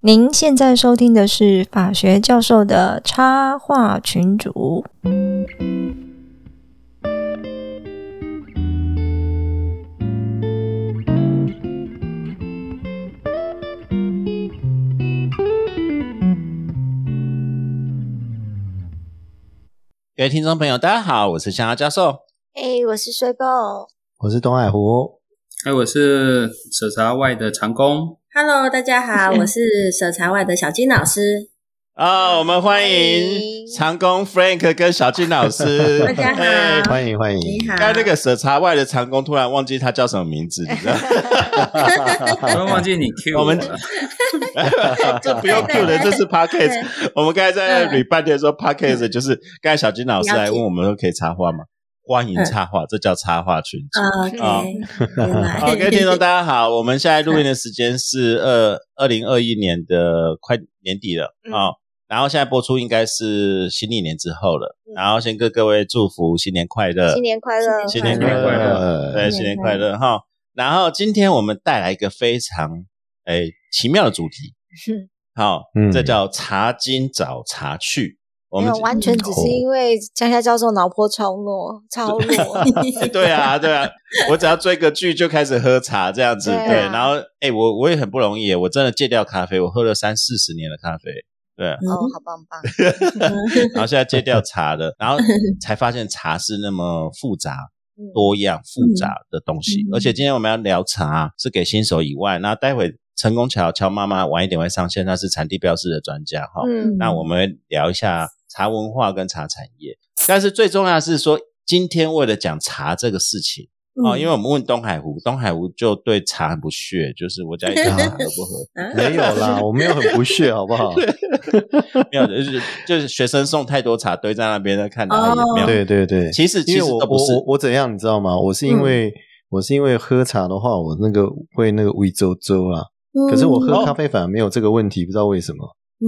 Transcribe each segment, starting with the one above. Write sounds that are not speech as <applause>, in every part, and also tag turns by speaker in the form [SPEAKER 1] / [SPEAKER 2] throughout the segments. [SPEAKER 1] 您现在收听的是法学教授的插画群组。
[SPEAKER 2] 各位听众朋友，大家好，我是香蕉教授。
[SPEAKER 1] 哎、我是哦水狗。
[SPEAKER 3] 我是东海湖，
[SPEAKER 4] 哎，我是舍茶外的长工，
[SPEAKER 5] Hello，大家好，
[SPEAKER 1] 嗯
[SPEAKER 5] 我是舍茶外的小金老师。
[SPEAKER 2] 啊、我们欢
[SPEAKER 1] 欢
[SPEAKER 2] 迎
[SPEAKER 1] 迎
[SPEAKER 2] 长工 Frank 跟小金老师。
[SPEAKER 5] <laughs> 大家好
[SPEAKER 2] 哎
[SPEAKER 3] 欢迎
[SPEAKER 1] 嗯
[SPEAKER 3] 欢迎
[SPEAKER 5] 你，好，
[SPEAKER 2] 刚才那个舍茶外的长工突然忘记他叫什么名字，你知道？
[SPEAKER 4] 我都忘记你 Q
[SPEAKER 2] 我们
[SPEAKER 4] 了。
[SPEAKER 5] <laughs>
[SPEAKER 2] 这不用 Q 的，这是 Pockets。我们刚才在
[SPEAKER 5] 嗯
[SPEAKER 2] r e 半天说 Pockets，就是刚才小金老师来
[SPEAKER 5] 了解嗯
[SPEAKER 2] 问我们说可以插话吗？欢迎插话，这叫插话群组。啊
[SPEAKER 5] OK，原 <laughs>
[SPEAKER 1] <laughs>
[SPEAKER 2] <laughs>
[SPEAKER 5] 来
[SPEAKER 2] 好，各
[SPEAKER 5] <laughs>
[SPEAKER 2] 位听众大家好，我们现在录音的时间是二二零二一年的快年底了
[SPEAKER 1] 嗯
[SPEAKER 2] 啊、然后现在播出应该是新历年之后了，然后先跟各位祝福新年快乐，
[SPEAKER 1] 嗯新年快乐！
[SPEAKER 2] 呃新年
[SPEAKER 4] 快乐
[SPEAKER 2] 对，新年快乐哈。然后今天我们带来一个非常诶、奇妙的主
[SPEAKER 1] <laughs>
[SPEAKER 2] 题，
[SPEAKER 1] 嗯
[SPEAKER 2] 好、
[SPEAKER 3] 嗯
[SPEAKER 2] 这叫茶经找茶去。我
[SPEAKER 1] 没
[SPEAKER 2] 们哦
[SPEAKER 1] 有，完全只是因为江夏教授脑波超弱，超弱。
[SPEAKER 2] <laughs> 对啊，对啊，我只要追个剧就开始喝茶这样子，
[SPEAKER 1] 对啊
[SPEAKER 2] 对。然后，哎、我我也很不容易耶，我真的戒掉咖啡，我喝了三四十年的咖啡，对。
[SPEAKER 1] 哦，好棒
[SPEAKER 2] <laughs>
[SPEAKER 1] 棒！
[SPEAKER 2] 然后现在戒掉茶了，然后
[SPEAKER 1] <laughs>
[SPEAKER 2] 才发现茶是那么复杂
[SPEAKER 1] 嗯、
[SPEAKER 2] 多样、复杂的东西。
[SPEAKER 5] 嗯
[SPEAKER 2] 而且今天我们要聊茶，是给新手以外，那待会成功桥乔妈妈晚一点会上线，她是产地标示的专家哈。
[SPEAKER 1] 嗯，
[SPEAKER 2] 那我们会聊一下茶文化跟茶产业，但是最重要的是说，今天为了讲茶这个事情。
[SPEAKER 5] 嗯
[SPEAKER 2] 哦，因为我们问东海湖，东海湖就对茶很不屑，就是我家一点茶都不喝，
[SPEAKER 3] 没有啦，我没有很不屑，好不好？
[SPEAKER 2] 没有，就是就是学生送太多茶堆在那边，在看哪里有
[SPEAKER 5] 哦
[SPEAKER 2] 没有？
[SPEAKER 3] 对对对，
[SPEAKER 2] 其实其
[SPEAKER 3] 因
[SPEAKER 2] 实
[SPEAKER 3] 为我
[SPEAKER 2] 都不
[SPEAKER 3] 我
[SPEAKER 2] 是
[SPEAKER 3] 我我怎样，你知道吗？我是因为我是因为喝茶的话，我那个会那个胃周周啦，
[SPEAKER 5] 嗯
[SPEAKER 3] 可是我喝咖啡反而没有这个问题，不知道为什么。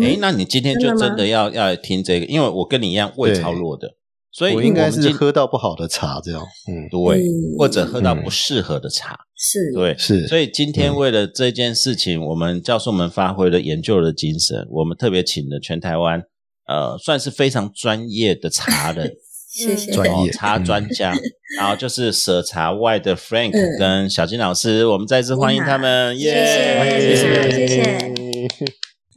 [SPEAKER 2] 诶，那你今天就
[SPEAKER 5] 真的吗
[SPEAKER 2] 真的要要听这个，因为我跟你一样胃超弱的，所以
[SPEAKER 3] 我应该
[SPEAKER 2] 们
[SPEAKER 3] 是
[SPEAKER 2] 今
[SPEAKER 3] 喝到不好的茶，这样，嗯，
[SPEAKER 2] 对，
[SPEAKER 5] 嗯
[SPEAKER 2] 或者喝到不适合的茶，
[SPEAKER 5] 是，
[SPEAKER 2] 对。
[SPEAKER 3] 是，嗯
[SPEAKER 2] 所以今天为了这件事情，我们教授们发挥了研究的精神，我们特别请了全台湾呃算是非常专业的茶人，
[SPEAKER 5] 谢谢。
[SPEAKER 3] 专
[SPEAKER 2] 哦
[SPEAKER 3] 业
[SPEAKER 2] 茶
[SPEAKER 3] 嗯
[SPEAKER 2] 专
[SPEAKER 5] <laughs>
[SPEAKER 2] 家，然后就是舍茶外的 Frank
[SPEAKER 5] 嗯
[SPEAKER 2] 跟小金老师，我们再次欢迎他们，耶！
[SPEAKER 5] 谢谢谢谢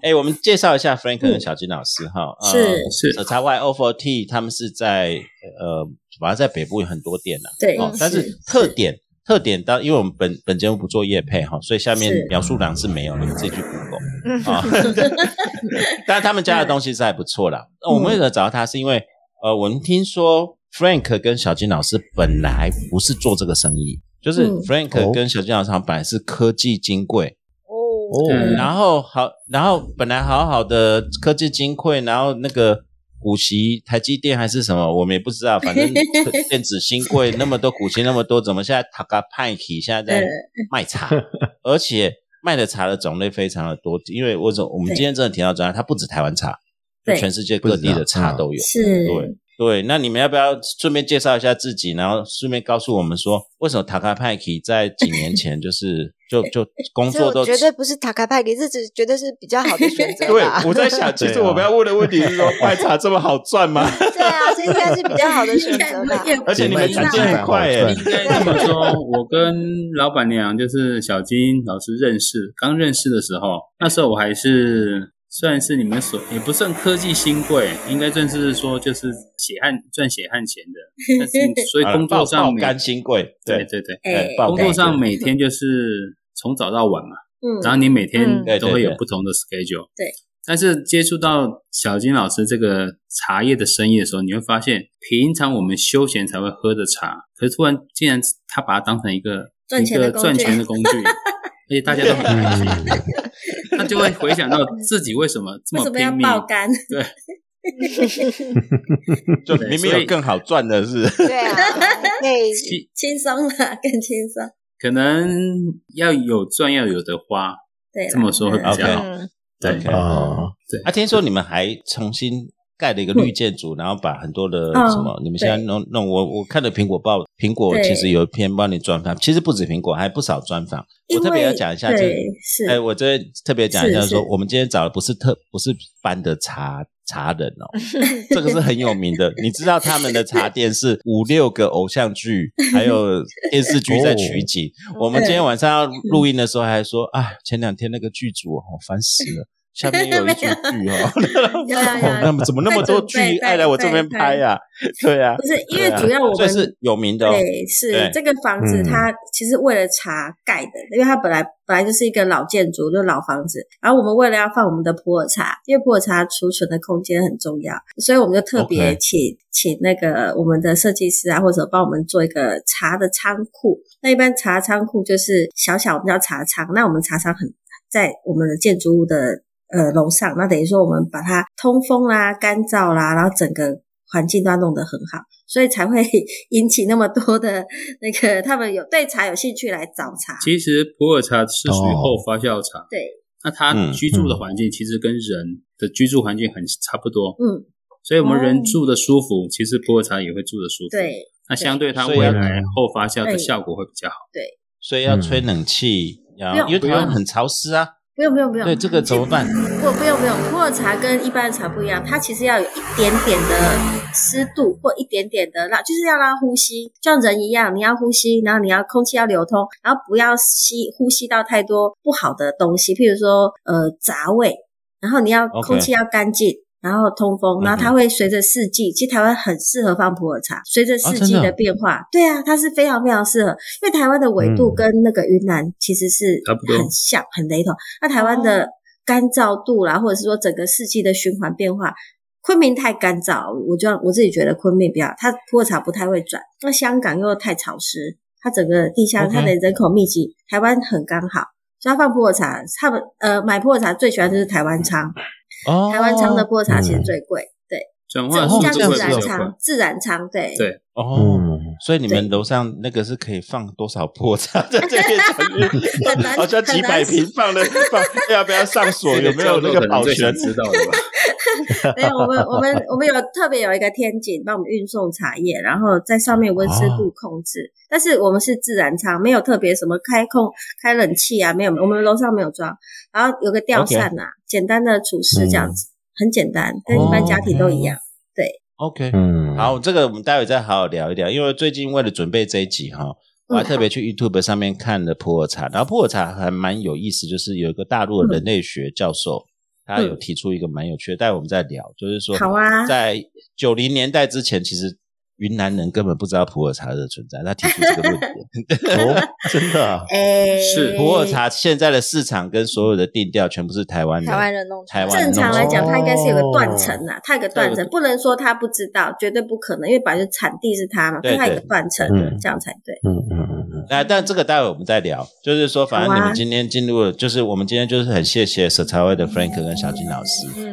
[SPEAKER 2] 哎，我们介绍一下 Frank 跟小金老师哈，呃
[SPEAKER 5] 嗯是
[SPEAKER 4] 是
[SPEAKER 2] 茶 Y O f o T 他们是在呃，反正在北部有很多店呐、
[SPEAKER 5] 对
[SPEAKER 2] 哦，
[SPEAKER 1] 是
[SPEAKER 2] 但是特点特点当，因为我们本本节目不做业配哈、所以下面
[SPEAKER 5] 是嗯
[SPEAKER 2] 描述栏是没有，你们自己去 Google 啊、对但是他们家的东西是还不错
[SPEAKER 5] 嗯
[SPEAKER 2] 啦。那我们为了找到他，是因为呃，我们听说 Frank 跟小金老师本来不是做这个生意，就是
[SPEAKER 5] 嗯
[SPEAKER 2] Frank
[SPEAKER 3] 哦
[SPEAKER 2] 跟小金老师好像本来是科技金柜。
[SPEAKER 1] 哦，
[SPEAKER 4] 嗯
[SPEAKER 3] 哦，
[SPEAKER 2] 然后好，然后本来好好的科技金匮，然后那个股息台积电还是什么，我们也不知道，反正电子新贵那么多股息那么多，怎么现在塔嘎派奇现在在
[SPEAKER 5] 嗯
[SPEAKER 2] 卖茶，而且卖的茶的种类非常的多，因为我总我们
[SPEAKER 5] 对
[SPEAKER 2] 今天真的提到专家，它不止台湾茶，就
[SPEAKER 5] 对
[SPEAKER 2] 全世界各地的茶都有。
[SPEAKER 5] 是，
[SPEAKER 2] 对对，那你们要不要顺便介绍一下自己，然后顺便告诉我们说，为什么塔卡派奇在几年前就是就就工
[SPEAKER 1] 这
[SPEAKER 2] 作
[SPEAKER 1] 我
[SPEAKER 2] 都
[SPEAKER 1] 绝对不是塔卡派给，这只绝对是比较好的选择
[SPEAKER 2] 对
[SPEAKER 1] 吧？，
[SPEAKER 2] 我在想，其
[SPEAKER 3] 对啊
[SPEAKER 2] 实我们要问的问题是说，卖茶这么好赚吗？
[SPEAKER 1] 对啊，这应该是比较好的
[SPEAKER 5] <laughs>
[SPEAKER 1] 选择吧？
[SPEAKER 5] 也
[SPEAKER 2] 而且你们
[SPEAKER 5] 不知道
[SPEAKER 2] 产进很快耶、
[SPEAKER 3] 对
[SPEAKER 4] 应该这么说，我跟老板娘就是小金老师认识，刚认识的时候，那时候我还是算是你们所也不算科技新贵，应该算是说就是血汗赚血汗钱的，但是所以工作
[SPEAKER 2] 好了
[SPEAKER 4] 上
[SPEAKER 2] 啊爆
[SPEAKER 4] 每
[SPEAKER 2] 甘心贵，
[SPEAKER 4] 对
[SPEAKER 2] 对，
[SPEAKER 4] 对对，
[SPEAKER 5] 哎
[SPEAKER 2] 对，爆
[SPEAKER 4] 工
[SPEAKER 2] 肝
[SPEAKER 4] 作上每天就是从早到晚嘛。
[SPEAKER 1] 嗯
[SPEAKER 4] 然后你每
[SPEAKER 1] 嗯
[SPEAKER 4] 天
[SPEAKER 2] 对对
[SPEAKER 4] 都会有
[SPEAKER 2] 对
[SPEAKER 4] 不同的 schedule。
[SPEAKER 5] 对
[SPEAKER 4] 但是接触到小金老师这个茶叶的生意的时候，你会发现，平常我们休闲才会喝的茶，可是突然竟然他把它当成一个
[SPEAKER 5] 赚钱的
[SPEAKER 4] 一
[SPEAKER 5] 工
[SPEAKER 4] 个
[SPEAKER 5] 具
[SPEAKER 4] 赚钱的
[SPEAKER 5] <laughs>
[SPEAKER 4] 工具，而且大家都很开心，他就会回想到自己为什么这么
[SPEAKER 5] 为什么要
[SPEAKER 4] 拼命。
[SPEAKER 5] 爆肝？ <laughs>
[SPEAKER 4] 对，
[SPEAKER 2] 就
[SPEAKER 4] 对
[SPEAKER 2] 明明
[SPEAKER 4] 所以
[SPEAKER 2] 有更好赚的是， <laughs>
[SPEAKER 1] 对啊，那
[SPEAKER 4] 其
[SPEAKER 5] 轻松啦，更轻松。
[SPEAKER 4] 可能要有赚，要有的花。
[SPEAKER 5] 对啦，
[SPEAKER 4] 这么说会比
[SPEAKER 5] 嗯
[SPEAKER 4] 较好。
[SPEAKER 1] 嗯，
[SPEAKER 4] 对
[SPEAKER 2] OK
[SPEAKER 3] 啊，
[SPEAKER 2] 啊，听说你们还重新盖了一个绿建筑，然后把很多的什么，你们现在弄弄我我看了苹果报，苹果
[SPEAKER 5] 对
[SPEAKER 2] 其实有一篇帮你专访，其实不止苹果，还不少专访。我特别要讲一下这
[SPEAKER 5] 对，
[SPEAKER 2] <laughs>
[SPEAKER 5] 是，
[SPEAKER 2] 哎，我这边特别讲一下
[SPEAKER 5] 是
[SPEAKER 2] 说，
[SPEAKER 5] 是
[SPEAKER 2] 我们今天找的不是特不是班的茶茶人
[SPEAKER 5] <laughs>
[SPEAKER 2] 哦，这个是很有名的。你知道他们的茶店是五六个偶像剧还有电视剧在取景。
[SPEAKER 5] 哦
[SPEAKER 2] 我们今天晚上要
[SPEAKER 5] 嗯
[SPEAKER 2] 录音的时候还说，哎，前两天那个剧组哦，烦死了。下面有一出剧
[SPEAKER 5] <laughs>
[SPEAKER 2] 哦， <laughs>
[SPEAKER 5] 对啊
[SPEAKER 2] 哦
[SPEAKER 5] 对啊，
[SPEAKER 2] 那么怎么那么多剧爱来我这边拍呀、对呀、啊 <laughs>
[SPEAKER 5] 不，是 <laughs> 因
[SPEAKER 2] 对
[SPEAKER 5] 为
[SPEAKER 2] 啊
[SPEAKER 5] 主要我
[SPEAKER 2] 所以
[SPEAKER 5] 们
[SPEAKER 2] 是有名的、哦，
[SPEAKER 5] 对，
[SPEAKER 2] 对
[SPEAKER 5] 是这个房子，
[SPEAKER 3] 嗯
[SPEAKER 5] 它其实为了茶盖的，因为它本来本来就是一个老建筑，就是老房子。然后我们为了要放我们的普洱茶，因为普洱茶储存的空间很重要，所以我们就特别
[SPEAKER 2] OK
[SPEAKER 5] 请请那个我们的设计师啊，或者帮我们做一个茶的仓库。那一般茶仓库就是小小，我们叫茶仓。那我们茶仓很在我们的建筑物的呃楼上，那等于说我们把它通风啦、干燥啦，然后整个环境都要弄得很好，所以才会 <laughs> 引起那么多的那个他们有对茶有兴趣来找茶。
[SPEAKER 4] 其实普洱茶是属
[SPEAKER 2] 哦
[SPEAKER 4] 于后发酵茶，
[SPEAKER 5] 对，
[SPEAKER 4] 那它
[SPEAKER 2] 嗯
[SPEAKER 4] 居住的环境其实跟人的居住环境很差不多，
[SPEAKER 5] 嗯，
[SPEAKER 4] 所以我们
[SPEAKER 1] 哦
[SPEAKER 4] 人住的舒服，其实普洱茶也会住的舒服。，
[SPEAKER 5] 对，
[SPEAKER 4] 那相对它
[SPEAKER 2] 所以
[SPEAKER 4] 未
[SPEAKER 2] 要
[SPEAKER 4] 来后发酵的
[SPEAKER 5] 对
[SPEAKER 4] 效果会比较好。
[SPEAKER 2] 所以要吹冷气，然后
[SPEAKER 5] 不用
[SPEAKER 2] 因为台湾
[SPEAKER 5] 不用
[SPEAKER 2] 很潮湿啊，
[SPEAKER 5] 不用不用不用，
[SPEAKER 2] 对这个怎么办？
[SPEAKER 5] 不不用不用，普洱茶跟一般的茶不一样，它其实要有一点点的湿度或一点点的让，就是要让它呼吸，就像人一样，你要呼吸，然后你要空气要流通，然后不要吸呼吸到太多不好的东西，譬如说呃杂味，然后你要
[SPEAKER 2] OK
[SPEAKER 5] 空气要干净。然后通风，然后它会随着四季，其实台湾很适合放普洱茶，随着四季
[SPEAKER 2] 真的
[SPEAKER 5] 的
[SPEAKER 2] 哦
[SPEAKER 5] 变化，对啊，它是非常非常适合，因为台湾的纬度
[SPEAKER 3] 嗯
[SPEAKER 5] 跟那个云南其实是
[SPEAKER 4] 差不多
[SPEAKER 5] 很像、很雷同。那台湾的干燥度啦，或者是说整个四季的循环变化，昆明太干燥，我就我自己觉得昆明比较，它普洱茶不太会转。那香港又太潮湿，它整个地下
[SPEAKER 2] OK
[SPEAKER 5] 它的人口密集，台湾很刚好。所以它放普洱茶，差不呃买普洱茶最喜欢就是台湾仓，
[SPEAKER 2] 哦，
[SPEAKER 5] 台湾仓的普洱茶其实最贵，对，
[SPEAKER 4] <laughs> 转
[SPEAKER 5] 这啊
[SPEAKER 4] 化
[SPEAKER 5] 种
[SPEAKER 4] 速
[SPEAKER 5] 叫
[SPEAKER 4] 度会比
[SPEAKER 5] 自然
[SPEAKER 4] 较快
[SPEAKER 5] 仓，，自然仓对
[SPEAKER 4] 对
[SPEAKER 2] 哦。
[SPEAKER 3] 嗯，
[SPEAKER 2] 所以你们楼上那个是可以放多少破茶 <laughs> 在这边
[SPEAKER 5] <laughs> 很难
[SPEAKER 2] 好像几百平放了放，要不要上锁？有没有那个保全？
[SPEAKER 4] 知道的吧？
[SPEAKER 5] <laughs> 没有，我们我们我们有特别有一个天井帮我们运送茶叶，然后在上面温湿
[SPEAKER 2] 哦
[SPEAKER 5] 度控制，但是我们是自然仓，没有特别什么开空开冷气啊，没有，我们楼上没有装，然后有个吊扇啊简单的厨师这样子，
[SPEAKER 2] 嗯
[SPEAKER 5] 很简单，跟一般家庭都
[SPEAKER 2] 哦
[SPEAKER 5] 一样。
[SPEAKER 2] OK，
[SPEAKER 3] 嗯，
[SPEAKER 2] 好，这个我们待会再好好聊一聊，因为最近为了准备这一集哈，我
[SPEAKER 5] 嗯
[SPEAKER 2] 还特别去 YouTube 上面看了普洱茶，然后普洱茶还蛮有意思，就是有一个大
[SPEAKER 5] 嗯
[SPEAKER 2] 陆的人类学教授，他有提出一个蛮有趣的，待会我们再聊，就是说，
[SPEAKER 5] 好啊
[SPEAKER 2] 在九零年代之前，其实云南人根本不知道普洱茶的存在，他提出这个论点。
[SPEAKER 3] 哦，真的啊，
[SPEAKER 5] 哎、
[SPEAKER 4] 是
[SPEAKER 2] 普洱茶现在的市场跟所有的定调全部是台湾人
[SPEAKER 1] 嗯台湾人弄出
[SPEAKER 2] 台
[SPEAKER 1] 来
[SPEAKER 2] 湾人
[SPEAKER 5] 正
[SPEAKER 2] 弄
[SPEAKER 5] 常来讲，
[SPEAKER 2] 出
[SPEAKER 5] 它应该是有个断层啊，它有个断
[SPEAKER 2] 它有
[SPEAKER 5] 层，不能说他不知道，绝对不可能，因为本来就产地是他嘛，
[SPEAKER 2] 对
[SPEAKER 5] 但它有个
[SPEAKER 2] 对
[SPEAKER 5] 断层
[SPEAKER 3] 嗯，
[SPEAKER 5] 这样才对。 <laughs>
[SPEAKER 3] 嗯嗯嗯嗯，
[SPEAKER 2] 那但这个待会我们再聊，就是说，反正
[SPEAKER 5] 好啊
[SPEAKER 2] 你们今天进入了，就是我们今天就是很谢谢舍财会的 Frank 跟小金老师。
[SPEAKER 1] 嗯，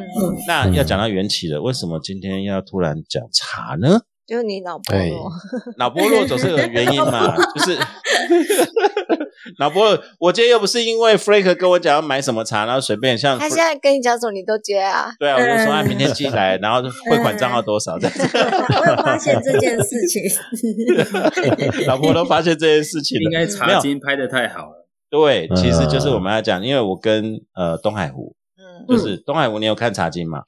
[SPEAKER 2] 那要讲到缘起了，为什么今天要突然讲茶呢？
[SPEAKER 1] 就是你脑波
[SPEAKER 3] 对
[SPEAKER 1] 弱，
[SPEAKER 2] 脑波弱总是有原因
[SPEAKER 5] <laughs>
[SPEAKER 2] 嘛，就是 <laughs> 脑波弱。我今天又不是因为 Frank 跟我讲要买什么茶，然后随便像
[SPEAKER 1] 他现在跟你讲什么你都接啊。
[SPEAKER 2] 对啊，我就说啊，
[SPEAKER 5] 嗯
[SPEAKER 2] 明天寄来，然后汇款账号多少这样
[SPEAKER 5] <laughs>
[SPEAKER 2] 子。
[SPEAKER 5] 我有发现这件事情。
[SPEAKER 2] <laughs> 老婆都发现这件事情了，
[SPEAKER 4] 应该
[SPEAKER 2] 没
[SPEAKER 4] 茶
[SPEAKER 2] 有
[SPEAKER 4] 经拍的太好了，
[SPEAKER 2] 对，
[SPEAKER 3] 嗯
[SPEAKER 2] 其实就是我们要讲，因为我跟呃东海湖，
[SPEAKER 1] 嗯，
[SPEAKER 2] 就是东海湖，你有看茶经吗？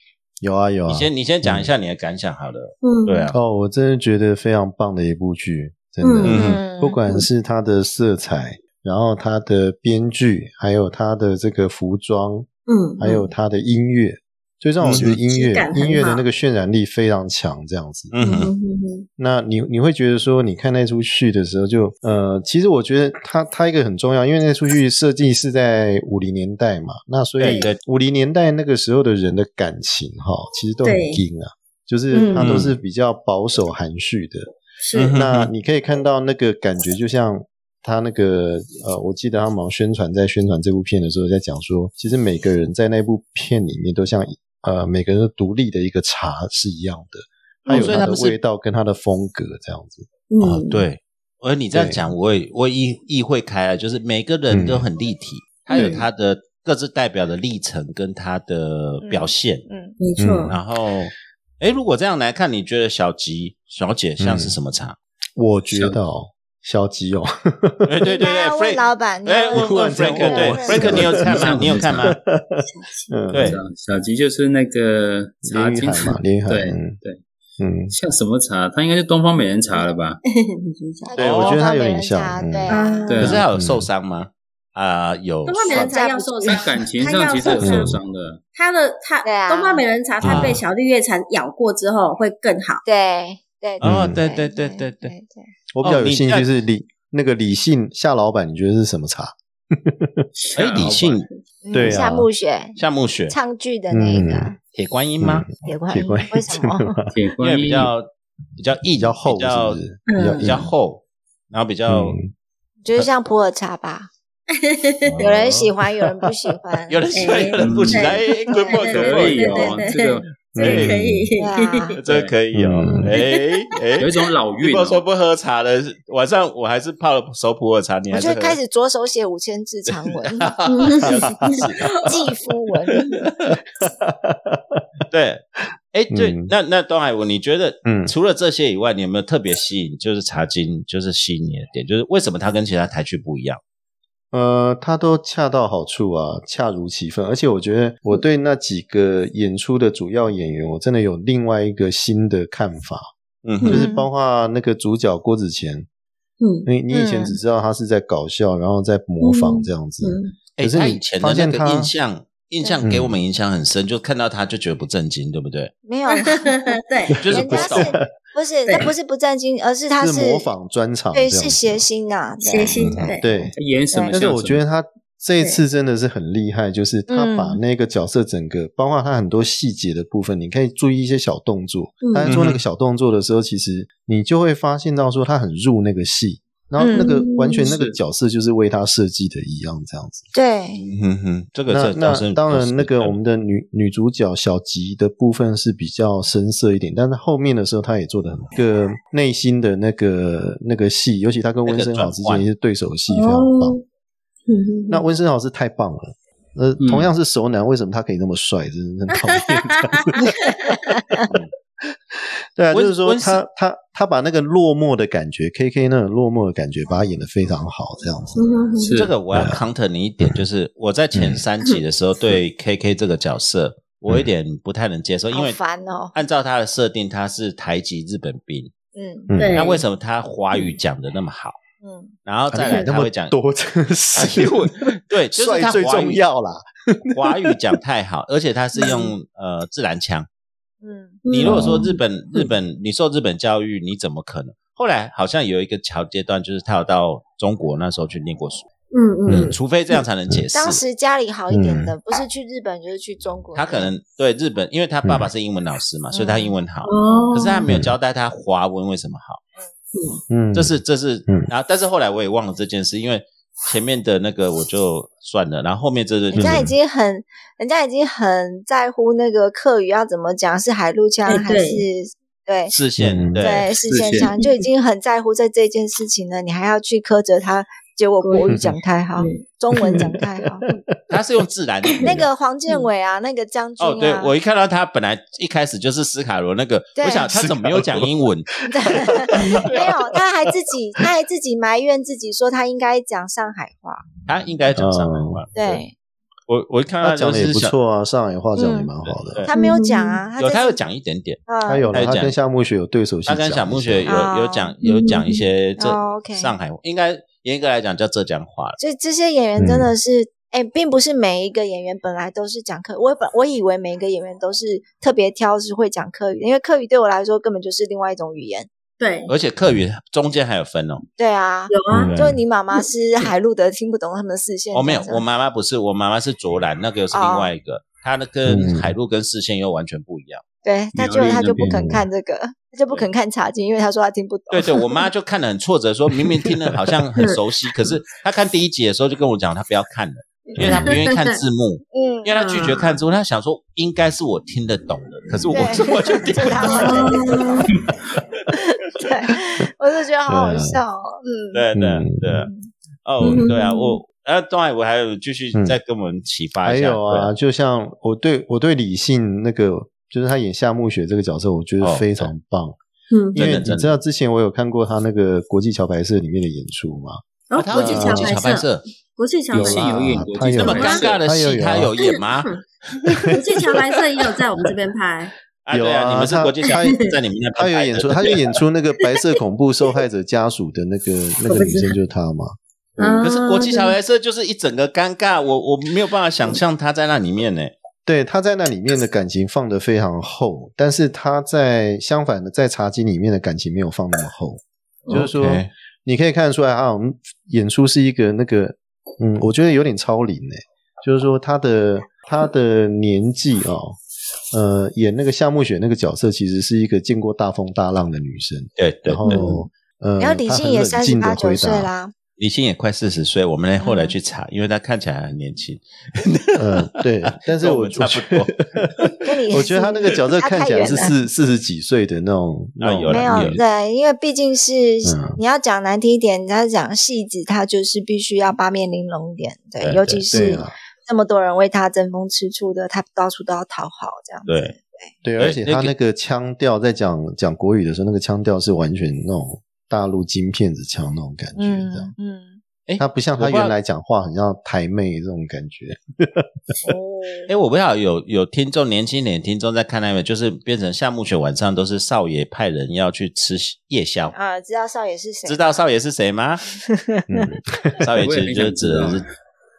[SPEAKER 3] 有啊有啊
[SPEAKER 2] 你，先你先讲一下你的感想好了。
[SPEAKER 5] 嗯，
[SPEAKER 2] 对啊，
[SPEAKER 3] 哦，我真的觉得非常棒的一部剧，真的，
[SPEAKER 5] 嗯
[SPEAKER 2] 嗯
[SPEAKER 3] 不管是它的色彩，然后它的编剧，还有它的这个服装，
[SPEAKER 5] 嗯，
[SPEAKER 3] 还有它的音乐，最让我觉得音乐
[SPEAKER 5] 质感很好
[SPEAKER 3] 音乐的那个渲染力非常强，这样子。
[SPEAKER 2] 嗯
[SPEAKER 5] 嗯
[SPEAKER 2] 哼，
[SPEAKER 5] 哼哼哼
[SPEAKER 3] 那你你会觉得说，你看那出剧的时候就，呃，其实我觉得它它一个很重要，因为那出剧设计是在五零年代嘛，那所以
[SPEAKER 2] 对对
[SPEAKER 3] 五零年代那个时候的人的感情哈，其实都很
[SPEAKER 5] 对
[SPEAKER 3] 硬啊，就是他
[SPEAKER 2] 嗯
[SPEAKER 3] 都是比较保守含蓄的。
[SPEAKER 5] 是
[SPEAKER 2] 嗯哼
[SPEAKER 3] 那你可以看到那个感觉，就像他那个呃，我记得他们好像宣传在宣传这部片的时候，在讲说，其实每个人在那部片里面都像呃，每个人都独立的一个茶是一样的，它
[SPEAKER 2] 哦
[SPEAKER 3] 有
[SPEAKER 2] 所以
[SPEAKER 3] 它
[SPEAKER 2] 他
[SPEAKER 3] 的
[SPEAKER 2] 们是
[SPEAKER 3] 味道跟它的风格这样子。
[SPEAKER 2] 啊
[SPEAKER 5] 嗯，，
[SPEAKER 2] 对。而你这样
[SPEAKER 3] 对嗯
[SPEAKER 2] 讲，我也我也意意会开了，就是每个人都很立体，他有
[SPEAKER 3] 对
[SPEAKER 2] 他的各自代表的历程跟他的表现，
[SPEAKER 1] 嗯，
[SPEAKER 5] 没错
[SPEAKER 3] 嗯，
[SPEAKER 2] 然后。哎，如果这样来看，你觉得小吉小姐像
[SPEAKER 3] 嗯
[SPEAKER 2] 是什么茶？ <laughs>
[SPEAKER 3] 我觉得哦，小吉哦，
[SPEAKER 2] 哎，对对
[SPEAKER 1] 那
[SPEAKER 2] 对
[SPEAKER 1] <laughs> 要嗯问
[SPEAKER 2] ，Frank，
[SPEAKER 1] 老板，
[SPEAKER 2] 哎，问
[SPEAKER 3] 忽
[SPEAKER 2] 问
[SPEAKER 3] 然这样
[SPEAKER 2] Frank，
[SPEAKER 3] 问
[SPEAKER 2] 对
[SPEAKER 3] 我
[SPEAKER 2] ，Frank，你有看吗？你有看吗？
[SPEAKER 3] 嗯，
[SPEAKER 2] 对
[SPEAKER 4] 小吉就是那个茶
[SPEAKER 3] 连
[SPEAKER 4] 金
[SPEAKER 3] 玉海嘛，连玉海，
[SPEAKER 4] 对
[SPEAKER 3] 嗯
[SPEAKER 4] 对，
[SPEAKER 3] 嗯，
[SPEAKER 4] 像什么茶？它应该是东方美人茶了
[SPEAKER 5] 哎
[SPEAKER 4] 吧？
[SPEAKER 3] 对
[SPEAKER 2] 我觉
[SPEAKER 3] 得他有
[SPEAKER 1] 点
[SPEAKER 3] 点像
[SPEAKER 1] 对
[SPEAKER 5] 嗯
[SPEAKER 1] 啊，
[SPEAKER 4] 对
[SPEAKER 2] 可
[SPEAKER 4] 啊
[SPEAKER 2] 是他有受伤吗？啊，有
[SPEAKER 5] 东方美人茶要受伤
[SPEAKER 4] 在，感情上其实有
[SPEAKER 2] 嗯
[SPEAKER 4] 受伤的，
[SPEAKER 5] 他的
[SPEAKER 1] 对
[SPEAKER 5] 他
[SPEAKER 1] 啊
[SPEAKER 5] 东方美人茶，它被小绿叶蝉咬过之后会更好。
[SPEAKER 1] 对对
[SPEAKER 2] 哦，
[SPEAKER 3] 嗯
[SPEAKER 2] 对对对对对，
[SPEAKER 1] 对，
[SPEAKER 3] 我比
[SPEAKER 2] 哦
[SPEAKER 3] 较有
[SPEAKER 2] 你
[SPEAKER 3] 兴
[SPEAKER 2] 那
[SPEAKER 3] 趣是李那个李信夏老板，你觉得是什么茶？
[SPEAKER 2] 哎，理性
[SPEAKER 1] 嗯
[SPEAKER 3] 对啊
[SPEAKER 1] 夏木雪
[SPEAKER 2] 夏木雪、
[SPEAKER 1] 唱剧的那个
[SPEAKER 3] 嗯
[SPEAKER 2] 铁观音吗？
[SPEAKER 1] 铁观
[SPEAKER 3] 铁
[SPEAKER 1] 音
[SPEAKER 3] 观音，
[SPEAKER 1] 哎为什么？
[SPEAKER 4] 铁
[SPEAKER 2] 因
[SPEAKER 4] 观
[SPEAKER 2] 为
[SPEAKER 4] 音
[SPEAKER 2] 比较比较硬，
[SPEAKER 3] 比较厚，
[SPEAKER 2] 比
[SPEAKER 3] 是
[SPEAKER 2] 较
[SPEAKER 3] 不是？
[SPEAKER 5] 嗯
[SPEAKER 3] 比较硬
[SPEAKER 2] 比较，厚，然后比较，
[SPEAKER 3] 嗯
[SPEAKER 1] 就是像普洱茶吧，有人喜欢，有人不喜欢
[SPEAKER 2] 哦 <laughs> 有人喜欢，有人不喜欢，哎，可不可
[SPEAKER 5] 对对
[SPEAKER 4] 可以
[SPEAKER 2] 以？
[SPEAKER 4] 哦，
[SPEAKER 5] 对对对
[SPEAKER 4] 这个
[SPEAKER 5] 这
[SPEAKER 3] 嗯
[SPEAKER 2] 嗯
[SPEAKER 5] 个可以，
[SPEAKER 1] 对
[SPEAKER 4] <laughs>
[SPEAKER 1] 啊，
[SPEAKER 2] 这个可以哦，哎哎
[SPEAKER 4] 有一。种老
[SPEAKER 2] 如
[SPEAKER 4] 韵
[SPEAKER 2] 果说
[SPEAKER 4] 哦。
[SPEAKER 2] 不喝茶的，晚上我还是泡了熟普洱茶， <laughs> 你
[SPEAKER 1] 我
[SPEAKER 2] 还是
[SPEAKER 1] 就
[SPEAKER 2] 喝。
[SPEAKER 1] 开始左手写五千字
[SPEAKER 2] <laughs>
[SPEAKER 1] 长文，嗯
[SPEAKER 5] 嗯
[SPEAKER 1] 继夫文，
[SPEAKER 2] 对，哎，对
[SPEAKER 3] 嗯，
[SPEAKER 2] 那那东海文，你觉得
[SPEAKER 3] 嗯
[SPEAKER 2] 除了这些以外，你有没有特别吸引？就是茶经，就是吸引你的点，就是为什么它跟其他台剧不一样？
[SPEAKER 3] 呃，他都恰到好处啊，恰如其分。而且我觉得我对那几个演出的主要演员，我真的有另外一个新的看法，
[SPEAKER 2] 嗯
[SPEAKER 3] 就
[SPEAKER 2] 哼，
[SPEAKER 3] 是包括那个主角郭子乾，
[SPEAKER 5] <laughs> 嗯
[SPEAKER 3] 你你以前只知道他是在搞笑，然后在模仿这样子，
[SPEAKER 5] 嗯
[SPEAKER 2] 哎，
[SPEAKER 3] 可是
[SPEAKER 2] 他
[SPEAKER 3] 你
[SPEAKER 2] 以前的
[SPEAKER 3] 发
[SPEAKER 2] 那
[SPEAKER 3] 现
[SPEAKER 2] 个
[SPEAKER 3] 他
[SPEAKER 2] 印象，印象
[SPEAKER 3] 嗯
[SPEAKER 2] 给我们影响很深，就看到他就觉得不正经，对不对？
[SPEAKER 1] 没有啦，
[SPEAKER 4] <laughs>
[SPEAKER 5] 对，
[SPEAKER 4] 啊
[SPEAKER 2] 就是
[SPEAKER 1] 人
[SPEAKER 2] 不
[SPEAKER 1] 家
[SPEAKER 2] 懂
[SPEAKER 1] 是，不
[SPEAKER 2] <laughs>
[SPEAKER 1] 是
[SPEAKER 5] 对
[SPEAKER 1] 那不是不正经，而是他
[SPEAKER 3] 是模仿专场这
[SPEAKER 1] 对，
[SPEAKER 3] 样子，啊
[SPEAKER 1] 是谐星呐，对
[SPEAKER 5] 谐星
[SPEAKER 3] 嗯
[SPEAKER 5] 对
[SPEAKER 3] 对。
[SPEAKER 4] 演什么像什么？
[SPEAKER 3] 但是我觉得他这一次真的是很厉害，就是他
[SPEAKER 5] 嗯
[SPEAKER 3] 把那个角色整个，包括他很多细节的部分，你可以注意一些小动作。
[SPEAKER 5] 嗯
[SPEAKER 3] 他在做那个小动作的时候，其实你就会发现到说他很入那个戏，然后那个
[SPEAKER 5] 嗯
[SPEAKER 3] 完全那个
[SPEAKER 4] 是
[SPEAKER 3] 角色就是为他设计的一样这样子。
[SPEAKER 1] 对，
[SPEAKER 2] 嗯哼哼，这个
[SPEAKER 3] 那
[SPEAKER 2] 这倒是
[SPEAKER 3] 那当
[SPEAKER 2] 倒是
[SPEAKER 3] 然，那个
[SPEAKER 2] 对
[SPEAKER 3] 我们的女女主角小吉的部分是比较深色一点，但是后面的时候她也做的很好那个内心的那个那个戏，尤其她跟温升豪之
[SPEAKER 2] 那个转换
[SPEAKER 3] 间也是对手戏，非常棒。
[SPEAKER 5] 哦，嗯
[SPEAKER 3] 那温森老师太棒了。呃，
[SPEAKER 4] 嗯
[SPEAKER 3] 同样是熟男，为什么他可以那么帅？真是很讨厌。 <laughs> 对啊，
[SPEAKER 2] 温
[SPEAKER 3] 就是说
[SPEAKER 2] 温森
[SPEAKER 3] 他他他把那个落寞的感觉，K K 那种落寞的感觉，把他演得非常好，这样子。
[SPEAKER 5] 嗯
[SPEAKER 4] 是
[SPEAKER 2] 这个我要 counter 你一点，
[SPEAKER 3] 嗯
[SPEAKER 2] 就是我在前三集的时候对 KK 这个角色，我有
[SPEAKER 3] 嗯
[SPEAKER 2] 点不太能接受， <laughs> 因
[SPEAKER 1] 好
[SPEAKER 2] 为
[SPEAKER 1] 烦哦，
[SPEAKER 2] 按照他的设定，他是台籍日本兵，
[SPEAKER 1] 嗯
[SPEAKER 3] 嗯
[SPEAKER 5] 对
[SPEAKER 2] 那为什么他华语讲的那么好？
[SPEAKER 1] 嗯，
[SPEAKER 2] 然后再来
[SPEAKER 3] 那
[SPEAKER 2] 他
[SPEAKER 3] 么
[SPEAKER 2] 会讲
[SPEAKER 3] 多，真
[SPEAKER 2] 哎 <laughs>
[SPEAKER 3] 是
[SPEAKER 2] 呦对，就是他
[SPEAKER 3] 帅最
[SPEAKER 2] 华语
[SPEAKER 3] 重要啦。
[SPEAKER 2] 华语讲太好，而且他是用呃自然腔。
[SPEAKER 1] 嗯，
[SPEAKER 2] 你如果说
[SPEAKER 3] 嗯
[SPEAKER 2] 日本日本，你受日本教育，你怎么可能？后来好像有一个桥阶段，就是他有到中国那时候去念过书，
[SPEAKER 5] 嗯嗯
[SPEAKER 2] 除非这样才能解释。
[SPEAKER 1] 当时家里好一点的，不是去日本就是去中国，
[SPEAKER 2] 嗯他可能对日本，因为他爸爸是英文老师嘛，
[SPEAKER 1] 嗯
[SPEAKER 2] 所以他英文好。
[SPEAKER 5] 哦，
[SPEAKER 2] 可是他没有交代他华文为什么好，
[SPEAKER 3] 嗯，
[SPEAKER 2] 这是这是
[SPEAKER 3] 嗯，
[SPEAKER 2] 然后但是后来我也忘了这件事，因为前面的那个我就算了，然后后面这个就
[SPEAKER 1] 人
[SPEAKER 2] 是
[SPEAKER 1] 家已经很，人家已经很在乎那个客语要怎么讲，是海陆腔
[SPEAKER 5] 哎
[SPEAKER 1] 还
[SPEAKER 5] 对
[SPEAKER 1] 是对
[SPEAKER 2] 视线
[SPEAKER 3] 嗯
[SPEAKER 2] 对，
[SPEAKER 1] 是
[SPEAKER 4] 视
[SPEAKER 1] 线
[SPEAKER 4] 线
[SPEAKER 1] 腔，就已经很在乎在这件事情了，你还要去苛责他，结果国语讲太好，
[SPEAKER 5] 嗯
[SPEAKER 1] 中文讲太好。
[SPEAKER 2] 他是用自然语言
[SPEAKER 1] 那个黄建伟啊，那个将军啊，
[SPEAKER 2] 哦，对我一看到他本来一开始就是斯卡罗那个，
[SPEAKER 1] 对
[SPEAKER 2] 我想他怎么没有讲英文？ <laughs>
[SPEAKER 1] 没有，他还自己他还自己埋怨自己说他应该讲上海话，
[SPEAKER 2] 他应该讲上海话。
[SPEAKER 1] 嗯对
[SPEAKER 2] 我我一看
[SPEAKER 3] 他
[SPEAKER 2] 到
[SPEAKER 3] 讲的也
[SPEAKER 2] 就
[SPEAKER 3] 不
[SPEAKER 2] 是想，
[SPEAKER 3] 错啊，上海话讲的也蛮好的。
[SPEAKER 2] 对
[SPEAKER 1] 他没有讲啊，他
[SPEAKER 2] 有
[SPEAKER 1] 在
[SPEAKER 2] 他有讲一点点，
[SPEAKER 1] 嗯
[SPEAKER 3] 他有
[SPEAKER 2] 嗯他
[SPEAKER 3] 了，
[SPEAKER 2] 有
[SPEAKER 3] 他
[SPEAKER 2] 讲
[SPEAKER 3] 跟夏木雪有对手戏
[SPEAKER 2] 他
[SPEAKER 3] 讲一下，
[SPEAKER 2] 跟小木雪有
[SPEAKER 1] 啊
[SPEAKER 2] 有讲有讲一
[SPEAKER 1] <laughs>
[SPEAKER 2] 些这
[SPEAKER 1] 哦，OK
[SPEAKER 2] 上海话，应该严格来讲叫浙江话了。
[SPEAKER 1] 所以这些演员真的是，哎、并不是每一个演员本来都是讲客，我本我以为每一个演员都是特别挑是会讲客语的，因为客语对我来说根本就是另外一种语言。
[SPEAKER 5] 对，
[SPEAKER 2] 而且客语中间还有分哦。
[SPEAKER 1] 对啊，
[SPEAKER 5] 有啊，
[SPEAKER 3] 嗯
[SPEAKER 1] 就你妈妈是海陆的，听不懂他们的视线。
[SPEAKER 2] 哦，没有，
[SPEAKER 1] 这样
[SPEAKER 2] 我妈妈不是，我妈妈是卓兰，那个又是
[SPEAKER 1] 哦
[SPEAKER 2] 另外一个，她的跟
[SPEAKER 3] 嗯
[SPEAKER 2] 海陆跟视线又完全不一样。
[SPEAKER 1] 对，她就
[SPEAKER 4] 苗栗
[SPEAKER 1] 她
[SPEAKER 4] 那
[SPEAKER 1] 就不
[SPEAKER 4] 边
[SPEAKER 1] 肯
[SPEAKER 3] 的
[SPEAKER 1] 看这个，她就不肯看茶经，因为她说她听不懂。
[SPEAKER 2] <laughs> 对对，我妈就看得很挫折，说明明听了好像很熟悉，可是她看第一集的时候就跟我讲，她不要看了，嗯因为她不愿意看字幕，
[SPEAKER 1] 嗯，
[SPEAKER 2] 因为她拒绝看字幕，她想说应该是我听得懂的，可是我
[SPEAKER 1] 对
[SPEAKER 2] 怎么就听不
[SPEAKER 5] <laughs>
[SPEAKER 1] 她
[SPEAKER 2] 懂？
[SPEAKER 1] 会对，我就觉得好好
[SPEAKER 3] 对啊
[SPEAKER 1] 笑哦，嗯，
[SPEAKER 2] 对对
[SPEAKER 3] 嗯
[SPEAKER 2] 对，哦
[SPEAKER 5] 嗯
[SPEAKER 2] 对啊，我呃，当然我还有继续再跟我们启发
[SPEAKER 3] 嗯还啊
[SPEAKER 2] 一下，啊
[SPEAKER 3] 有啊，就像我对我对理性那个就是他演夏目雪这个角色，我觉得
[SPEAKER 2] 哦
[SPEAKER 3] 非常棒。
[SPEAKER 5] <laughs> 嗯，
[SPEAKER 3] 因
[SPEAKER 2] 真
[SPEAKER 3] 为
[SPEAKER 2] 的
[SPEAKER 3] 你
[SPEAKER 2] 真的
[SPEAKER 3] 知道之前我有看过他那个国际桥牌社里面的演出嘛，
[SPEAKER 5] 然后
[SPEAKER 2] 他
[SPEAKER 5] 哦国
[SPEAKER 2] 有
[SPEAKER 5] 际
[SPEAKER 2] 演
[SPEAKER 5] 桥
[SPEAKER 2] 啊国际桥
[SPEAKER 5] 牌
[SPEAKER 2] 牌
[SPEAKER 5] 社，
[SPEAKER 2] 社
[SPEAKER 5] 国际桥
[SPEAKER 3] 有
[SPEAKER 5] 牌社
[SPEAKER 3] 啦
[SPEAKER 4] 有演国
[SPEAKER 3] 他
[SPEAKER 4] 际
[SPEAKER 3] 有
[SPEAKER 2] 这
[SPEAKER 4] 桥
[SPEAKER 2] 么
[SPEAKER 4] 牌
[SPEAKER 2] 尴
[SPEAKER 4] 社，
[SPEAKER 2] 尬的戏，他
[SPEAKER 3] 他
[SPEAKER 2] 有
[SPEAKER 3] 有
[SPEAKER 2] 演吗？
[SPEAKER 5] 国际桥牌社也有在我们这边拍，
[SPEAKER 2] 啊，对
[SPEAKER 3] 有
[SPEAKER 2] 啊，
[SPEAKER 3] 啊
[SPEAKER 2] 你们是国际小
[SPEAKER 3] 他
[SPEAKER 2] 在你们那
[SPEAKER 3] 他
[SPEAKER 2] 边
[SPEAKER 3] 有
[SPEAKER 2] 拍
[SPEAKER 3] 演
[SPEAKER 2] 的
[SPEAKER 3] 出，他有演出那个白色恐怖受害者家属的那个那个女生就是他嘛，
[SPEAKER 5] 啊
[SPEAKER 2] 嗯可是国际小
[SPEAKER 5] 哦
[SPEAKER 2] 白社就是一整个尴尬，我我没有办法想象他在那里面呢。
[SPEAKER 3] 对，他在那里面的感情放得非常厚，但是他在相反的在茶几里面的感情没有放那么厚，就是说
[SPEAKER 2] OK
[SPEAKER 3] 你可以看得出来啊，我们演出是一个那个，嗯，我觉得有点超龄诶、就是说他的他的年纪哦，呃，演那个夏目雪那个角色其实是一个见过大风大浪的女生，
[SPEAKER 2] 对对
[SPEAKER 3] 然
[SPEAKER 2] 对，
[SPEAKER 3] 后呃，
[SPEAKER 1] 然后李
[SPEAKER 3] 她
[SPEAKER 1] 信
[SPEAKER 3] 很
[SPEAKER 1] 也
[SPEAKER 3] 冷
[SPEAKER 1] 三十
[SPEAKER 3] 静地
[SPEAKER 1] 八九
[SPEAKER 3] 回
[SPEAKER 1] 岁
[SPEAKER 3] 答，
[SPEAKER 1] 啦，
[SPEAKER 2] 李欣也快四十岁，我们来后来去查，因为他看起来很年轻，
[SPEAKER 3] 嗯，对，
[SPEAKER 2] <laughs>
[SPEAKER 3] 但是
[SPEAKER 2] 跟我
[SPEAKER 3] 我
[SPEAKER 2] 们差
[SPEAKER 3] 觉
[SPEAKER 2] 不
[SPEAKER 3] 得 <laughs>
[SPEAKER 2] 多。
[SPEAKER 1] 跟你
[SPEAKER 3] 我觉得他那个角色
[SPEAKER 1] 差
[SPEAKER 3] 看
[SPEAKER 1] 太
[SPEAKER 3] 起来
[SPEAKER 1] 远
[SPEAKER 3] 是
[SPEAKER 1] 了
[SPEAKER 3] 四四十几岁的那种，那
[SPEAKER 2] 啊
[SPEAKER 3] 种
[SPEAKER 2] 有啦
[SPEAKER 1] 没有
[SPEAKER 2] 有
[SPEAKER 1] 对，因为毕竟是、
[SPEAKER 3] 嗯
[SPEAKER 1] 你要讲难听一点，你要讲戏子，他就是必须要八面玲珑一点，对，
[SPEAKER 2] 对
[SPEAKER 1] 尤其
[SPEAKER 3] 对
[SPEAKER 1] 是
[SPEAKER 3] 啊，
[SPEAKER 1] 这么多人为他争风吃醋的，他到处都要讨好这样子。
[SPEAKER 2] 对，
[SPEAKER 3] 对，
[SPEAKER 2] 对
[SPEAKER 3] 而且他那个腔调在讲讲国语的时候，那个腔调是完全那种大陆金片子腔那种感觉，这样。
[SPEAKER 1] 嗯 <laughs> 嗯，
[SPEAKER 2] 哎
[SPEAKER 3] 他不像
[SPEAKER 2] 我
[SPEAKER 3] 他
[SPEAKER 2] 不知道
[SPEAKER 3] 原来讲话很像台妹这种感觉，
[SPEAKER 2] 哎，
[SPEAKER 1] 哦，
[SPEAKER 2] 我不知道有有听众年轻点听众在看那个，就是变成夏目雪晚上都是少爷派人要去吃夜宵，
[SPEAKER 1] 啊，知道少爷是谁？
[SPEAKER 2] 知道少爷是谁吗？
[SPEAKER 3] 嗯，
[SPEAKER 1] <laughs>
[SPEAKER 2] 少爷其
[SPEAKER 4] 我也
[SPEAKER 2] 实
[SPEAKER 4] 没
[SPEAKER 2] 就是
[SPEAKER 4] 想
[SPEAKER 2] 指
[SPEAKER 4] 知道
[SPEAKER 2] 的是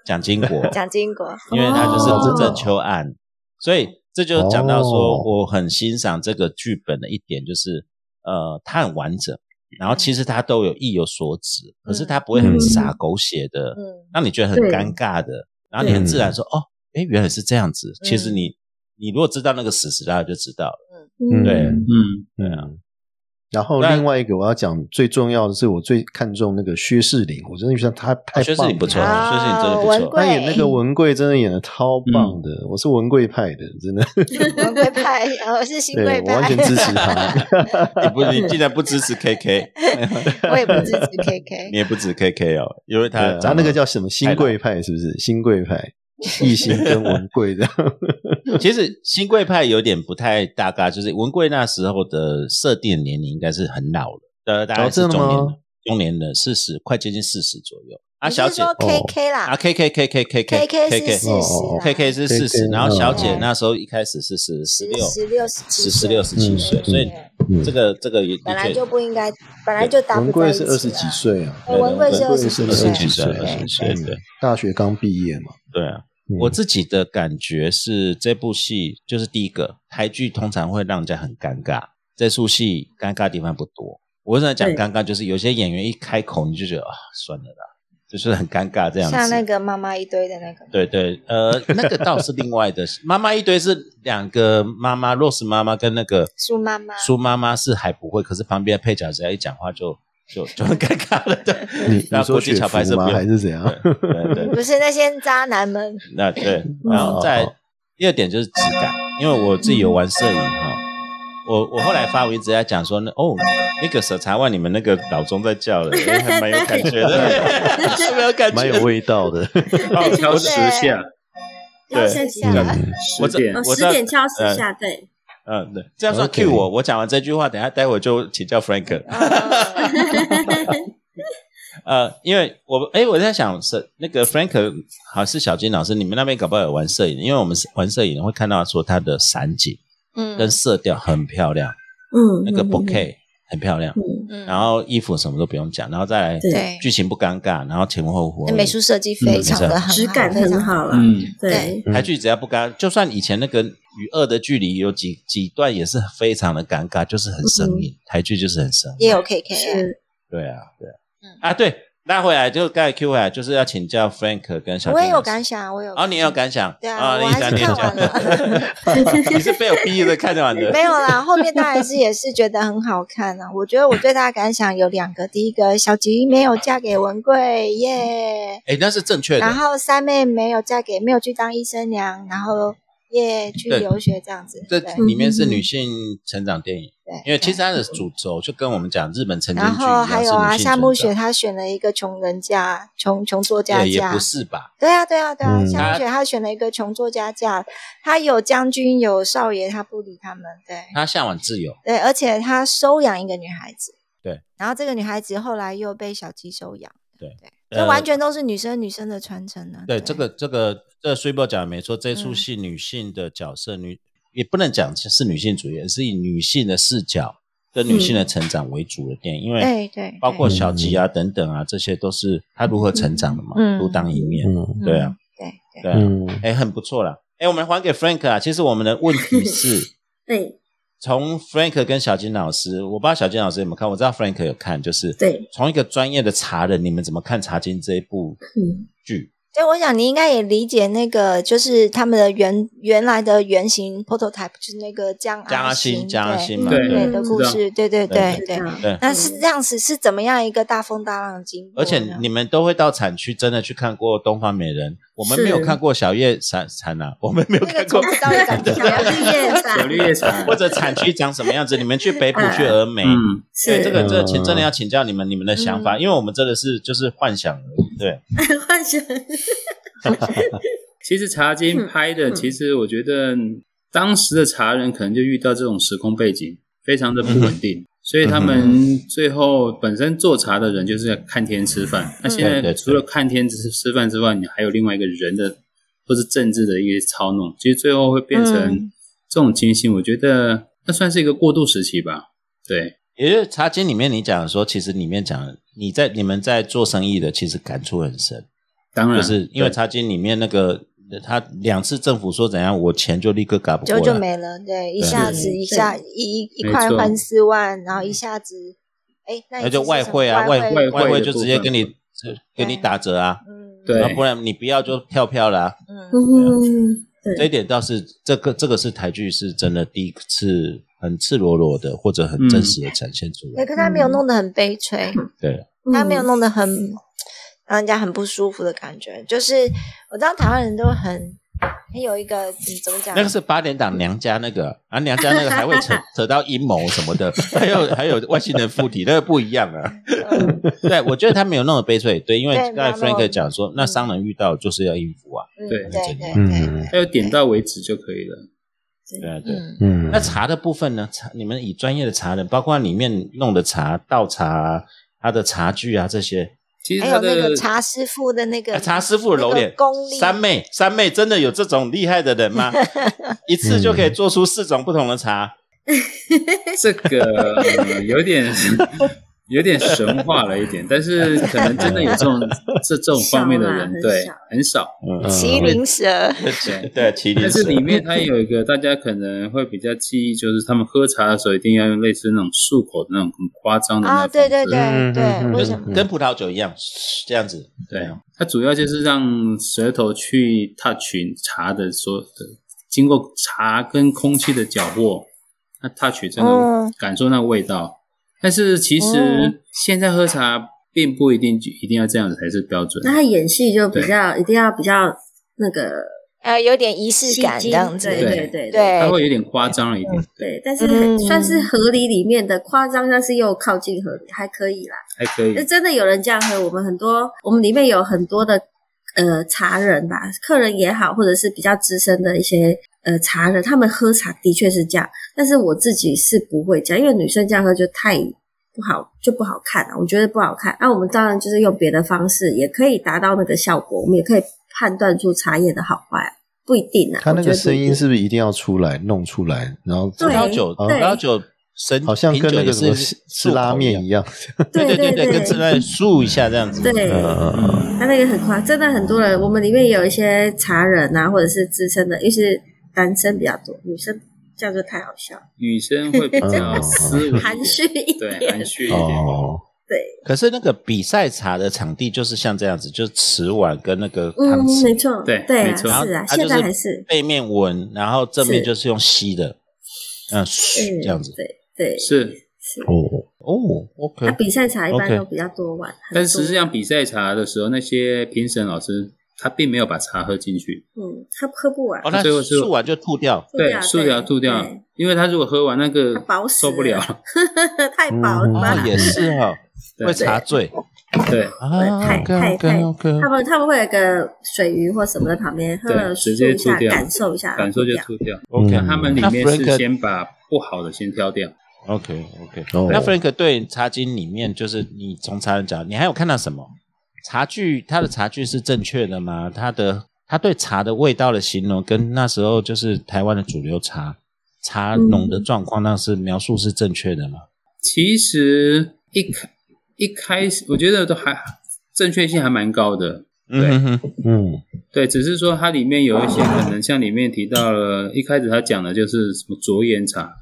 [SPEAKER 2] 蒋经国，
[SPEAKER 1] 蒋经国。
[SPEAKER 2] 因为他就是
[SPEAKER 5] 哦
[SPEAKER 2] 字正秋案，所以这就讲到说，
[SPEAKER 3] 哦
[SPEAKER 2] 我很欣赏这个剧本的一点就是，呃，它很完整，然后其实它都有意有所指，可是它不会很傻狗血的，
[SPEAKER 1] 嗯，
[SPEAKER 2] 让你觉得很尴尬的，然后你很自然说，哦，哎，原来是这样子。
[SPEAKER 3] 嗯
[SPEAKER 2] 其实你你如果知道那个史实，大家就知道了。
[SPEAKER 5] 嗯
[SPEAKER 2] 对
[SPEAKER 4] 嗯，
[SPEAKER 2] 对啊，
[SPEAKER 3] 然后
[SPEAKER 2] 但
[SPEAKER 3] 另外一个我要讲最重要的是，我最看重那个薛仕凌，我真的觉得他太
[SPEAKER 2] 哦薛仕
[SPEAKER 3] 棒了
[SPEAKER 2] 凌不错，
[SPEAKER 1] 啊
[SPEAKER 2] 薛仕凌真的不
[SPEAKER 1] 文
[SPEAKER 2] 错
[SPEAKER 1] 贵。
[SPEAKER 3] 他演那个文贵真的演的超
[SPEAKER 2] 嗯
[SPEAKER 3] 棒的，我是文贵派的，真的，
[SPEAKER 1] 文贵派，我是新
[SPEAKER 3] 对
[SPEAKER 1] 贵
[SPEAKER 3] 我
[SPEAKER 1] 派，
[SPEAKER 3] 完全支持他。
[SPEAKER 2] 你不，你竟然不支持 KK，
[SPEAKER 1] 我也不支持
[SPEAKER 2] <laughs> 你
[SPEAKER 1] KK。
[SPEAKER 2] 也不止 KK 哦，因为他
[SPEAKER 3] 对他
[SPEAKER 2] 长
[SPEAKER 3] 呃那
[SPEAKER 2] 得
[SPEAKER 3] 个叫什么新贵派是不是？新贵派，
[SPEAKER 1] <laughs>
[SPEAKER 3] 异性跟文贵的，
[SPEAKER 2] <laughs> 其实新贵派有点不太搭嘎，就是文贵那时候的设定年龄应该是很老了，呃，大概是
[SPEAKER 3] 哦真
[SPEAKER 2] 中
[SPEAKER 3] 的
[SPEAKER 2] 年
[SPEAKER 3] 吗
[SPEAKER 2] 人、中年人四十，快接近四十左右。啊，
[SPEAKER 1] 你
[SPEAKER 2] 小
[SPEAKER 1] 是
[SPEAKER 2] 姐
[SPEAKER 1] 说 KK
[SPEAKER 2] 啊
[SPEAKER 1] 啦
[SPEAKER 2] ，K K K K K K
[SPEAKER 1] ，KK 是
[SPEAKER 2] K
[SPEAKER 1] 四
[SPEAKER 2] K
[SPEAKER 3] 哦
[SPEAKER 1] 十
[SPEAKER 3] 哦
[SPEAKER 1] 啦
[SPEAKER 2] K K 是四十，
[SPEAKER 3] KK
[SPEAKER 2] 然后小姐
[SPEAKER 3] 哦
[SPEAKER 1] 嗯
[SPEAKER 2] 那时候一开始是十十六、
[SPEAKER 1] 十六十七
[SPEAKER 2] 十十六十七岁，
[SPEAKER 1] 嗯
[SPEAKER 2] 所以
[SPEAKER 1] 对
[SPEAKER 3] 嗯 <laughs>
[SPEAKER 2] 这个这个也
[SPEAKER 1] 本来
[SPEAKER 2] 的确
[SPEAKER 1] 就不应该，本来就搭不
[SPEAKER 3] 文
[SPEAKER 1] 在
[SPEAKER 3] 贵
[SPEAKER 1] 一
[SPEAKER 3] 是
[SPEAKER 1] 起
[SPEAKER 3] 二十几
[SPEAKER 1] 啦
[SPEAKER 3] 岁啊，
[SPEAKER 1] 对文贵是
[SPEAKER 3] 文贵
[SPEAKER 1] 二
[SPEAKER 3] 是
[SPEAKER 1] 十几
[SPEAKER 3] 几
[SPEAKER 2] 岁
[SPEAKER 3] 岁，
[SPEAKER 2] 二十几岁对
[SPEAKER 3] 嗯大学刚毕业嘛。
[SPEAKER 2] 对啊。
[SPEAKER 3] 嗯
[SPEAKER 2] 我自己的感觉是，这部戏就是第一个台剧通常会让人家很尴尬，这出戏尴尬的地方不多。我正在讲
[SPEAKER 5] 对
[SPEAKER 2] 尴尬，就是有些演员一开口你就觉得啊，算了啦，就是很尴尬这样子。
[SPEAKER 1] 像那个妈妈一堆的那个，
[SPEAKER 2] 对对，呃，那个倒是另外的。妈妈一堆是两个妈妈，Rose 妈妈跟那个
[SPEAKER 1] 苏妈妈
[SPEAKER 2] 苏妈妈是还不会，可是旁边的配角只要一讲话就就就很尴尬了。对，<laughs>
[SPEAKER 3] 你
[SPEAKER 2] 那
[SPEAKER 3] 你说
[SPEAKER 2] 国际
[SPEAKER 3] 雪
[SPEAKER 2] 桥牌是
[SPEAKER 3] 服
[SPEAKER 2] 不
[SPEAKER 3] 吗？
[SPEAKER 2] 用
[SPEAKER 3] 还是怎样？
[SPEAKER 2] 对 <laughs> 对对，
[SPEAKER 1] 不是那些渣男们，
[SPEAKER 2] 那
[SPEAKER 3] <laughs>
[SPEAKER 2] 对，
[SPEAKER 3] 哦
[SPEAKER 2] 然后再第二点就是质感，因为我自己有玩摄影哈，我我后来发文一直在讲说，那哦，那个舍茶万你们那个老钟在叫了，哎还蛮有感觉
[SPEAKER 3] <laughs>
[SPEAKER 2] 的，是没有感觉，
[SPEAKER 3] 蛮有味
[SPEAKER 2] <laughs>
[SPEAKER 3] 道的。
[SPEAKER 2] 哦
[SPEAKER 4] 敲十下，
[SPEAKER 5] 要
[SPEAKER 2] 对
[SPEAKER 5] 先
[SPEAKER 1] 这
[SPEAKER 5] 洗
[SPEAKER 1] 样
[SPEAKER 5] 脸
[SPEAKER 1] 嗯
[SPEAKER 2] 我
[SPEAKER 4] 十
[SPEAKER 2] 这
[SPEAKER 4] 点
[SPEAKER 5] 哦，，
[SPEAKER 2] 我
[SPEAKER 5] 十
[SPEAKER 2] 知道
[SPEAKER 5] 点敲十下，
[SPEAKER 1] <laughs>
[SPEAKER 5] 对，
[SPEAKER 2] 嗯，对，这样算
[SPEAKER 3] OK
[SPEAKER 2] Q 我，我讲完这句话，等一下待会就请教 Frank，
[SPEAKER 1] <laughs> 嗯
[SPEAKER 2] 呃，因为我哎，我在想是那个 Frank 好是小金老师，你们那边搞不好有玩摄影，因为我们玩摄影会看到说它的散景
[SPEAKER 1] 嗯
[SPEAKER 2] 跟色调很漂亮，
[SPEAKER 5] 嗯，
[SPEAKER 2] 那个
[SPEAKER 5] 嗯
[SPEAKER 2] bouquet 很漂亮。
[SPEAKER 5] 嗯
[SPEAKER 1] 嗯
[SPEAKER 2] 然后衣服什么都不用讲，然后再来
[SPEAKER 1] 对
[SPEAKER 2] 剧情不尴尬，然后前后呼
[SPEAKER 1] 那美术设计非常的
[SPEAKER 2] 嗯
[SPEAKER 1] 很好
[SPEAKER 5] 质感
[SPEAKER 1] 非常
[SPEAKER 5] 很好啦，
[SPEAKER 4] 嗯，
[SPEAKER 5] 对，
[SPEAKER 2] 台剧只要不尴尬，就算以前那个与恶的距离有几几段也是非常的尴尬，就是很生硬，台剧就是很生
[SPEAKER 1] 嗯也
[SPEAKER 2] 硬。
[SPEAKER 1] 有 KK，啊
[SPEAKER 5] 是，
[SPEAKER 2] 对啊，对啊，
[SPEAKER 1] 嗯
[SPEAKER 2] 啊对，拉回来就刚才 Q 回来，就是要请教 Frank 跟小
[SPEAKER 1] 我也
[SPEAKER 2] 金
[SPEAKER 1] 有
[SPEAKER 2] 老
[SPEAKER 1] 感
[SPEAKER 2] 师。
[SPEAKER 1] 想，我有
[SPEAKER 2] 哦，你也有感想
[SPEAKER 1] 对啊
[SPEAKER 2] 哦
[SPEAKER 1] 我
[SPEAKER 2] 你
[SPEAKER 1] 还
[SPEAKER 2] 想
[SPEAKER 1] 是
[SPEAKER 2] 念
[SPEAKER 1] 看完
[SPEAKER 2] 讲你是被我逼着看完的。
[SPEAKER 1] <laughs> 没有啦，后面当然是也是觉得很好看啊。我觉得我对他的感想有两个，第一个小吉没有嫁给文贵耶，
[SPEAKER 2] 哎，那是正确的
[SPEAKER 1] 然。后三妹没有嫁给没有去当医生娘，然后业去
[SPEAKER 2] 对
[SPEAKER 1] 留学这样子。
[SPEAKER 2] 这
[SPEAKER 1] 对，
[SPEAKER 2] 里面是女性成长电影，
[SPEAKER 1] 对
[SPEAKER 2] 因为其实
[SPEAKER 1] 对
[SPEAKER 2] 它的主轴就跟我们讲日本曾经剧
[SPEAKER 1] 然
[SPEAKER 2] 一
[SPEAKER 1] 后
[SPEAKER 2] 样，
[SPEAKER 1] 还有
[SPEAKER 2] 是女性成
[SPEAKER 1] 啊，
[SPEAKER 2] 长哎
[SPEAKER 1] 夏目雪她选了一个穷人家，穷穷作家
[SPEAKER 2] 也也
[SPEAKER 1] 家
[SPEAKER 2] 不。是吧？
[SPEAKER 1] 对啊，对啊，对啊！
[SPEAKER 3] 嗯
[SPEAKER 1] 夏目雪她选了一个穷作家家，她有将军有少爷，她不理他们。对，
[SPEAKER 2] 她向往自由，
[SPEAKER 1] 对，而且她收养一个女孩子。
[SPEAKER 2] 对，
[SPEAKER 1] 然后这个女孩子后来又被小鸡收养。
[SPEAKER 2] 对
[SPEAKER 1] 对，这完全都是女生女生的传承啊呢。
[SPEAKER 2] 呃对，这个这个这个 s u p e 讲的没错，这
[SPEAKER 1] 嗯
[SPEAKER 2] 出戏女性的角色，女也不能讲是女性主义，而是以女性的视角跟女性的成长为主的电影，因为
[SPEAKER 1] 嗯对对，
[SPEAKER 2] 包括
[SPEAKER 1] 对
[SPEAKER 2] 小吉啊等等啊，这些都是她如何成长的嘛，
[SPEAKER 1] 嗯
[SPEAKER 2] 独当一面，
[SPEAKER 3] 嗯
[SPEAKER 2] 对啊，
[SPEAKER 1] 对对
[SPEAKER 2] 对啊，
[SPEAKER 3] 嗯，
[SPEAKER 2] 哎，很不错啦。哎，我们还给 Frank 啊，其实我们的问题是。
[SPEAKER 5] 对
[SPEAKER 2] 从 Frank 跟小金老师，我不知道小金老师有没有看，我知道 Frank 有看，就是
[SPEAKER 5] 对，
[SPEAKER 2] 从一个专业的茶人，你们怎么看《茶经》这一部
[SPEAKER 5] 嗯，
[SPEAKER 2] 剧？
[SPEAKER 1] 所以我想你应该也理解那个，就是他们的原原来的原型 prototype，就是那个江
[SPEAKER 2] 江阿
[SPEAKER 1] 阿
[SPEAKER 2] 新
[SPEAKER 1] 啊新
[SPEAKER 2] 江阿
[SPEAKER 1] 对
[SPEAKER 2] 新嘛
[SPEAKER 1] 对
[SPEAKER 5] 对
[SPEAKER 1] 的
[SPEAKER 5] 嗯
[SPEAKER 1] 故
[SPEAKER 4] 知道
[SPEAKER 1] 事，对对对
[SPEAKER 5] 知
[SPEAKER 1] 对。 <laughs>
[SPEAKER 5] 道
[SPEAKER 2] 对
[SPEAKER 1] 那是这样子，是怎么样一个大风大浪的经过
[SPEAKER 2] 而
[SPEAKER 1] 呢？
[SPEAKER 2] 且 <laughs> 你们都会到产区真的去看过《东方美人》，我们
[SPEAKER 5] 是
[SPEAKER 2] 没有看过小叶产产啊，我们没有
[SPEAKER 1] 那个
[SPEAKER 2] 看过
[SPEAKER 1] 从头到尾长怎么
[SPEAKER 5] 小
[SPEAKER 1] 样？
[SPEAKER 5] 绿叶
[SPEAKER 4] 小
[SPEAKER 5] 吧，
[SPEAKER 4] 绿叶茶
[SPEAKER 2] 或，者产区长什么样子。你们去北部
[SPEAKER 5] 嗯
[SPEAKER 2] 去峨眉，
[SPEAKER 4] 嗯，
[SPEAKER 2] 对
[SPEAKER 5] 是
[SPEAKER 2] 这
[SPEAKER 5] <laughs>
[SPEAKER 2] 个
[SPEAKER 3] 嗯
[SPEAKER 2] 这个请真的要请教你们你们的想法，因为我们真的是就是幻想而已。对，
[SPEAKER 5] 幻想，
[SPEAKER 4] 其实茶经拍的，
[SPEAKER 5] 嗯
[SPEAKER 4] 其实我觉得当时的茶人可能就遇到这种时空背景，非常的
[SPEAKER 2] 嗯
[SPEAKER 4] 不稳定，所以他们最后本身做茶的人就是看天吃饭。
[SPEAKER 1] 嗯
[SPEAKER 4] 那现
[SPEAKER 2] 对对
[SPEAKER 4] 在
[SPEAKER 2] 对
[SPEAKER 4] 除了看天吃吃饭之外，你还有另外一个人的或是政治的一些操弄，其实最后会变成
[SPEAKER 1] 嗯
[SPEAKER 4] 这种情形。我觉得那算是一个过渡时期吧。对，
[SPEAKER 2] 也就是《茶经》里面你讲说，其实里面讲你在你们在做生意的，其实感触很深。
[SPEAKER 4] 当然
[SPEAKER 2] 就是因为
[SPEAKER 4] 对
[SPEAKER 2] 茶经里面那个他两次政府说怎样，我钱就立刻嘎不过
[SPEAKER 1] <laughs> 就
[SPEAKER 2] 来，
[SPEAKER 1] 就没了，对，一下子
[SPEAKER 5] 对
[SPEAKER 1] 一下一一
[SPEAKER 4] 没
[SPEAKER 1] 一块
[SPEAKER 4] 错
[SPEAKER 1] 换四万，然后一下子，哎，那
[SPEAKER 2] 那
[SPEAKER 1] 你
[SPEAKER 2] 就
[SPEAKER 1] 这是
[SPEAKER 2] 外
[SPEAKER 1] 什么
[SPEAKER 2] 汇啊，
[SPEAKER 1] 外
[SPEAKER 2] 外
[SPEAKER 4] 汇
[SPEAKER 2] 汇就
[SPEAKER 4] 的部
[SPEAKER 2] 直接
[SPEAKER 4] 分
[SPEAKER 2] 给你给你打折啊，
[SPEAKER 1] 嗯，
[SPEAKER 4] 对
[SPEAKER 2] 啊不然你不要就跳票啦、
[SPEAKER 1] 嗯，
[SPEAKER 5] 嗯，
[SPEAKER 2] 这一
[SPEAKER 5] 对，
[SPEAKER 2] 点倒是这个这个是台剧是真的第一次很赤裸裸的或者很真实的展现出来
[SPEAKER 1] 对，，可是他没
[SPEAKER 3] 嗯
[SPEAKER 1] 有弄得很悲催，
[SPEAKER 2] 对，
[SPEAKER 1] 他没有弄得很让人家很不舒服的感觉。就是我知道台湾人都很很有一个嗯怎么讲，
[SPEAKER 2] 那个是八点档娘家那个啊，娘家那个还会
[SPEAKER 1] <laughs>
[SPEAKER 2] 扯扯到阴谋什么的，还有还有外星人附体，那个不一样啊。
[SPEAKER 1] 嗯
[SPEAKER 2] 对，我觉得他没有那么悲催，对，因为
[SPEAKER 1] 对
[SPEAKER 2] 刚才
[SPEAKER 1] 没有那么
[SPEAKER 2] Frank 讲说，那商人遇到就是要应付啊，
[SPEAKER 1] 嗯
[SPEAKER 4] 对
[SPEAKER 1] 对对对，
[SPEAKER 3] 嗯
[SPEAKER 4] 还有点到为止就可以了。
[SPEAKER 2] 对啊，对。
[SPEAKER 1] 嗯，
[SPEAKER 3] 嗯
[SPEAKER 2] 那茶的部分呢？茶，你们以专业的茶人，包括里面弄的茶、倒茶啊、它的茶具啊这些，
[SPEAKER 4] 其实
[SPEAKER 1] 还
[SPEAKER 4] 他
[SPEAKER 1] 有那
[SPEAKER 4] 的
[SPEAKER 1] 个茶师傅的那个
[SPEAKER 2] 啊茶师傅的揉
[SPEAKER 1] 那个
[SPEAKER 2] 脸
[SPEAKER 1] 功力，
[SPEAKER 2] 三妹，三妹真的有这种厉害的人
[SPEAKER 1] <laughs>
[SPEAKER 2] 吗？一次就可以做出四种不同的茶，
[SPEAKER 4] <laughs> 这个、呃、有点有点神话了一点，但是可能真的有这种这这种方面的人
[SPEAKER 5] 少，啦很
[SPEAKER 4] 对
[SPEAKER 5] 少，
[SPEAKER 4] 很少。
[SPEAKER 3] 嗯
[SPEAKER 1] 麒麟蛇，
[SPEAKER 2] 嗯对，
[SPEAKER 4] 对
[SPEAKER 2] 麒麟
[SPEAKER 4] 但
[SPEAKER 2] 蛇
[SPEAKER 4] 是里面它有一个大家可能会比较记忆，就是他们喝茶的时候一定要用类似那种漱口的那种很夸张的那
[SPEAKER 1] 啊，
[SPEAKER 4] 种
[SPEAKER 1] 对对
[SPEAKER 4] 姿势
[SPEAKER 1] 对
[SPEAKER 3] 嗯
[SPEAKER 1] 对，
[SPEAKER 3] 嗯
[SPEAKER 1] 为
[SPEAKER 2] 就
[SPEAKER 1] 什
[SPEAKER 2] 是
[SPEAKER 1] 么？
[SPEAKER 2] 跟葡萄酒一样这样子，
[SPEAKER 4] 对，啊它主要就是让舌头去 touch 茶的所有的，经过茶跟空气的搅和，它 touch 这个
[SPEAKER 1] 哦
[SPEAKER 4] 感受那个味道。但是其
[SPEAKER 1] 哦
[SPEAKER 4] 实现在喝茶并不一定就一定要这样子才是标准。
[SPEAKER 5] 那他演戏就比较一定要比较那个
[SPEAKER 1] 呃，有点仪式
[SPEAKER 5] 吸
[SPEAKER 1] 感这
[SPEAKER 5] 睛
[SPEAKER 1] 样子，
[SPEAKER 5] 对对对
[SPEAKER 1] 对
[SPEAKER 4] 它会有点夸张了一点，
[SPEAKER 5] 对，但是
[SPEAKER 1] 嗯
[SPEAKER 5] 算是合理里面的夸张，但是又靠近合理，还可以啦。
[SPEAKER 4] 还可以
[SPEAKER 5] 那。真的有人这样喝，我们很多，我们里面有很多的呃茶人吧，客人也好，或者是比较资深的一些呃茶人，他们喝茶的确是这样，但是我自己是不会这样，因为女生这样喝就太不好，就不好看了，我觉得不好看。那、我们当然就是用别的方式也可以达到那个效果，我们也可以判断出茶叶的好坏，不一定啊。
[SPEAKER 3] 他那
[SPEAKER 5] 我觉
[SPEAKER 3] 个
[SPEAKER 5] 得不
[SPEAKER 3] 声
[SPEAKER 5] 一定
[SPEAKER 3] 音是不是一定要出来弄出来？然后
[SPEAKER 2] 葡
[SPEAKER 5] 对
[SPEAKER 2] 萄酒，葡
[SPEAKER 5] 对
[SPEAKER 2] 萄酒神
[SPEAKER 3] 好像跟那个什么
[SPEAKER 2] 是
[SPEAKER 3] 吃吃拉面一样，
[SPEAKER 2] 对
[SPEAKER 5] 对
[SPEAKER 2] 对对，跟吃
[SPEAKER 5] 对
[SPEAKER 2] 拉漱一下这样子，
[SPEAKER 5] 对。
[SPEAKER 3] 嗯
[SPEAKER 5] 他那个很夸，真的很多人，我们里面有一些茶人啊，或者是资深的，尤其是男生比较多，女生这样就太好笑，
[SPEAKER 4] 女生会比较 <laughs>
[SPEAKER 3] 嗯
[SPEAKER 4] 斯文一点，
[SPEAKER 5] 含蓄一点。
[SPEAKER 4] 对，含蓄一点。
[SPEAKER 3] 哦，
[SPEAKER 2] 可是那个比赛茶的场地就是像这样子，就是瓷碗跟那个
[SPEAKER 5] 嗯
[SPEAKER 2] 汤，匙，
[SPEAKER 5] 没错，
[SPEAKER 4] 对
[SPEAKER 5] 对
[SPEAKER 4] 没
[SPEAKER 5] 啊，
[SPEAKER 4] 错
[SPEAKER 5] 是
[SPEAKER 2] 然后
[SPEAKER 5] 啊，
[SPEAKER 2] 它就
[SPEAKER 5] 现在还
[SPEAKER 2] 是
[SPEAKER 5] 是
[SPEAKER 2] 背面纹，然后正面
[SPEAKER 5] 是
[SPEAKER 2] 就是用吸的，嗯，
[SPEAKER 5] 嗯
[SPEAKER 2] 这样子。
[SPEAKER 5] 对啊对
[SPEAKER 4] 是，
[SPEAKER 5] 是。
[SPEAKER 3] 哦，
[SPEAKER 2] 哦
[SPEAKER 5] 那
[SPEAKER 2] ，OK，
[SPEAKER 5] 比赛茶一般
[SPEAKER 2] OK
[SPEAKER 5] 都比较多玩，
[SPEAKER 4] 但
[SPEAKER 5] 很多
[SPEAKER 4] 实际上比赛茶的时候，那些评审老师他并没有把茶喝进去，
[SPEAKER 5] 嗯，他喝不完，
[SPEAKER 2] 哦，那
[SPEAKER 4] 最后是
[SPEAKER 2] 漱完就吐掉，
[SPEAKER 5] 吐掉
[SPEAKER 4] 树条吐掉
[SPEAKER 5] 对，
[SPEAKER 4] 因为他如果喝完那个
[SPEAKER 5] 它饱死
[SPEAKER 4] 受不了，
[SPEAKER 5] <laughs> 太饱
[SPEAKER 4] 嗯
[SPEAKER 5] 了吧？
[SPEAKER 2] 哦，也是哦，
[SPEAKER 4] 对
[SPEAKER 2] 会茶醉
[SPEAKER 4] 对
[SPEAKER 2] 啊
[SPEAKER 5] 太太
[SPEAKER 2] ，OK，OK，OK。OK OK
[SPEAKER 5] 他们他们会有一个水鱼或什么在旁边，喝
[SPEAKER 4] 对
[SPEAKER 5] 了
[SPEAKER 4] 直接
[SPEAKER 5] 漱一下
[SPEAKER 4] 吐，掉
[SPEAKER 5] 感受一下，
[SPEAKER 4] 感受就
[SPEAKER 5] 这样
[SPEAKER 4] 吐掉。
[SPEAKER 2] OK
[SPEAKER 4] 那他们里
[SPEAKER 2] 嗯那
[SPEAKER 4] 面是
[SPEAKER 2] Frank-
[SPEAKER 4] 先把不好的先挑掉。
[SPEAKER 2] OK OK，
[SPEAKER 3] 哦
[SPEAKER 2] 那 Frank 对茶经里面，就是你从茶人角度，你还有看到什么？茶具它的茶具是正确的吗？它的它对茶的味道的形容，跟那时候就是台湾的主流茶茶农的状况，那是描述是正确的吗？
[SPEAKER 4] 其实一开一开始，我觉得都还正确性还蛮高的。对
[SPEAKER 2] 嗯哼哼，
[SPEAKER 3] 嗯
[SPEAKER 4] 对，只是说它里面有一些可能像里面提到了，一开始他讲的就是什么卓岩茶，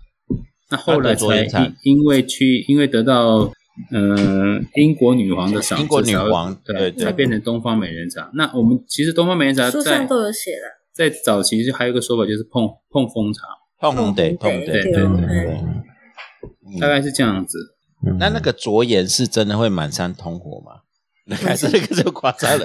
[SPEAKER 4] 那后来
[SPEAKER 2] 啊对卓
[SPEAKER 4] 才
[SPEAKER 2] 岩茶
[SPEAKER 4] 因因为去因为得到呃英国女王的赏识，
[SPEAKER 2] 英国女王
[SPEAKER 4] 才会
[SPEAKER 2] 对
[SPEAKER 4] 对
[SPEAKER 2] 对
[SPEAKER 4] 才变成东方美人茶。那我们其实东方美人茶
[SPEAKER 5] 书上
[SPEAKER 4] 在
[SPEAKER 5] 都有写了，
[SPEAKER 4] 在早期就还有一个说法就是碰碰风茶，
[SPEAKER 2] 碰红得
[SPEAKER 5] 嗯
[SPEAKER 2] 碰得，
[SPEAKER 4] 对
[SPEAKER 2] 对
[SPEAKER 5] 对对
[SPEAKER 2] 对。
[SPEAKER 4] 大概是这样子。
[SPEAKER 3] 嗯
[SPEAKER 2] 那那个卓岩是真的会满山通火吗？ <laughs> 还是那个就夸张了？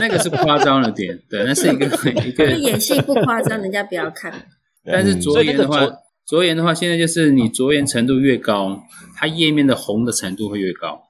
[SPEAKER 4] 那个是夸张了点，对，那是一
[SPEAKER 5] <laughs>
[SPEAKER 4] 个一
[SPEAKER 5] 就
[SPEAKER 4] 个。
[SPEAKER 5] 演戏不夸张，人家不要看。啊
[SPEAKER 4] 但是
[SPEAKER 2] 所
[SPEAKER 4] 着
[SPEAKER 2] 以
[SPEAKER 4] 眼
[SPEAKER 2] 那个
[SPEAKER 4] 的话
[SPEAKER 2] 着，
[SPEAKER 4] 着眼的话，现在就是你着眼程度越高，它页面的红的程度会越高，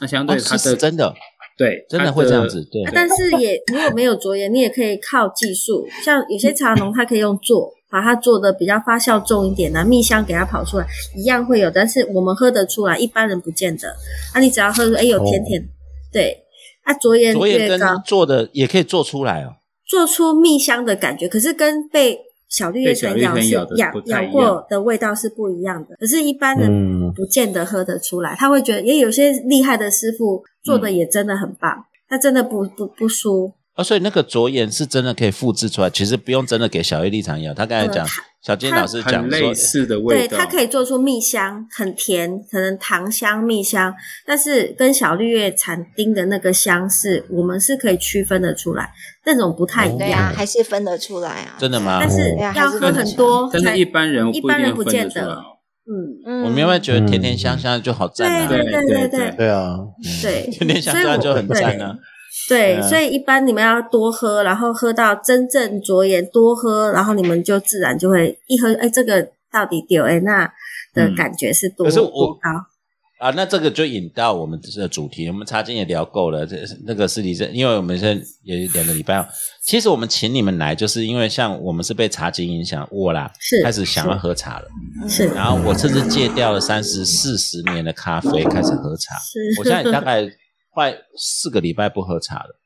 [SPEAKER 4] 那相对
[SPEAKER 2] 哦
[SPEAKER 4] 它
[SPEAKER 2] 是
[SPEAKER 4] 的、
[SPEAKER 2] 是真的，
[SPEAKER 4] 对
[SPEAKER 2] 真的
[SPEAKER 4] 它
[SPEAKER 2] 会这样子，对
[SPEAKER 5] 啊。但是也如果没有着眼，你也可以靠技术，像有些茶农他可以用做，把它做的比较发酵重一点啊，蜜香给它跑出来，一样会有，但是我们喝得出来，一般人不见得。啊，你只要喝出哎有甜甜，对，啊着眼
[SPEAKER 2] 卓岩
[SPEAKER 5] 越
[SPEAKER 2] 跟
[SPEAKER 5] 高，
[SPEAKER 2] 做的也可以做出来哦。
[SPEAKER 5] 做出蜜香的感觉，可是跟被小绿叶
[SPEAKER 4] 被
[SPEAKER 5] 蝉
[SPEAKER 4] 小
[SPEAKER 5] 咬
[SPEAKER 4] 绿叶
[SPEAKER 5] 是
[SPEAKER 4] 蝉咬的
[SPEAKER 5] 咬
[SPEAKER 4] 不太
[SPEAKER 5] 咬
[SPEAKER 4] 一样
[SPEAKER 5] 过的味道是不一样的，可是一般人
[SPEAKER 3] 嗯
[SPEAKER 5] 不见得喝得出来。他会觉得，也有些厉害的师傅做的也真的很
[SPEAKER 4] 嗯
[SPEAKER 5] 棒，他真的不不不输。
[SPEAKER 2] 啊，所以那个着眼是真的可以复制出来，其实不用真的给小叶立场咬。他刚才讲
[SPEAKER 5] 嗯，
[SPEAKER 2] 小金老师讲
[SPEAKER 4] 很
[SPEAKER 2] 说
[SPEAKER 4] 类，似的
[SPEAKER 5] 对，
[SPEAKER 4] 味道，
[SPEAKER 5] 它可以做出蜜香，很甜，可能糖香、蜜香，但是跟小绿叶蝉丁的那个香是，我们是可以区分的出来，那种不太一
[SPEAKER 1] 对
[SPEAKER 5] 样。
[SPEAKER 1] 啊，还是分得出来啊。
[SPEAKER 2] 真的吗
[SPEAKER 5] 但是
[SPEAKER 3] 哦
[SPEAKER 1] 对啊
[SPEAKER 5] 要
[SPEAKER 1] 还是
[SPEAKER 5] 喝很多
[SPEAKER 4] 但
[SPEAKER 5] 才
[SPEAKER 4] 是一，般人不一
[SPEAKER 5] 一般人
[SPEAKER 4] 定
[SPEAKER 5] 不
[SPEAKER 4] 分
[SPEAKER 5] 见
[SPEAKER 4] 得出
[SPEAKER 5] 得
[SPEAKER 4] 来。
[SPEAKER 5] 嗯，
[SPEAKER 1] 嗯
[SPEAKER 2] 我们会觉得甜甜香香的就好赞
[SPEAKER 5] 对
[SPEAKER 2] 啊，
[SPEAKER 5] 对
[SPEAKER 4] 对
[SPEAKER 5] 对
[SPEAKER 4] 对
[SPEAKER 5] 对
[SPEAKER 3] 对啊，
[SPEAKER 5] 对，
[SPEAKER 2] 甜甜香香就很赞啊。
[SPEAKER 5] 对，
[SPEAKER 2] 嗯
[SPEAKER 5] 所以一般你们要多喝，然后喝到真正着眼，多喝，然后你们就自然就会一喝，哎，这个到底丢哎那的感觉是
[SPEAKER 2] 嗯
[SPEAKER 5] 多、
[SPEAKER 2] 可是我
[SPEAKER 5] 多高？
[SPEAKER 2] 啊，那这个就引到我们的主题，我们茶经也聊够了，这那个是李正，因为我们现在也两个礼拜了。哦其实我们请你们来，就是因为像我们是被茶经影响我啦，
[SPEAKER 5] 是
[SPEAKER 2] 开始嗯想要喝茶了，
[SPEAKER 5] 是
[SPEAKER 2] 然后我甚至戒掉了三十四十年的咖啡，开始喝茶。
[SPEAKER 5] 是，
[SPEAKER 2] 我现在大概快四个礼拜不喝茶了。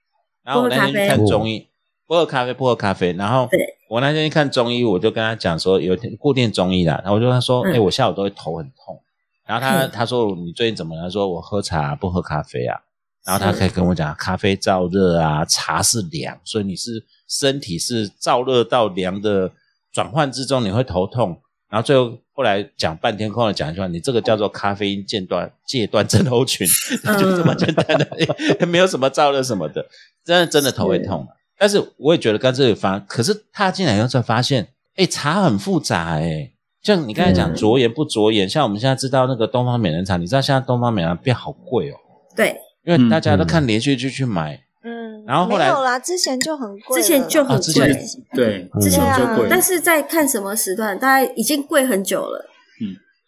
[SPEAKER 2] 然后我那天去看中医，不喝咖啡，不喝咖啡。然后
[SPEAKER 5] 对
[SPEAKER 2] 我那天去看中医，我就跟他讲说，有一天固定中医啦，然后我就跟他说，哎、
[SPEAKER 5] 嗯
[SPEAKER 2] 我下午都会头很痛。然后他
[SPEAKER 5] 嗯
[SPEAKER 2] 他说你最近怎么了？他说我喝茶不喝咖啡啊。然后他可以跟我讲，咖啡燥热啊，茶是凉，所以你是身体是燥热到凉的转换之中，你会头痛。然后最后后来讲半天，后来讲一句话，你这个叫做咖啡因间断戒断症候群， <laughs>
[SPEAKER 5] 嗯
[SPEAKER 2] 就这么简单的， <laughs> 没有什么燥热什么的，真的真的头会痛啊。但是我也觉得刚这里发，可是踏进来以后才发现，哎，茶很复杂哎、像你刚才讲
[SPEAKER 5] 嗯
[SPEAKER 2] 着眼不着眼，像我们现在知道那个东方美人茶，你知道现在东方美人茶变好贵哦，
[SPEAKER 5] <laughs> 对，
[SPEAKER 2] 因为大家都看连续剧去买，
[SPEAKER 1] 嗯，
[SPEAKER 2] 然后后来
[SPEAKER 1] 没有啦，之前就很贵了啦，
[SPEAKER 5] 之
[SPEAKER 1] <laughs>
[SPEAKER 5] 前就很
[SPEAKER 2] 啊之前
[SPEAKER 5] 贵，
[SPEAKER 4] 对，
[SPEAKER 3] 嗯
[SPEAKER 5] 之前
[SPEAKER 1] 对
[SPEAKER 5] 就
[SPEAKER 1] 啊
[SPEAKER 5] 贵，但是在看什么时段，大概已经贵很久了。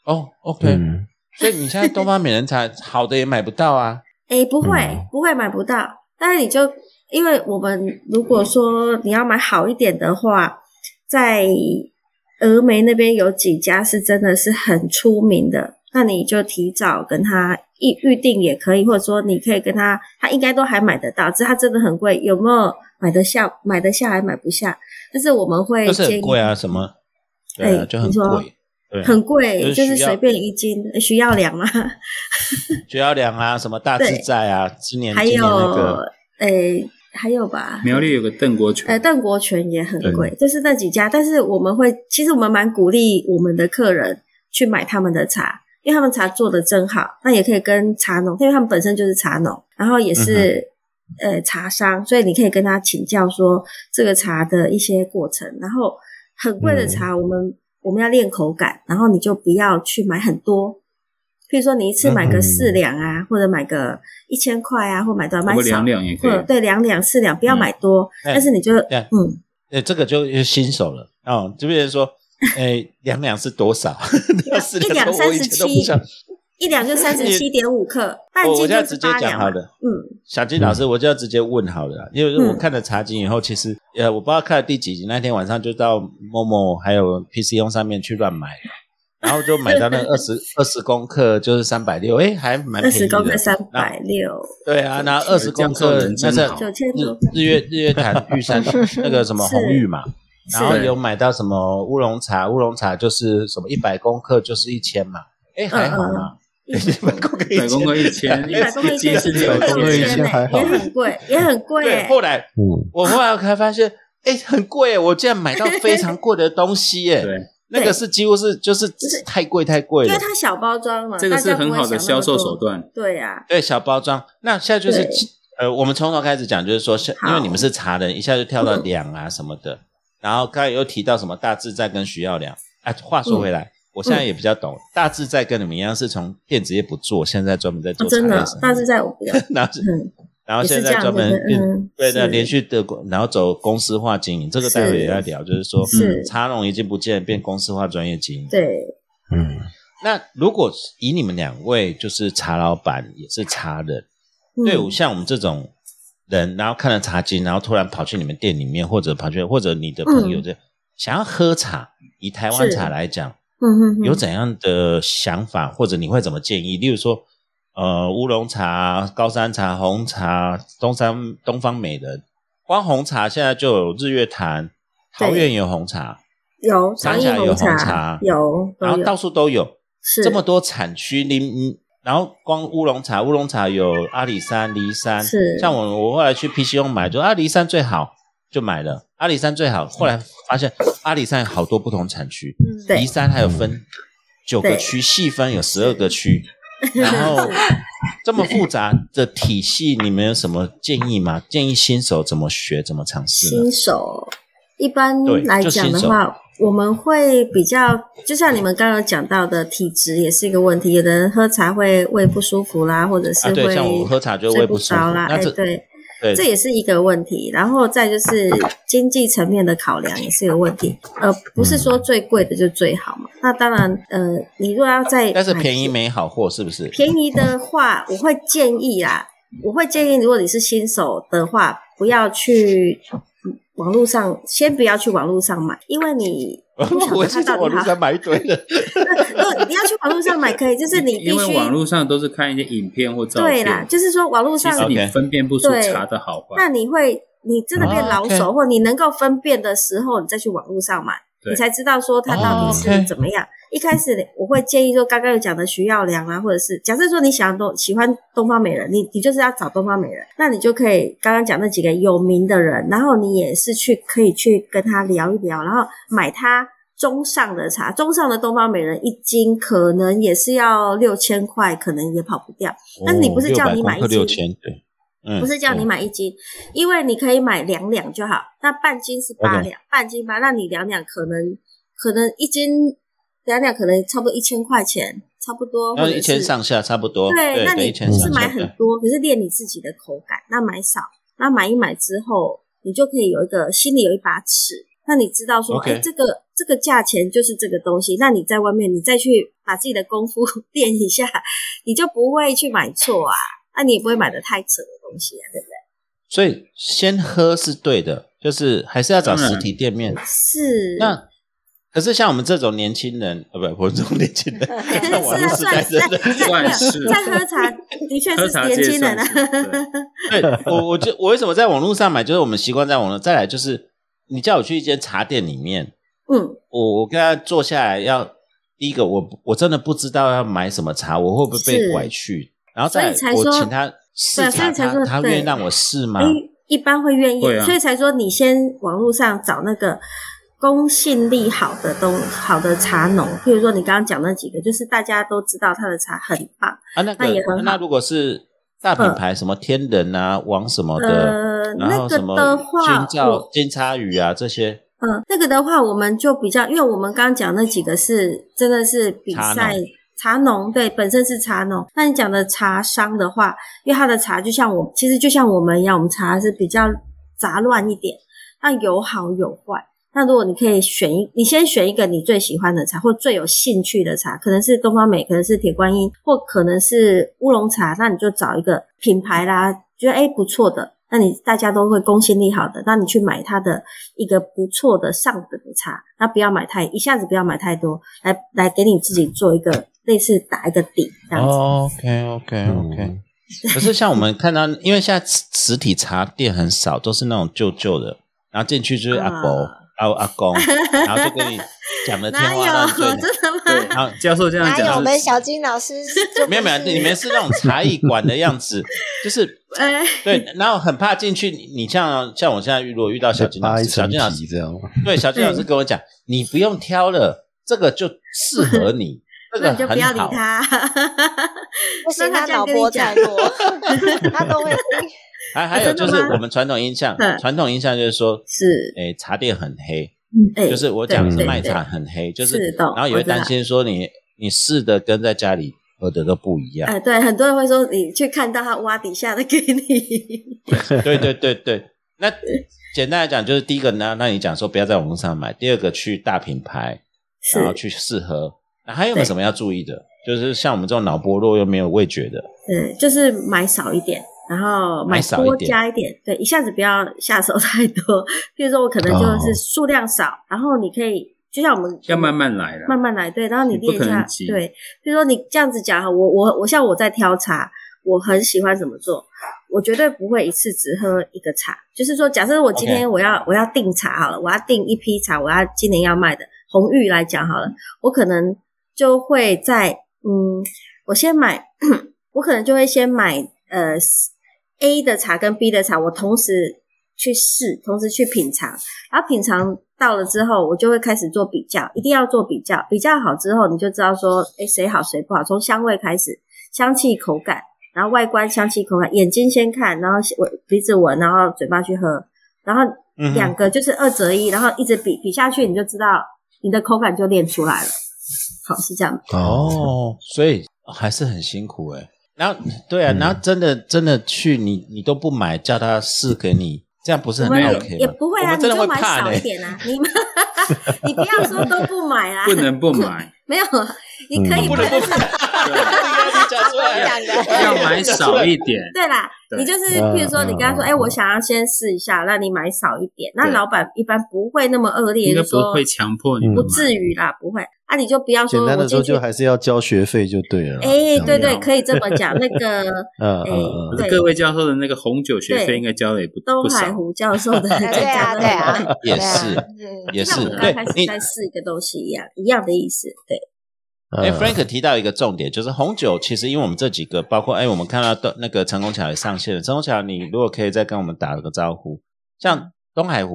[SPEAKER 2] 哦，OK，、
[SPEAKER 3] 嗯
[SPEAKER 2] 所以你现在东方美人茶好的也买不到
[SPEAKER 5] <laughs>
[SPEAKER 2] 啊，
[SPEAKER 5] 哎，不会、
[SPEAKER 3] 嗯
[SPEAKER 5] 不会买不到，但是你就因为我们如果说你要买好一点的话，在峨眉那边有几家是真的是很出名的，那你就提早跟他预预定也可以，或者说你可以跟他，他应该都还买得到，只是他真的很贵，有没有买得下？买得下还买不下？但是我们会
[SPEAKER 2] 就是
[SPEAKER 5] 建
[SPEAKER 2] 很
[SPEAKER 5] 议
[SPEAKER 2] 贵啊，什么，对啊，
[SPEAKER 5] 哎
[SPEAKER 2] 就很
[SPEAKER 5] 你说
[SPEAKER 2] 贵，对啊，
[SPEAKER 5] 很贵，
[SPEAKER 2] 就
[SPEAKER 5] 就是是
[SPEAKER 2] 徐耀
[SPEAKER 5] 随便一斤呃徐耀良啊，
[SPEAKER 2] 绝药良啊，什么大自在啊，今年
[SPEAKER 5] 还
[SPEAKER 2] 今年
[SPEAKER 5] 有
[SPEAKER 2] 那个
[SPEAKER 5] 诶、还有吧，
[SPEAKER 4] 苗栗有个邓国
[SPEAKER 5] 呃，
[SPEAKER 4] 权，
[SPEAKER 5] 邓国权也很贵，就是那几家。但是我们会，其实我们蛮鼓励我们的客人去买他们的茶，因为他们茶做的真好。那也可以跟茶农，因为他们本身就是茶农，然后也
[SPEAKER 4] 嗯
[SPEAKER 5] 是、呃茶商，所以你可以跟他请教说这个茶的一些过程。然后
[SPEAKER 4] 嗯
[SPEAKER 5] 很贵的茶，我们我们要练口感，然后你就不要去买很多。譬如说你一
[SPEAKER 4] 嗯
[SPEAKER 5] 次买个四两啊，或者买个一千块啊，或买多少买嗯
[SPEAKER 4] 我
[SPEAKER 5] 少
[SPEAKER 4] 两，两也可
[SPEAKER 5] 或者
[SPEAKER 4] 以。
[SPEAKER 5] 对两两四两，不要买多，
[SPEAKER 2] 哎
[SPEAKER 5] 但是你就
[SPEAKER 2] 对
[SPEAKER 5] 嗯，
[SPEAKER 2] 呃，这个就是新手了哦，就变成说，哎，两两是多少？ <laughs> 那是
[SPEAKER 5] 啊一两三
[SPEAKER 2] 我以
[SPEAKER 5] 十
[SPEAKER 2] 前都
[SPEAKER 5] 七
[SPEAKER 2] 不想。，
[SPEAKER 5] 一两就三十七点五克，半
[SPEAKER 2] 我我
[SPEAKER 5] 斤
[SPEAKER 2] 现在
[SPEAKER 5] 就
[SPEAKER 2] 直
[SPEAKER 5] 是
[SPEAKER 2] 接
[SPEAKER 5] 八
[SPEAKER 2] 讲
[SPEAKER 5] 两嘛
[SPEAKER 2] 好，的，
[SPEAKER 5] 嗯，
[SPEAKER 2] 小金老师，我就要直接问好了啦，因为我看了茶经以后，其实呃，我不知道看了第几集，那天晚上就到某某还有 PC 用上面去乱买了，然后就买到那二
[SPEAKER 5] <laughs>
[SPEAKER 2] 十二十公克就是三百六，哎，还蛮
[SPEAKER 5] 二
[SPEAKER 2] 便宜
[SPEAKER 5] 十
[SPEAKER 2] 的
[SPEAKER 5] 公克三百六，
[SPEAKER 2] 对啊，那二十公
[SPEAKER 4] 这样
[SPEAKER 2] 克
[SPEAKER 4] 做人
[SPEAKER 2] 那
[SPEAKER 4] 真
[SPEAKER 2] 是
[SPEAKER 4] 好
[SPEAKER 5] 九千多
[SPEAKER 2] 日，日月日月潭
[SPEAKER 4] <laughs>
[SPEAKER 2] 玉山那个什么红玉嘛，然后
[SPEAKER 5] 是
[SPEAKER 2] 有买到什么乌龙茶，乌龙茶就是什么一百公克就是一千嘛，哎，还
[SPEAKER 5] 嗯
[SPEAKER 2] 好嘛，一百公克一
[SPEAKER 4] 百公克
[SPEAKER 2] 千。
[SPEAKER 4] 一千，
[SPEAKER 5] 一百公克
[SPEAKER 4] 一斤是
[SPEAKER 5] 一
[SPEAKER 4] 六
[SPEAKER 5] 千，
[SPEAKER 3] 公克一
[SPEAKER 4] 千
[SPEAKER 3] 千，还好
[SPEAKER 5] 也很贵，也很贵
[SPEAKER 2] 对，
[SPEAKER 5] 欸，
[SPEAKER 2] 后来
[SPEAKER 3] 嗯，
[SPEAKER 2] 我后来才发现，哎，很贵，我竟然买到非常贵的东西耶。
[SPEAKER 4] <laughs> 对，
[SPEAKER 2] 那个是几乎是就是
[SPEAKER 5] 是
[SPEAKER 2] 太贵太贵
[SPEAKER 5] 因
[SPEAKER 2] 了
[SPEAKER 5] 为，它小包装嘛，
[SPEAKER 4] 这个是
[SPEAKER 5] 大家
[SPEAKER 4] 很
[SPEAKER 5] 不会
[SPEAKER 4] 好的
[SPEAKER 5] 想那
[SPEAKER 4] 销
[SPEAKER 5] 么
[SPEAKER 4] 售
[SPEAKER 5] 多
[SPEAKER 4] 手，段。
[SPEAKER 5] 对呀，
[SPEAKER 2] 对，小包装。那现在就是
[SPEAKER 5] 对
[SPEAKER 2] 呃，我们从头开始讲，就是说，像
[SPEAKER 5] 好
[SPEAKER 2] 因为你们是茶人，一下就跳到
[SPEAKER 5] 嗯
[SPEAKER 2] 两啊什么的，然后刚才又提到什么大自在跟徐耀良。啊，话说回来，
[SPEAKER 5] 嗯
[SPEAKER 2] 我现在也比较懂，大自在跟你们一样是从电子业不做，现在专门在
[SPEAKER 5] 哦
[SPEAKER 2] 做茶
[SPEAKER 5] 真
[SPEAKER 2] 类
[SPEAKER 5] 的
[SPEAKER 2] 生，意
[SPEAKER 5] 但是在我不要，
[SPEAKER 2] 然后是
[SPEAKER 5] 嗯，
[SPEAKER 2] 然后
[SPEAKER 5] 也
[SPEAKER 2] 现
[SPEAKER 5] 是这
[SPEAKER 2] 在
[SPEAKER 5] 样
[SPEAKER 2] 专
[SPEAKER 5] 子
[SPEAKER 2] 门
[SPEAKER 5] 的，
[SPEAKER 2] 变
[SPEAKER 5] 嗯，
[SPEAKER 2] 对的，
[SPEAKER 5] 是
[SPEAKER 2] 连续的，然后走公司化经营，这个
[SPEAKER 5] 是
[SPEAKER 2] 待会也要聊，就是说
[SPEAKER 5] 是
[SPEAKER 2] 茶农已经不见了，变公司化专业经营。
[SPEAKER 5] 对，
[SPEAKER 3] 嗯，
[SPEAKER 2] 那如果以你们两位就是茶老板，也是茶人，
[SPEAKER 5] 嗯
[SPEAKER 2] 对，我像我们这种人，然后看了茶经，然后突然跑去你们店里面，或者跑去或者你的朋友
[SPEAKER 5] 嗯
[SPEAKER 2] 这、想要喝茶，以台湾
[SPEAKER 5] 是
[SPEAKER 2] 茶来讲，
[SPEAKER 5] 嗯嗯，嗯
[SPEAKER 2] 有怎样的想法，或者你会怎么建议？例如说，呃，乌龙茶、高山茶、红茶、东山东方美人，光红茶现在就有日月潭、
[SPEAKER 5] 对
[SPEAKER 2] 桃园有红茶，
[SPEAKER 5] 有
[SPEAKER 2] 三
[SPEAKER 5] 长
[SPEAKER 2] 峡
[SPEAKER 5] 叶
[SPEAKER 2] 有
[SPEAKER 5] 红
[SPEAKER 2] 红茶
[SPEAKER 5] 有
[SPEAKER 2] 然后
[SPEAKER 5] 都
[SPEAKER 2] 到
[SPEAKER 5] 有，
[SPEAKER 2] 处都有。
[SPEAKER 5] 是
[SPEAKER 2] 这么多产区，你你然后光乌龙茶，乌龙茶有阿里山、梨山，
[SPEAKER 5] 是
[SPEAKER 2] 像我我后来去 PC 用买，就阿里山最好，就买了阿里山最
[SPEAKER 5] 嗯
[SPEAKER 2] 好。后来发现阿里山有好多不同产区，
[SPEAKER 1] 嗯，
[SPEAKER 5] 对
[SPEAKER 2] 梨山还有分九个
[SPEAKER 5] 对
[SPEAKER 2] 区，细分有十二个区，然后这么复杂的体系，你们有什么建议吗？建议新手怎么学，怎么尝试呢？
[SPEAKER 5] 新手一般
[SPEAKER 2] 对
[SPEAKER 5] 来
[SPEAKER 2] 就
[SPEAKER 5] 讲
[SPEAKER 2] 新
[SPEAKER 5] 的
[SPEAKER 2] 手
[SPEAKER 5] 话，我们会比较，就像你们刚刚讲到的，体质也是一个问题。有的人喝茶会胃不舒服啦，或者是
[SPEAKER 2] 啊，
[SPEAKER 5] 会、
[SPEAKER 2] 对，像我喝茶就胃
[SPEAKER 5] 睡
[SPEAKER 2] 不
[SPEAKER 5] 不
[SPEAKER 2] 舒服，
[SPEAKER 5] 着啦，
[SPEAKER 2] 那
[SPEAKER 5] 哎，
[SPEAKER 2] 这
[SPEAKER 5] 对，
[SPEAKER 2] 对
[SPEAKER 5] 这也是一个问题。然后再就是经济层面的考量也是一个问题。呃，不是
[SPEAKER 2] 嗯
[SPEAKER 5] 说最贵的就最好嘛。那当然，呃，你如果要再
[SPEAKER 2] 但是
[SPEAKER 5] 买
[SPEAKER 2] 便宜没好货，是不是？
[SPEAKER 5] 便宜的话，我会建议啦，我会建议，如果你是新手的话，不要去网络上，先不要去网络上买，因为你
[SPEAKER 2] <laughs>
[SPEAKER 5] 不晓
[SPEAKER 2] 我
[SPEAKER 5] 得
[SPEAKER 2] 去
[SPEAKER 5] 它到
[SPEAKER 2] 网
[SPEAKER 5] 底
[SPEAKER 2] 络
[SPEAKER 5] <laughs> 好。
[SPEAKER 2] 上买一堆的。
[SPEAKER 5] 呃，你要去网络上买可以，就是你必
[SPEAKER 4] 因为
[SPEAKER 5] 须
[SPEAKER 4] 网络上都是看一些影片或照
[SPEAKER 5] 对啦，
[SPEAKER 4] 片，
[SPEAKER 5] 就是说网络
[SPEAKER 4] 其
[SPEAKER 5] 上，
[SPEAKER 4] 实你
[SPEAKER 2] OK
[SPEAKER 4] 分辨不出
[SPEAKER 5] 对
[SPEAKER 4] 茶的好坏
[SPEAKER 5] 那。你会你真的变
[SPEAKER 2] 啊
[SPEAKER 5] 老
[SPEAKER 2] ，OK
[SPEAKER 5] 手，或你能够分辨的时候，你再去网络上买。
[SPEAKER 4] 对
[SPEAKER 5] 你才知道说它到底
[SPEAKER 2] 哦，OK
[SPEAKER 5] 是怎么样。一开始我会建议说，刚刚有讲的徐耀良啊，或者是假设说你想东喜欢东方美人，你你就是要找东方美人，那你就可以刚刚讲那几个有名的人，然后你也是去可以去跟他聊一聊，然后买他中上的茶，中上的东方美人一斤可能也是要六千块，可能也跑不掉。但是你不是叫你买一
[SPEAKER 2] 六
[SPEAKER 5] 斤
[SPEAKER 2] 千，对，嗯，
[SPEAKER 5] 不是叫你买一斤，因为你可以买两两就好。那半斤是八
[SPEAKER 2] OK
[SPEAKER 5] 两，半斤八，那你两两可能可能一斤两两可能差不多一千块钱，差不多
[SPEAKER 2] 嗯，
[SPEAKER 5] 或
[SPEAKER 2] 要
[SPEAKER 5] 者是
[SPEAKER 2] 一千上下差不多，
[SPEAKER 5] 对，那
[SPEAKER 2] 对，
[SPEAKER 5] 你
[SPEAKER 2] 一千上
[SPEAKER 5] 是
[SPEAKER 2] 下
[SPEAKER 5] 买很
[SPEAKER 2] 对
[SPEAKER 5] 多，可是练你自己的口感。那买少，那买一买之后，你就可以有一个心里有一把尺，那你知道说，
[SPEAKER 2] OK
[SPEAKER 5] 哎、这个这个价钱就是这个东西。那你在外面，你再去把自己的功夫 <laughs> 练一下，你就不会去买错啊，那你也不会买的太扯的东西啊，对不对？
[SPEAKER 2] 所以先喝是对的，就是还是要找
[SPEAKER 4] 当然
[SPEAKER 2] 实体店面。
[SPEAKER 5] 是， <laughs>
[SPEAKER 2] 那可是像我们这种年轻人，呃，不，我这种年轻
[SPEAKER 5] <laughs>
[SPEAKER 2] 人，
[SPEAKER 5] 是
[SPEAKER 2] 像网络
[SPEAKER 5] 啊，
[SPEAKER 2] 时代
[SPEAKER 5] 算
[SPEAKER 2] 的人，
[SPEAKER 4] 算
[SPEAKER 5] <laughs> 算
[SPEAKER 4] 是
[SPEAKER 5] 在喝茶，的确
[SPEAKER 4] 喝
[SPEAKER 5] 是
[SPEAKER 4] 茶
[SPEAKER 5] 年
[SPEAKER 4] 界
[SPEAKER 5] 轻人啊
[SPEAKER 4] 算是对。
[SPEAKER 2] 对我，我就我为什么在网络上买，就是我们习惯在网络。再来就是，你叫我去一间茶店里面，
[SPEAKER 5] <laughs> 嗯，
[SPEAKER 2] 我我跟他坐下来要。第一个，我我真的不知道要买什么茶，我会不会被
[SPEAKER 5] 是
[SPEAKER 2] 拐去？然后再来
[SPEAKER 5] 所以才
[SPEAKER 2] 我
[SPEAKER 5] 说
[SPEAKER 2] 请他试
[SPEAKER 5] 对所
[SPEAKER 2] 茶，
[SPEAKER 5] 以才
[SPEAKER 2] 他
[SPEAKER 5] 说
[SPEAKER 2] 他
[SPEAKER 5] 对
[SPEAKER 2] 愿意让我试吗？
[SPEAKER 5] 一一般会愿意，
[SPEAKER 4] 会啊
[SPEAKER 5] 所以才说你先网络上找那个公信力好的东好的茶农，譬如说你刚刚讲那几个，就是大家都知道他的茶很棒，
[SPEAKER 2] 啊，那个
[SPEAKER 5] 那也很好嗯
[SPEAKER 2] 那如果是大品牌，什么天人啊、王什么的，
[SPEAKER 5] 呃，
[SPEAKER 2] 然
[SPEAKER 5] 那
[SPEAKER 2] 后
[SPEAKER 5] 个
[SPEAKER 2] 什么
[SPEAKER 5] 的话，
[SPEAKER 2] 金兆
[SPEAKER 5] 我、
[SPEAKER 2] 金叉鱼啊这些，
[SPEAKER 5] 嗯，那个的话，我们就比较，因为我们刚刚讲那几个是真的是比
[SPEAKER 2] 茶
[SPEAKER 5] 赛
[SPEAKER 2] 农
[SPEAKER 5] 茶农对，本身是茶农。那你讲的茶商的话，因为他的茶就像我，其实就像我们一样，我们茶是比较杂乱一点，那有好有坏。那如果你可以选一，你先选一个你最喜欢的茶，或最有兴趣的茶，可能是东方美，可能是铁观音，或可能是乌龙茶，那你就找一个品牌啦，觉得诶不错的，那你大家都会公信力好的，那你去买它的一个不错的上等的茶，那不要买太一下子不要买太多，来来给你自己做一个类似打一个底这样子。
[SPEAKER 2] 哦
[SPEAKER 4] 哦
[SPEAKER 2] OK OK
[SPEAKER 4] 嗯
[SPEAKER 3] 嗯
[SPEAKER 2] OK。可是像我
[SPEAKER 5] <laughs>
[SPEAKER 2] 们看到，因为现在实实体茶店很少，都是那种旧旧的，然后进去就是阿伯、阿阿公，然后就跟你讲的天
[SPEAKER 5] 啊 <laughs> 哪
[SPEAKER 2] 花
[SPEAKER 5] 有
[SPEAKER 2] 乱坠
[SPEAKER 5] 真
[SPEAKER 2] 的。
[SPEAKER 5] 的吗？
[SPEAKER 4] 对，
[SPEAKER 2] 好
[SPEAKER 4] 教授这样
[SPEAKER 1] 哪
[SPEAKER 4] 讲
[SPEAKER 1] 有我
[SPEAKER 4] 是
[SPEAKER 1] 们小金老师
[SPEAKER 2] <laughs>
[SPEAKER 1] 就
[SPEAKER 2] 没有没有，你们是那种茶艺馆的样子， <laughs> 就是
[SPEAKER 5] 哎，
[SPEAKER 2] 对，然后很怕进去。你你像像我现在如果遇到小金老
[SPEAKER 3] 扒一
[SPEAKER 2] 师，小
[SPEAKER 3] 层
[SPEAKER 2] 金老师
[SPEAKER 3] 皮这样。
[SPEAKER 2] 对，小俊老师跟我
[SPEAKER 5] 嗯
[SPEAKER 2] 讲，你不用挑了，这个就适合
[SPEAKER 5] <laughs>
[SPEAKER 2] 你，这
[SPEAKER 5] 那
[SPEAKER 2] 个
[SPEAKER 5] 你就不
[SPEAKER 2] 很
[SPEAKER 5] 要理
[SPEAKER 2] 好。
[SPEAKER 5] 他。
[SPEAKER 1] 不行，他
[SPEAKER 5] 那他这样
[SPEAKER 1] 脑
[SPEAKER 5] 跟你
[SPEAKER 1] 波
[SPEAKER 5] 讲
[SPEAKER 1] 太弱， <laughs> 他都会听。
[SPEAKER 2] 还还有
[SPEAKER 5] 啊真
[SPEAKER 2] 就
[SPEAKER 5] 的
[SPEAKER 2] 是
[SPEAKER 5] 吗
[SPEAKER 2] 我们传统印象
[SPEAKER 5] 嗯，
[SPEAKER 2] 传统印象就是说，
[SPEAKER 5] <laughs> 是，
[SPEAKER 2] 诶，茶店很黑，
[SPEAKER 5] 哎，
[SPEAKER 2] 嗯就是我讲的是
[SPEAKER 5] 对
[SPEAKER 2] 卖
[SPEAKER 5] 对
[SPEAKER 2] 茶很黑，就是是
[SPEAKER 5] 的
[SPEAKER 2] 然后也
[SPEAKER 5] 我
[SPEAKER 2] 会
[SPEAKER 5] 知道
[SPEAKER 2] 担心说你你试的跟在家里喝的都不一样。
[SPEAKER 5] 哎，对，很多人会说你去看到他挖底下的给
[SPEAKER 4] <laughs>
[SPEAKER 5] 你，
[SPEAKER 2] 对对对对，那简单来讲就是第一个呢，那你讲说不要在网络上买，第二个去大品牌，
[SPEAKER 5] 是
[SPEAKER 2] 然
[SPEAKER 4] 啊
[SPEAKER 2] 后去试喝。那还有没有
[SPEAKER 5] 对
[SPEAKER 2] 什么要注意的？就是像我们这种脑波弱又没有味觉的，
[SPEAKER 5] 对，就是买少一点，然后
[SPEAKER 2] 买少一
[SPEAKER 5] 多
[SPEAKER 2] 点
[SPEAKER 5] 加一点，对，一下子不要下手太多。 <laughs> 比如说我可能就是
[SPEAKER 3] 哦
[SPEAKER 5] 数量少，然后你可以就像我们
[SPEAKER 4] 要慢慢来
[SPEAKER 5] 慢
[SPEAKER 4] 了。
[SPEAKER 5] 慢来，对，然后你
[SPEAKER 4] 你不
[SPEAKER 5] 列一
[SPEAKER 4] 可能
[SPEAKER 5] 下
[SPEAKER 4] 急，
[SPEAKER 5] 对，比如说你这样子讲哈，我我我像我在挑茶，我很喜欢怎么做，我绝对不会一次只喝一个茶，就是说，假设我今
[SPEAKER 2] OK
[SPEAKER 5] 天我要我要订茶好了，我要订一批茶，我要今年要卖的红玉来讲好了，我可能就会在嗯，我先买， <clears throat> 我可能就会先买呃 A 的茶跟 B 的茶，我同时去试，同时去品尝。然后品尝到了之后，我就会开始做比较，一定要做比较，比较好之后，你就知道说，哎，谁好谁不好。从香味开始，香气、口感，然后外观、香气、口感，眼睛先看，然后闻鼻子闻，然后嘴巴去喝，然后
[SPEAKER 2] 嗯哼
[SPEAKER 5] 两个就是二择一，然后一直比比下去，你就知道你的口感就练出来了。好，是这样。
[SPEAKER 2] 哦，所以还是很辛苦哎、然后对啊，
[SPEAKER 3] 嗯
[SPEAKER 2] 然后真的真的去你你都不买，叫他试给你，这样不是
[SPEAKER 5] 我
[SPEAKER 2] 很
[SPEAKER 5] 们
[SPEAKER 2] OK 吗？
[SPEAKER 5] 也也不会
[SPEAKER 2] 我
[SPEAKER 5] 啊，
[SPEAKER 2] 们
[SPEAKER 5] 你
[SPEAKER 2] 真的
[SPEAKER 5] 就
[SPEAKER 2] 会
[SPEAKER 5] 买
[SPEAKER 2] 怕
[SPEAKER 5] 少
[SPEAKER 2] 呢、
[SPEAKER 5] 一点啊，你你不要说都不买
[SPEAKER 4] <laughs>
[SPEAKER 5] 啦，
[SPEAKER 4] 不能不买，
[SPEAKER 5] <laughs> 没有，你可以
[SPEAKER 3] 嗯
[SPEAKER 5] 买，
[SPEAKER 2] 不能
[SPEAKER 5] 但
[SPEAKER 2] 不
[SPEAKER 5] 是
[SPEAKER 2] 买，你讲出来了， <laughs>
[SPEAKER 4] 要买少一点。
[SPEAKER 5] 对啦，
[SPEAKER 4] 对
[SPEAKER 5] 你就是
[SPEAKER 3] 嗯
[SPEAKER 5] 譬如说，你跟他说，
[SPEAKER 3] 嗯
[SPEAKER 5] 哎、我想要先试一下，让你买少一点。那
[SPEAKER 4] 对
[SPEAKER 5] 老板一般不会那么恶劣，
[SPEAKER 4] 应该
[SPEAKER 5] 就
[SPEAKER 4] 不
[SPEAKER 5] 说
[SPEAKER 4] 会强迫你
[SPEAKER 5] 不
[SPEAKER 4] 们买，
[SPEAKER 5] 至于啦，不会。啊，你就不要说
[SPEAKER 3] 简单
[SPEAKER 5] 我
[SPEAKER 3] 的
[SPEAKER 5] 进
[SPEAKER 3] 说，
[SPEAKER 5] 去
[SPEAKER 3] 就，还是要交学费就对了啦。
[SPEAKER 5] 哎、对对，可以这么讲。那
[SPEAKER 2] <laughs>
[SPEAKER 5] 个
[SPEAKER 3] 嗯，嗯
[SPEAKER 5] 哎
[SPEAKER 3] 嗯嗯，
[SPEAKER 4] 可是各位教授的那个红酒学
[SPEAKER 5] 对
[SPEAKER 4] 费应该交的也不
[SPEAKER 5] 东
[SPEAKER 4] 不
[SPEAKER 5] 海
[SPEAKER 4] 少，
[SPEAKER 5] 胡教授的
[SPEAKER 1] 哎 <laughs> 对啊，对啊，
[SPEAKER 2] 也
[SPEAKER 1] 对啊
[SPEAKER 2] 是
[SPEAKER 1] 嗯，
[SPEAKER 2] <laughs> 也是
[SPEAKER 5] 像我
[SPEAKER 2] 对
[SPEAKER 5] 刚开始
[SPEAKER 2] 你。
[SPEAKER 5] 在试一个东西一样，一样的意思。对，
[SPEAKER 2] 哎
[SPEAKER 3] 嗯
[SPEAKER 2] ，Frank 提到一个重点，就是红酒。其实，因为我们这几个，包括哎，我们看到的那个成功桥也上线了。成功桥，你如果可以再跟我们打个招呼，像东海湖，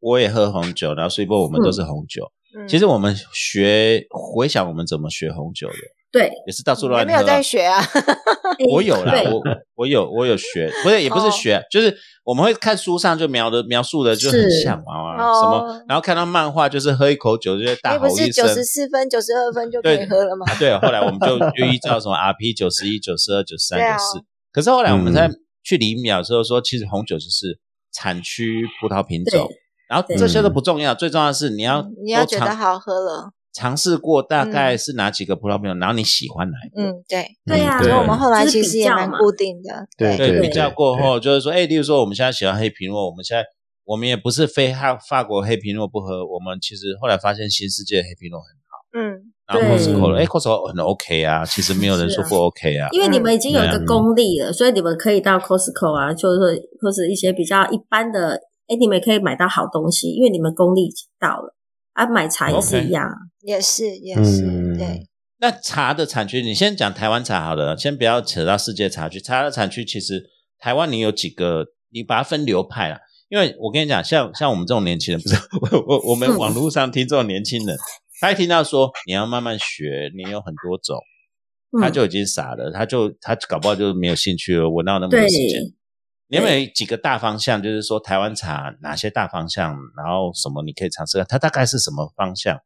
[SPEAKER 2] 我我也喝红酒，然后所以波我们都是红酒。
[SPEAKER 1] 嗯
[SPEAKER 2] 其实我们学回想我们怎么学红酒的，
[SPEAKER 5] 对，
[SPEAKER 2] 也是到处
[SPEAKER 1] 还
[SPEAKER 2] 乱
[SPEAKER 1] 没
[SPEAKER 2] 喝、
[SPEAKER 1] 有
[SPEAKER 2] 啊。
[SPEAKER 1] 在学啊，
[SPEAKER 5] 哎
[SPEAKER 2] 我有啦，
[SPEAKER 5] 对
[SPEAKER 2] 我我有我有学，不是也不是
[SPEAKER 1] 哦
[SPEAKER 2] 学，就是我们会看书上就描的描述的就很
[SPEAKER 5] 是
[SPEAKER 2] 像啊
[SPEAKER 1] 哦
[SPEAKER 2] 什么，然后看到漫画就是喝一口酒就会大
[SPEAKER 1] 那
[SPEAKER 2] 吼
[SPEAKER 1] 不是
[SPEAKER 2] 一
[SPEAKER 1] 九
[SPEAKER 2] 声。
[SPEAKER 1] 十四分、九十二分就可以
[SPEAKER 2] 对
[SPEAKER 1] 喝了吗？
[SPEAKER 2] 啊，对，后来我们
[SPEAKER 1] <laughs>
[SPEAKER 2] 就就依照什么 RP 九十一、九十二、九三、
[SPEAKER 1] 对啊
[SPEAKER 2] 九四。可是后来我们在
[SPEAKER 3] 嗯
[SPEAKER 2] 去厘秒的时候说，其实红酒就是产区、葡萄品
[SPEAKER 5] 对
[SPEAKER 2] 种，然后这些
[SPEAKER 3] 嗯
[SPEAKER 2] 都不重要，最重要的是你要
[SPEAKER 1] 嗯你要
[SPEAKER 2] 都
[SPEAKER 1] 觉得
[SPEAKER 2] 尝
[SPEAKER 1] 好喝了，
[SPEAKER 2] 尝试过大概是哪几个葡萄品种，然后你喜欢哪一个。
[SPEAKER 1] 嗯，对。
[SPEAKER 5] 对
[SPEAKER 3] 嗯
[SPEAKER 5] 啊，
[SPEAKER 3] 对
[SPEAKER 1] 所以我们后来
[SPEAKER 5] 就是
[SPEAKER 1] 其
[SPEAKER 5] 比
[SPEAKER 1] 实也
[SPEAKER 5] 较
[SPEAKER 1] 蛮
[SPEAKER 5] 嘛
[SPEAKER 1] 固定的，
[SPEAKER 3] 对
[SPEAKER 2] 对，
[SPEAKER 3] 对
[SPEAKER 5] 对
[SPEAKER 2] 比较过
[SPEAKER 3] 对
[SPEAKER 2] 后就是说，哎，例如说我们现在喜欢黑皮诺，我们现在我们也不是非法法国黑皮诺不喝，我们其实后来发现新世界的黑皮诺很，
[SPEAKER 1] 嗯，
[SPEAKER 2] 然后
[SPEAKER 5] 对
[SPEAKER 2] Costco 了，哎，Costco 很 OK 啊，其实没有人说不 OK 啊，
[SPEAKER 5] 因为你们已经有一个
[SPEAKER 3] 嗯
[SPEAKER 5] 功力了，所以你们可以到 Costco 啊，就是说或者一些比较一般的，哎，你们也可以买到好东西，因为你们功力已经到了。啊，买茶也是
[SPEAKER 2] OK
[SPEAKER 5] 一样啊
[SPEAKER 1] 也是也是，
[SPEAKER 3] 嗯
[SPEAKER 1] 对，
[SPEAKER 2] 那茶的产区，你先讲台湾茶好了，先不要扯到世界茶区。茶的产区其实台湾你有几个，你把它分流派啦。因为我跟你讲，像像我们这种年轻人，不是 <laughs> 我我我们
[SPEAKER 5] 嗯
[SPEAKER 2] 网络上听这种年轻人，他一听到说你要慢慢学，你有很多种，
[SPEAKER 5] 嗯
[SPEAKER 2] 他就已经傻了，他就他搞不好就没有兴趣了。我哪有那么
[SPEAKER 5] 对
[SPEAKER 2] 多时间？你有没有几个大方向？就是说台湾茶哪些大方向，然后什么你可以尝试看，它大概是什么方向，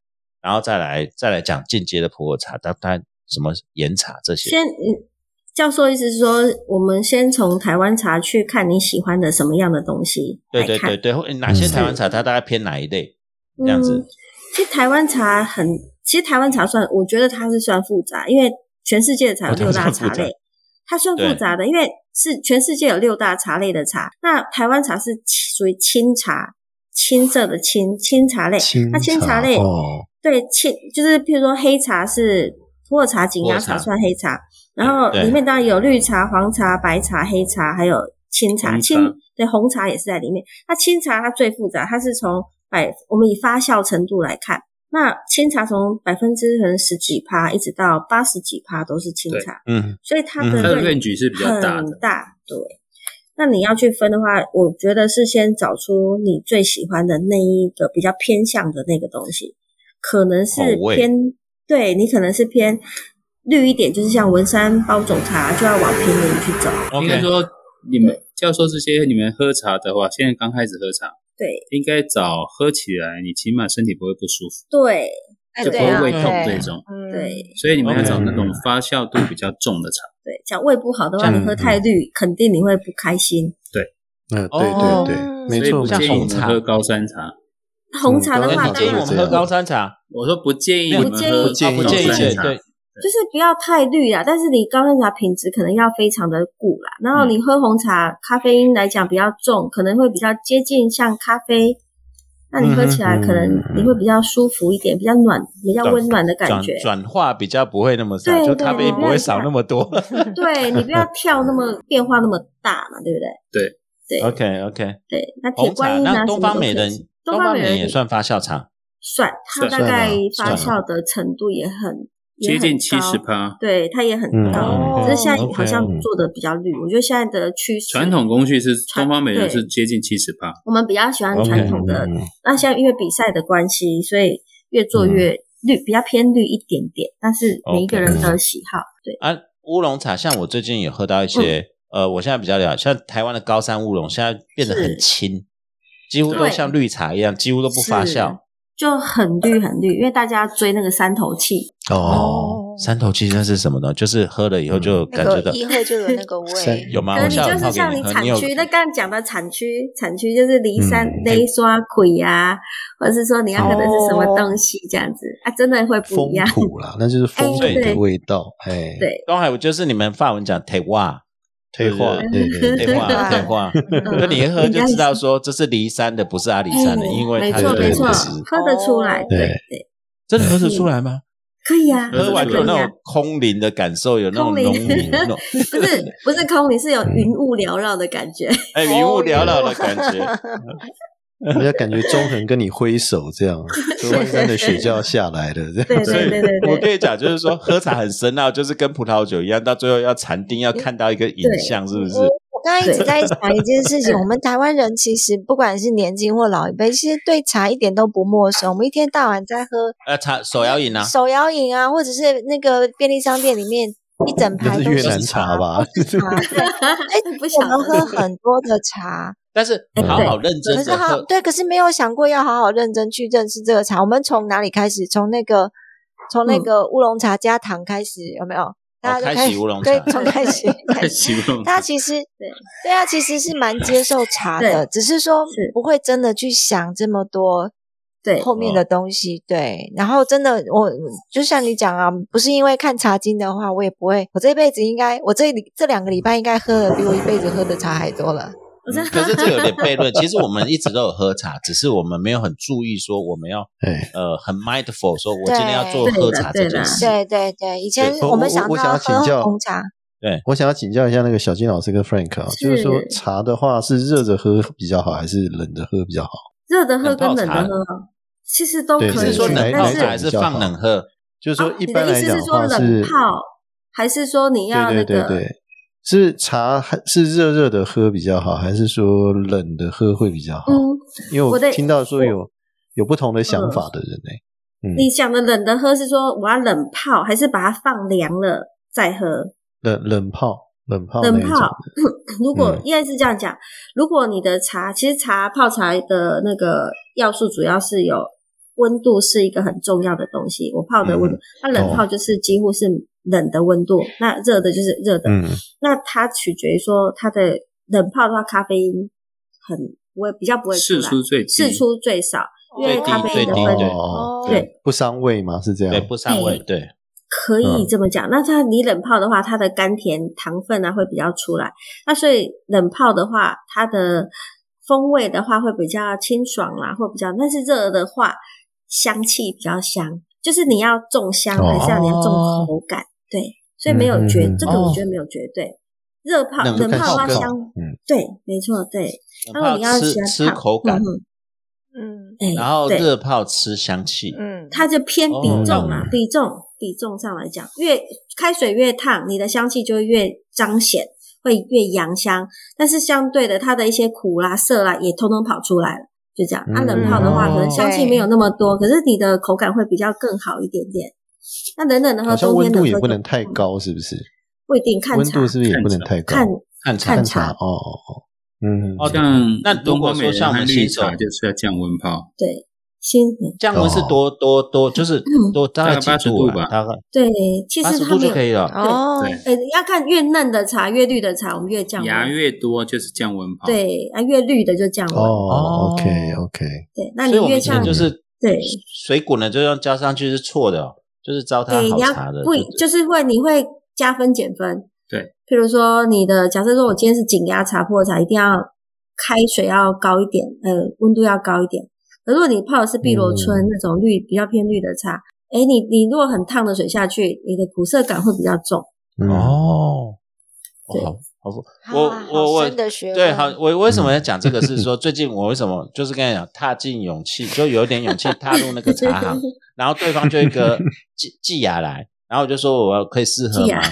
[SPEAKER 2] 然后再来再来讲进阶的普洱茶，大概什么岩茶这些。
[SPEAKER 5] 先，嗯教授意思是说，我们先从台湾茶去看你喜欢的什么样的东西
[SPEAKER 2] 对
[SPEAKER 5] 来
[SPEAKER 2] 对
[SPEAKER 5] 看
[SPEAKER 2] 对对，或哪些
[SPEAKER 3] 嗯
[SPEAKER 2] 台湾茶它大概偏哪一类这样子
[SPEAKER 5] 嗯？其实台湾茶很，其实台湾茶算，我觉得它是算复杂，因为全世界的茶有
[SPEAKER 2] 哦它
[SPEAKER 5] 六大
[SPEAKER 2] 算复
[SPEAKER 5] 茶
[SPEAKER 2] 杂
[SPEAKER 5] 类，它算
[SPEAKER 2] 对
[SPEAKER 5] 复杂的，因为是全世界有六大茶类的茶。那台湾茶是属于青茶，青色的青青茶类。
[SPEAKER 3] 清
[SPEAKER 5] 那清茶类
[SPEAKER 3] 哦，
[SPEAKER 5] 对，青就是譬如说黑茶是普洱茶、紧压
[SPEAKER 2] 普洱
[SPEAKER 5] 茶
[SPEAKER 2] 茶
[SPEAKER 5] 算黑茶，然后
[SPEAKER 2] 对
[SPEAKER 5] 里面当然有绿茶、黄茶、白茶、黑茶，还有青茶。
[SPEAKER 4] 红茶
[SPEAKER 5] 青对红茶也是在里面。那青茶它最复杂，它是从百我们以发酵程度来看，那青茶从百分之可能十几趴一直到八十几趴都是青茶，
[SPEAKER 2] 嗯，
[SPEAKER 5] 所以它
[SPEAKER 2] 嗯
[SPEAKER 5] 的
[SPEAKER 4] 它的
[SPEAKER 5] 论
[SPEAKER 4] range 是比较大
[SPEAKER 5] 很
[SPEAKER 4] 的。
[SPEAKER 5] 大，对。那你要去分的话，我觉得是先找出你最喜欢的那一个比较偏向的那个东西，可能是
[SPEAKER 2] 口味
[SPEAKER 5] 偏对你可能是偏绿一点，就是像文山包种茶就要往平民去走，
[SPEAKER 4] 应该
[SPEAKER 2] OK，
[SPEAKER 4] 说，你们教授这些，你们喝茶的话，现在刚开始喝茶，
[SPEAKER 5] 对
[SPEAKER 4] 应该早喝起来，你起码身体不会不舒服，
[SPEAKER 5] 对
[SPEAKER 1] 哎
[SPEAKER 4] 就不
[SPEAKER 1] 对
[SPEAKER 4] 会
[SPEAKER 1] 啊，
[SPEAKER 4] 胃痛
[SPEAKER 1] 对
[SPEAKER 4] 这种。
[SPEAKER 1] 嗯
[SPEAKER 5] 对
[SPEAKER 4] 所以你们要找那种
[SPEAKER 3] OK
[SPEAKER 4] 发酵度比较重的茶。
[SPEAKER 5] 对，讲胃不好的话，
[SPEAKER 3] 嗯
[SPEAKER 5] 你喝太绿，肯定你会不开心。
[SPEAKER 3] 嗯，
[SPEAKER 2] 哦
[SPEAKER 3] 对对
[SPEAKER 1] 嗯
[SPEAKER 3] 对，没
[SPEAKER 4] 所以
[SPEAKER 3] 错
[SPEAKER 4] 不
[SPEAKER 2] 像
[SPEAKER 3] 没
[SPEAKER 4] 建议
[SPEAKER 2] 红
[SPEAKER 4] 你
[SPEAKER 3] 错
[SPEAKER 4] 们
[SPEAKER 2] 茶
[SPEAKER 4] 喝高山茶。
[SPEAKER 5] 红茶的
[SPEAKER 3] 嗯
[SPEAKER 5] 话，
[SPEAKER 2] 那
[SPEAKER 3] 当
[SPEAKER 2] 你
[SPEAKER 5] 当
[SPEAKER 2] 建议
[SPEAKER 5] 然
[SPEAKER 2] 我
[SPEAKER 5] 就
[SPEAKER 2] 们喝高山茶？
[SPEAKER 4] 我说不建议
[SPEAKER 2] 没有
[SPEAKER 4] 你们
[SPEAKER 5] 建议
[SPEAKER 4] 喝
[SPEAKER 5] 不建
[SPEAKER 4] 高
[SPEAKER 5] 议
[SPEAKER 2] 不
[SPEAKER 4] 山
[SPEAKER 2] 建议
[SPEAKER 4] 茶
[SPEAKER 2] 建议对，
[SPEAKER 5] 是不要太绿啦，但是你高山茶品质可能要非常的固啦。然后
[SPEAKER 2] 嗯
[SPEAKER 5] 你喝红茶，咖啡因来讲比较重，可能会比较接近像咖啡。那你喝起来
[SPEAKER 3] 嗯哼
[SPEAKER 5] 可能你会比较舒服一点，比较暖，比较
[SPEAKER 2] 转
[SPEAKER 5] 温暖的感
[SPEAKER 2] 转
[SPEAKER 5] 觉。
[SPEAKER 2] 转化比较不会那么少，
[SPEAKER 5] 对
[SPEAKER 2] 就
[SPEAKER 5] 对
[SPEAKER 2] 咖啡因
[SPEAKER 5] 对
[SPEAKER 2] 不会
[SPEAKER 5] 对
[SPEAKER 2] 少那么多。 <laughs>
[SPEAKER 5] 对你不要跳那么变化那么大嘛，对不对？
[SPEAKER 4] 对
[SPEAKER 5] 对
[SPEAKER 2] OK OK，
[SPEAKER 5] 对，那铁
[SPEAKER 2] 红
[SPEAKER 5] 观
[SPEAKER 2] 茶
[SPEAKER 5] 音
[SPEAKER 2] 那
[SPEAKER 5] 啊，
[SPEAKER 2] 东方美
[SPEAKER 5] 的，
[SPEAKER 2] 人，
[SPEAKER 5] 东
[SPEAKER 2] 东方
[SPEAKER 5] 方
[SPEAKER 2] 美
[SPEAKER 5] 美
[SPEAKER 2] 人
[SPEAKER 5] 人
[SPEAKER 2] 也算发酵茶，
[SPEAKER 5] 算它
[SPEAKER 4] 算
[SPEAKER 5] 大概
[SPEAKER 3] 算
[SPEAKER 5] 发
[SPEAKER 3] 啊
[SPEAKER 5] 酵的程度也很也
[SPEAKER 4] 接
[SPEAKER 5] 很
[SPEAKER 4] 近七
[SPEAKER 5] 高
[SPEAKER 4] 十趴。
[SPEAKER 5] 对，它也很
[SPEAKER 3] 嗯
[SPEAKER 5] 高
[SPEAKER 1] 哦，
[SPEAKER 5] 只是现在
[SPEAKER 2] OK 嗯
[SPEAKER 5] 好像做的比较绿。我觉得现在的趋势，
[SPEAKER 4] 传统工序是
[SPEAKER 5] 传
[SPEAKER 4] 东方美人
[SPEAKER 5] 对
[SPEAKER 4] 是接近七十
[SPEAKER 5] <laughs>
[SPEAKER 4] 趴，
[SPEAKER 5] 我们比较喜欢
[SPEAKER 2] OK，
[SPEAKER 5] 传统的。
[SPEAKER 3] 嗯嗯
[SPEAKER 5] 那现在因为比赛的关系，所以越做
[SPEAKER 2] 嗯
[SPEAKER 5] 越绿，比较偏绿一点点。但是每一个
[SPEAKER 2] 嗯
[SPEAKER 5] 人的喜好，对，
[SPEAKER 2] 啊，乌龙茶，像我最近有喝到一些，呃，我现在比较了解，像台湾的高山乌龙，现在变得很
[SPEAKER 5] 嗯是
[SPEAKER 2] 轻，几乎都
[SPEAKER 5] 对
[SPEAKER 2] 像绿茶一样，几乎都不发
[SPEAKER 5] 是
[SPEAKER 2] 酵。
[SPEAKER 5] 就很绿很绿，因为大家追那个三头气，
[SPEAKER 3] 哦，
[SPEAKER 1] 哦，
[SPEAKER 2] 三头七身是什么呢？就是喝了以后就
[SPEAKER 1] 那
[SPEAKER 2] 感觉
[SPEAKER 1] 个
[SPEAKER 2] 到
[SPEAKER 1] 一喝就有那
[SPEAKER 2] <laughs>
[SPEAKER 1] 个
[SPEAKER 3] 三
[SPEAKER 1] 味，
[SPEAKER 2] 有吗？
[SPEAKER 5] 可
[SPEAKER 2] 啊我
[SPEAKER 5] 能你
[SPEAKER 2] 下
[SPEAKER 5] 就
[SPEAKER 2] 午泡
[SPEAKER 5] 是
[SPEAKER 2] 给
[SPEAKER 5] 像
[SPEAKER 2] 你喝，
[SPEAKER 5] 产
[SPEAKER 2] 你有
[SPEAKER 5] 区，那刚刚讲的产区，产区就是离山
[SPEAKER 3] 嗯
[SPEAKER 5] 雷刷葵呀，或者是说你要喝的是什么东西这样子啊，真的会不
[SPEAKER 3] 风
[SPEAKER 5] 一样。
[SPEAKER 3] 土啦，那就是风土
[SPEAKER 2] 哎
[SPEAKER 5] 对
[SPEAKER 3] 的味道，哎，
[SPEAKER 5] 对
[SPEAKER 2] 东海，我就是你们法文讲 t e w a
[SPEAKER 3] 退化，
[SPEAKER 2] 对
[SPEAKER 3] 对对 <laughs>
[SPEAKER 2] 对
[SPEAKER 3] 对，
[SPEAKER 2] 话
[SPEAKER 1] 对
[SPEAKER 2] 对话，那你一喝就知道说这是骊山的，不是阿里山的，
[SPEAKER 5] 哎
[SPEAKER 2] 因为
[SPEAKER 5] 没
[SPEAKER 2] 它
[SPEAKER 5] 错
[SPEAKER 2] 的
[SPEAKER 5] 没错
[SPEAKER 2] 饮食，
[SPEAKER 5] 喝得出来，
[SPEAKER 1] 哦
[SPEAKER 5] 对
[SPEAKER 3] 对
[SPEAKER 5] 对，
[SPEAKER 2] 真的喝得出来吗？
[SPEAKER 5] 可以啊，
[SPEAKER 4] 嗯
[SPEAKER 2] 喝完
[SPEAKER 5] 真
[SPEAKER 2] 就有
[SPEAKER 5] 的可以
[SPEAKER 2] 那
[SPEAKER 5] 啊
[SPEAKER 2] 种空灵的感受，有那种
[SPEAKER 5] 空灵
[SPEAKER 2] 浓郁，那
[SPEAKER 5] <laughs>
[SPEAKER 2] 种
[SPEAKER 5] 不是不是空灵，是有云雾缭绕的感觉。
[SPEAKER 2] 哎云雾缭绕的感
[SPEAKER 5] <laughs>
[SPEAKER 2] 觉。
[SPEAKER 3] 我要感觉中恒跟你挥手这样，合欢山的雪就要下来了，这
[SPEAKER 5] 对
[SPEAKER 3] 样。
[SPEAKER 2] 所以
[SPEAKER 5] 对对对对，
[SPEAKER 2] 我跟你讲，就是说喝茶很深奥，就是跟葡萄酒一样，到最后要禅定，要看到一个影像，是不是？
[SPEAKER 1] 我刚才一直在想一件事情，我们台湾人其实不管是年轻或老一辈，其实对茶一点都不陌生。我们一天到晚在喝
[SPEAKER 2] 呃，茶手摇饮啊，
[SPEAKER 1] 手摇饮啊，或者是那个便利商店里面一整
[SPEAKER 3] 那
[SPEAKER 1] 排
[SPEAKER 3] 是
[SPEAKER 1] 都
[SPEAKER 3] 越南
[SPEAKER 1] 是
[SPEAKER 3] 茶
[SPEAKER 1] 茶。
[SPEAKER 3] 吧？
[SPEAKER 1] 对，哎，
[SPEAKER 5] 不
[SPEAKER 1] 我
[SPEAKER 5] 晓
[SPEAKER 1] 们
[SPEAKER 5] 得
[SPEAKER 1] 喝很多的
[SPEAKER 2] <laughs>
[SPEAKER 1] 茶，
[SPEAKER 2] 但是
[SPEAKER 3] 嗯
[SPEAKER 2] 好好认真
[SPEAKER 1] 可是
[SPEAKER 2] 的
[SPEAKER 1] 好
[SPEAKER 2] 喝，
[SPEAKER 1] 对，可是没有想过要好好认真去认识这个茶。我们从哪里开始？从那个从那
[SPEAKER 5] 嗯
[SPEAKER 1] 个乌龙茶加糖开始，有没有？大
[SPEAKER 2] 哦
[SPEAKER 1] 家
[SPEAKER 2] 开
[SPEAKER 1] 就开
[SPEAKER 2] 启乌龙
[SPEAKER 1] 对
[SPEAKER 2] 茶，
[SPEAKER 1] 从
[SPEAKER 2] <laughs>
[SPEAKER 1] 开始开
[SPEAKER 4] 太
[SPEAKER 1] 始
[SPEAKER 4] 形容
[SPEAKER 1] 他其实
[SPEAKER 5] 对
[SPEAKER 1] 对啊，其实是蛮接受茶的，
[SPEAKER 5] 对
[SPEAKER 1] 只是说
[SPEAKER 5] 是
[SPEAKER 1] 不会真的去想这么多
[SPEAKER 5] 对
[SPEAKER 1] 后面的东西。对，然后真的我就像你讲啊，不是因为看茶经的话，我也不会，我这辈子应该，我这里这两个礼拜应该喝的比我一辈子喝的茶还多了。
[SPEAKER 5] 我
[SPEAKER 2] 嗯
[SPEAKER 5] 真的
[SPEAKER 2] 可是这有点悖论。其实我们一直都有喝茶，只是我们没有很注意说我们要
[SPEAKER 3] 哎，
[SPEAKER 2] 呃很 mindful，说我今天要做
[SPEAKER 1] 对
[SPEAKER 2] 喝茶这
[SPEAKER 5] 对
[SPEAKER 2] 件
[SPEAKER 5] 啦
[SPEAKER 2] 事。
[SPEAKER 1] <laughs> 对对对，以前
[SPEAKER 3] 对我
[SPEAKER 1] 我们
[SPEAKER 3] 我
[SPEAKER 1] 想
[SPEAKER 3] 我想
[SPEAKER 1] 到
[SPEAKER 3] 要请
[SPEAKER 1] 喝
[SPEAKER 3] 教
[SPEAKER 1] 红茶，
[SPEAKER 3] 我想要请教一下那个小金老师跟 Frank 啊，就是说
[SPEAKER 5] 是
[SPEAKER 3] 茶的话是热着喝比较好，还是冷着喝比较好？
[SPEAKER 5] 热的喝跟冷的喝哦，其实都可
[SPEAKER 3] 对
[SPEAKER 5] 以
[SPEAKER 2] 你是说
[SPEAKER 3] 对
[SPEAKER 2] 冷
[SPEAKER 3] 对
[SPEAKER 2] 泡
[SPEAKER 5] 但是
[SPEAKER 2] 茶还是放冷喝？
[SPEAKER 3] 就是说
[SPEAKER 5] 啊
[SPEAKER 3] 一般
[SPEAKER 5] 你的
[SPEAKER 3] 来
[SPEAKER 5] 意思
[SPEAKER 3] 讲
[SPEAKER 5] 是
[SPEAKER 3] 的
[SPEAKER 5] 说
[SPEAKER 3] 话是
[SPEAKER 5] 冷泡，还是说你要
[SPEAKER 3] 对对
[SPEAKER 5] 那
[SPEAKER 3] 对
[SPEAKER 5] 个？
[SPEAKER 3] 对，是茶还是热热的喝比较好，还是说冷的喝会比较好？
[SPEAKER 5] 嗯，
[SPEAKER 3] 因为
[SPEAKER 5] 我
[SPEAKER 3] 我
[SPEAKER 5] 的
[SPEAKER 3] 听到说有有不同的想法的人呢、嗯，
[SPEAKER 5] 你讲的冷的喝是说我要冷泡，还是把它放凉了再喝？
[SPEAKER 3] 冷冷泡冷泡那
[SPEAKER 5] 冷
[SPEAKER 3] 一种
[SPEAKER 5] 泡，如果
[SPEAKER 3] 嗯
[SPEAKER 5] 应该是这样讲，如果你的茶，其实茶泡茶的那个要素主要是
[SPEAKER 2] 嗯哦
[SPEAKER 5] 有温度是一个很重要的东西，我泡的温度，那冷泡就是几乎是冷的温度，那热的就是热的。
[SPEAKER 3] 嗯，
[SPEAKER 5] 那它取决于说它的冷泡的话，咖啡因很不会比较不会出
[SPEAKER 4] 试
[SPEAKER 5] 来，
[SPEAKER 4] 出最低，
[SPEAKER 5] 释出最少，因
[SPEAKER 2] 最
[SPEAKER 5] 为
[SPEAKER 2] 低
[SPEAKER 5] 咖啡
[SPEAKER 2] 最
[SPEAKER 5] 因的
[SPEAKER 2] 低
[SPEAKER 5] 分
[SPEAKER 2] 对
[SPEAKER 3] 哦，
[SPEAKER 5] 对，
[SPEAKER 3] 不伤胃嘛，是这样，
[SPEAKER 2] 对，不上位，对，
[SPEAKER 5] 可
[SPEAKER 3] 嗯
[SPEAKER 5] 以这么讲。那它你冷泡的话，它的甘甜糖分啊会比较出来。那所以冷泡的话，它的风味的话会比较清爽啦、会比较。但是热的话，香气比较香，就是你要重香，
[SPEAKER 3] 哦
[SPEAKER 5] 还是要你要重口感？对，所以没有绝，
[SPEAKER 3] 嗯嗯嗯
[SPEAKER 5] 这个我觉得没有绝对。热泡
[SPEAKER 2] 冷
[SPEAKER 5] 冷泡的
[SPEAKER 2] 泡
[SPEAKER 5] 话
[SPEAKER 2] 更
[SPEAKER 5] 香，
[SPEAKER 3] 嗯
[SPEAKER 5] 对，没错，对。
[SPEAKER 2] 冷
[SPEAKER 5] 然后
[SPEAKER 2] 泡
[SPEAKER 5] 你要
[SPEAKER 2] 吃
[SPEAKER 5] 喜欢
[SPEAKER 2] 吃
[SPEAKER 5] 烫
[SPEAKER 2] 口感
[SPEAKER 5] 嗯，
[SPEAKER 1] 嗯
[SPEAKER 5] 哎
[SPEAKER 2] 然后
[SPEAKER 5] 对
[SPEAKER 2] 热泡吃香气，
[SPEAKER 1] 嗯，
[SPEAKER 5] 它就偏比重嘛，
[SPEAKER 3] 哦
[SPEAKER 5] 比重比重上来讲，越开水越烫，你的香气就会越彰显，会越扬香。但是相对的，它的一些苦啦、涩啦也通通跑出来了，就这样。那、
[SPEAKER 3] 嗯
[SPEAKER 5] 冷泡的话，
[SPEAKER 1] 哦
[SPEAKER 5] 可能香气没有那么多，可是你的口感会比较更好一点点。那冷冷的话，
[SPEAKER 3] 好像
[SPEAKER 5] 冬
[SPEAKER 3] 温
[SPEAKER 5] 天的
[SPEAKER 3] 度也
[SPEAKER 5] 喝
[SPEAKER 3] 不
[SPEAKER 5] 就
[SPEAKER 3] 能太，高，是不是？
[SPEAKER 5] 不一定看
[SPEAKER 3] 温
[SPEAKER 5] 茶
[SPEAKER 3] 度是不是也不能太高？
[SPEAKER 5] 看
[SPEAKER 2] 看茶
[SPEAKER 5] 看
[SPEAKER 3] 看
[SPEAKER 5] 茶
[SPEAKER 3] 茶哦哦哦，嗯，
[SPEAKER 2] 哦
[SPEAKER 4] 像
[SPEAKER 2] 那如
[SPEAKER 4] 东
[SPEAKER 2] 果
[SPEAKER 4] 方美
[SPEAKER 2] 说像我
[SPEAKER 4] 人和
[SPEAKER 2] 们
[SPEAKER 4] 绿
[SPEAKER 2] 新手
[SPEAKER 4] 茶就是要降温泡，
[SPEAKER 5] 对新
[SPEAKER 2] 降温是多多多，就是多大概
[SPEAKER 4] 大概
[SPEAKER 2] 几
[SPEAKER 4] 80度
[SPEAKER 2] 啊
[SPEAKER 4] 吧
[SPEAKER 2] 大概
[SPEAKER 5] 对，其
[SPEAKER 2] 八
[SPEAKER 5] 实
[SPEAKER 2] 十
[SPEAKER 5] 它
[SPEAKER 2] 度
[SPEAKER 5] 没
[SPEAKER 2] 就
[SPEAKER 5] 有
[SPEAKER 2] 可以了。
[SPEAKER 1] 哦，
[SPEAKER 4] 对
[SPEAKER 5] 呃，要看越嫩的茶，越绿的茶，我们越降温。
[SPEAKER 4] 芽越多就是降温泡。，
[SPEAKER 5] 对啊，越绿的就降温。
[SPEAKER 3] 哦
[SPEAKER 2] 哦
[SPEAKER 3] ，OK OK，
[SPEAKER 5] 对，那
[SPEAKER 2] 所
[SPEAKER 5] 你
[SPEAKER 2] 以我
[SPEAKER 5] 越
[SPEAKER 2] 们现
[SPEAKER 5] 像
[SPEAKER 2] 在就是
[SPEAKER 5] 对
[SPEAKER 2] 水果呢，就要加上去是错的哦，就是糟
[SPEAKER 5] 对，
[SPEAKER 2] 蹋好
[SPEAKER 5] 你要
[SPEAKER 2] 茶的。
[SPEAKER 5] 不
[SPEAKER 2] 对
[SPEAKER 5] 一就是会你会加分减分。
[SPEAKER 4] 对，
[SPEAKER 5] 譬如说你的假设说我今天是紧压茶、破茶，一定要开水要高一点，呃，温度要高一点。可如果你泡的是碧螺春、
[SPEAKER 3] 嗯
[SPEAKER 5] 那种绿比较偏绿的茶，哎，你你如果很烫的水下去，你的苦涩感会比较重。
[SPEAKER 3] 嗯，
[SPEAKER 2] 哦，哦
[SPEAKER 5] 对
[SPEAKER 2] 好好复，我
[SPEAKER 1] 哇
[SPEAKER 2] 我
[SPEAKER 1] 好
[SPEAKER 2] 我
[SPEAKER 1] 深的学问
[SPEAKER 2] 对，好，我为什么要讲这个？是说最近我为什么就是跟你讲，踏进勇气，就有点勇气踏入那个茶
[SPEAKER 5] <laughs>
[SPEAKER 2] 行，然后对方就一个寄寄雅来，然后我就说我要可以试喝
[SPEAKER 5] 寄
[SPEAKER 2] 吗
[SPEAKER 5] 雅？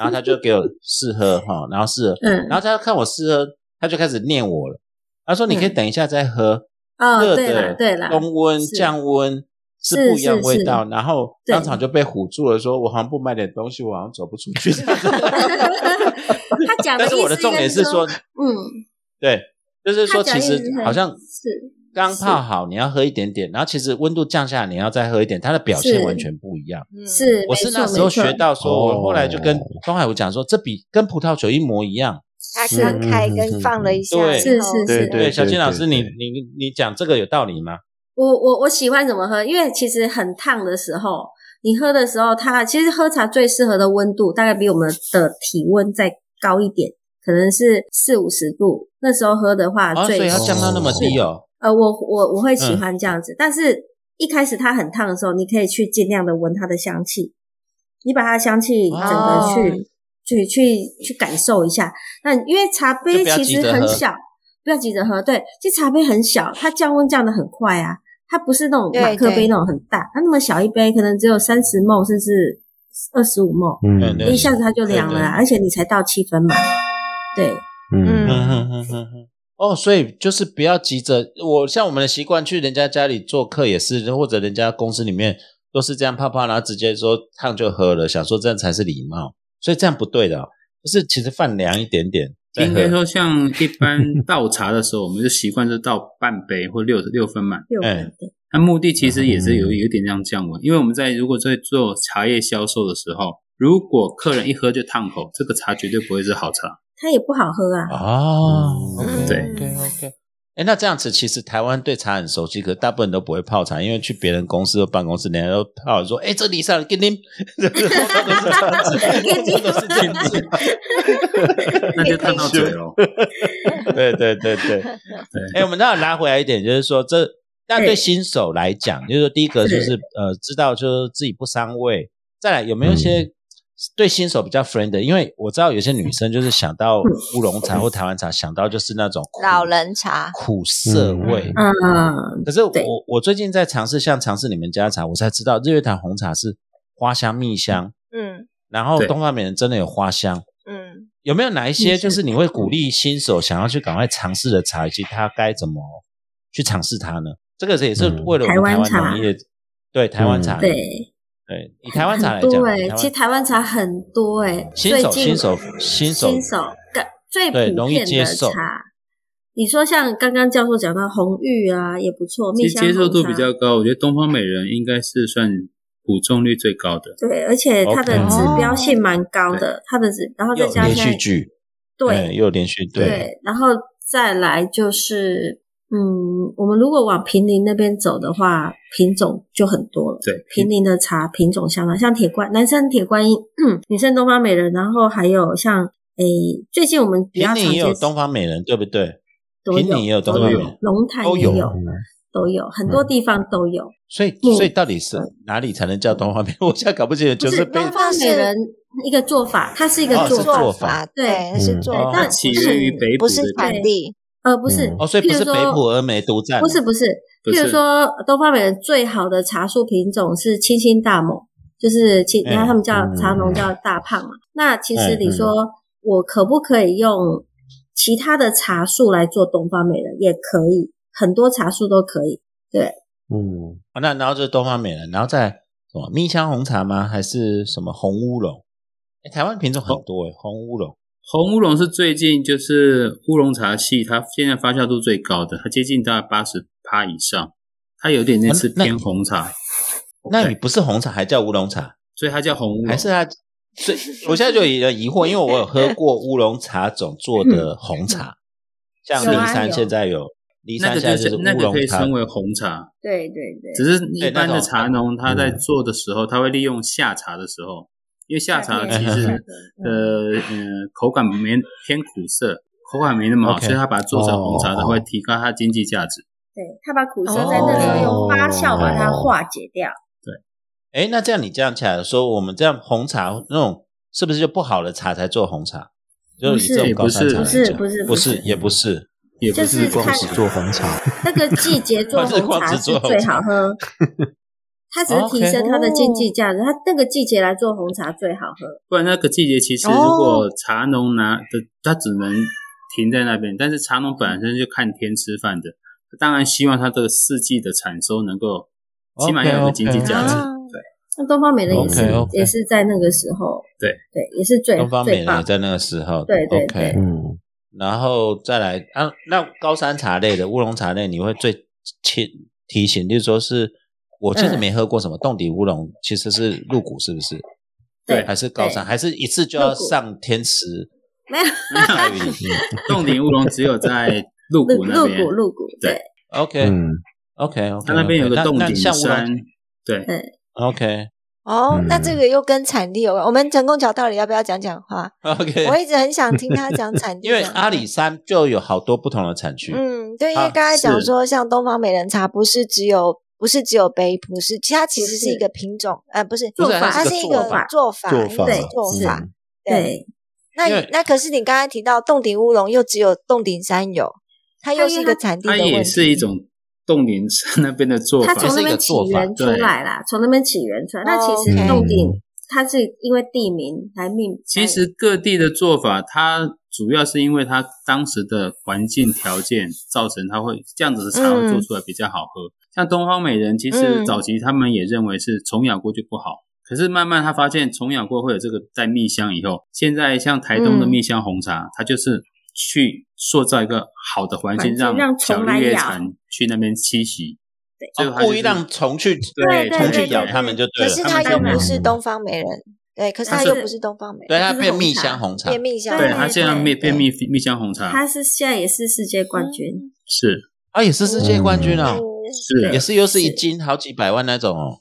[SPEAKER 2] 然后他就给我试喝哈，然后试喝，
[SPEAKER 5] 嗯，
[SPEAKER 2] 然后他看我试喝，他就开始念我了，他说
[SPEAKER 5] 嗯
[SPEAKER 2] 你可以等一下再喝，
[SPEAKER 5] 哦，
[SPEAKER 2] 热
[SPEAKER 5] 对啦，
[SPEAKER 2] 的、
[SPEAKER 5] 对啦，
[SPEAKER 2] 中温、
[SPEAKER 5] 是
[SPEAKER 2] 降温
[SPEAKER 5] 是
[SPEAKER 2] 是不一样
[SPEAKER 5] 是
[SPEAKER 2] 味
[SPEAKER 5] 是
[SPEAKER 2] 道，然后
[SPEAKER 5] 对
[SPEAKER 2] 当场就被唬住了，说我好像不买点东西，我好像走不出去。
[SPEAKER 5] 他讲的
[SPEAKER 2] 但
[SPEAKER 5] 意
[SPEAKER 2] 是
[SPEAKER 5] 思
[SPEAKER 2] 我的重点是说
[SPEAKER 5] 应该， <laughs> 嗯，
[SPEAKER 2] 对，就是说
[SPEAKER 5] 他讲
[SPEAKER 2] 其
[SPEAKER 5] 的意
[SPEAKER 2] 实
[SPEAKER 5] 思是
[SPEAKER 2] 好像
[SPEAKER 5] 是
[SPEAKER 2] 刚泡好，你要喝一点点，然后其实温度降下来，你要再喝一点，它的表现
[SPEAKER 5] 是
[SPEAKER 2] 完全不一样。
[SPEAKER 1] 嗯
[SPEAKER 5] 是，
[SPEAKER 2] 我是
[SPEAKER 5] 没错
[SPEAKER 2] 那时候
[SPEAKER 5] 没错
[SPEAKER 2] 学到说，
[SPEAKER 3] 哦
[SPEAKER 2] 我后来就跟东海武讲说，这比跟葡萄酒一模一样。
[SPEAKER 1] 他刚开跟放了一下，
[SPEAKER 2] 对
[SPEAKER 5] 是
[SPEAKER 1] 然后
[SPEAKER 5] 是
[SPEAKER 3] 对
[SPEAKER 5] 是，
[SPEAKER 2] 小金老师，
[SPEAKER 3] 对
[SPEAKER 2] 你
[SPEAKER 3] 对
[SPEAKER 2] 你你讲这个有道理吗？
[SPEAKER 5] 我我我喜欢怎么喝，因为其实很烫的时候，你喝的时候它，其实喝茶最适合的温度大概比我们的体温再高一点，可能是四五十度。那时候喝的话
[SPEAKER 2] 啊，所
[SPEAKER 5] 最，
[SPEAKER 2] 以要降到那么低哦。
[SPEAKER 5] 呃，我我我会喜
[SPEAKER 2] 嗯
[SPEAKER 5] 欢这样子，但是一开始它很烫的时候，你可以去尽量的闻它的香气，你把它的香气整个去、
[SPEAKER 2] 哦
[SPEAKER 5] 去去去感受一下。那因为茶
[SPEAKER 2] 就
[SPEAKER 5] 杯
[SPEAKER 2] 不要
[SPEAKER 5] 其
[SPEAKER 2] 急
[SPEAKER 5] 实
[SPEAKER 2] 着
[SPEAKER 5] 很
[SPEAKER 2] 喝
[SPEAKER 5] 小，不要急着喝，对，其实茶杯很小，它降温降的很快啊，它不是那种
[SPEAKER 1] 对
[SPEAKER 5] 马克
[SPEAKER 1] 对
[SPEAKER 5] 杯那种很大，它那么小一杯，可能只有三十沫甚至二十五沫，
[SPEAKER 3] 嗯
[SPEAKER 2] 对
[SPEAKER 5] 一下子它就凉了
[SPEAKER 2] 对
[SPEAKER 5] 啊、
[SPEAKER 2] 对
[SPEAKER 5] 而且你才倒七分嘛，对，
[SPEAKER 3] 嗯
[SPEAKER 2] 嗯哼
[SPEAKER 1] 嗯
[SPEAKER 2] 哼哼哼。哦，所以就是不要急着。我像我们的习惯，去人家家里做客也是，或者人家公司里面都是这样泡泡，然后直接说烫就喝了，想说这样才是礼貌，所以这样不对的、哦。就是其实放凉一点点再
[SPEAKER 4] 应该
[SPEAKER 2] 喝。
[SPEAKER 4] 说像一般倒茶的时候，我们就习惯是倒半杯或六六分满。
[SPEAKER 5] 六
[SPEAKER 2] 哎
[SPEAKER 5] 分对。
[SPEAKER 4] 那目的其实也是有
[SPEAKER 3] 嗯
[SPEAKER 4] 有一点这样降温，因为我们在如果在做茶叶销售的时候，如果客人一喝就烫口，这个茶绝对不会是
[SPEAKER 1] <laughs>
[SPEAKER 4] 好茶。
[SPEAKER 5] 它也不好喝啊，
[SPEAKER 2] <laughs> 哦
[SPEAKER 3] 嗯
[SPEAKER 4] 对
[SPEAKER 2] ，OK OK。哎，那这样子，其实台湾对茶很熟悉，可是大部分人都不会泡茶，因为去别人公司或办公室，人家都泡说：“哎，这里上给您，
[SPEAKER 5] 给你
[SPEAKER 4] 那就烫到嘴了。
[SPEAKER 2] <laughs> 对对对对，哎、我们当然拉回来一点，就是说这，那对新手来讲，就是说第一个就是呃，知道就是自己不伤胃，再来有没有一些对新手比较 friend 的？因为我知道有些女生就是想到乌龙茶或台湾茶，想到就是那种苦
[SPEAKER 1] 老人茶，
[SPEAKER 2] 苦涩味。
[SPEAKER 3] 嗯
[SPEAKER 5] 嗯，
[SPEAKER 2] 可是我
[SPEAKER 5] 对
[SPEAKER 2] 我最近在尝试像尝试你们家茶，我才知道日月潭红茶是花香蜜香，
[SPEAKER 1] 嗯
[SPEAKER 2] 然后
[SPEAKER 4] 对
[SPEAKER 2] 东方美人真的有花香。
[SPEAKER 1] 嗯
[SPEAKER 2] 有没有哪一些
[SPEAKER 5] 嗯是
[SPEAKER 2] 就是你会鼓励新手想要去赶快尝试的茶，以及他该怎么去尝试它呢？这个也是
[SPEAKER 3] 嗯
[SPEAKER 2] 为了我们
[SPEAKER 5] 台湾
[SPEAKER 2] 台湾
[SPEAKER 5] 茶
[SPEAKER 2] 农业，对台湾茶，
[SPEAKER 5] 对，
[SPEAKER 2] 对以台湾茶来
[SPEAKER 5] 很
[SPEAKER 2] 讲，
[SPEAKER 5] 多哎、
[SPEAKER 2] 以台湾
[SPEAKER 5] 其实台湾茶很多哎、
[SPEAKER 2] 新手
[SPEAKER 5] 最近
[SPEAKER 2] 新手新手
[SPEAKER 5] 新手个最
[SPEAKER 2] 对
[SPEAKER 5] 普
[SPEAKER 2] 容易
[SPEAKER 5] 遍
[SPEAKER 2] 接
[SPEAKER 5] 的
[SPEAKER 2] 受
[SPEAKER 5] 茶，你说像刚刚教授讲到红玉啊，也不错，
[SPEAKER 4] 其
[SPEAKER 5] 蜜
[SPEAKER 4] 实
[SPEAKER 5] 香
[SPEAKER 4] 接受
[SPEAKER 5] 红
[SPEAKER 4] 度
[SPEAKER 5] 茶
[SPEAKER 4] 比较高，我觉得东方美人应该是算补中率最高的。
[SPEAKER 5] 对，而且它的
[SPEAKER 2] OK
[SPEAKER 5] 指标
[SPEAKER 4] 哦
[SPEAKER 5] 性蛮高的，它的指，然后再
[SPEAKER 4] 又
[SPEAKER 5] 加上
[SPEAKER 2] 连续剧，
[SPEAKER 5] 对
[SPEAKER 2] 嗯，又有连续
[SPEAKER 5] 对
[SPEAKER 2] 对，
[SPEAKER 5] 然后再来就是，嗯，我们如果往平林那边走的话，品种就很多了。
[SPEAKER 4] 对，
[SPEAKER 5] 平林的茶品种相当，像铁观男生铁观音， <clears throat> 女生东方美人，然后还有像诶，最近我们比较
[SPEAKER 2] 平
[SPEAKER 5] 常
[SPEAKER 2] 顶也
[SPEAKER 5] 见
[SPEAKER 2] 有东方美人，对不对？
[SPEAKER 5] 都
[SPEAKER 2] 平顶也有东方美人，
[SPEAKER 5] 龙潭
[SPEAKER 2] 都
[SPEAKER 5] 也
[SPEAKER 2] 有嗯
[SPEAKER 5] 都有很多地方都有。
[SPEAKER 2] 所以
[SPEAKER 5] 嗯
[SPEAKER 2] 所以到底是哪里才能叫东方美人？ <laughs> 我现在搞不清楚，
[SPEAKER 5] 不
[SPEAKER 2] 就是被
[SPEAKER 5] 东方美人一个做法，它啊是一个
[SPEAKER 2] 哦
[SPEAKER 5] 做
[SPEAKER 2] 是
[SPEAKER 5] 法，嗯
[SPEAKER 2] 做
[SPEAKER 1] 法
[SPEAKER 2] 法
[SPEAKER 5] 对
[SPEAKER 1] 对，是做
[SPEAKER 5] 对
[SPEAKER 1] 法，
[SPEAKER 5] 但
[SPEAKER 4] 起源于北
[SPEAKER 1] 不
[SPEAKER 4] 部
[SPEAKER 1] 是
[SPEAKER 4] 这边
[SPEAKER 1] 产地，
[SPEAKER 5] 呃，不是
[SPEAKER 3] 嗯
[SPEAKER 2] 哦，所以不是北
[SPEAKER 5] 譬如
[SPEAKER 2] 普
[SPEAKER 5] 说
[SPEAKER 2] 峨眉独占，哦
[SPEAKER 5] 不是不是，
[SPEAKER 4] 不
[SPEAKER 5] 譬如
[SPEAKER 4] 是
[SPEAKER 5] 说东方美人最好的茶树品种是清新大猛，就是其
[SPEAKER 2] 嗯
[SPEAKER 4] 哎
[SPEAKER 5] 然后他们叫
[SPEAKER 3] 嗯
[SPEAKER 5] 茶农叫大胖嘛。那其实
[SPEAKER 2] 嗯
[SPEAKER 5] 你说我可不可以用其他的茶树来做东方美人？也可以，很多茶树都可以。
[SPEAKER 3] 嗯，
[SPEAKER 2] 哦那然后就是东方美人，然后再什么蜜香红茶吗？还是什么红乌龙？诶台湾品种
[SPEAKER 4] 哦
[SPEAKER 2] 很多诶，红乌龙
[SPEAKER 4] 红乌龙是最近就是乌龙茶系，它现在发酵度最高的，它接近大概八十趴以上，它有点类似
[SPEAKER 2] 啊那
[SPEAKER 4] 偏红茶，
[SPEAKER 2] 那你不是红茶还叫乌龙茶？
[SPEAKER 4] 所以它叫红乌龙。
[SPEAKER 2] 还是它？所以我现在就有疑惑，因为我有喝过乌龙茶种做的红茶，像
[SPEAKER 5] 嗯有啊
[SPEAKER 2] 骊山
[SPEAKER 5] 有
[SPEAKER 2] 现在有，骊
[SPEAKER 4] 那
[SPEAKER 2] 山
[SPEAKER 4] 个
[SPEAKER 2] 现在
[SPEAKER 4] 就是那
[SPEAKER 2] 乌
[SPEAKER 4] 个可以
[SPEAKER 2] 龙茶
[SPEAKER 4] 称为红茶，
[SPEAKER 5] 对对对
[SPEAKER 4] 只是一般
[SPEAKER 2] 那
[SPEAKER 4] 的
[SPEAKER 2] 种
[SPEAKER 4] 茶农他在做的时候，他会利用下茶的时候，因为下茶其实 <laughs> 呃
[SPEAKER 5] 嗯
[SPEAKER 4] 呃口感没偏苦涩，口感没那么好，
[SPEAKER 2] OK
[SPEAKER 4] 所以他把它做成红茶，
[SPEAKER 3] 哦
[SPEAKER 4] 它会提高它经济价值。
[SPEAKER 5] 对，他把苦涩在那
[SPEAKER 4] 哦
[SPEAKER 5] 时候用发酵把它化解掉。
[SPEAKER 2] 哎，那这样你这样起来说，我们这样红茶那种是不是就不好的茶才做红茶？就
[SPEAKER 5] 不
[SPEAKER 2] 你
[SPEAKER 5] 是
[SPEAKER 2] 这种高山茶来讲
[SPEAKER 5] 不是不是不
[SPEAKER 2] 不
[SPEAKER 5] 是
[SPEAKER 2] 是，也不是。
[SPEAKER 4] 也不
[SPEAKER 5] 就是
[SPEAKER 3] 光
[SPEAKER 5] 看
[SPEAKER 3] 是做红茶，
[SPEAKER 5] 那个季节做红茶是最好喝，它只是提升它的经济价值。它那个季节来做红茶最好喝，
[SPEAKER 4] 不然那个季节其实如果茶农拿的，他只能停在那边。但是茶农本身就看天吃饭的，当然希望他这个四季的产收能够起码要有个经济价值。
[SPEAKER 1] OK，OK
[SPEAKER 4] <laughs>
[SPEAKER 5] 那东方美人也是
[SPEAKER 2] OK，OK
[SPEAKER 5] 也是在那个时候，
[SPEAKER 4] 对
[SPEAKER 5] 对，也是最
[SPEAKER 2] 东方美
[SPEAKER 5] 最
[SPEAKER 2] 人也
[SPEAKER 5] 棒。
[SPEAKER 2] 在那个时候，
[SPEAKER 5] 对对
[SPEAKER 2] o
[SPEAKER 5] 对
[SPEAKER 2] k
[SPEAKER 3] 嗯，
[SPEAKER 2] 然后再来啊，那高山茶类的乌龙茶类，你会最提提醒，就是说是我其
[SPEAKER 5] 嗯
[SPEAKER 2] 实没喝过什么冻顶乌龙，其实是入股是不是？
[SPEAKER 5] 对
[SPEAKER 2] 还是高山，
[SPEAKER 5] 对
[SPEAKER 2] 还是一次就要
[SPEAKER 5] 鹿谷
[SPEAKER 2] 上天池？
[SPEAKER 5] 没有
[SPEAKER 2] 下雨
[SPEAKER 4] 冻顶乌龙只有在鹿
[SPEAKER 5] 鹿
[SPEAKER 4] 谷那
[SPEAKER 5] 鹿
[SPEAKER 4] 边
[SPEAKER 5] 谷，鹿谷，
[SPEAKER 4] 对
[SPEAKER 5] 对
[SPEAKER 2] OK
[SPEAKER 3] 嗯，
[SPEAKER 2] OK OK，
[SPEAKER 4] 它那边有
[SPEAKER 2] 呃
[SPEAKER 4] 个冻顶
[SPEAKER 2] 像乌龙
[SPEAKER 4] 山，对，
[SPEAKER 2] OK
[SPEAKER 1] 哦，那
[SPEAKER 3] 嗯
[SPEAKER 1] 这个又跟产地有关。我们成功桥到底要不要讲讲话？
[SPEAKER 2] OK，
[SPEAKER 1] 我一直很想听他
[SPEAKER 3] <laughs>
[SPEAKER 1] 讲产地，
[SPEAKER 2] 因为阿里山就有好多不同的产区，
[SPEAKER 1] 嗯，对，因为
[SPEAKER 2] 啊
[SPEAKER 1] 刚才讲
[SPEAKER 2] 是
[SPEAKER 1] 说，像东方美人茶不是只有不是只有北普，是其他其实是
[SPEAKER 5] 不
[SPEAKER 1] 一
[SPEAKER 5] 是
[SPEAKER 1] 个品种，呃，不是
[SPEAKER 2] 不
[SPEAKER 5] 做
[SPEAKER 2] 是
[SPEAKER 5] 法
[SPEAKER 2] 它
[SPEAKER 1] 它是
[SPEAKER 2] 是
[SPEAKER 1] 一
[SPEAKER 2] 一
[SPEAKER 1] 个
[SPEAKER 2] 个
[SPEAKER 1] 做法，
[SPEAKER 3] 做法
[SPEAKER 5] 对
[SPEAKER 1] 做法。
[SPEAKER 3] 嗯
[SPEAKER 1] 对，
[SPEAKER 5] 对，
[SPEAKER 1] 那
[SPEAKER 2] 因为
[SPEAKER 1] 那可是你刚才提到洞顶乌龙，又只有洞顶山有，它又是一个产地
[SPEAKER 4] 它
[SPEAKER 1] 的问
[SPEAKER 4] 也
[SPEAKER 1] 题。
[SPEAKER 4] 是一种冻顶山那边的做
[SPEAKER 5] 它
[SPEAKER 4] 法。
[SPEAKER 5] 从那边起源出来啦，从那边起源出来。那其实
[SPEAKER 1] 哦 OK
[SPEAKER 5] 洞顶它是因为地名来命，
[SPEAKER 4] 其实各地的做法，它主要是因为它当时的环境条件造成它会这样子的茶
[SPEAKER 5] 嗯
[SPEAKER 4] 会做出来比较好喝。像东方美人，其实
[SPEAKER 1] 嗯
[SPEAKER 4] 早期他们也认为是虫咬过就不好，可是慢慢他发现虫咬过会有这个在蜜香以后，现在像台东的
[SPEAKER 1] 嗯
[SPEAKER 4] 蜜香红茶，它就是去塑造一个好的环境，
[SPEAKER 5] 环境让
[SPEAKER 4] 小
[SPEAKER 5] 虫来
[SPEAKER 4] 绿叶
[SPEAKER 5] 咬
[SPEAKER 4] 蝉去那边栖息。最
[SPEAKER 2] 哦
[SPEAKER 4] 后它就
[SPEAKER 2] 故
[SPEAKER 4] 是
[SPEAKER 2] 意让虫去
[SPEAKER 4] 对
[SPEAKER 5] 嗯对
[SPEAKER 2] 虫
[SPEAKER 5] 对
[SPEAKER 2] 去咬
[SPEAKER 5] 对
[SPEAKER 2] 它们就对
[SPEAKER 1] 可
[SPEAKER 2] 了
[SPEAKER 1] 是，
[SPEAKER 4] 它
[SPEAKER 1] 它
[SPEAKER 4] 们
[SPEAKER 1] 又
[SPEAKER 4] 就
[SPEAKER 1] 不是
[SPEAKER 3] 嗯
[SPEAKER 1] 东方美人，对，可是它
[SPEAKER 5] 它
[SPEAKER 1] 又
[SPEAKER 5] 是
[SPEAKER 1] 不是东方美
[SPEAKER 2] 对
[SPEAKER 1] 人，
[SPEAKER 2] 它
[SPEAKER 5] 哎就是
[SPEAKER 2] 变
[SPEAKER 5] 红
[SPEAKER 2] 蜜
[SPEAKER 5] 茶
[SPEAKER 2] 香红茶
[SPEAKER 1] 变，蜜香，
[SPEAKER 5] 对
[SPEAKER 4] 对，它现在
[SPEAKER 5] 对
[SPEAKER 4] 蜜变蜜蜜香红茶
[SPEAKER 5] 它是现在也是世界冠军，
[SPEAKER 4] 是
[SPEAKER 2] 啊也是世界冠军
[SPEAKER 1] 嗯
[SPEAKER 2] 哦，
[SPEAKER 4] 是
[SPEAKER 2] 也是又是一
[SPEAKER 5] 是
[SPEAKER 2] 斤好几百万那种哦，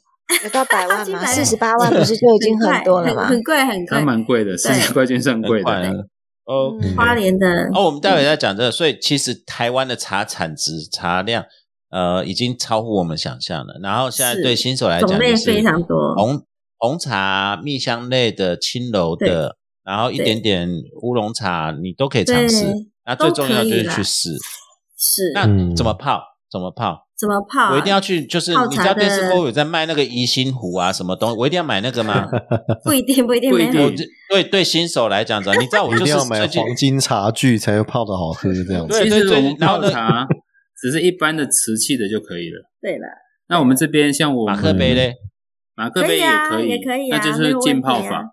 [SPEAKER 1] 有到百万
[SPEAKER 5] 几百
[SPEAKER 1] 吗？
[SPEAKER 5] 万
[SPEAKER 1] 四十八万不是就已经很多了
[SPEAKER 5] 很
[SPEAKER 1] 吗？
[SPEAKER 5] 很贵很
[SPEAKER 4] 它
[SPEAKER 5] 贵。
[SPEAKER 4] 蛮贵的，世
[SPEAKER 5] 对
[SPEAKER 4] 界冠军算贵
[SPEAKER 2] 很
[SPEAKER 4] 的
[SPEAKER 2] 快。
[SPEAKER 4] 欸
[SPEAKER 2] 乐。哦
[SPEAKER 1] 嗯
[SPEAKER 5] 花莲的
[SPEAKER 2] 哦，我们待会再讲这个，所以其实台湾的茶产值、茶量，呃，已经超乎我们想象了。然后现在
[SPEAKER 5] 是
[SPEAKER 2] 对新手来讲，
[SPEAKER 5] 种类非常多
[SPEAKER 2] 红红茶、蜜香类的、青楼的，然后一
[SPEAKER 5] 对
[SPEAKER 2] 点点乌龙茶，你都可以尝
[SPEAKER 5] 对
[SPEAKER 2] 试。那最重要就
[SPEAKER 5] 都可以
[SPEAKER 2] 是
[SPEAKER 5] 啦
[SPEAKER 2] 去试。
[SPEAKER 5] 是
[SPEAKER 2] 那
[SPEAKER 3] 嗯
[SPEAKER 2] 怎么泡？怎么泡？
[SPEAKER 5] 怎么泡啊？
[SPEAKER 2] 我一定要去，就是
[SPEAKER 5] 泡
[SPEAKER 2] 你
[SPEAKER 5] 茶
[SPEAKER 2] 知道电视
[SPEAKER 5] 的
[SPEAKER 2] 购有在卖那个宜兴壶啊，什么东西，我一定要买那个吗？
[SPEAKER 5] 不一定，不一定，
[SPEAKER 4] 不一
[SPEAKER 5] 没有
[SPEAKER 4] 定
[SPEAKER 2] 我这对对新手来讲，你知道我就
[SPEAKER 3] 一定
[SPEAKER 2] 是
[SPEAKER 3] <laughs> 要买
[SPEAKER 2] 最近
[SPEAKER 3] 黄金茶具才会泡的好喝，这样子。
[SPEAKER 2] 对
[SPEAKER 4] 其
[SPEAKER 2] 对
[SPEAKER 4] 实
[SPEAKER 2] 对
[SPEAKER 4] 我们
[SPEAKER 2] 然后
[SPEAKER 4] 泡
[SPEAKER 2] 呢 <laughs>
[SPEAKER 4] 茶只是一般的瓷器的就可以了。
[SPEAKER 5] 对了，
[SPEAKER 4] 那我们这边像我
[SPEAKER 2] 马
[SPEAKER 4] 们
[SPEAKER 2] 克杯嘞。
[SPEAKER 4] 马克杯
[SPEAKER 5] 啊，
[SPEAKER 4] 以，
[SPEAKER 5] 也可以
[SPEAKER 4] 那
[SPEAKER 5] 啊，
[SPEAKER 4] 就
[SPEAKER 5] 没
[SPEAKER 4] 是
[SPEAKER 5] 有问
[SPEAKER 4] 浸
[SPEAKER 5] 题
[SPEAKER 4] 泡
[SPEAKER 5] 啊
[SPEAKER 4] 法。，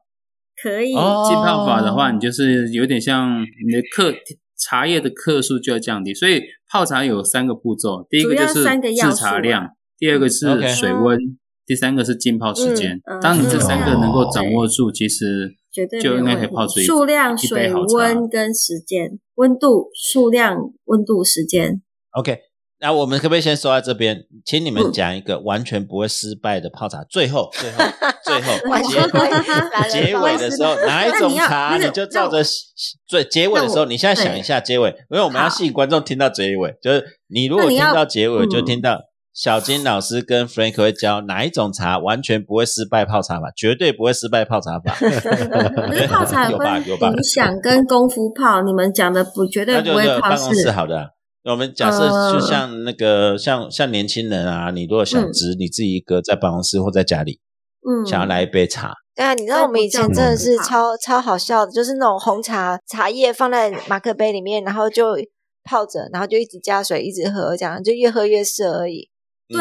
[SPEAKER 5] 可以，
[SPEAKER 2] 哦
[SPEAKER 4] 浸泡法的话，你就是有点像你的克茶叶的克数就要降低，所以泡茶有三个步骤，第一
[SPEAKER 5] 主
[SPEAKER 4] 个就
[SPEAKER 5] 要
[SPEAKER 4] 是
[SPEAKER 5] 三个要
[SPEAKER 4] 制
[SPEAKER 5] 素啊
[SPEAKER 4] 茶量，第二个是
[SPEAKER 2] 嗯 OK
[SPEAKER 4] 水温，第三个是浸泡时间。
[SPEAKER 5] 嗯嗯
[SPEAKER 4] 当你这三个能够掌握住，其实
[SPEAKER 5] 绝对
[SPEAKER 4] 就应该
[SPEAKER 5] 没有
[SPEAKER 4] 可以
[SPEAKER 5] 问
[SPEAKER 4] 泡出
[SPEAKER 5] 题。
[SPEAKER 4] 一
[SPEAKER 5] 数量、
[SPEAKER 4] 一杯
[SPEAKER 5] 水
[SPEAKER 4] 好茶
[SPEAKER 5] 温跟时间、温度、数量、温度、时间。
[SPEAKER 2] OK，那我们可不可以先说到这边？请你们
[SPEAKER 5] 嗯
[SPEAKER 2] 讲一个完全不会失败的泡茶，最后、最后、最后
[SPEAKER 1] 完
[SPEAKER 2] 结
[SPEAKER 1] 全不会
[SPEAKER 5] 啊
[SPEAKER 1] 懒
[SPEAKER 2] <laughs>
[SPEAKER 1] 人
[SPEAKER 2] 结
[SPEAKER 1] 包
[SPEAKER 2] 尾的时候，哪一
[SPEAKER 5] 那
[SPEAKER 2] 种
[SPEAKER 5] 你要
[SPEAKER 2] 茶
[SPEAKER 5] 那个
[SPEAKER 2] 你就照着最结尾的时
[SPEAKER 5] 那
[SPEAKER 2] 候，
[SPEAKER 5] 我
[SPEAKER 2] 你现在想一下结尾，因为我们要
[SPEAKER 5] 好
[SPEAKER 2] 吸引观众听到结尾，就是你如果
[SPEAKER 5] 那你
[SPEAKER 2] 听
[SPEAKER 5] 要
[SPEAKER 2] 到结尾，
[SPEAKER 5] 嗯
[SPEAKER 2] 就听到。小金老师跟 Frank 会教哪一种茶完全不会失败泡茶法，绝对不会失败泡茶法。 <laughs>
[SPEAKER 5] 可是泡茶
[SPEAKER 2] 有
[SPEAKER 5] 有
[SPEAKER 2] 吧
[SPEAKER 5] 分
[SPEAKER 2] 有吧
[SPEAKER 5] 理想跟功夫泡，你们讲的不绝对
[SPEAKER 2] 那
[SPEAKER 5] 不
[SPEAKER 2] 就
[SPEAKER 5] 会
[SPEAKER 2] 是
[SPEAKER 5] 泡
[SPEAKER 2] 办公室
[SPEAKER 5] 是
[SPEAKER 2] 好的啊、我们假设
[SPEAKER 5] 呃
[SPEAKER 2] 就像那个、像像年轻人啊，你如果想
[SPEAKER 5] 嗯
[SPEAKER 2] 只你自己一个在办公室或在家里，
[SPEAKER 5] 嗯，
[SPEAKER 2] 想要来一杯茶，
[SPEAKER 1] 对啊，你知道
[SPEAKER 5] 都
[SPEAKER 1] 我们
[SPEAKER 5] 不
[SPEAKER 1] 以前
[SPEAKER 5] 叫
[SPEAKER 1] 真的
[SPEAKER 3] 人
[SPEAKER 1] 是
[SPEAKER 5] 怕
[SPEAKER 1] 超超好笑的，就是那种红茶茶叶放在马克杯里面，然后就泡着，然后就一直加水，一直喝，这样就越喝越涩而
[SPEAKER 2] 嗯
[SPEAKER 1] 已。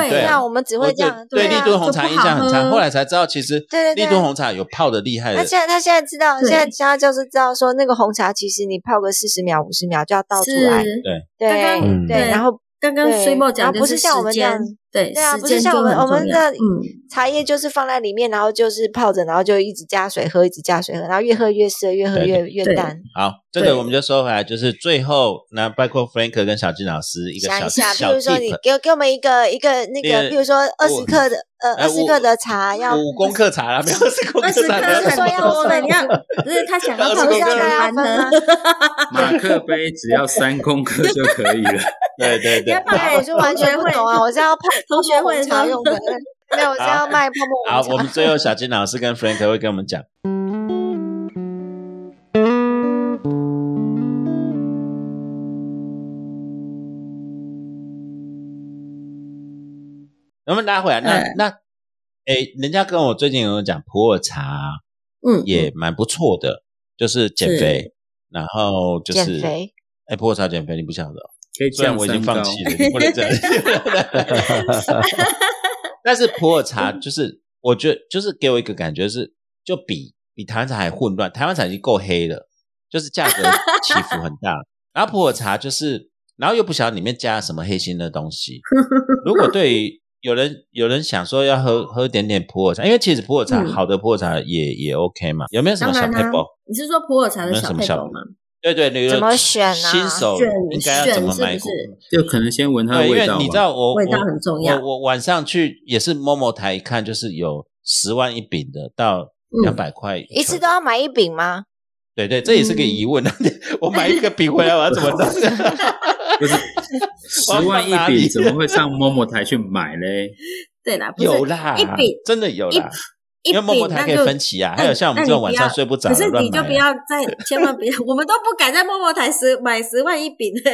[SPEAKER 5] 对
[SPEAKER 2] 啊
[SPEAKER 1] 那我们只
[SPEAKER 2] 我
[SPEAKER 1] 会这
[SPEAKER 2] 对
[SPEAKER 1] 样，
[SPEAKER 2] 对立
[SPEAKER 1] 啊
[SPEAKER 5] 立
[SPEAKER 2] 顿
[SPEAKER 5] 顿
[SPEAKER 2] 红茶
[SPEAKER 5] 就不
[SPEAKER 2] 印象很
[SPEAKER 5] 好
[SPEAKER 2] 差，
[SPEAKER 5] 喝
[SPEAKER 2] 后来才知道其实
[SPEAKER 1] 对对对
[SPEAKER 2] 立顿红茶有泡的厉害
[SPEAKER 1] 那
[SPEAKER 2] 的，
[SPEAKER 1] 现在他现在知道，
[SPEAKER 5] 对
[SPEAKER 1] 现在现在就是知道说那个红茶，其实你泡个四十秒、五十秒就要倒出来，
[SPEAKER 5] 是
[SPEAKER 1] 对
[SPEAKER 5] 刚刚
[SPEAKER 1] 对
[SPEAKER 3] 嗯
[SPEAKER 1] 对，然后
[SPEAKER 5] 刚刚
[SPEAKER 1] 对
[SPEAKER 5] 水某讲
[SPEAKER 1] 然后
[SPEAKER 5] 就
[SPEAKER 1] 不是
[SPEAKER 5] 时
[SPEAKER 1] 像我们这
[SPEAKER 5] 间
[SPEAKER 1] 样，
[SPEAKER 5] 对
[SPEAKER 1] 对啊，
[SPEAKER 5] 时
[SPEAKER 1] 不
[SPEAKER 5] 间
[SPEAKER 1] 是像我
[SPEAKER 5] 就
[SPEAKER 1] 们
[SPEAKER 5] 很
[SPEAKER 1] 我们
[SPEAKER 5] 重要
[SPEAKER 2] <laughs>
[SPEAKER 1] 的
[SPEAKER 5] 嗯，
[SPEAKER 1] 茶叶就是放在里面，然后就是泡着，然后就一直加水喝，一直加水喝，然后越喝越涩，越喝
[SPEAKER 2] 对
[SPEAKER 1] 越越
[SPEAKER 5] 对
[SPEAKER 1] 淡。
[SPEAKER 2] 好，这
[SPEAKER 5] 对
[SPEAKER 2] 个我们就说回来，就是最后那包括 Frank 跟小金老师一个
[SPEAKER 1] 想
[SPEAKER 2] 小
[SPEAKER 1] 一下，比
[SPEAKER 2] 小
[SPEAKER 1] 如说你
[SPEAKER 2] tip，
[SPEAKER 1] 给给我们一个一个
[SPEAKER 2] 那
[SPEAKER 1] 那
[SPEAKER 2] 个
[SPEAKER 1] 个，比如说二
[SPEAKER 2] 我
[SPEAKER 1] 十克的呃
[SPEAKER 2] 呃
[SPEAKER 1] 二十克的茶要，
[SPEAKER 2] 五公克茶
[SPEAKER 1] <laughs>
[SPEAKER 2] 啦，没有二十公
[SPEAKER 5] 二
[SPEAKER 2] 克
[SPEAKER 5] 十克
[SPEAKER 2] 茶，
[SPEAKER 1] 不要
[SPEAKER 5] 很
[SPEAKER 1] 再说要
[SPEAKER 5] 多
[SPEAKER 1] 我
[SPEAKER 5] 了，
[SPEAKER 1] 们
[SPEAKER 5] 你要不是他想要泡
[SPEAKER 1] 不
[SPEAKER 5] 给
[SPEAKER 1] 是要大家
[SPEAKER 5] 班
[SPEAKER 1] 分吗
[SPEAKER 5] 呢？？
[SPEAKER 4] 马克杯只要三公克就可以了。
[SPEAKER 2] 对对
[SPEAKER 5] 你
[SPEAKER 2] 对
[SPEAKER 5] 要。放
[SPEAKER 1] 哎，
[SPEAKER 5] 在
[SPEAKER 1] 我是完全不懂
[SPEAKER 2] <laughs>
[SPEAKER 1] 啊，我是要泡
[SPEAKER 5] 同学会
[SPEAKER 1] 红
[SPEAKER 5] 的时候
[SPEAKER 1] 茶用的，没有，我是要卖泡沫
[SPEAKER 2] 好，
[SPEAKER 1] 红
[SPEAKER 2] 我
[SPEAKER 1] 茶。
[SPEAKER 2] 们最后小金老师跟 Frank 会跟我们讲。能不能拉回来？那、
[SPEAKER 5] 嗯
[SPEAKER 2] 那，哎，人家跟我最近有讲普洱茶
[SPEAKER 5] 嗯，
[SPEAKER 2] 也蛮不错的，就是减肥，然后就是
[SPEAKER 1] 减肥，
[SPEAKER 2] 哎，普洱茶减肥你不晓得哦，
[SPEAKER 4] 可
[SPEAKER 2] <laughs>
[SPEAKER 4] 以
[SPEAKER 2] 虽然
[SPEAKER 4] 降
[SPEAKER 2] 我已经
[SPEAKER 4] 三
[SPEAKER 2] 放
[SPEAKER 4] 高
[SPEAKER 2] 弃了，你不能这
[SPEAKER 5] <laughs>
[SPEAKER 2] 样。 <laughs> 但是普洱茶就是，我觉得就是给我一个感觉是，就比比台湾茶还混乱。台湾茶已经够黑了，就是价格起伏很大。然后普洱茶就是，然后又不晓得里面加了什么黑心的东
[SPEAKER 5] <laughs>
[SPEAKER 2] 西。如果对于有人有人想说要喝喝一点点普洱茶，因为其实普洱茶、
[SPEAKER 5] 嗯
[SPEAKER 2] 好的普洱茶也也 OK 嘛，有没有什么
[SPEAKER 5] 当
[SPEAKER 2] 小
[SPEAKER 5] 然啊
[SPEAKER 2] p
[SPEAKER 5] 啦
[SPEAKER 2] e b l e
[SPEAKER 5] 你是说普洱茶的
[SPEAKER 2] 那
[SPEAKER 5] 小
[SPEAKER 2] 什么
[SPEAKER 5] 配
[SPEAKER 2] 小
[SPEAKER 5] 种吗？
[SPEAKER 2] 对对，你
[SPEAKER 1] 怎么选啊
[SPEAKER 2] 新手
[SPEAKER 5] 选
[SPEAKER 2] 应该要怎么
[SPEAKER 5] 选
[SPEAKER 2] 买
[SPEAKER 5] 是不
[SPEAKER 2] 股
[SPEAKER 5] 是？
[SPEAKER 4] 就可能先闻它
[SPEAKER 2] 对，
[SPEAKER 4] 的
[SPEAKER 2] 因
[SPEAKER 4] 味
[SPEAKER 2] 为
[SPEAKER 4] 道
[SPEAKER 2] 你知
[SPEAKER 4] 吧。
[SPEAKER 2] 道我
[SPEAKER 5] 味道
[SPEAKER 2] 我
[SPEAKER 5] 很重要
[SPEAKER 2] 我我晚上去也是某某台一看，就是有十万一饼的到
[SPEAKER 5] 嗯
[SPEAKER 2] 两百块球、
[SPEAKER 1] 一次都要买一饼吗？
[SPEAKER 2] 对对，这也是个疑问。啊
[SPEAKER 5] 嗯
[SPEAKER 2] <laughs> 我买一个饼回来，我要
[SPEAKER 5] <laughs>
[SPEAKER 2] 怎么弄？
[SPEAKER 4] 十
[SPEAKER 2] 我要
[SPEAKER 4] 万
[SPEAKER 2] 放哪
[SPEAKER 4] 一
[SPEAKER 2] 里
[SPEAKER 4] 笔怎么会上某某台去买嘞？
[SPEAKER 5] 对啦，不是
[SPEAKER 2] 有啦，
[SPEAKER 5] 一饼
[SPEAKER 2] 真的有啦，
[SPEAKER 5] 一
[SPEAKER 2] 因为某某
[SPEAKER 5] 饼
[SPEAKER 2] 台
[SPEAKER 5] 那
[SPEAKER 2] 可以
[SPEAKER 5] 就
[SPEAKER 2] 分期啊，
[SPEAKER 5] 那
[SPEAKER 2] 还有像我们
[SPEAKER 5] 那
[SPEAKER 2] 这种
[SPEAKER 5] 你
[SPEAKER 2] 晚
[SPEAKER 5] 不
[SPEAKER 2] 上
[SPEAKER 5] 要
[SPEAKER 2] 睡不着
[SPEAKER 5] 可是
[SPEAKER 2] 乱
[SPEAKER 5] 你就不
[SPEAKER 2] 买啊。
[SPEAKER 5] 要再，千万不要，我们都不敢在默默台十买十万一饼的、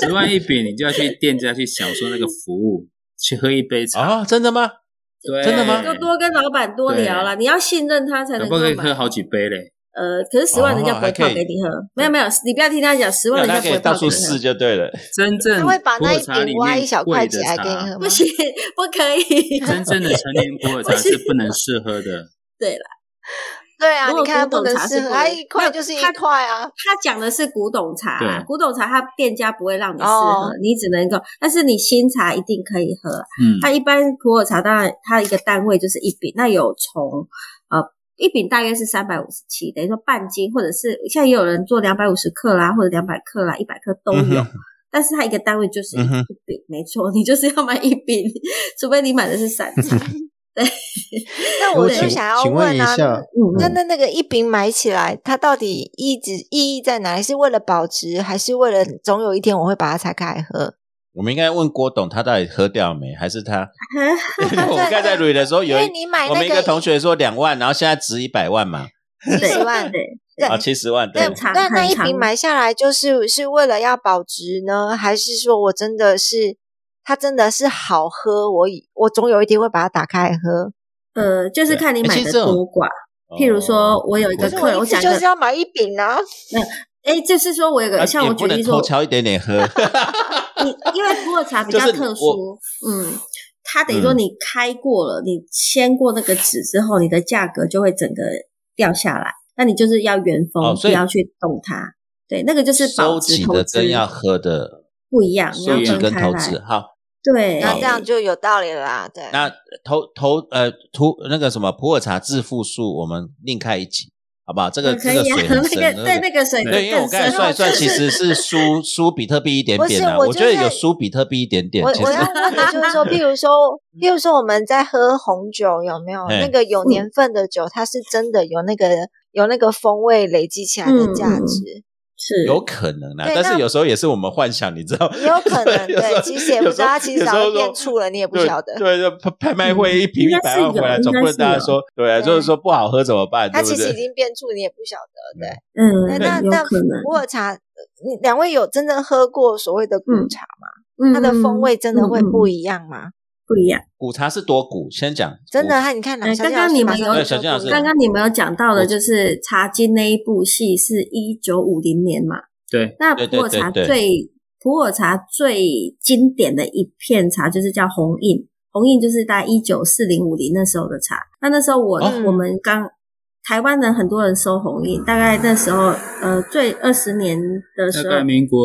[SPEAKER 4] 十万一笔，你就要去店家去享受那个服务，去喝一杯茶。
[SPEAKER 2] 啊、真的吗？
[SPEAKER 4] 对，
[SPEAKER 2] 真的吗
[SPEAKER 5] <laughs> 就多跟老板多聊啦，你要信任他才
[SPEAKER 4] 搞
[SPEAKER 5] 能
[SPEAKER 4] 不
[SPEAKER 5] 够
[SPEAKER 4] 好可以
[SPEAKER 5] 买
[SPEAKER 4] 喝。好几杯嘞。
[SPEAKER 5] 呃，可是十万人家不
[SPEAKER 2] 哦还
[SPEAKER 5] 会
[SPEAKER 2] 可
[SPEAKER 5] 泡
[SPEAKER 2] 以
[SPEAKER 5] 给你喝，没有没有，你不要听他讲，十万
[SPEAKER 2] 那他
[SPEAKER 5] 人家
[SPEAKER 2] 可
[SPEAKER 5] 不
[SPEAKER 2] 以
[SPEAKER 5] 会
[SPEAKER 2] 到
[SPEAKER 5] 泡给
[SPEAKER 2] 处
[SPEAKER 5] 你
[SPEAKER 2] 试
[SPEAKER 5] 喝。
[SPEAKER 2] 就对了。
[SPEAKER 4] 真正
[SPEAKER 1] 他会把
[SPEAKER 4] 普
[SPEAKER 1] 那
[SPEAKER 4] 洱
[SPEAKER 1] 一
[SPEAKER 4] 茶里
[SPEAKER 1] 饼挖一
[SPEAKER 4] 面
[SPEAKER 1] 小块
[SPEAKER 4] 贵
[SPEAKER 1] 起
[SPEAKER 4] 的
[SPEAKER 1] 来给你
[SPEAKER 4] 茶，
[SPEAKER 1] 喝吗
[SPEAKER 5] 不？行，不可
[SPEAKER 2] <laughs>
[SPEAKER 5] 以。
[SPEAKER 4] 真正的成年普洱茶是不能试喝的。
[SPEAKER 5] 对了，
[SPEAKER 1] 对啊，
[SPEAKER 5] 如
[SPEAKER 1] 你
[SPEAKER 5] 果
[SPEAKER 1] 看
[SPEAKER 5] 古
[SPEAKER 1] 不
[SPEAKER 5] 董
[SPEAKER 1] 能
[SPEAKER 5] 茶
[SPEAKER 1] 适
[SPEAKER 5] 是
[SPEAKER 1] 合，
[SPEAKER 5] 不
[SPEAKER 1] 它
[SPEAKER 5] 能
[SPEAKER 1] 一块就是一块啊。
[SPEAKER 5] 他讲的是古董茶
[SPEAKER 4] 对
[SPEAKER 5] 啊，古董茶他店家不会让你试喝
[SPEAKER 1] 哦，
[SPEAKER 5] 你只能够，但是你新茶一定可以喝啊。
[SPEAKER 4] 嗯，
[SPEAKER 5] 它一般普洱茶当然它一个单位就是一饼，那有从呃一饼大约是三百五十七，等于说半斤，或者是现在也有人做两百五十克啦，或者两百克啦，一百克都有。
[SPEAKER 2] 嗯哼
[SPEAKER 5] 但是它一个单位就是一
[SPEAKER 2] 嗯哼
[SPEAKER 5] 一饼，没错，你就是要买一饼， <laughs> 除非你买的是散
[SPEAKER 2] <laughs>
[SPEAKER 5] 嗯茶。
[SPEAKER 1] 那我
[SPEAKER 5] 我
[SPEAKER 1] 就
[SPEAKER 5] 请
[SPEAKER 1] 想要
[SPEAKER 3] 请问一
[SPEAKER 1] 啊，
[SPEAKER 3] 下，
[SPEAKER 5] 嗯，
[SPEAKER 1] 那那那个一饼买起来，它到底意旨意义在哪里？是为了保值，还是为了总有一天我会把它拆开来喝？
[SPEAKER 2] 我们应该问郭董，他到底喝掉没？还是
[SPEAKER 5] <laughs>
[SPEAKER 2] 他？<laughs>
[SPEAKER 1] 嗯
[SPEAKER 2] 我刚才
[SPEAKER 1] 对
[SPEAKER 2] 捋的时候，
[SPEAKER 1] 因
[SPEAKER 2] 有
[SPEAKER 1] 为
[SPEAKER 2] 一
[SPEAKER 1] 你买
[SPEAKER 2] 我们
[SPEAKER 1] 那
[SPEAKER 2] 一个同学说两万，然后现在值一百万嘛，
[SPEAKER 1] 七十
[SPEAKER 5] 对
[SPEAKER 1] 万，
[SPEAKER 5] 对，
[SPEAKER 1] 对
[SPEAKER 2] 啊，七十万，对
[SPEAKER 1] 那
[SPEAKER 5] 很长
[SPEAKER 1] 那那
[SPEAKER 5] 很
[SPEAKER 1] 一
[SPEAKER 5] 长
[SPEAKER 1] 瓶买下来，就是是为了要保值呢，还是说我真的是它真的是好喝？我以我总有一天会把它打开来喝。
[SPEAKER 5] 呃，就是看你
[SPEAKER 2] 对哦
[SPEAKER 5] 买
[SPEAKER 2] 其实
[SPEAKER 5] 的
[SPEAKER 2] 这种
[SPEAKER 5] 多寡。譬如说，我有一
[SPEAKER 1] 可
[SPEAKER 5] 个
[SPEAKER 1] 是
[SPEAKER 5] 客
[SPEAKER 1] 我
[SPEAKER 5] 人，我
[SPEAKER 1] 一次
[SPEAKER 5] 讲一
[SPEAKER 1] 就是
[SPEAKER 5] 个，
[SPEAKER 1] 要买一饼啊！
[SPEAKER 5] 哎，就是说我有
[SPEAKER 2] 啊
[SPEAKER 5] 个像
[SPEAKER 2] 也
[SPEAKER 5] 我
[SPEAKER 2] 不
[SPEAKER 5] 举
[SPEAKER 2] 能
[SPEAKER 5] 例
[SPEAKER 2] 偷
[SPEAKER 5] 说，
[SPEAKER 2] 瞧一点点
[SPEAKER 5] <laughs>
[SPEAKER 2] 喝，
[SPEAKER 5] 你因为普洱茶比较
[SPEAKER 2] 就是
[SPEAKER 5] 特
[SPEAKER 2] 我
[SPEAKER 5] 殊，嗯，它等于说
[SPEAKER 2] 嗯
[SPEAKER 5] 你开过了，你掀过那个纸之后，你的价格就会整个掉下来。那你就是要原封，
[SPEAKER 2] 哦
[SPEAKER 5] 不
[SPEAKER 2] 所以
[SPEAKER 5] 要去动它。对，那个就是保
[SPEAKER 2] 收
[SPEAKER 5] 值
[SPEAKER 2] 集
[SPEAKER 5] 投
[SPEAKER 2] 的
[SPEAKER 5] 资
[SPEAKER 2] 跟要喝的
[SPEAKER 5] 不一样，你
[SPEAKER 2] 收
[SPEAKER 5] 要
[SPEAKER 2] 集
[SPEAKER 5] 分
[SPEAKER 2] 跟
[SPEAKER 5] 开
[SPEAKER 2] 投
[SPEAKER 5] 来
[SPEAKER 2] 资。。好，啊
[SPEAKER 5] 对，
[SPEAKER 1] 那这样就有道理了啦。对，
[SPEAKER 2] 那投投呃图那个什么普洱茶致富术，我们另开一集，好不好？这个、
[SPEAKER 5] 嗯 <laughs> 可
[SPEAKER 2] 这个
[SPEAKER 5] 以啊，
[SPEAKER 2] 水很深，
[SPEAKER 5] 那个对那个水
[SPEAKER 2] 对，因为我
[SPEAKER 5] 更
[SPEAKER 2] 刚才
[SPEAKER 5] 深哦
[SPEAKER 2] 算一
[SPEAKER 5] 奥，
[SPEAKER 2] 算，
[SPEAKER 5] 就
[SPEAKER 2] 其
[SPEAKER 5] 是
[SPEAKER 2] 实是输输比特币一点点啦。
[SPEAKER 1] 不是我
[SPEAKER 2] 我觉得
[SPEAKER 1] 就在
[SPEAKER 2] 有输比特币一点点，
[SPEAKER 1] 我
[SPEAKER 2] 其
[SPEAKER 1] 我
[SPEAKER 2] 实
[SPEAKER 1] 要问的就是说，譬如说，譬如说我们在喝红酒，有没有
[SPEAKER 2] 嘿
[SPEAKER 1] 那个有年份的酒，它是真的有那个有那个风味累积起来的价值，
[SPEAKER 2] <laughs>
[SPEAKER 5] 是
[SPEAKER 2] 有可能啦
[SPEAKER 1] 对。
[SPEAKER 2] 但是
[SPEAKER 1] 那
[SPEAKER 2] 有时候也是我们幻想，你知道？
[SPEAKER 1] 也有可
[SPEAKER 2] <laughs>
[SPEAKER 1] 能
[SPEAKER 2] 有时候
[SPEAKER 1] 对，其实也不知道它其实早就变醋了，你也不
[SPEAKER 2] 对
[SPEAKER 1] 晓得。
[SPEAKER 2] 对，就拍拍卖会一瓶
[SPEAKER 5] 嗯应
[SPEAKER 2] 一
[SPEAKER 5] 该
[SPEAKER 2] 百
[SPEAKER 5] 是
[SPEAKER 2] 万回
[SPEAKER 5] 有
[SPEAKER 2] 来，
[SPEAKER 5] 应
[SPEAKER 2] 总
[SPEAKER 5] 该
[SPEAKER 2] 不能
[SPEAKER 5] 是
[SPEAKER 2] 大家
[SPEAKER 5] 有
[SPEAKER 2] 说对啊，就是说不好喝怎么办？ <laughs>
[SPEAKER 1] 它
[SPEAKER 2] 对不
[SPEAKER 1] 其实已
[SPEAKER 2] 对？
[SPEAKER 1] 经变醋，你也不晓得。对，
[SPEAKER 5] 嗯，
[SPEAKER 1] 对那
[SPEAKER 5] 有
[SPEAKER 1] 那
[SPEAKER 5] 可能，
[SPEAKER 1] 普洱茶，呃你两位有真正喝过所谓的古
[SPEAKER 5] 嗯
[SPEAKER 1] 茶吗？
[SPEAKER 5] 嗯
[SPEAKER 1] 它的风味真的会不
[SPEAKER 5] 一
[SPEAKER 1] 一样吗？
[SPEAKER 5] 不一样。
[SPEAKER 2] 古茶是多古，先讲
[SPEAKER 1] 真的，啊
[SPEAKER 2] 古
[SPEAKER 1] 它你看，
[SPEAKER 5] 哎
[SPEAKER 1] 小金
[SPEAKER 5] 刚刚
[SPEAKER 1] 老师
[SPEAKER 5] 你
[SPEAKER 1] 马
[SPEAKER 5] 们
[SPEAKER 1] 上就
[SPEAKER 5] 有
[SPEAKER 2] 哦对小金
[SPEAKER 1] 说
[SPEAKER 2] 老
[SPEAKER 1] 不
[SPEAKER 2] 师
[SPEAKER 1] 一样
[SPEAKER 5] 刚刚你们有讲到
[SPEAKER 2] 我
[SPEAKER 5] 的，就是《茶经》那一部戏是一九五零年嘛？
[SPEAKER 4] 对，
[SPEAKER 5] 那
[SPEAKER 2] 对
[SPEAKER 5] 普洱茶
[SPEAKER 2] 对对对
[SPEAKER 5] 最普洱茶最经典的一片茶就是叫红印，红印就是大概一九四零五零那时候的茶。那那时候我、
[SPEAKER 1] 哦
[SPEAKER 5] 我们刚台湾人很多人收红印，大概那时候呃最二十年的
[SPEAKER 4] 嗯大
[SPEAKER 5] 时候
[SPEAKER 4] 概，民国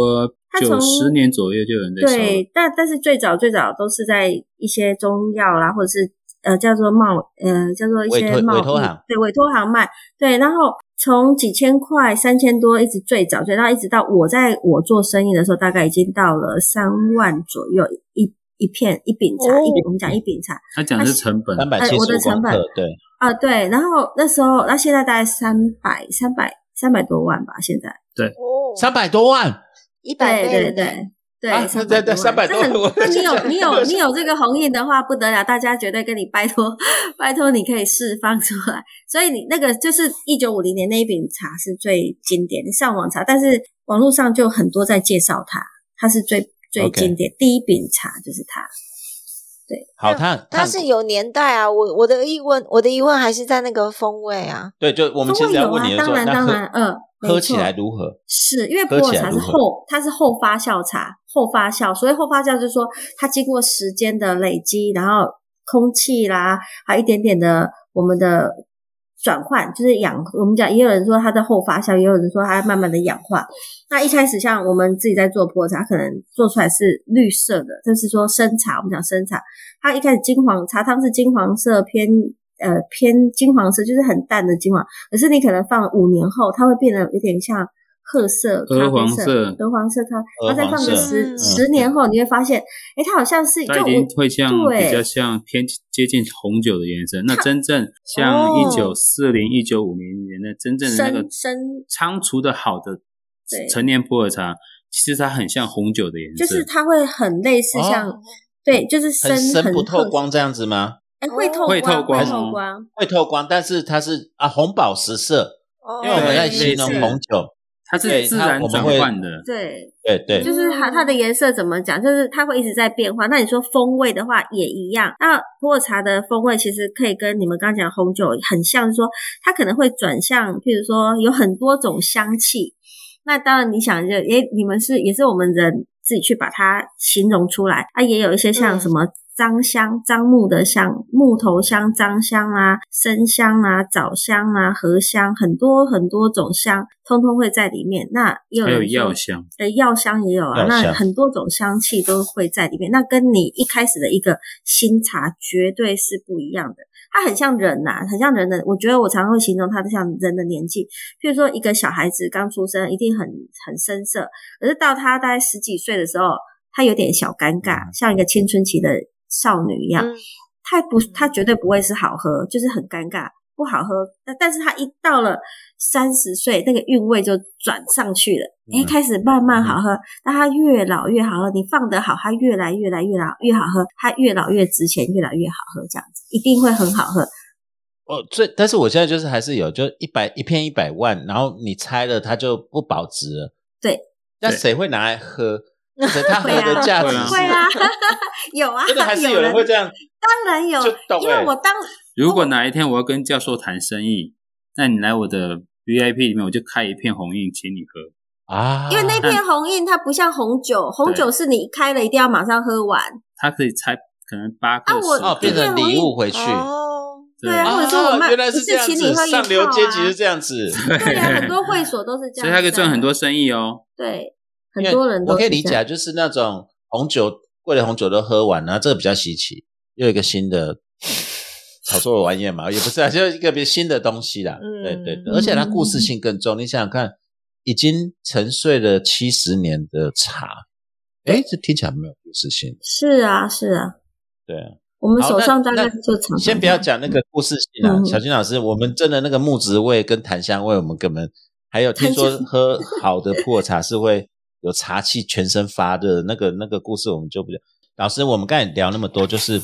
[SPEAKER 5] 它
[SPEAKER 4] 九
[SPEAKER 5] 从
[SPEAKER 4] 十年左右就有人在收了。
[SPEAKER 5] 对，但但是最早最早都是在一些中药啦，或者是呃叫做贸呃叫做一
[SPEAKER 2] 委
[SPEAKER 5] 些
[SPEAKER 2] 托
[SPEAKER 5] 贸易
[SPEAKER 2] 委托行
[SPEAKER 5] 对委托行卖对，然后从几千块三千多一直最早最到一直到我在我做生意的时候，大概已经到了三万左右一一片一饼茶，
[SPEAKER 1] 哦
[SPEAKER 5] 一我们讲一饼茶
[SPEAKER 4] 他讲的是成本，
[SPEAKER 2] 三百七
[SPEAKER 5] 哎我
[SPEAKER 2] 十
[SPEAKER 5] 的
[SPEAKER 2] 五公
[SPEAKER 5] 成本
[SPEAKER 2] 克，对，
[SPEAKER 5] 啊、对，然后那时候那现在大概三百三百三百多万吧，现在
[SPEAKER 1] 哦，
[SPEAKER 2] 三百多万，
[SPEAKER 1] 一百
[SPEAKER 5] 对
[SPEAKER 1] 倍
[SPEAKER 5] 对
[SPEAKER 1] 的呢。
[SPEAKER 5] 对。对
[SPEAKER 2] 啊，
[SPEAKER 5] 三
[SPEAKER 2] 对对
[SPEAKER 5] 百
[SPEAKER 2] 300
[SPEAKER 5] 多万
[SPEAKER 2] 多万
[SPEAKER 5] 那很那你
[SPEAKER 2] <laughs>
[SPEAKER 5] 有
[SPEAKER 2] 我
[SPEAKER 5] 你有你有这个红印的话，不得了，大家绝对跟你拜托拜托，你可以释放出来。所以你那个就是一九五零年那一饼茶是最经典，你上网查，但是网络上就很多在介绍它，它是最最
[SPEAKER 2] OK
[SPEAKER 5] 经典第一饼茶就是它。
[SPEAKER 2] 好，它
[SPEAKER 1] 它是有年代啊，我我的疑问，我的疑问还是在那个风味啊。
[SPEAKER 2] 对，就我们
[SPEAKER 5] 都
[SPEAKER 2] 其
[SPEAKER 5] 会
[SPEAKER 2] 实
[SPEAKER 5] 有
[SPEAKER 2] 要问
[SPEAKER 5] 啊
[SPEAKER 2] 你的
[SPEAKER 5] 当
[SPEAKER 2] 时候，
[SPEAKER 5] 然
[SPEAKER 2] 那
[SPEAKER 5] 当
[SPEAKER 2] 喝
[SPEAKER 5] 然嗯没
[SPEAKER 2] 喝起
[SPEAKER 5] 错
[SPEAKER 2] 来如何？
[SPEAKER 5] 是因为普
[SPEAKER 2] 喝
[SPEAKER 5] 洱
[SPEAKER 2] 起来
[SPEAKER 5] 茶
[SPEAKER 2] 如
[SPEAKER 5] 是
[SPEAKER 2] 何
[SPEAKER 5] 后，它是后发酵茶，后发酵，所谓后发酵就是说它经过时间的累积，然后空气啦，还有一点点的我们的转换，就是氧，我们讲也有人说它在后发酵，也有人说它慢慢的氧化。那一开始像我们自己在做普洱茶，可能做出来是绿色的，就是说生茶，我们讲生茶，它一开始金黄茶汤是金黄色偏。呃，偏金黄色就是很淡的金黄，可是你可能放五年后，它会变得有点像褐色、
[SPEAKER 4] 鹅
[SPEAKER 5] 咖啡
[SPEAKER 4] 黄
[SPEAKER 5] 色
[SPEAKER 4] 色、
[SPEAKER 5] 鹅黄色咖，
[SPEAKER 2] 鹅
[SPEAKER 5] 然后再
[SPEAKER 2] 黄
[SPEAKER 5] 放个
[SPEAKER 1] 色
[SPEAKER 5] 十、
[SPEAKER 1] 嗯
[SPEAKER 5] 十年后，你会发现，诶，它好像是就
[SPEAKER 4] 它已经
[SPEAKER 5] 我
[SPEAKER 4] 会像
[SPEAKER 5] 对
[SPEAKER 4] 比较像偏接近红酒的颜色。那真正像
[SPEAKER 1] 哦
[SPEAKER 4] 一九四零、一九五零年的真正的那个
[SPEAKER 5] 深深，
[SPEAKER 4] 仓储的好的
[SPEAKER 5] 对
[SPEAKER 4] 陈年普洱茶，其实它很像红酒的颜色，
[SPEAKER 5] 就是它会很类似像、
[SPEAKER 2] 哦
[SPEAKER 5] 对，就是
[SPEAKER 2] 很
[SPEAKER 5] 深
[SPEAKER 2] 深不透
[SPEAKER 5] 褐，
[SPEAKER 2] 光这样子吗？
[SPEAKER 5] 哎，会透
[SPEAKER 4] 会透
[SPEAKER 5] 光，
[SPEAKER 4] 光
[SPEAKER 5] 会透
[SPEAKER 4] 哦
[SPEAKER 5] 光，
[SPEAKER 2] 会透光，但是它是啊红宝石色，
[SPEAKER 1] 哦
[SPEAKER 2] 因为我们在
[SPEAKER 4] 对
[SPEAKER 2] 形容
[SPEAKER 4] 类似
[SPEAKER 2] 红酒，
[SPEAKER 4] 它
[SPEAKER 2] 对
[SPEAKER 4] 是自
[SPEAKER 2] 它
[SPEAKER 4] 然
[SPEAKER 2] 我们
[SPEAKER 4] 转
[SPEAKER 2] 会
[SPEAKER 4] 换的。
[SPEAKER 5] 对。
[SPEAKER 2] 对对
[SPEAKER 1] 嗯，
[SPEAKER 5] 就是它它的颜色怎么讲，就是它会一直在变化。那你说风味的话也一样。那普洱茶的风味其实可以跟你们刚刚讲红酒很像说，它可能会转向，譬如说有很多种香气。那当然，你想就诶，你们是也是我们人自己去把它形容出来啊，也有一些像
[SPEAKER 1] 嗯
[SPEAKER 5] 什么。樟香、樟木的香、木头香、樟香啊、生香啊、枣香啊、荷香，很多很多种香，通通会在里面。那也有
[SPEAKER 4] 还有
[SPEAKER 5] 人说
[SPEAKER 4] 药香，
[SPEAKER 5] 呃，药香也有啊，
[SPEAKER 2] 药香
[SPEAKER 5] 那很多种香气都会在里面。那跟你一开始的一个新茶绝对是不一样的，它很像人呐、很像人的。我觉得我常常会形容它像人的年纪，譬如说一个小孩子刚出生，一定很很生涩，可是到他大概十几岁的时候，他有点小尴
[SPEAKER 2] 嗯
[SPEAKER 5] 尬，像一个青春期的少女一样。
[SPEAKER 1] 嗯
[SPEAKER 5] 它不，它绝对不会是好喝，就是很尴尬，不好喝。但但是它一到了三十岁，那个韵味就转上去了，
[SPEAKER 2] 嗯
[SPEAKER 5] 哎、开始慢慢好喝。那、它越老越好喝，你放得好，它越来越来越老越好喝，它越老越值钱，越来越好喝，这样子一定会很好喝。
[SPEAKER 2] 哦，最但是我现在就是还是有，就一百一片一百万，然后你拆了它就不保值了，
[SPEAKER 5] 对，
[SPEAKER 2] 那
[SPEAKER 4] 对
[SPEAKER 2] 谁会拿来喝？而且它喝
[SPEAKER 5] <laughs> 会啊
[SPEAKER 2] 的价值
[SPEAKER 4] 会啊
[SPEAKER 5] 会
[SPEAKER 2] 是，
[SPEAKER 5] 啊， <laughs> 有啊，
[SPEAKER 2] 真的还是有人会这样，
[SPEAKER 5] 当然有
[SPEAKER 2] 就懂，
[SPEAKER 5] 因为
[SPEAKER 2] 欸
[SPEAKER 5] 我当
[SPEAKER 4] 如
[SPEAKER 5] 哦
[SPEAKER 4] 果哪一天我要跟教授谈生意，那你来我的 VIP 里面，我就开一片红印，请你喝。
[SPEAKER 2] 啊，
[SPEAKER 5] 因为那片红印它不像红酒，红酒是你一开了一定要马上喝完。
[SPEAKER 4] 它可以拆可能八
[SPEAKER 5] 啊
[SPEAKER 4] 个、
[SPEAKER 5] 我
[SPEAKER 4] 十
[SPEAKER 2] 哦
[SPEAKER 4] 个
[SPEAKER 2] 变成礼物回去。
[SPEAKER 1] 哦，
[SPEAKER 5] 对
[SPEAKER 4] 对
[SPEAKER 5] 啊或者说我
[SPEAKER 2] 哦，
[SPEAKER 5] 卖
[SPEAKER 2] 原来是这样
[SPEAKER 5] 一次请
[SPEAKER 2] 子
[SPEAKER 5] 你喝，一
[SPEAKER 2] 上流
[SPEAKER 5] 套啊
[SPEAKER 2] 阶级是这样
[SPEAKER 5] <laughs>
[SPEAKER 2] 子，
[SPEAKER 5] 对啊，很多会所都是这样，啊
[SPEAKER 4] 所以它可以赚很多，生意哦。
[SPEAKER 5] 对，很
[SPEAKER 2] 因为
[SPEAKER 5] 多人都
[SPEAKER 2] 我可以
[SPEAKER 5] 是
[SPEAKER 2] 理
[SPEAKER 5] 这
[SPEAKER 2] 解，啊
[SPEAKER 5] 样
[SPEAKER 2] 啊，就是那种红酒桂林红酒都喝完，然后这个比较稀奇，又有一个新的炒作的玩意嘛，也不是啊，就是一个别新的东西啦。
[SPEAKER 1] 嗯
[SPEAKER 2] 对对对，而且它故
[SPEAKER 5] 嗯
[SPEAKER 2] 事性更重。你想想看，已经沉睡了七十年的茶，哎，这听起来没有故事性。
[SPEAKER 5] 是啊，是啊，
[SPEAKER 2] 对啊，
[SPEAKER 5] 我们
[SPEAKER 2] 好
[SPEAKER 5] 手
[SPEAKER 2] 那
[SPEAKER 5] 上大概
[SPEAKER 2] 那
[SPEAKER 5] 就常常
[SPEAKER 2] 先不要讲那个故事性啊，
[SPEAKER 5] 嗯
[SPEAKER 2] 小金老师，我们真的那个木质味跟檀香味，我们根本还有听说
[SPEAKER 5] 檀香
[SPEAKER 2] 喝好的普洱茶是会有茶气，全身发热，那个那个故事我们就不讲。老师，我们刚才聊那么多，就是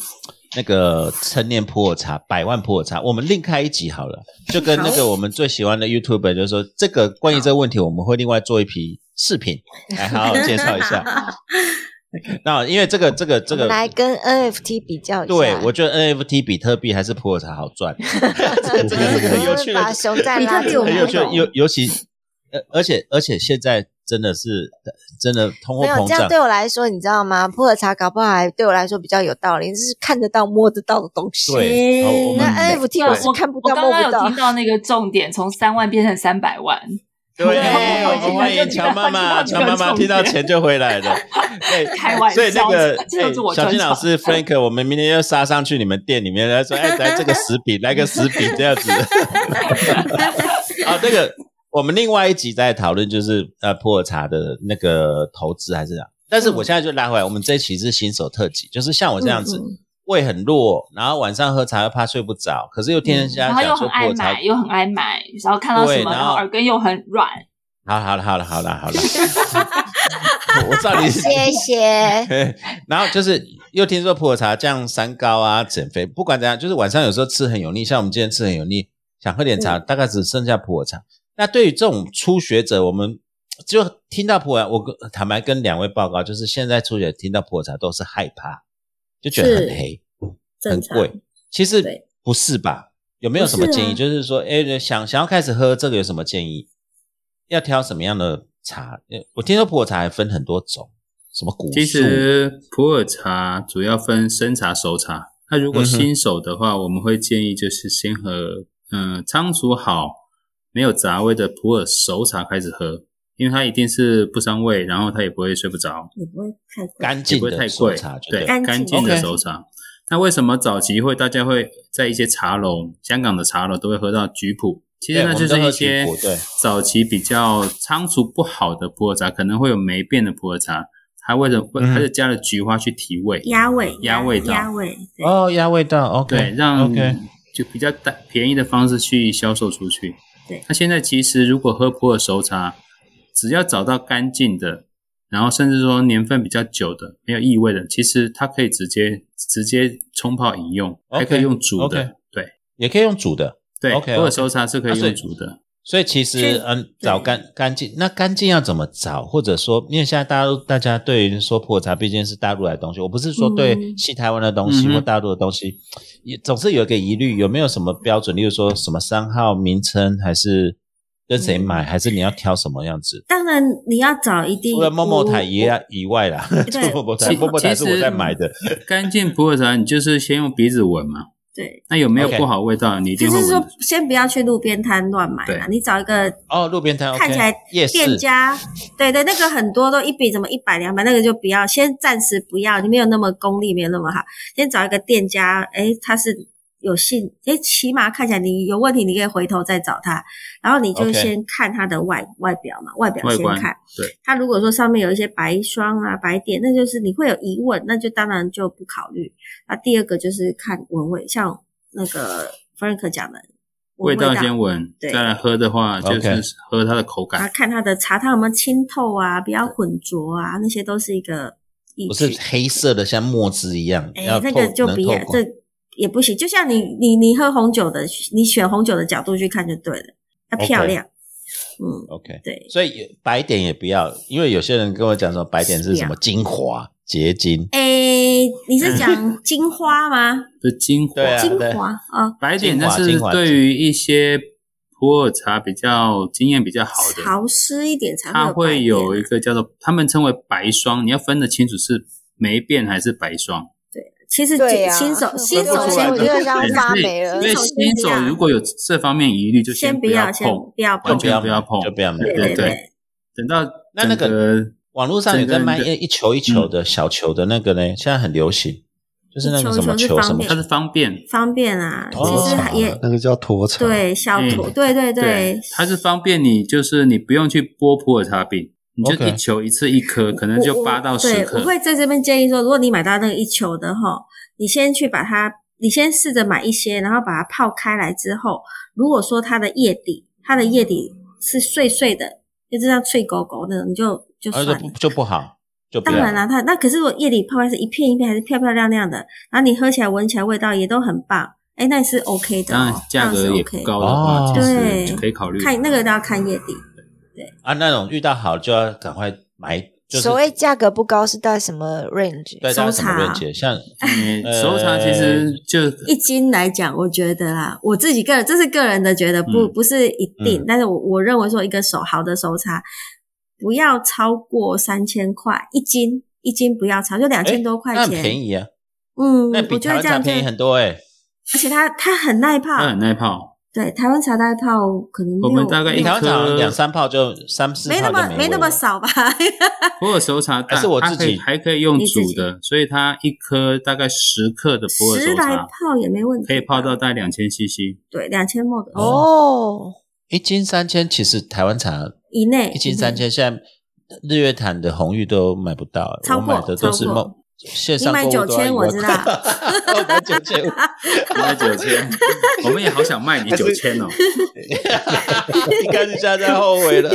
[SPEAKER 2] 那个陈年普洱茶、百万普洱茶，我们另开一集好了，就跟那个我们最喜欢的 YouTube，就是说这个关于这个问题，我们会另外做一批视频来好好介绍一
[SPEAKER 5] <laughs>
[SPEAKER 2] 下。那因为这个这个这
[SPEAKER 1] 我们
[SPEAKER 2] 个
[SPEAKER 1] 来跟 NFT 比较一下。 <laughs>
[SPEAKER 2] 对，我觉得 NFT 比特币还是普洱茶好赚，这个这个是很有趣
[SPEAKER 1] 我们把
[SPEAKER 2] 的，
[SPEAKER 1] 熊再拉
[SPEAKER 5] 比特币
[SPEAKER 1] 进
[SPEAKER 5] 我
[SPEAKER 2] 很
[SPEAKER 5] 们
[SPEAKER 1] 来
[SPEAKER 2] 有趣的。
[SPEAKER 5] 懂
[SPEAKER 2] 尤尤其，呃而且而且现在真的是真的通货
[SPEAKER 1] 没有
[SPEAKER 2] 膨
[SPEAKER 1] 这样
[SPEAKER 2] 胀
[SPEAKER 1] 对，我来说，你知道吗？普洱茶搞不好还对我来说比较有道理，这是看得到、摸得到的东西。
[SPEAKER 2] 对，然后我
[SPEAKER 1] 那
[SPEAKER 2] 们
[SPEAKER 5] 哎
[SPEAKER 1] NFT
[SPEAKER 6] 我
[SPEAKER 1] 我是看不
[SPEAKER 6] 我
[SPEAKER 1] 到、
[SPEAKER 6] 刚刚
[SPEAKER 1] 摸
[SPEAKER 6] 有
[SPEAKER 1] 不到
[SPEAKER 6] 听。到那个重点，从三万变成三百万，
[SPEAKER 2] 对，
[SPEAKER 6] 对
[SPEAKER 2] 我们欢迎乔妈妈，乔妈妈听到钱就回来
[SPEAKER 6] <laughs>
[SPEAKER 2] 了。对，
[SPEAKER 6] 开玩笑
[SPEAKER 2] 所以那个
[SPEAKER 6] 这就是我
[SPEAKER 2] 哎小金
[SPEAKER 6] 专长
[SPEAKER 2] 老师
[SPEAKER 6] <laughs>
[SPEAKER 2] Frank，我们明天要杀上去你们店里面，来说，哎，来这个食品，来个食品这样子。 <laughs> 啊，这个我们另外一集再讨论，就是呃普洱茶的那个投资还是怎样。但是我现在就拉回来，我们这一期是新手特辑，就是像我这
[SPEAKER 6] 嗯
[SPEAKER 2] 样子，胃很弱，然后晚上喝茶又怕睡不着，可是又听人家
[SPEAKER 6] 嗯然后又
[SPEAKER 2] 啊讲说
[SPEAKER 6] 很
[SPEAKER 2] 普
[SPEAKER 6] 爱
[SPEAKER 2] 洱茶
[SPEAKER 6] 买，又很爱买，然后看到什
[SPEAKER 2] 对
[SPEAKER 6] 么，
[SPEAKER 2] 然
[SPEAKER 6] 然
[SPEAKER 2] 后
[SPEAKER 6] 后耳根又很软，
[SPEAKER 2] 好好了，好了，好了，
[SPEAKER 1] <laughs>
[SPEAKER 2] 好了，我我知道你是。 <laughs>
[SPEAKER 1] 谢
[SPEAKER 6] <laughs>
[SPEAKER 1] 谢。
[SPEAKER 2] 然后就是又听说普洱茶降三高啊，减肥，不管怎样，就是晚上有时候吃很油腻，像我们今天吃很油腻，想喝点茶，
[SPEAKER 1] 嗯
[SPEAKER 2] 大概只剩下普洱茶。那对于这种初学者，我们就听到普洱，我跟坦白跟两位报告，就是现在初学者听到普洱茶都是害怕，就觉得很
[SPEAKER 5] 是
[SPEAKER 2] 黑。
[SPEAKER 5] 正
[SPEAKER 2] 很
[SPEAKER 5] 常
[SPEAKER 2] 贵其实
[SPEAKER 5] 对
[SPEAKER 2] 不是吧？有没有什么建议？
[SPEAKER 5] 不是啊
[SPEAKER 2] 就是说，哎，想想要开始喝这个有什么建议？要挑什么样的茶？呃我听说普洱茶还分很多种，什么古树
[SPEAKER 4] 其实普洱茶主要分生茶、熟茶。那如果新手的话，我们会建议就是先喝，嗯、仓储好、没有杂味的普洱熟茶开始喝，因为它一定是不伤胃，然后它也不会睡不着，
[SPEAKER 5] 也不会太贵
[SPEAKER 2] 干
[SPEAKER 4] 也
[SPEAKER 2] 净
[SPEAKER 4] 不会
[SPEAKER 2] 的
[SPEAKER 4] 太
[SPEAKER 2] 熟
[SPEAKER 4] 贵
[SPEAKER 2] 茶，，就
[SPEAKER 4] 对，
[SPEAKER 2] 了
[SPEAKER 5] 干
[SPEAKER 4] 干
[SPEAKER 5] 净
[SPEAKER 4] 净
[SPEAKER 2] 的
[SPEAKER 4] 的熟茶。那为什么早期会大家会在一些茶楼，香港的茶楼都会喝到菊普？其实
[SPEAKER 2] 对
[SPEAKER 4] 那
[SPEAKER 2] 我们
[SPEAKER 4] 就是
[SPEAKER 2] 都喝
[SPEAKER 4] 一
[SPEAKER 2] 菊
[SPEAKER 4] 些
[SPEAKER 2] 普对
[SPEAKER 4] 早期比较仓储不好的普洱茶，可能会有霉变的普洱茶，它为了
[SPEAKER 2] 嗯
[SPEAKER 4] 它就加了菊花去提味，
[SPEAKER 5] 鸭味，
[SPEAKER 4] 鸭味道
[SPEAKER 5] 鸭味，对
[SPEAKER 2] 哦，压味道，OK，
[SPEAKER 4] 对，让
[SPEAKER 2] 哦 OK，
[SPEAKER 4] 就比较大便宜的方式去销售出去。
[SPEAKER 5] 对
[SPEAKER 4] 那现在其实如果喝普洱熟茶，只要找到干净的，然后甚至说年份比较久的、没有异味的，其实它可以直接直接冲泡饮用
[SPEAKER 2] OK，
[SPEAKER 4] 还可以用煮
[SPEAKER 2] OK
[SPEAKER 4] 的。对
[SPEAKER 2] 也可以用煮的。
[SPEAKER 4] 对
[SPEAKER 2] OK，OK
[SPEAKER 4] 普洱熟茶是可以
[SPEAKER 2] 啊所以
[SPEAKER 4] 用煮的。
[SPEAKER 2] 所以其实
[SPEAKER 5] 是
[SPEAKER 2] 嗯，找干干净，那干净要怎么找？或者说，因为现在大家都大家对于说普洱茶毕竟是大陆来的东西，我不是说对
[SPEAKER 5] 嗯
[SPEAKER 2] 西台湾的东西
[SPEAKER 4] 嗯哼
[SPEAKER 2] 或大陆的东西，也总是有一个疑虑，有没有什么标准？例如说什么商号名称，还是跟谁
[SPEAKER 5] 嗯
[SPEAKER 2] 买，还是你要挑什么样子？
[SPEAKER 5] 当然你要找一定
[SPEAKER 2] 除了某某台以
[SPEAKER 5] 我
[SPEAKER 2] 外以外啦，除 <laughs> 了某某台，
[SPEAKER 4] 其
[SPEAKER 2] 某某台是
[SPEAKER 4] 其
[SPEAKER 2] 我
[SPEAKER 4] 实
[SPEAKER 2] 在买的，
[SPEAKER 4] 干净普洱茶，你就是先用鼻子闻嘛。
[SPEAKER 5] 对，
[SPEAKER 4] 那有没有
[SPEAKER 2] OK
[SPEAKER 4] 不好味道？你一定
[SPEAKER 5] 就
[SPEAKER 4] 会
[SPEAKER 5] 是
[SPEAKER 4] 闻
[SPEAKER 5] 说
[SPEAKER 4] 得。
[SPEAKER 5] 先不要去路边摊乱买啦，
[SPEAKER 4] 对
[SPEAKER 5] 你找一个
[SPEAKER 2] 哦，路边摊
[SPEAKER 5] 看起来
[SPEAKER 2] OK，夜市
[SPEAKER 5] 店家，对对，那个很多都一笔怎么一百两百，那个就不要，先暂时不要，你没有那么功力，没有那么好，先找一个店家，诶，他是有信，诶，起码看起来你有问题，你可以回头再找他，然后你就
[SPEAKER 2] OK
[SPEAKER 5] 先看他的外外表嘛，外表
[SPEAKER 4] 外
[SPEAKER 5] 先
[SPEAKER 4] 观
[SPEAKER 5] 看，
[SPEAKER 4] 对，
[SPEAKER 5] 他如果说上面有一些白霜啊、白点，那就是你会有疑问，那就当然就不考虑。那第二个就是看闻味，像那个 Frank 讲的
[SPEAKER 4] 味
[SPEAKER 5] 闻
[SPEAKER 4] 道先闻，
[SPEAKER 5] 对
[SPEAKER 4] 再来喝的话就
[SPEAKER 2] OK
[SPEAKER 4] 是喝它的口感
[SPEAKER 5] 啊，。看它的茶汤有没有清透啊，不要混浊啊，那些都是一个依
[SPEAKER 2] 不
[SPEAKER 5] 据
[SPEAKER 2] 是。黑色的，像墨汁一样，
[SPEAKER 5] 哎
[SPEAKER 2] 要，
[SPEAKER 5] 那
[SPEAKER 2] 透
[SPEAKER 5] 个就
[SPEAKER 2] 能
[SPEAKER 5] 不
[SPEAKER 2] 透
[SPEAKER 5] 要，
[SPEAKER 2] 光
[SPEAKER 5] 这也不行。就像你你你喝红酒的，你选红酒的角度去看就对了，要
[SPEAKER 2] OK 哦
[SPEAKER 5] 漂亮。嗯，
[SPEAKER 2] OK。
[SPEAKER 5] 对，
[SPEAKER 2] 所以白点也不要，因为有些人跟我讲说白点是
[SPEAKER 5] 啊
[SPEAKER 2] 什么精华结晶，
[SPEAKER 5] 哎，你是讲
[SPEAKER 2] <laughs>
[SPEAKER 5] 金花吗？
[SPEAKER 4] 的精华。
[SPEAKER 2] 对啊
[SPEAKER 5] 金华啊，
[SPEAKER 4] 白点，
[SPEAKER 2] 精
[SPEAKER 4] 但
[SPEAKER 2] 华
[SPEAKER 4] 是
[SPEAKER 2] 精华
[SPEAKER 4] 对于一些普洱茶比较经验比较好的，
[SPEAKER 5] 潮湿一点才
[SPEAKER 4] 它
[SPEAKER 5] 会
[SPEAKER 4] 会有
[SPEAKER 5] 白
[SPEAKER 4] 一
[SPEAKER 5] 点啊
[SPEAKER 4] 个叫做他们称为白霜，你要分得清楚是霉变还是白霜。
[SPEAKER 5] 其实
[SPEAKER 1] 对啊呀，
[SPEAKER 5] 新手新
[SPEAKER 4] 分
[SPEAKER 5] 手
[SPEAKER 4] 不出
[SPEAKER 5] 先
[SPEAKER 4] 来
[SPEAKER 1] 我
[SPEAKER 5] 不
[SPEAKER 1] 觉
[SPEAKER 5] 要
[SPEAKER 1] 得像发霉了
[SPEAKER 4] 所。以
[SPEAKER 5] 新手呃先
[SPEAKER 4] 新
[SPEAKER 5] 不
[SPEAKER 4] 手
[SPEAKER 5] 要
[SPEAKER 4] 如果有这方面疑虑，就
[SPEAKER 5] 先
[SPEAKER 4] 不
[SPEAKER 5] 要先
[SPEAKER 4] 碰，
[SPEAKER 5] 不要碰
[SPEAKER 4] 完，全
[SPEAKER 2] 不
[SPEAKER 4] 不
[SPEAKER 2] 要
[SPEAKER 4] 要
[SPEAKER 2] 买
[SPEAKER 4] 碰，
[SPEAKER 2] 就不要买
[SPEAKER 4] 对
[SPEAKER 5] 对
[SPEAKER 4] 对。等到
[SPEAKER 2] 那那
[SPEAKER 4] 整个
[SPEAKER 2] 网络上有在卖一一球一球的小球的那个呢，现在很流行，就是那个什么
[SPEAKER 5] 嗯一球一球
[SPEAKER 2] 什
[SPEAKER 5] 是
[SPEAKER 2] 么
[SPEAKER 5] 方便
[SPEAKER 4] 它是方便，
[SPEAKER 5] 方便啊，
[SPEAKER 2] 哦
[SPEAKER 5] 其实还也
[SPEAKER 3] 那个叫驼场，
[SPEAKER 5] 对小坨，
[SPEAKER 4] 嗯
[SPEAKER 5] 对对对，
[SPEAKER 4] 它是方便你，就是你不用去剥普洱茶饼，你就
[SPEAKER 2] OK
[SPEAKER 4] 一球一次一颗，可能
[SPEAKER 5] 我
[SPEAKER 4] 就
[SPEAKER 5] 我
[SPEAKER 4] 八到十
[SPEAKER 5] 对，
[SPEAKER 4] 颗
[SPEAKER 5] 我。会在这边建议说，如果你买到那个一球的哈，你先去把它，你先试着买一些，然后把它泡开来之后，如果说它的叶底，它的叶底是碎碎的，就这样脆狗狗的，你就就
[SPEAKER 2] 啊
[SPEAKER 5] 算
[SPEAKER 2] 就
[SPEAKER 5] 了。
[SPEAKER 2] 就不好，就不
[SPEAKER 5] 当
[SPEAKER 2] 要
[SPEAKER 4] 啊
[SPEAKER 5] 然啦，它那可是我夜里泡开是一片一片，还是漂漂亮亮的，然后你喝起来、闻起来味道也都很棒，哎，那是 OK 的、
[SPEAKER 4] 当然
[SPEAKER 5] 哦，，
[SPEAKER 4] 价
[SPEAKER 5] 那
[SPEAKER 4] 格
[SPEAKER 5] 是
[SPEAKER 4] 也
[SPEAKER 5] OK
[SPEAKER 4] 不
[SPEAKER 5] 的。
[SPEAKER 4] 高的话，
[SPEAKER 2] 哦
[SPEAKER 4] 其
[SPEAKER 5] 对
[SPEAKER 4] 实就可以考虑。
[SPEAKER 5] 看那个都要看夜底，
[SPEAKER 2] 啊。那种遇到好就要赶快买，就是
[SPEAKER 1] 所谓价格不高是在什么 range？
[SPEAKER 2] 对大家什么
[SPEAKER 5] 搜查
[SPEAKER 2] 认解，像
[SPEAKER 4] 嗯
[SPEAKER 2] 呃
[SPEAKER 4] 熟茶其实就
[SPEAKER 5] 一斤来讲，我觉得啦，我自己个人这是个人的觉得，不、
[SPEAKER 4] 嗯
[SPEAKER 5] 不是一定，
[SPEAKER 2] 嗯
[SPEAKER 5] 但是我我认为说一个手好的手茶不要超过三千块一斤，一斤不要超就两
[SPEAKER 2] 哎
[SPEAKER 5] 千多块
[SPEAKER 2] 那很
[SPEAKER 5] 钱，
[SPEAKER 2] 便宜啊，
[SPEAKER 5] 嗯，
[SPEAKER 2] 那比
[SPEAKER 5] 我觉
[SPEAKER 2] 台湾
[SPEAKER 5] 得这
[SPEAKER 2] 茶
[SPEAKER 5] 样就，
[SPEAKER 2] 便宜很嗯多哎。
[SPEAKER 5] 而且它它很耐泡，
[SPEAKER 4] 它很耐 <laughs> 泡，
[SPEAKER 5] 对，台湾茶耐泡可能
[SPEAKER 4] 我们
[SPEAKER 5] 六
[SPEAKER 4] 大概
[SPEAKER 5] 六
[SPEAKER 4] 一
[SPEAKER 2] 台湾茶好像
[SPEAKER 4] 颗
[SPEAKER 2] 两三泡就三四泡
[SPEAKER 5] 没那么
[SPEAKER 2] 就
[SPEAKER 5] 没
[SPEAKER 2] 味
[SPEAKER 5] 那么
[SPEAKER 2] 了
[SPEAKER 5] 少吧， <laughs>
[SPEAKER 4] 普洱熟茶
[SPEAKER 2] 还
[SPEAKER 4] 蛋
[SPEAKER 2] 是我
[SPEAKER 4] 它
[SPEAKER 2] 自
[SPEAKER 4] 可以
[SPEAKER 2] 己
[SPEAKER 4] 还可以用
[SPEAKER 5] 你自
[SPEAKER 4] 煮
[SPEAKER 5] 己
[SPEAKER 4] 的，所以它一颗大概十克的普洱
[SPEAKER 5] 十
[SPEAKER 4] 熟
[SPEAKER 5] 来
[SPEAKER 4] 茶
[SPEAKER 5] 泡也没问题吧，
[SPEAKER 4] 可以泡到大概两千 CC，
[SPEAKER 5] 对两千沫的
[SPEAKER 1] 哦，
[SPEAKER 2] 一斤三千，其实台湾茶
[SPEAKER 5] 以内，
[SPEAKER 2] 一斤
[SPEAKER 5] 嗯
[SPEAKER 2] 三千，现在日月潭的红玉都买不到，
[SPEAKER 5] 超
[SPEAKER 2] 我
[SPEAKER 5] 过
[SPEAKER 2] 买的都是
[SPEAKER 5] 超过
[SPEAKER 2] 梦线
[SPEAKER 5] 你
[SPEAKER 2] 上
[SPEAKER 5] 买
[SPEAKER 2] 购
[SPEAKER 5] 九
[SPEAKER 2] 物都要
[SPEAKER 5] 千
[SPEAKER 2] 一
[SPEAKER 5] 我
[SPEAKER 2] 万
[SPEAKER 5] 知
[SPEAKER 2] 块，
[SPEAKER 5] 道，
[SPEAKER 2] <laughs> 我买九千五，
[SPEAKER 4] 应该九 <laughs> 千。我们也好想卖你九千 <laughs> 哦，
[SPEAKER 2] 你看你现在在后
[SPEAKER 5] <laughs>
[SPEAKER 2] 悔了，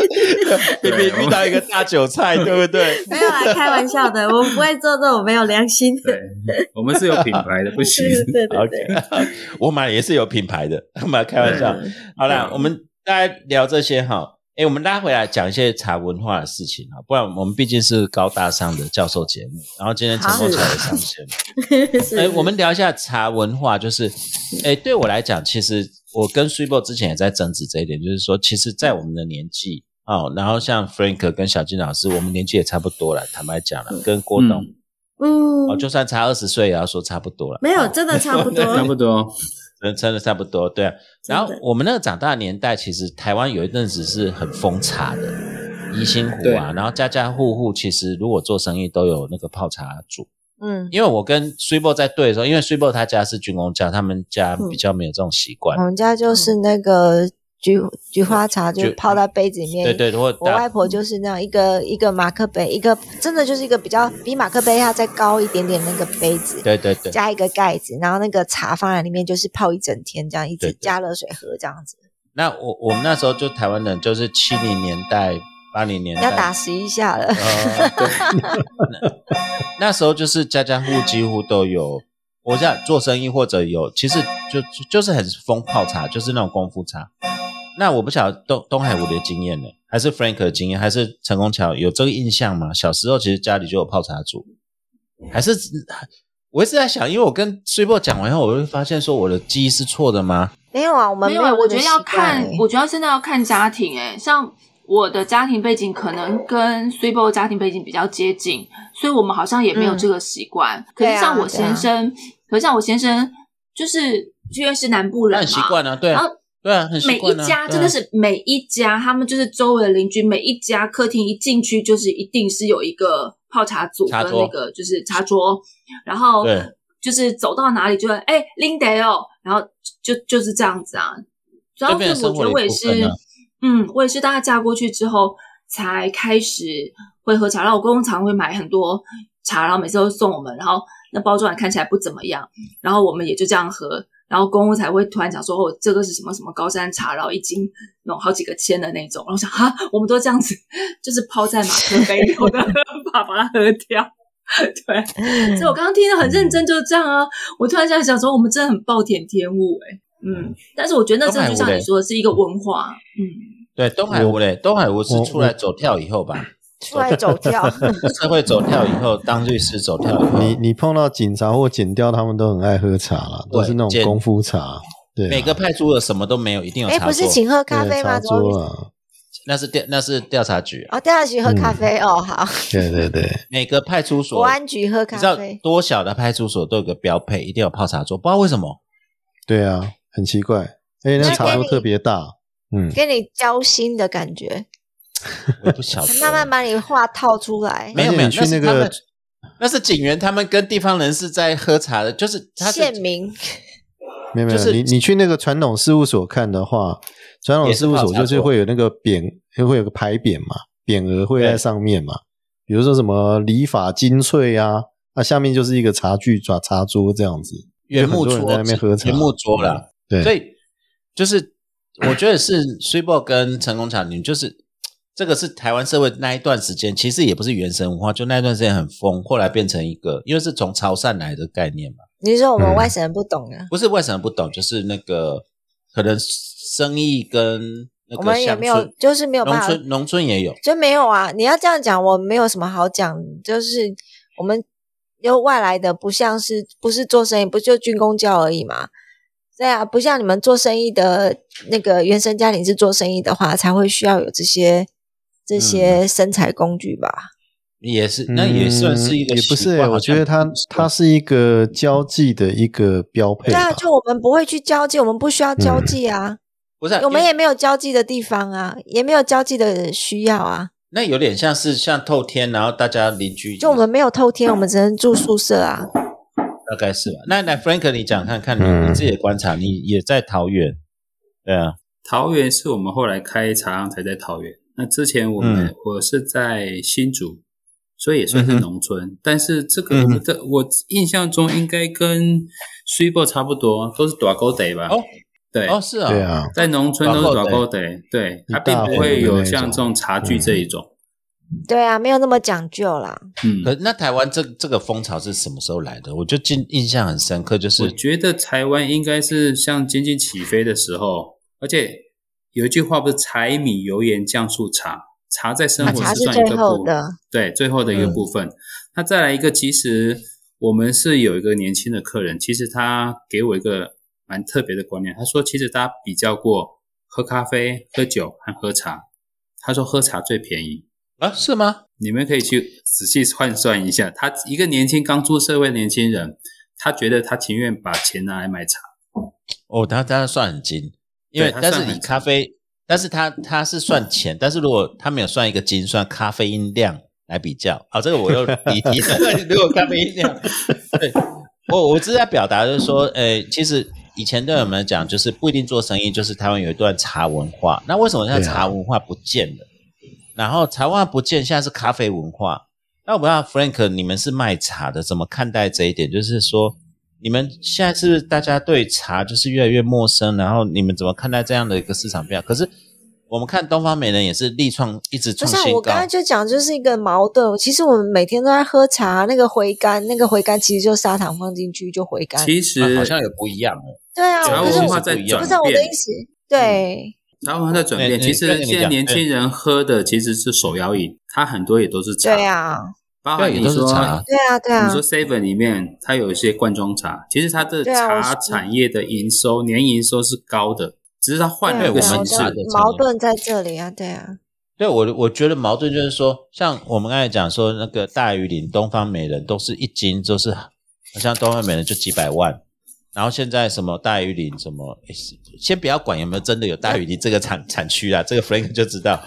[SPEAKER 2] 明明遇到一个大韭菜，对不对？
[SPEAKER 5] 没有啦，开玩笑的，我不会做这种没有良心的。
[SPEAKER 4] 对，我们是有品牌的，不行。
[SPEAKER 5] <laughs> 对对对
[SPEAKER 2] OK，
[SPEAKER 5] 对，
[SPEAKER 2] 我买也是有品牌的，买开玩笑。好啦，
[SPEAKER 5] 嗯对
[SPEAKER 2] 我们大家聊这些哈。诶，我们拉回来讲一些茶文化的事情啊，不然我们毕竟是高大上的教授节目，然后今天陈梦才也上线。
[SPEAKER 5] 是嗯
[SPEAKER 2] 诶，我们聊一下茶文化，就是，诶，对我来讲，其实我跟 s u p e 之前也在争执这一点，就是说，其实，在我们的年纪哦，然后像 Frank 跟小金老师，我们年纪也差不多了，坦白讲了，跟郭董、
[SPEAKER 5] 嗯
[SPEAKER 2] 哦，，就算差二十岁，也要说差不多了。
[SPEAKER 5] 没有，真的差
[SPEAKER 2] <laughs>
[SPEAKER 5] 不多，
[SPEAKER 4] 差不多，
[SPEAKER 2] 真真的差不多，对啊。
[SPEAKER 5] 真的
[SPEAKER 2] 然后我们那个长大的年代，其实台湾有一阵子是很疯茶的，宜兴湖
[SPEAKER 4] 对
[SPEAKER 2] 啊，然后家家户户其实如果做生意都有那个泡茶组。
[SPEAKER 1] 嗯，
[SPEAKER 2] 因为我跟 s u p e 在对的时候，因为 s u p e 他家是军工家，他们家比较没有这种习惯
[SPEAKER 1] 我。们家就是那个菊菊花茶，就
[SPEAKER 2] 菊
[SPEAKER 1] 泡在杯子里面。
[SPEAKER 2] 对嗯对，如果
[SPEAKER 1] 我外
[SPEAKER 2] 大
[SPEAKER 1] 婆就是那样一个一个马克杯，一个真的就是一个比较比马克杯它再高一点点那个杯子，
[SPEAKER 2] 对对对，
[SPEAKER 1] 加一个盖子，然后那个茶放在里面，就是泡一整天这样，一
[SPEAKER 2] 对
[SPEAKER 1] 直
[SPEAKER 2] 对
[SPEAKER 1] 加热水喝这样子，
[SPEAKER 2] 那我我们那时候就台湾人，就是七零年代、八零年代
[SPEAKER 1] 要打十一下了。
[SPEAKER 2] 呃，对，那那时候就是家家户户几乎都有，我想做生意或者有，其实就就就是很疯泡茶，就是那种功夫茶。那我不晓得东东海我的经验呢，还是 Frank 的经验，还是陈功桥有这个印象吗？小时候其实家里就有泡茶组，还是我一直在想，因为我跟 s u p e 讲完后，我会发现说我的记忆是错的吗？
[SPEAKER 1] 没有啊，我们
[SPEAKER 6] 没
[SPEAKER 1] 有
[SPEAKER 6] 有啊，
[SPEAKER 1] 那个
[SPEAKER 6] 我觉得要
[SPEAKER 1] 习惯
[SPEAKER 6] 看
[SPEAKER 1] 欸，
[SPEAKER 6] 我觉得真的要看家庭诶、像我的家庭背景可能跟 s u p e 家庭背景比较接近，所以我们好像也没有
[SPEAKER 1] 嗯
[SPEAKER 6] 这个习惯。可
[SPEAKER 1] 对啊
[SPEAKER 6] 是像我先生，可是像我先生就是因为是南部人
[SPEAKER 2] 那
[SPEAKER 6] 嘛，
[SPEAKER 2] 很习惯啊，对
[SPEAKER 6] 然
[SPEAKER 2] 啊
[SPEAKER 6] 后，
[SPEAKER 2] 对啊，很习
[SPEAKER 6] 每
[SPEAKER 2] 惯
[SPEAKER 6] 一
[SPEAKER 2] 啊。
[SPEAKER 6] 家
[SPEAKER 2] 对啊
[SPEAKER 6] 真的是每一家，他们就是周围的邻居，每一家客厅一进去就是一定是有一个泡茶组跟
[SPEAKER 2] 茶桌
[SPEAKER 6] 那个就是茶桌，然后
[SPEAKER 2] 对
[SPEAKER 6] 就是走到哪里就会哎拎得哦，然后就就是这样子啊。主要
[SPEAKER 2] 这变成
[SPEAKER 6] 是我
[SPEAKER 2] 生活
[SPEAKER 6] 觉
[SPEAKER 2] 的
[SPEAKER 6] 得我也
[SPEAKER 2] 一部分
[SPEAKER 6] 是，
[SPEAKER 2] 啊
[SPEAKER 6] 嗯，我也是大概嫁过去之后才开始会喝茶，然后我公公常会买很多茶，然后每次都送我们，然后那包装也看起来不怎么样。然后我们也就这样喝，然后公公才会突然讲说，哦，这个是什么什么高山茶，然后一斤那种好几个千的那种，然后我想哈，我们都这样子， <laughs> 就是泡在马克杯里，我的爸把它喝掉。 <laughs> 对，所以我刚刚听得很认真，就是这样啊。我突然想想说，我们真的很暴殄天物哎、嗯。但是我觉得那真的就像你说的，是一个文化，嗯，
[SPEAKER 2] 对，东海湖嘞，东海湖是出来走跳以后吧？
[SPEAKER 1] 出来
[SPEAKER 2] <laughs>
[SPEAKER 1] 走跳，
[SPEAKER 2] 社会走跳以后，当律师走跳以后，
[SPEAKER 3] 你你碰到警察或警调，他们都很爱喝茶啦，
[SPEAKER 2] 对
[SPEAKER 3] 都是那
[SPEAKER 2] 检
[SPEAKER 3] 种功夫茶。对啊，
[SPEAKER 2] 每个派出所什么都没有，一定有
[SPEAKER 1] 哎，
[SPEAKER 2] 茶
[SPEAKER 1] 不
[SPEAKER 2] 桌。
[SPEAKER 1] 是请喝咖
[SPEAKER 3] 对
[SPEAKER 1] 啡
[SPEAKER 3] 茶
[SPEAKER 1] 吗？怎么
[SPEAKER 3] 桌
[SPEAKER 1] 会
[SPEAKER 3] 啊，
[SPEAKER 2] 那是调那是调查局啊、
[SPEAKER 1] 哦，掉下去喝咖啡哦，好，
[SPEAKER 3] 对对对，
[SPEAKER 2] 每个派出所
[SPEAKER 1] 国，安局喝
[SPEAKER 2] 嗯你
[SPEAKER 1] 咖
[SPEAKER 2] 知道
[SPEAKER 1] 啡，
[SPEAKER 2] 多小的派出所都有个标配，一定有泡茶桌，不知道为什么。
[SPEAKER 3] 对啊，很奇怪。而且那
[SPEAKER 1] 那
[SPEAKER 3] 茶
[SPEAKER 1] 给
[SPEAKER 3] 桌
[SPEAKER 1] 你
[SPEAKER 3] 特别大，嗯，
[SPEAKER 1] 给你交心的感觉。。
[SPEAKER 2] 我也不晓得
[SPEAKER 1] <laughs> 慢慢把你话套出来。
[SPEAKER 2] 哦没有
[SPEAKER 3] 而且
[SPEAKER 2] 没有
[SPEAKER 3] 你去
[SPEAKER 2] 那
[SPEAKER 3] 那
[SPEAKER 2] 是
[SPEAKER 3] 个
[SPEAKER 2] 他们那是警员他们跟地方人士在喝茶的，就是他是
[SPEAKER 1] 县民
[SPEAKER 3] 没有没有，
[SPEAKER 2] 就是
[SPEAKER 3] 你你去那个传统事务所看的话，传统事务所就是会有那个匾，会有个牌匾嘛，匾额会在上面嘛。比如说什么礼法精粹啊，那、下面就是一个茶具、茶茶桌这样子。
[SPEAKER 2] 原木
[SPEAKER 3] 有很多人
[SPEAKER 2] 桌
[SPEAKER 3] 在那边喝茶
[SPEAKER 2] 原木桌啦。
[SPEAKER 3] 对，
[SPEAKER 2] 所以就是我觉得是 s u p e 跟成功厂，你们就是这个是台湾社会那一段时间，其实也不是原神文化，就那一段时间很疯，后来变成一个，因为是从潮汕来的概念嘛，
[SPEAKER 1] 你是说我们
[SPEAKER 3] 嗯
[SPEAKER 1] 外省人不懂啊？
[SPEAKER 2] 不是外省人不懂，就是那个可能生意跟那
[SPEAKER 1] 我
[SPEAKER 2] 个
[SPEAKER 1] 们也
[SPEAKER 2] 乡
[SPEAKER 1] 没有
[SPEAKER 2] 村，
[SPEAKER 1] 就是没有办
[SPEAKER 2] 农
[SPEAKER 1] 法，
[SPEAKER 2] 村农村也有，
[SPEAKER 1] 就没有啊。你要这样讲，我没有什么好讲。就是我们有外来的，不像是不是做生意，不就军工教而已嘛？对啊，不像你们做生意的那个原生家庭是做生意的话，才会需要有这些这些生财工具吧？
[SPEAKER 2] 也是那也算是一个
[SPEAKER 3] 嗯也不
[SPEAKER 2] 习
[SPEAKER 3] 是、
[SPEAKER 2] 惯、好像
[SPEAKER 3] 我觉得它
[SPEAKER 2] 不是
[SPEAKER 3] 它是一个交际的一个标配
[SPEAKER 1] 对
[SPEAKER 3] 吧。
[SPEAKER 1] 啊，就我们不会去交际，我们不需要
[SPEAKER 2] 嗯
[SPEAKER 1] 交际啊，
[SPEAKER 2] 不是啊
[SPEAKER 1] 我们
[SPEAKER 2] 因为
[SPEAKER 1] 也没有交际的地方啊，也没有交际的需要啊。
[SPEAKER 2] 那有点像是像透天，然后大家邻居
[SPEAKER 1] 就我们没有透天，我们只能住宿舍啊。
[SPEAKER 2] 大概是吧。那来 Frank，你讲看看你、
[SPEAKER 3] 嗯
[SPEAKER 2] 你自己的观察，你也在桃园，对啊，
[SPEAKER 4] 桃园是我们后来开茶行才在桃园。那之前我们、
[SPEAKER 2] 嗯
[SPEAKER 4] 我是在新竹，所以也算是农村。但是这个
[SPEAKER 2] 嗯哼
[SPEAKER 4] 我的、我印象中应该跟 s u p e 差不多，都是短沟得吧？
[SPEAKER 2] 哦，
[SPEAKER 4] 对，
[SPEAKER 2] 哦是啊，
[SPEAKER 3] 对啊，
[SPEAKER 4] 在农村都是短沟得，对，它并不会有
[SPEAKER 3] 一大
[SPEAKER 4] 像
[SPEAKER 3] 盆的那种
[SPEAKER 4] 这种茶
[SPEAKER 2] 嗯
[SPEAKER 4] 具这一种。
[SPEAKER 1] 对啊，没有那么讲究啦。
[SPEAKER 4] 嗯，
[SPEAKER 2] 可那台湾这这个风潮是什么时候来的？我就印印象很深刻，就是
[SPEAKER 4] 我觉得台湾应该是像经济起飞的时候，而且有一句话不是“柴米油盐酱醋茶”，茶在生
[SPEAKER 1] 啊，
[SPEAKER 4] 活
[SPEAKER 1] 茶
[SPEAKER 4] 是
[SPEAKER 1] 是
[SPEAKER 4] 算一
[SPEAKER 1] 最
[SPEAKER 4] 个
[SPEAKER 1] 后
[SPEAKER 4] 部
[SPEAKER 1] 的，
[SPEAKER 4] 对，最后
[SPEAKER 2] 嗯
[SPEAKER 4] 的一个部分。那再来一个，其实我们是有一个年轻的客人，其实他给我一个蛮特别的观念，他说其实他比较过喝咖啡、喝酒和喝茶，他说喝茶最便宜。
[SPEAKER 2] 啊是吗？
[SPEAKER 4] 你们可以去仔细换算一下，他一个年轻刚出社会的年轻人，他觉得他情愿把钱拿来买茶，
[SPEAKER 2] 哦，他他算很精，因为
[SPEAKER 4] 对他
[SPEAKER 2] 但
[SPEAKER 4] 算
[SPEAKER 2] 是
[SPEAKER 4] 很
[SPEAKER 2] 你
[SPEAKER 4] 精
[SPEAKER 2] 咖啡，但是他他是算钱，但是如果他没有算一个精，算咖啡因量来比较，啊、这个我又离题 <laughs> 了。如果咖啡因量，对我我只是在表达就是说，呃，其实以前对我们讲就是不一定做生意，就是台湾有一段茶文化，那为什么现在
[SPEAKER 3] 对啊
[SPEAKER 2] 茶文化不见了？然后茶文化不见，现在是咖啡文化。那我不知道 Frank，你们是卖茶的，怎么看待这一点？就是说，你们现在是不是大家对茶就是越来越陌生？然后你们怎么看待这样的一个市场变化？可是我们看东方美人也是力创一直
[SPEAKER 1] 不
[SPEAKER 2] 创
[SPEAKER 1] 是、啊、
[SPEAKER 2] 新
[SPEAKER 1] 我
[SPEAKER 2] 高
[SPEAKER 1] 刚，刚就讲，就是一个矛盾。其实我们每天都在喝茶，那个回甘，那个回甘其实就砂糖放进去就回甘。
[SPEAKER 4] 其实、
[SPEAKER 2] 啊好像也不一样哦。
[SPEAKER 1] 对啊，
[SPEAKER 4] 茶
[SPEAKER 1] 可是
[SPEAKER 4] 文
[SPEAKER 1] 我
[SPEAKER 4] 化
[SPEAKER 2] 我
[SPEAKER 4] 在
[SPEAKER 2] 不一样
[SPEAKER 1] 不
[SPEAKER 4] 转
[SPEAKER 1] 知道我的
[SPEAKER 4] 变
[SPEAKER 1] 意，思。对，
[SPEAKER 4] 茶文化在转变。
[SPEAKER 2] 对
[SPEAKER 4] 其
[SPEAKER 2] 对
[SPEAKER 4] 实
[SPEAKER 2] 对
[SPEAKER 4] 现在年轻人喝的其实是手摇饮，它很多也都是茶，
[SPEAKER 1] 对啊，
[SPEAKER 4] 包含
[SPEAKER 2] 对，也
[SPEAKER 4] 你
[SPEAKER 2] 都是
[SPEAKER 4] 说
[SPEAKER 2] 茶。
[SPEAKER 1] 对啊，对啊
[SPEAKER 4] 你，说 Seven 里面，它有一些罐装茶，其实它的
[SPEAKER 1] 对啊我是
[SPEAKER 4] 茶产业的营收、年营收是高的，只是它换
[SPEAKER 1] 对
[SPEAKER 4] 了
[SPEAKER 1] 啊
[SPEAKER 4] 一个
[SPEAKER 1] 对啊
[SPEAKER 4] 形
[SPEAKER 1] 我
[SPEAKER 4] 式
[SPEAKER 1] 知。道
[SPEAKER 2] 的这
[SPEAKER 1] 矛
[SPEAKER 2] 种
[SPEAKER 1] 盾在这里啊，对啊。
[SPEAKER 2] 对我，我觉得矛盾就是说，像我们刚才讲说那个大鱼岭、东方美人都是一斤，就是好像东方美人就几百万，然后现在什么大鱼岭什么，诶先不要管有没有真的有大鱼岭这个产产区啦，这个 Frank 就知道。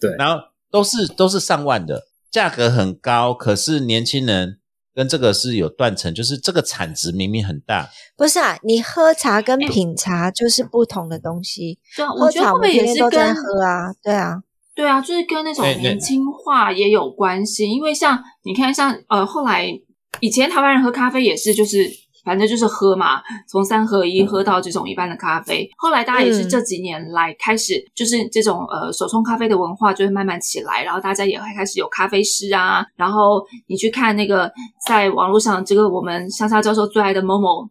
[SPEAKER 4] 对
[SPEAKER 2] 然后都是都是上万的，价格很高，可是年轻人跟这个是有断层，就是这个产值明明很大，
[SPEAKER 1] 不是啊，你喝茶跟品茶就是不同的东西。
[SPEAKER 6] 对啊，我
[SPEAKER 1] 喝
[SPEAKER 6] 觉得
[SPEAKER 1] 茶
[SPEAKER 6] 会
[SPEAKER 1] 我
[SPEAKER 6] 不
[SPEAKER 1] 们
[SPEAKER 6] 会
[SPEAKER 1] 天
[SPEAKER 6] 也
[SPEAKER 1] 天
[SPEAKER 6] 是
[SPEAKER 1] 都在
[SPEAKER 6] 跟
[SPEAKER 1] 喝啊，对啊，
[SPEAKER 6] 对啊，就是跟那种
[SPEAKER 2] 对对
[SPEAKER 6] 年轻化也有关系，因为像你看像，呃后来以前台湾人喝咖啡也是就是。反正就是喝嘛，从三合一喝到这种一般的咖啡。后来大家也是
[SPEAKER 1] 嗯
[SPEAKER 6] 这几年来开始，就是这种呃手冲咖啡的文化就会慢慢起来，然后大家也会开始有咖啡师啊。然后你去看那个在网络上这个我们莎莎教授最爱的某某，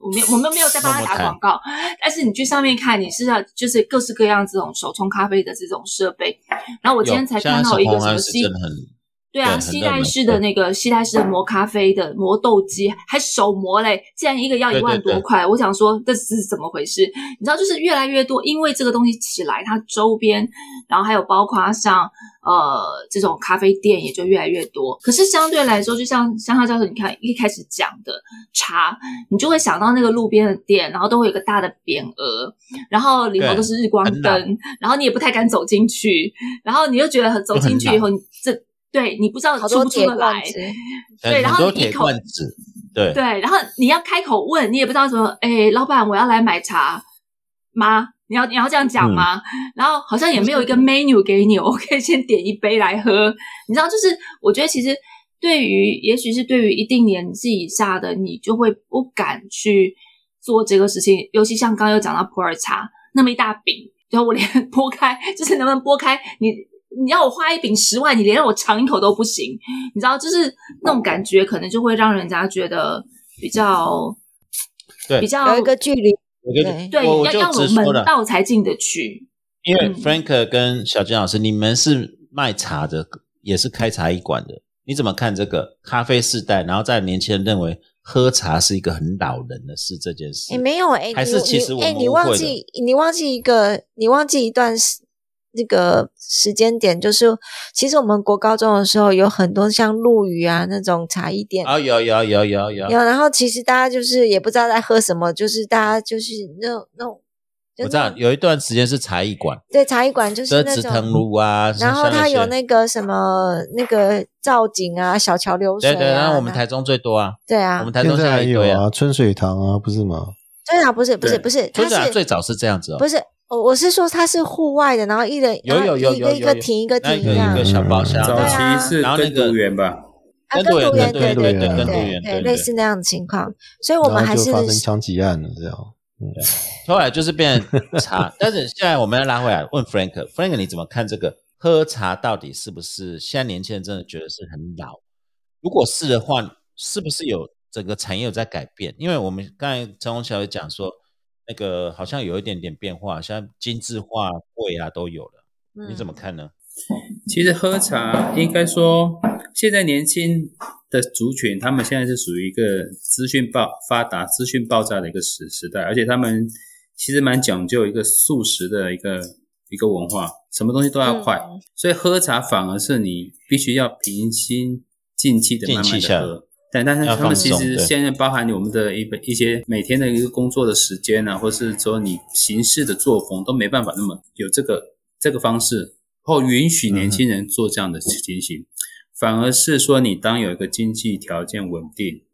[SPEAKER 6] 我们我们没有在帮他
[SPEAKER 2] 某某
[SPEAKER 6] 打
[SPEAKER 2] 台
[SPEAKER 6] 广告， <laughs> 但是你去上面看，你是要就是各式各样这种手冲咖啡的这种设备。然后我今天才
[SPEAKER 2] 有现在
[SPEAKER 6] 看到一个
[SPEAKER 2] 红
[SPEAKER 6] 什么
[SPEAKER 2] 安是
[SPEAKER 6] 西
[SPEAKER 2] 真的很
[SPEAKER 6] 对啊，
[SPEAKER 2] 对很
[SPEAKER 6] 西
[SPEAKER 2] 热
[SPEAKER 6] 代
[SPEAKER 2] 门
[SPEAKER 6] 式的那个西代式的磨咖啡的磨豆机，还手磨嘞，竟然一个要
[SPEAKER 2] 对
[SPEAKER 6] 一
[SPEAKER 2] 对
[SPEAKER 6] 万多
[SPEAKER 2] 对
[SPEAKER 6] 块，我想说这是怎么回事？你知道，就是越来越多，因为这个东西起来，它周边，然后还有包括像呃这种咖啡店也就越来越多。可是相对来说，就像像他教授你看一开始讲的茶，你就会想到那个路边的店，然后都会有个大的匾额，然后里头
[SPEAKER 2] 对
[SPEAKER 6] 都是日光
[SPEAKER 2] 很老
[SPEAKER 6] 灯，然后你也不太敢走进去，然后你就觉得走进去以后，你这对你不知道
[SPEAKER 1] 好
[SPEAKER 6] 出
[SPEAKER 1] 多
[SPEAKER 6] 不出
[SPEAKER 1] 铁
[SPEAKER 6] 得来
[SPEAKER 1] 罐，子，
[SPEAKER 6] 对然
[SPEAKER 2] 很
[SPEAKER 6] 后
[SPEAKER 2] 多
[SPEAKER 6] 你一
[SPEAKER 2] 铁
[SPEAKER 6] 口
[SPEAKER 2] 罐子，对
[SPEAKER 6] 对，然后你要开口问，你也不知道什么，哎，老板，我要来买茶吗？你要你要这样讲吗？
[SPEAKER 2] 嗯
[SPEAKER 6] 然后好像也没有一个 menu 给你，我可以先点一杯来喝。你知道，就是我觉得其实对于，也许是对于一定年纪以下的，你就会不敢去做这个事情。尤其像刚刚有讲到普洱茶那么一大饼，然后我连剥开，就是能不能剥开你。你要我花一饼十万，你连让我尝一口都不行，你知道，就是那种感觉，可能就会让人家觉得比较
[SPEAKER 2] 对
[SPEAKER 6] 比较
[SPEAKER 1] 有一个距离，
[SPEAKER 2] 我跟
[SPEAKER 1] 对，
[SPEAKER 6] 对，
[SPEAKER 2] 我我
[SPEAKER 6] 要
[SPEAKER 2] 就
[SPEAKER 6] 要
[SPEAKER 2] 直
[SPEAKER 6] 有
[SPEAKER 2] 说
[SPEAKER 6] 门
[SPEAKER 2] 了，
[SPEAKER 6] 道才进得去。
[SPEAKER 2] 因为
[SPEAKER 6] 嗯
[SPEAKER 2] Frank 跟小金老师，你们是卖茶的，也是开茶艺馆的，你怎么看这个咖啡世代？然后在年轻人认为喝茶是一个很老人的事这件事
[SPEAKER 1] 哎，，没有哎，
[SPEAKER 2] 还
[SPEAKER 1] 你
[SPEAKER 2] 是
[SPEAKER 1] 你
[SPEAKER 2] 其实我
[SPEAKER 1] 哎，
[SPEAKER 2] 们
[SPEAKER 1] 你
[SPEAKER 2] 误
[SPEAKER 1] 忘
[SPEAKER 2] 会
[SPEAKER 1] 记你忘记一个，你忘记一段时那个时间点，就是其实我们国高中的时候有很多像陆羽啊那种茶艺店。
[SPEAKER 2] 啊，有有有有有
[SPEAKER 1] 有，然后其实大家就是也不知道在喝什么，就是大家就是那种那种，就
[SPEAKER 2] 我知
[SPEAKER 1] 那
[SPEAKER 2] 道
[SPEAKER 1] 种
[SPEAKER 2] 有一段时间是茶艺馆，
[SPEAKER 1] 对茶艺馆就是
[SPEAKER 2] 折
[SPEAKER 1] 那
[SPEAKER 2] 纸
[SPEAKER 1] 种
[SPEAKER 2] 藤炉啊，
[SPEAKER 1] 然后
[SPEAKER 2] 像
[SPEAKER 1] 它有
[SPEAKER 2] 些
[SPEAKER 1] 那个什么那个造景啊，小桥流水
[SPEAKER 2] 对
[SPEAKER 1] 啊。
[SPEAKER 2] 对，然后我们
[SPEAKER 1] 那
[SPEAKER 2] 台中最多啊，
[SPEAKER 1] 对啊
[SPEAKER 2] 我们，台中
[SPEAKER 3] 现
[SPEAKER 2] 现
[SPEAKER 3] 在
[SPEAKER 2] 在
[SPEAKER 3] 还
[SPEAKER 2] 一
[SPEAKER 3] 有
[SPEAKER 2] 堆啊，
[SPEAKER 3] 啊，春水堂啊，不是吗？
[SPEAKER 1] 对啊，不是不是
[SPEAKER 4] 对
[SPEAKER 1] 不是，它
[SPEAKER 2] 村长
[SPEAKER 1] 是
[SPEAKER 2] 最早是这样子哦，
[SPEAKER 1] 不是我我是说它是户外的，然后一人
[SPEAKER 2] 有
[SPEAKER 1] 然
[SPEAKER 2] 有
[SPEAKER 1] 后
[SPEAKER 2] 有
[SPEAKER 1] 一
[SPEAKER 2] 有
[SPEAKER 1] 个一
[SPEAKER 2] 有
[SPEAKER 1] 个
[SPEAKER 2] 有
[SPEAKER 1] 停一个
[SPEAKER 2] 那
[SPEAKER 1] 停
[SPEAKER 2] 一个
[SPEAKER 1] 这
[SPEAKER 2] 一
[SPEAKER 1] 样
[SPEAKER 2] 个小包厢，
[SPEAKER 4] 早
[SPEAKER 1] 对啊
[SPEAKER 4] 期是
[SPEAKER 2] 然后那
[SPEAKER 4] 跟
[SPEAKER 2] 个
[SPEAKER 4] 读员吧，
[SPEAKER 1] 啊，
[SPEAKER 2] 跟
[SPEAKER 1] 跟
[SPEAKER 2] 读员
[SPEAKER 1] 读员
[SPEAKER 2] 跟
[SPEAKER 1] 对
[SPEAKER 3] 读
[SPEAKER 1] 对
[SPEAKER 3] 员
[SPEAKER 1] 对
[SPEAKER 3] 跟
[SPEAKER 2] 读
[SPEAKER 1] 对
[SPEAKER 2] 员
[SPEAKER 1] 对，
[SPEAKER 2] 对
[SPEAKER 1] 类
[SPEAKER 2] 对
[SPEAKER 1] 似那样的情况，所以我们
[SPEAKER 3] 然后
[SPEAKER 1] 还
[SPEAKER 3] 就是发生枪击案了，这样。
[SPEAKER 2] 后来就是变成茶， <laughs> 但是现在我们要拉回来问 Frank，Frank 你怎么看这个喝茶到底是不是现在年轻人真的觉得是很老？如果是的话，是不是有整个产业有在改变？因为我们刚才陈红小姐讲说，那个好像有一点点变化，像精致化、贵啊都有了，
[SPEAKER 1] 嗯
[SPEAKER 2] 你怎么看呢？
[SPEAKER 4] 其实喝茶应该说，现在年轻的族群，他们现在是属于一个资讯爆发达、资讯爆炸的一个时时代，而且他们其实蛮讲究一个速食的一个一个文化，什么东西都要快，
[SPEAKER 1] 嗯
[SPEAKER 4] 所以喝茶反而是你必须要平心静气的慢
[SPEAKER 2] 静
[SPEAKER 4] 慢
[SPEAKER 2] 气下来
[SPEAKER 4] 的喝。但但是
[SPEAKER 2] 要
[SPEAKER 4] 他们
[SPEAKER 2] 放
[SPEAKER 4] 其
[SPEAKER 2] 松
[SPEAKER 4] 实
[SPEAKER 2] 对
[SPEAKER 4] 现在包含我们的一个一些每天的一个工作的时间啊，或是说你行事的作风都没办法那么有这个这个方式，或允
[SPEAKER 2] 嗯
[SPEAKER 4] 许年轻人做这样的情形，反而是说你当有一个经济条件稳定，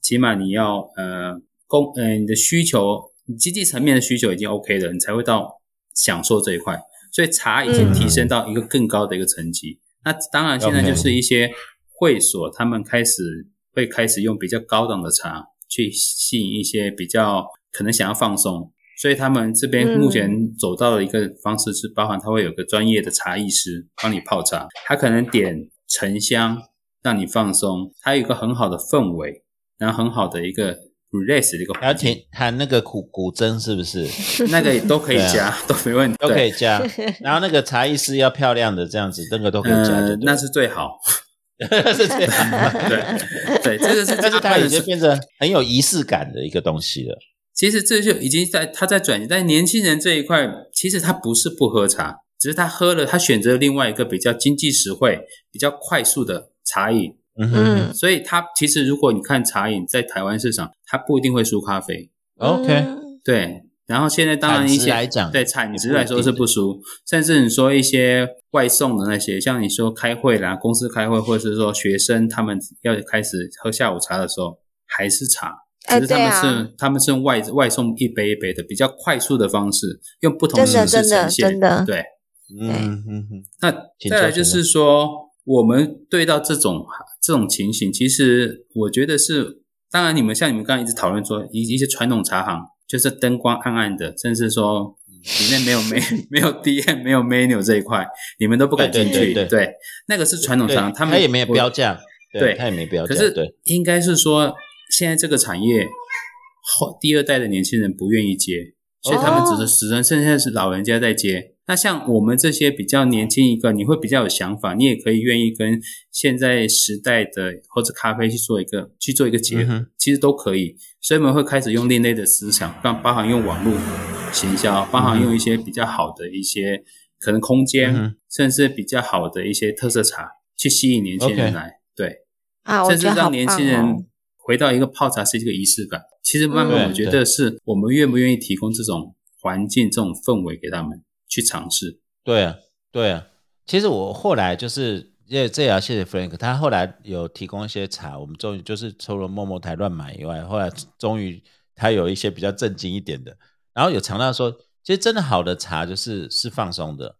[SPEAKER 4] 起码你要呃供呃你的需求，你经济层面的需求已经 OK 了，你才会到享受这一块。所以茶已经提升到一个更高的一个层级。那当然，现在就是一些会所，他们开始会开始用比较高档的茶去吸引一些比较可能想要放松，所以他们这边目前走到的一个方式是，包含他会有个专业的茶艺师帮你泡茶，他可能点沉香让你放松，它有一个很好的氛围，然后很好的一个 relax 的一个
[SPEAKER 2] 还要
[SPEAKER 4] 环
[SPEAKER 2] 谈
[SPEAKER 4] 境，
[SPEAKER 2] 谈那个古古筝是不是
[SPEAKER 4] 那个也都可以加， <laughs> 都没问题，
[SPEAKER 2] 啊都可
[SPEAKER 4] 对
[SPEAKER 2] 以加？然后那个茶艺师要漂亮的这样子，那个都可以加
[SPEAKER 4] 呃
[SPEAKER 2] 就对了，，
[SPEAKER 4] 那是最好。 <laughs>
[SPEAKER 2] <laughs> 是这样。
[SPEAKER 4] 对对，这
[SPEAKER 2] <laughs>
[SPEAKER 4] 个是
[SPEAKER 2] 但是
[SPEAKER 4] 他
[SPEAKER 2] 它
[SPEAKER 4] 的
[SPEAKER 2] 已经变成很有仪式感的一个东西了。
[SPEAKER 4] 其实这就已经在他在转型，但年轻人这一块，其实他不是不喝茶，只是他喝了，他选择另外一个比较经济实惠、比较快速的茶饮。
[SPEAKER 2] 嗯哼
[SPEAKER 1] 嗯
[SPEAKER 4] 所以他其实如果你看茶饮在台湾市场，它不一定会输咖啡。
[SPEAKER 1] 嗯
[SPEAKER 2] ，OK，
[SPEAKER 4] 对，然后现在当然一
[SPEAKER 2] 产
[SPEAKER 4] 些
[SPEAKER 2] 值来讲
[SPEAKER 4] 对产值来说是不输，甚至你说一些外送的那些，像你说开会啦，公司开会，或者是说学生他们要开始喝下午茶的时候，还是茶，
[SPEAKER 1] 哎
[SPEAKER 4] 只是他们是、
[SPEAKER 1] 对啊
[SPEAKER 4] 他们是用外外送一杯一杯的，比较快速的方式，用不同
[SPEAKER 1] 真的
[SPEAKER 4] 形式
[SPEAKER 1] 真的
[SPEAKER 4] 呈现。
[SPEAKER 1] 真的
[SPEAKER 4] 对，
[SPEAKER 2] 嗯嗯嗯，
[SPEAKER 4] 那
[SPEAKER 2] 请
[SPEAKER 4] 再来
[SPEAKER 2] 教
[SPEAKER 4] 就
[SPEAKER 2] 学生
[SPEAKER 4] 是说，我们对到这种这种情形，其实我觉得是，当然你们像你们刚才一直讨论说，一一些传统茶行就是灯光暗暗的，甚
[SPEAKER 2] <laughs>
[SPEAKER 4] 至说里面没有没没有 DM 没有 menu 这一块，你们都不敢
[SPEAKER 2] 对
[SPEAKER 4] 进
[SPEAKER 2] 对
[SPEAKER 4] 去。
[SPEAKER 2] 对对
[SPEAKER 4] 那个是传统茶行，
[SPEAKER 2] 对
[SPEAKER 4] 们
[SPEAKER 2] 也没有
[SPEAKER 4] 我
[SPEAKER 2] 标价，
[SPEAKER 4] 对
[SPEAKER 2] 他也没标价，
[SPEAKER 4] 可是
[SPEAKER 2] 对，
[SPEAKER 4] 应该是说，现在这个产业后第二代的年轻人不愿意接，所以他们只
[SPEAKER 2] 哦
[SPEAKER 4] 是只能现在是老人家在接。那像我们这些比较年轻一个，你会比较有想法，你也可以愿意跟现在时代的或者咖啡去做一个去做一个
[SPEAKER 2] 嗯
[SPEAKER 4] 结合，
[SPEAKER 2] 哼
[SPEAKER 4] 其实都可以。所以我们会开始用另类的思想，包包含用网络行销，包含用一些比较好的一些可能空间，
[SPEAKER 2] 嗯哼
[SPEAKER 4] 甚至比较好的一些特色茶去吸引年轻人
[SPEAKER 2] OK
[SPEAKER 4] 来。对，
[SPEAKER 1] 啊，我
[SPEAKER 4] 甚
[SPEAKER 1] 觉
[SPEAKER 4] 至
[SPEAKER 1] 得好
[SPEAKER 4] 让年
[SPEAKER 1] 棒
[SPEAKER 4] 轻
[SPEAKER 1] 哦
[SPEAKER 4] 人！回到一个泡茶是一个仪式感。其实慢慢
[SPEAKER 2] 嗯
[SPEAKER 4] 我觉得是我们愿不愿意提供这种环境、这种氛围给他们去尝试。
[SPEAKER 2] 对啊，对啊。其实我后来就是，也这也要谢谢 Frank，他后来有提供一些茶，我们终于就是除了默默台乱买以外，后来终于他有一些比较正经一点的，然后有尝到说，其实真的好的茶就是是放松的，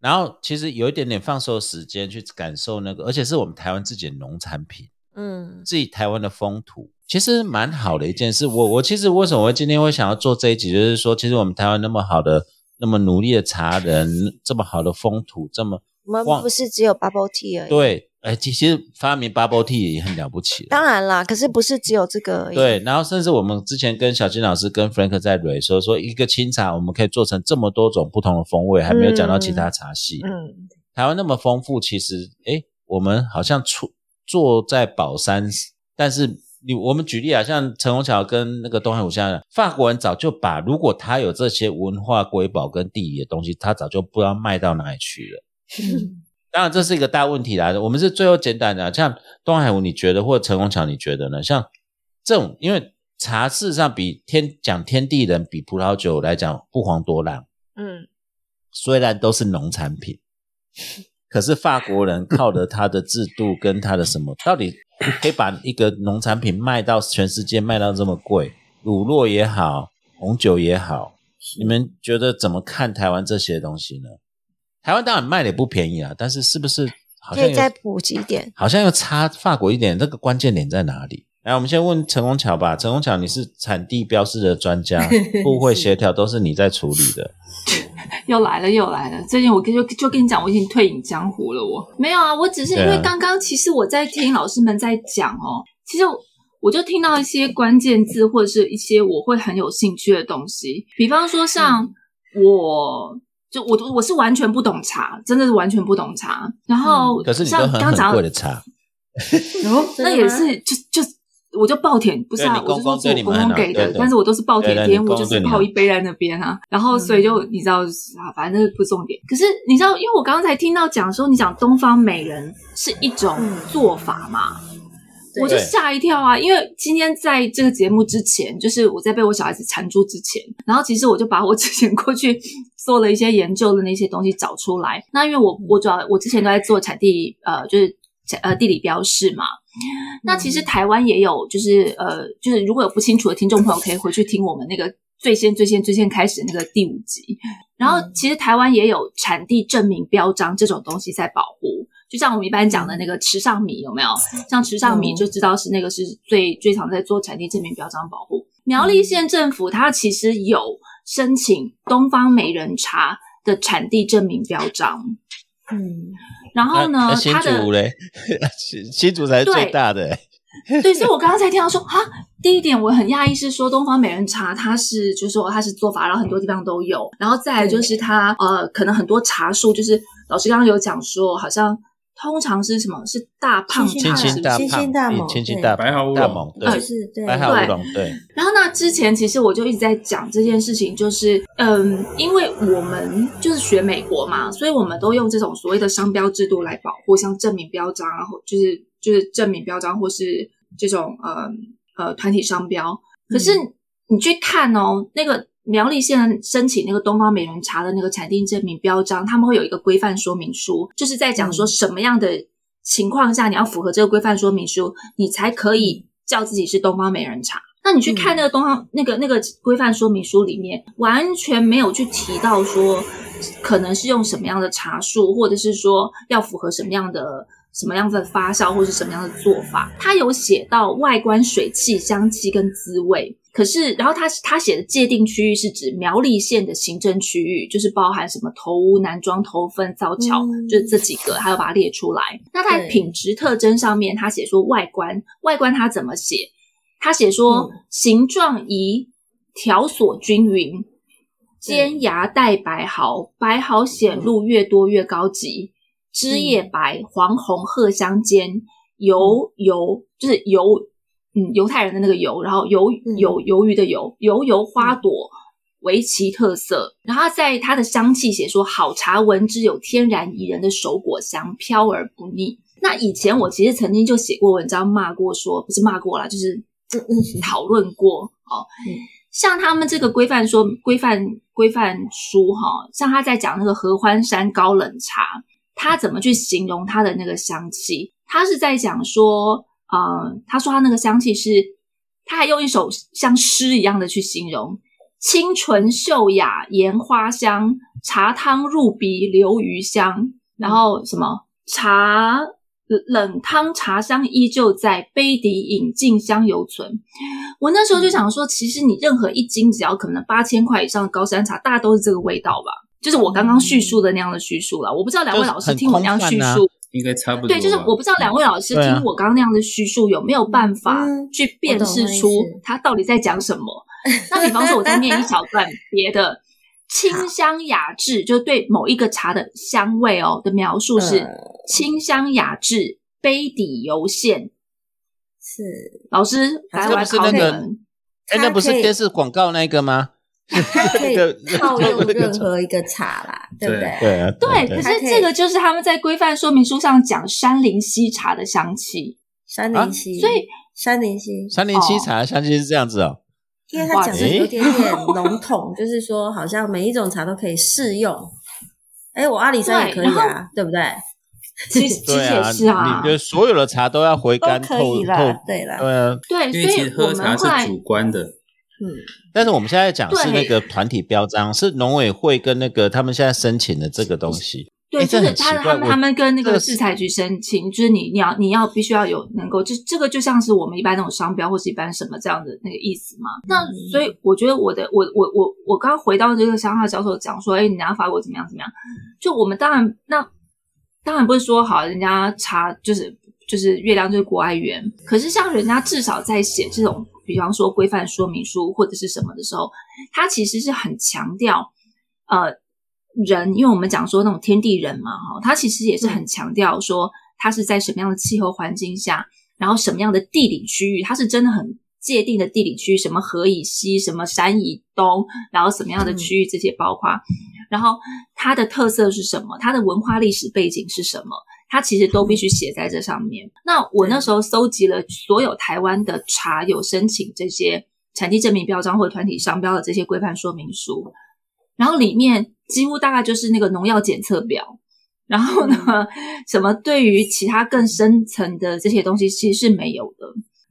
[SPEAKER 2] 然后其实有一点点放松的时间去感受那个，而且是我们台湾自己的农产品。
[SPEAKER 1] 嗯
[SPEAKER 2] 自己台湾的风土，其实蛮好的一件事。我我其实为什么会今天会想要做这一集，就是说，其实我们台湾那么好的、那么努力的茶人，这么好的风土，这么
[SPEAKER 1] 我们
[SPEAKER 2] 忘
[SPEAKER 1] 不是只有 bubble tea 而已。，
[SPEAKER 2] 对，哎，其其实发明 bubble tea 也很了不起了。
[SPEAKER 1] 当然啦，可是不是只有这个而已。
[SPEAKER 2] 对，然后甚至我们之前跟小金老师、跟 Frank 在蕊说，说一个清茶我们可以做成这么多种不同的风味，还没有讲到其他茶系。
[SPEAKER 1] 嗯，
[SPEAKER 2] 台湾那么丰富，其实诶，我们好像出坐在宝山，但是你我们举例啊，像陈虹桥跟那个东海五巷，法国人早就把如果他有这些文化瑰宝跟地理的东西，他早就不知道卖到哪里去了。当然，这是一个大问题啦。我们是最后简单的、啊像东海湖，你觉得或陈虹桥，你觉得呢？像这种，因为茶事实上比天讲天地人比葡萄酒来讲不遑多让，
[SPEAKER 1] 嗯，
[SPEAKER 2] 虽然都是农产品，可是法国人靠着他的制度跟他的什么，到底可以把一个农产品卖到全世界卖到这么贵？乳酪也好，红酒也好，你们觉得怎么看台湾这些东西呢？台湾当然卖的也不便宜啊，但是是不是好
[SPEAKER 1] 可
[SPEAKER 2] 像
[SPEAKER 1] 以
[SPEAKER 2] 有
[SPEAKER 1] 再普及一点。
[SPEAKER 2] 好像又差法国一点，那个关键点在哪里？来，我们先问陈宏桥吧。陈宏桥，你是产地标示的专家，互惠协调都是你在处理的。
[SPEAKER 6] 又来了，又来了！最近我跟就就跟你讲，我已经退隐江湖了我。没有啊，我只是因
[SPEAKER 2] 对
[SPEAKER 6] 为
[SPEAKER 2] 啊
[SPEAKER 6] 刚刚其实我在听老师们在讲哦，其实我就听到一些关键字或者是一些我会很有兴趣的东西，比方说像我。就我我是完全不懂茶，真的是完全不懂茶。然后
[SPEAKER 2] 嗯可是你都
[SPEAKER 6] 像
[SPEAKER 2] 很
[SPEAKER 6] 刚
[SPEAKER 2] 很
[SPEAKER 6] 讲
[SPEAKER 2] 贵的茶，
[SPEAKER 5] 哦，
[SPEAKER 6] 那也是就就我就暴殄，不是
[SPEAKER 2] 对
[SPEAKER 6] 啊，
[SPEAKER 2] 你
[SPEAKER 6] 我
[SPEAKER 2] 公
[SPEAKER 6] 就
[SPEAKER 2] 公
[SPEAKER 6] 是
[SPEAKER 2] 对
[SPEAKER 6] 我
[SPEAKER 2] 你
[SPEAKER 6] 公
[SPEAKER 2] 们很
[SPEAKER 6] 公
[SPEAKER 2] 好
[SPEAKER 6] 给的，
[SPEAKER 2] 对对
[SPEAKER 6] 但是我都是暴殄
[SPEAKER 2] 对对
[SPEAKER 6] 天
[SPEAKER 2] 你
[SPEAKER 6] 物，
[SPEAKER 2] 公公
[SPEAKER 6] 就是
[SPEAKER 2] 对你嗯
[SPEAKER 6] 泡
[SPEAKER 2] 好
[SPEAKER 6] 一杯在那边啊，然后所以就你知道啊，反正不重点。可是你知道，因为我刚刚才听到讲说，你讲东方美人是一种
[SPEAKER 5] 嗯
[SPEAKER 6] 做法嘛，
[SPEAKER 5] 对
[SPEAKER 6] 我就吓一跳啊！因为今天在这个节目之前，就是我在被我小孩子缠住之前，然后其实我就把我之前过去 <laughs> 做了一些研究的那些东西找出来。那因为我我主要我之前都在做产地呃，就是产呃地理标示嘛。那其实台湾也有，就是呃，就是如果有不清楚的听众朋友，可以回去听我们那个最先最先最先开始的那个第五集。然后其实台湾也有产地证明标章这种东西在保护，就像我们一般讲的那个池上米有没有？像池上米
[SPEAKER 5] 嗯
[SPEAKER 6] 就知道是那个是最最常在做产地证明标章保护。苗栗县政府它其实有申请东方美人茶的产地证明标章，
[SPEAKER 5] 嗯，
[SPEAKER 6] 然后
[SPEAKER 2] 那
[SPEAKER 6] 呢
[SPEAKER 2] 那，新
[SPEAKER 6] 它的
[SPEAKER 2] 竹嘞， <laughs> 新新竹才是最大的、
[SPEAKER 6] 对，所以我刚刚才听到说啊，第一点我很讶异是说东方美人茶它是就是说它是做法，然后很多地方都有，然后再来就是它呃可能很多茶树就是老师刚刚有讲说好像通常是什么是大胖
[SPEAKER 5] 星
[SPEAKER 2] 清
[SPEAKER 6] 茶
[SPEAKER 5] 星
[SPEAKER 6] 是
[SPEAKER 2] 新
[SPEAKER 6] 不是？
[SPEAKER 2] 大
[SPEAKER 5] 清新大猛
[SPEAKER 2] 胖，清新大
[SPEAKER 4] 对白毫乌龙
[SPEAKER 2] 大猛，
[SPEAKER 5] 就
[SPEAKER 6] 哦
[SPEAKER 2] 对，
[SPEAKER 5] 是对，
[SPEAKER 2] 白毫乌龙，对，
[SPEAKER 6] 然后那之前其实我就一直在讲这件事情，就是嗯，因为我们就是学美国嘛，所以我们都用这种所谓的商标制度来保护，像证明标章啊，然后就是就是证明标章或是这种呃呃团体商标。可是你去看哦，那个苗栗县申请那个东方美人茶的那个产地证明标章，他们会有一个规范说明书，就是在讲说什么样的情况下你要符合这个规范说明书，你才可以叫自己是东方美人茶。那你去看那个东方、那个那个规范说明书里面，完全没有去提到说可能是用什么样的茶树，或者是说要符合什么样的什么样的发酵，或是什么样的做法。它有写到外观、水汽、香气跟滋味。可是，然后它它写的界定区域是指苗栗县的行政区域，就是包含什么头屋、南庄、头份、造桥，
[SPEAKER 5] 嗯
[SPEAKER 6] 就是这几个，还要把它列出来。那它
[SPEAKER 5] 对
[SPEAKER 6] 品质特征上面，它写说外观，外观它怎么写？他写说、
[SPEAKER 5] 嗯
[SPEAKER 6] 形状宜条索均匀，尖芽带白毫，白毫显露越多越高级，枝叶白，黄红褐相间，油油就是油，嗯，犹太人的那个油，然后油
[SPEAKER 1] 嗯
[SPEAKER 6] 油鱿鱼的油，油油花朵。为其特色，然后它在它的香气写说，好茶闻之有天然宜人的手果香，飘而不腻。那以前我其实曾经就写过文章骂过说，不是骂过啦，就是讨论过哦。像他们这个规范说规范规范书哈、像他在讲那个合欢山高冷茶，他怎么去形容它的那个香气？他是在讲说，呃，他说他那个香气是，他还用一首像诗一样的去形容，清纯秀雅，盐花香，茶汤入鼻，流鱼香，然后什么茶冷汤茶香依旧在，杯底饮尽香犹存。我那时候就想说，其实你任何一斤只要可能八千块以上的高山茶，大家都是这个味道吧。就是我刚刚叙述的那样的叙述了，我不知道两位老师听我那样叙
[SPEAKER 2] 就是很空泛啊
[SPEAKER 6] 述，
[SPEAKER 4] 应该差不多吧。
[SPEAKER 6] 对，就是我不知道两位老师
[SPEAKER 2] 对啊
[SPEAKER 6] 听我刚刚那样的叙述有没有办法
[SPEAKER 1] 嗯
[SPEAKER 6] 去辨识出
[SPEAKER 1] 我懂那意思
[SPEAKER 6] 他到底在讲什么。那比方说，我再
[SPEAKER 1] <laughs>
[SPEAKER 6] 念一小段别的。清香雅致，就是对某一个茶的香味哦的描述是
[SPEAKER 1] 嗯
[SPEAKER 6] 清香雅致，杯底油线。
[SPEAKER 5] 是
[SPEAKER 6] 老师，来我
[SPEAKER 2] 这
[SPEAKER 6] 来
[SPEAKER 2] 不是
[SPEAKER 6] 考
[SPEAKER 2] 那
[SPEAKER 6] 你
[SPEAKER 2] 个
[SPEAKER 6] 们。
[SPEAKER 2] 哎，
[SPEAKER 1] 它
[SPEAKER 2] 那不是
[SPEAKER 1] 可以
[SPEAKER 2] 电视广告那个吗？
[SPEAKER 5] 它
[SPEAKER 2] <laughs>
[SPEAKER 5] 可以
[SPEAKER 2] 那个
[SPEAKER 5] 套用
[SPEAKER 2] 那个
[SPEAKER 5] 任何一个茶啦，对不
[SPEAKER 4] 对
[SPEAKER 5] 对？
[SPEAKER 2] 对啊，
[SPEAKER 6] 对，可
[SPEAKER 5] 它
[SPEAKER 6] 是
[SPEAKER 5] 可以
[SPEAKER 6] 这个就是他们在规范说明书上讲山林溪茶的香气。
[SPEAKER 5] 山
[SPEAKER 2] 啊
[SPEAKER 5] 林溪，
[SPEAKER 6] 所以
[SPEAKER 5] 山林溪，
[SPEAKER 2] 三零七茶相信是这样子哦。
[SPEAKER 5] 因为它讲的
[SPEAKER 2] 哇
[SPEAKER 5] 有点点笼统，就是说好像每一种茶都可以适用。哎，我阿里山也可以
[SPEAKER 6] 对
[SPEAKER 5] 啊，对不对？
[SPEAKER 6] 其实其
[SPEAKER 2] 对
[SPEAKER 6] 实也
[SPEAKER 2] 啊，
[SPEAKER 6] 是啊
[SPEAKER 2] 你，的所有的茶都要回甘
[SPEAKER 5] 都可
[SPEAKER 2] 透
[SPEAKER 5] 以
[SPEAKER 2] 透
[SPEAKER 5] 啦，，对啦，
[SPEAKER 2] 对啊。
[SPEAKER 6] 对，
[SPEAKER 4] 因为其
[SPEAKER 6] 所
[SPEAKER 4] 实
[SPEAKER 6] 以我
[SPEAKER 4] 喝茶
[SPEAKER 6] 们后来
[SPEAKER 4] 是主观的，
[SPEAKER 2] 但是我们现在讲是
[SPEAKER 6] 对
[SPEAKER 2] 那个团体标章，是农委会跟那个他们现在申请的这个东西。
[SPEAKER 6] 对，
[SPEAKER 2] 诶
[SPEAKER 6] 就
[SPEAKER 2] 哎这
[SPEAKER 6] 是
[SPEAKER 2] 很
[SPEAKER 6] 他
[SPEAKER 2] 奇
[SPEAKER 6] 他
[SPEAKER 2] 怪
[SPEAKER 6] 们
[SPEAKER 2] 我
[SPEAKER 6] 他们跟那
[SPEAKER 2] 这
[SPEAKER 6] 个
[SPEAKER 2] 个
[SPEAKER 6] 制
[SPEAKER 2] 是
[SPEAKER 6] 裁局申请，就是你你要你要必须要有能够，就这个就像是我们一般那种商标或是一般什么这样的那个意思嘛。那
[SPEAKER 2] 嗯
[SPEAKER 6] 所以我觉得我的我我我我刚回到这个香港教授讲说，哎，你拿法国怎么样怎么样？
[SPEAKER 2] 嗯
[SPEAKER 6] 就我们当然那当然不是说好人家查就是就是月亮就是国爱园，可是像人家至少在写这种，比方说规范说明书或者是什么的时候，它其实是很强调，呃，人，因为我们讲说那种天地人嘛，哈，它其实也是很强调说，它是在什么样的气候环境下，然后什么样的地理区域，它是真的很界定的地理区域，什么河以西，什么山以东，然后什么样的区域，这些包括，然后它的特色是什么，它的文化历史背景是什么。它其实都必须写在这上面。那我那时候搜集了所有台湾的茶有申请这些产地证明标章或团体商标的这些规范说明书，然后里面几乎大概就是那个农药检测表。然后呢， <laughs> 什么对于其他更深层的这些东西其实是没有的，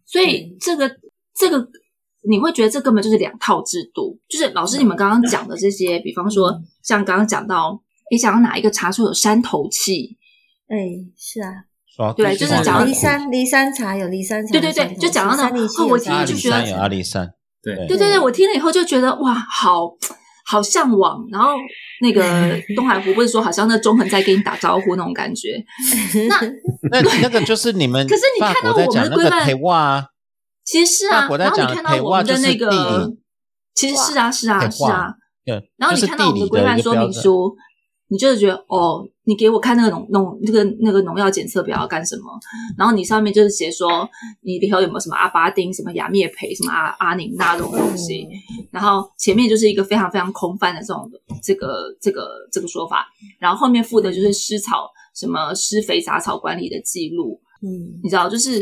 [SPEAKER 6] 所以这个这个你会觉得这根本就是两套制度。就是老师你们刚刚讲的这些，比方说像刚刚讲到，你想要哪一个茶树有山头气，
[SPEAKER 5] 哎，是啊，
[SPEAKER 2] 说
[SPEAKER 6] 对就是
[SPEAKER 2] 说
[SPEAKER 6] 讲到
[SPEAKER 5] 离山离山茶有离山茶，
[SPEAKER 6] 对对对
[SPEAKER 5] 有山头
[SPEAKER 6] 就讲到那
[SPEAKER 5] 山林溪
[SPEAKER 6] 哦
[SPEAKER 5] 有
[SPEAKER 6] 我听
[SPEAKER 5] 山
[SPEAKER 2] 阿
[SPEAKER 6] 了
[SPEAKER 5] 林
[SPEAKER 2] 里
[SPEAKER 5] 溪
[SPEAKER 6] 就觉得
[SPEAKER 2] 山有阿里山，
[SPEAKER 4] 对
[SPEAKER 2] 对
[SPEAKER 6] 对对对，
[SPEAKER 5] 对
[SPEAKER 6] 我听了以后就觉得哇，好好向往。然后那
[SPEAKER 2] <laughs>
[SPEAKER 6] 个东海湖不是说好像那中横在跟你打招呼那种感觉，
[SPEAKER 2] <laughs> 那那个就是你们
[SPEAKER 6] 可是你
[SPEAKER 2] 法
[SPEAKER 6] 看
[SPEAKER 2] 国
[SPEAKER 6] 到
[SPEAKER 2] 在
[SPEAKER 6] 我
[SPEAKER 2] 讲
[SPEAKER 6] 们
[SPEAKER 2] 那
[SPEAKER 6] 的规
[SPEAKER 2] 个
[SPEAKER 6] 范
[SPEAKER 2] 台哇啊，
[SPEAKER 6] 其实是
[SPEAKER 2] 法
[SPEAKER 6] 啊，
[SPEAKER 2] 国在
[SPEAKER 6] 然后你
[SPEAKER 2] 讲
[SPEAKER 6] 看到我们的那
[SPEAKER 2] 台湾就是地
[SPEAKER 6] 个
[SPEAKER 2] 理，
[SPEAKER 6] 其实是啊是啊
[SPEAKER 2] 台
[SPEAKER 6] 是啊
[SPEAKER 2] 湾，对，
[SPEAKER 6] 然
[SPEAKER 2] 嗯
[SPEAKER 6] 后
[SPEAKER 2] 就
[SPEAKER 6] 你
[SPEAKER 2] 是
[SPEAKER 6] 看到我
[SPEAKER 2] 地
[SPEAKER 6] 们的
[SPEAKER 2] 理
[SPEAKER 6] 规
[SPEAKER 2] 的
[SPEAKER 6] 范
[SPEAKER 2] 一个
[SPEAKER 6] 说
[SPEAKER 2] 标
[SPEAKER 6] 明
[SPEAKER 2] 准。
[SPEAKER 6] 书，你就是觉得哦，你给我看那个农农那个那个农药检测表要干什么？然后你上面就是写说你里头有没有什么阿巴丁、什么雅灭培、什么阿阿宁那这种东西，
[SPEAKER 2] 哦
[SPEAKER 6] 然后前面就是一个非常非常空泛的这种这个这个这个说法，然后后面附的就是湿草什么施肥杂草管理的记录，
[SPEAKER 5] 嗯，
[SPEAKER 6] 你知道，就是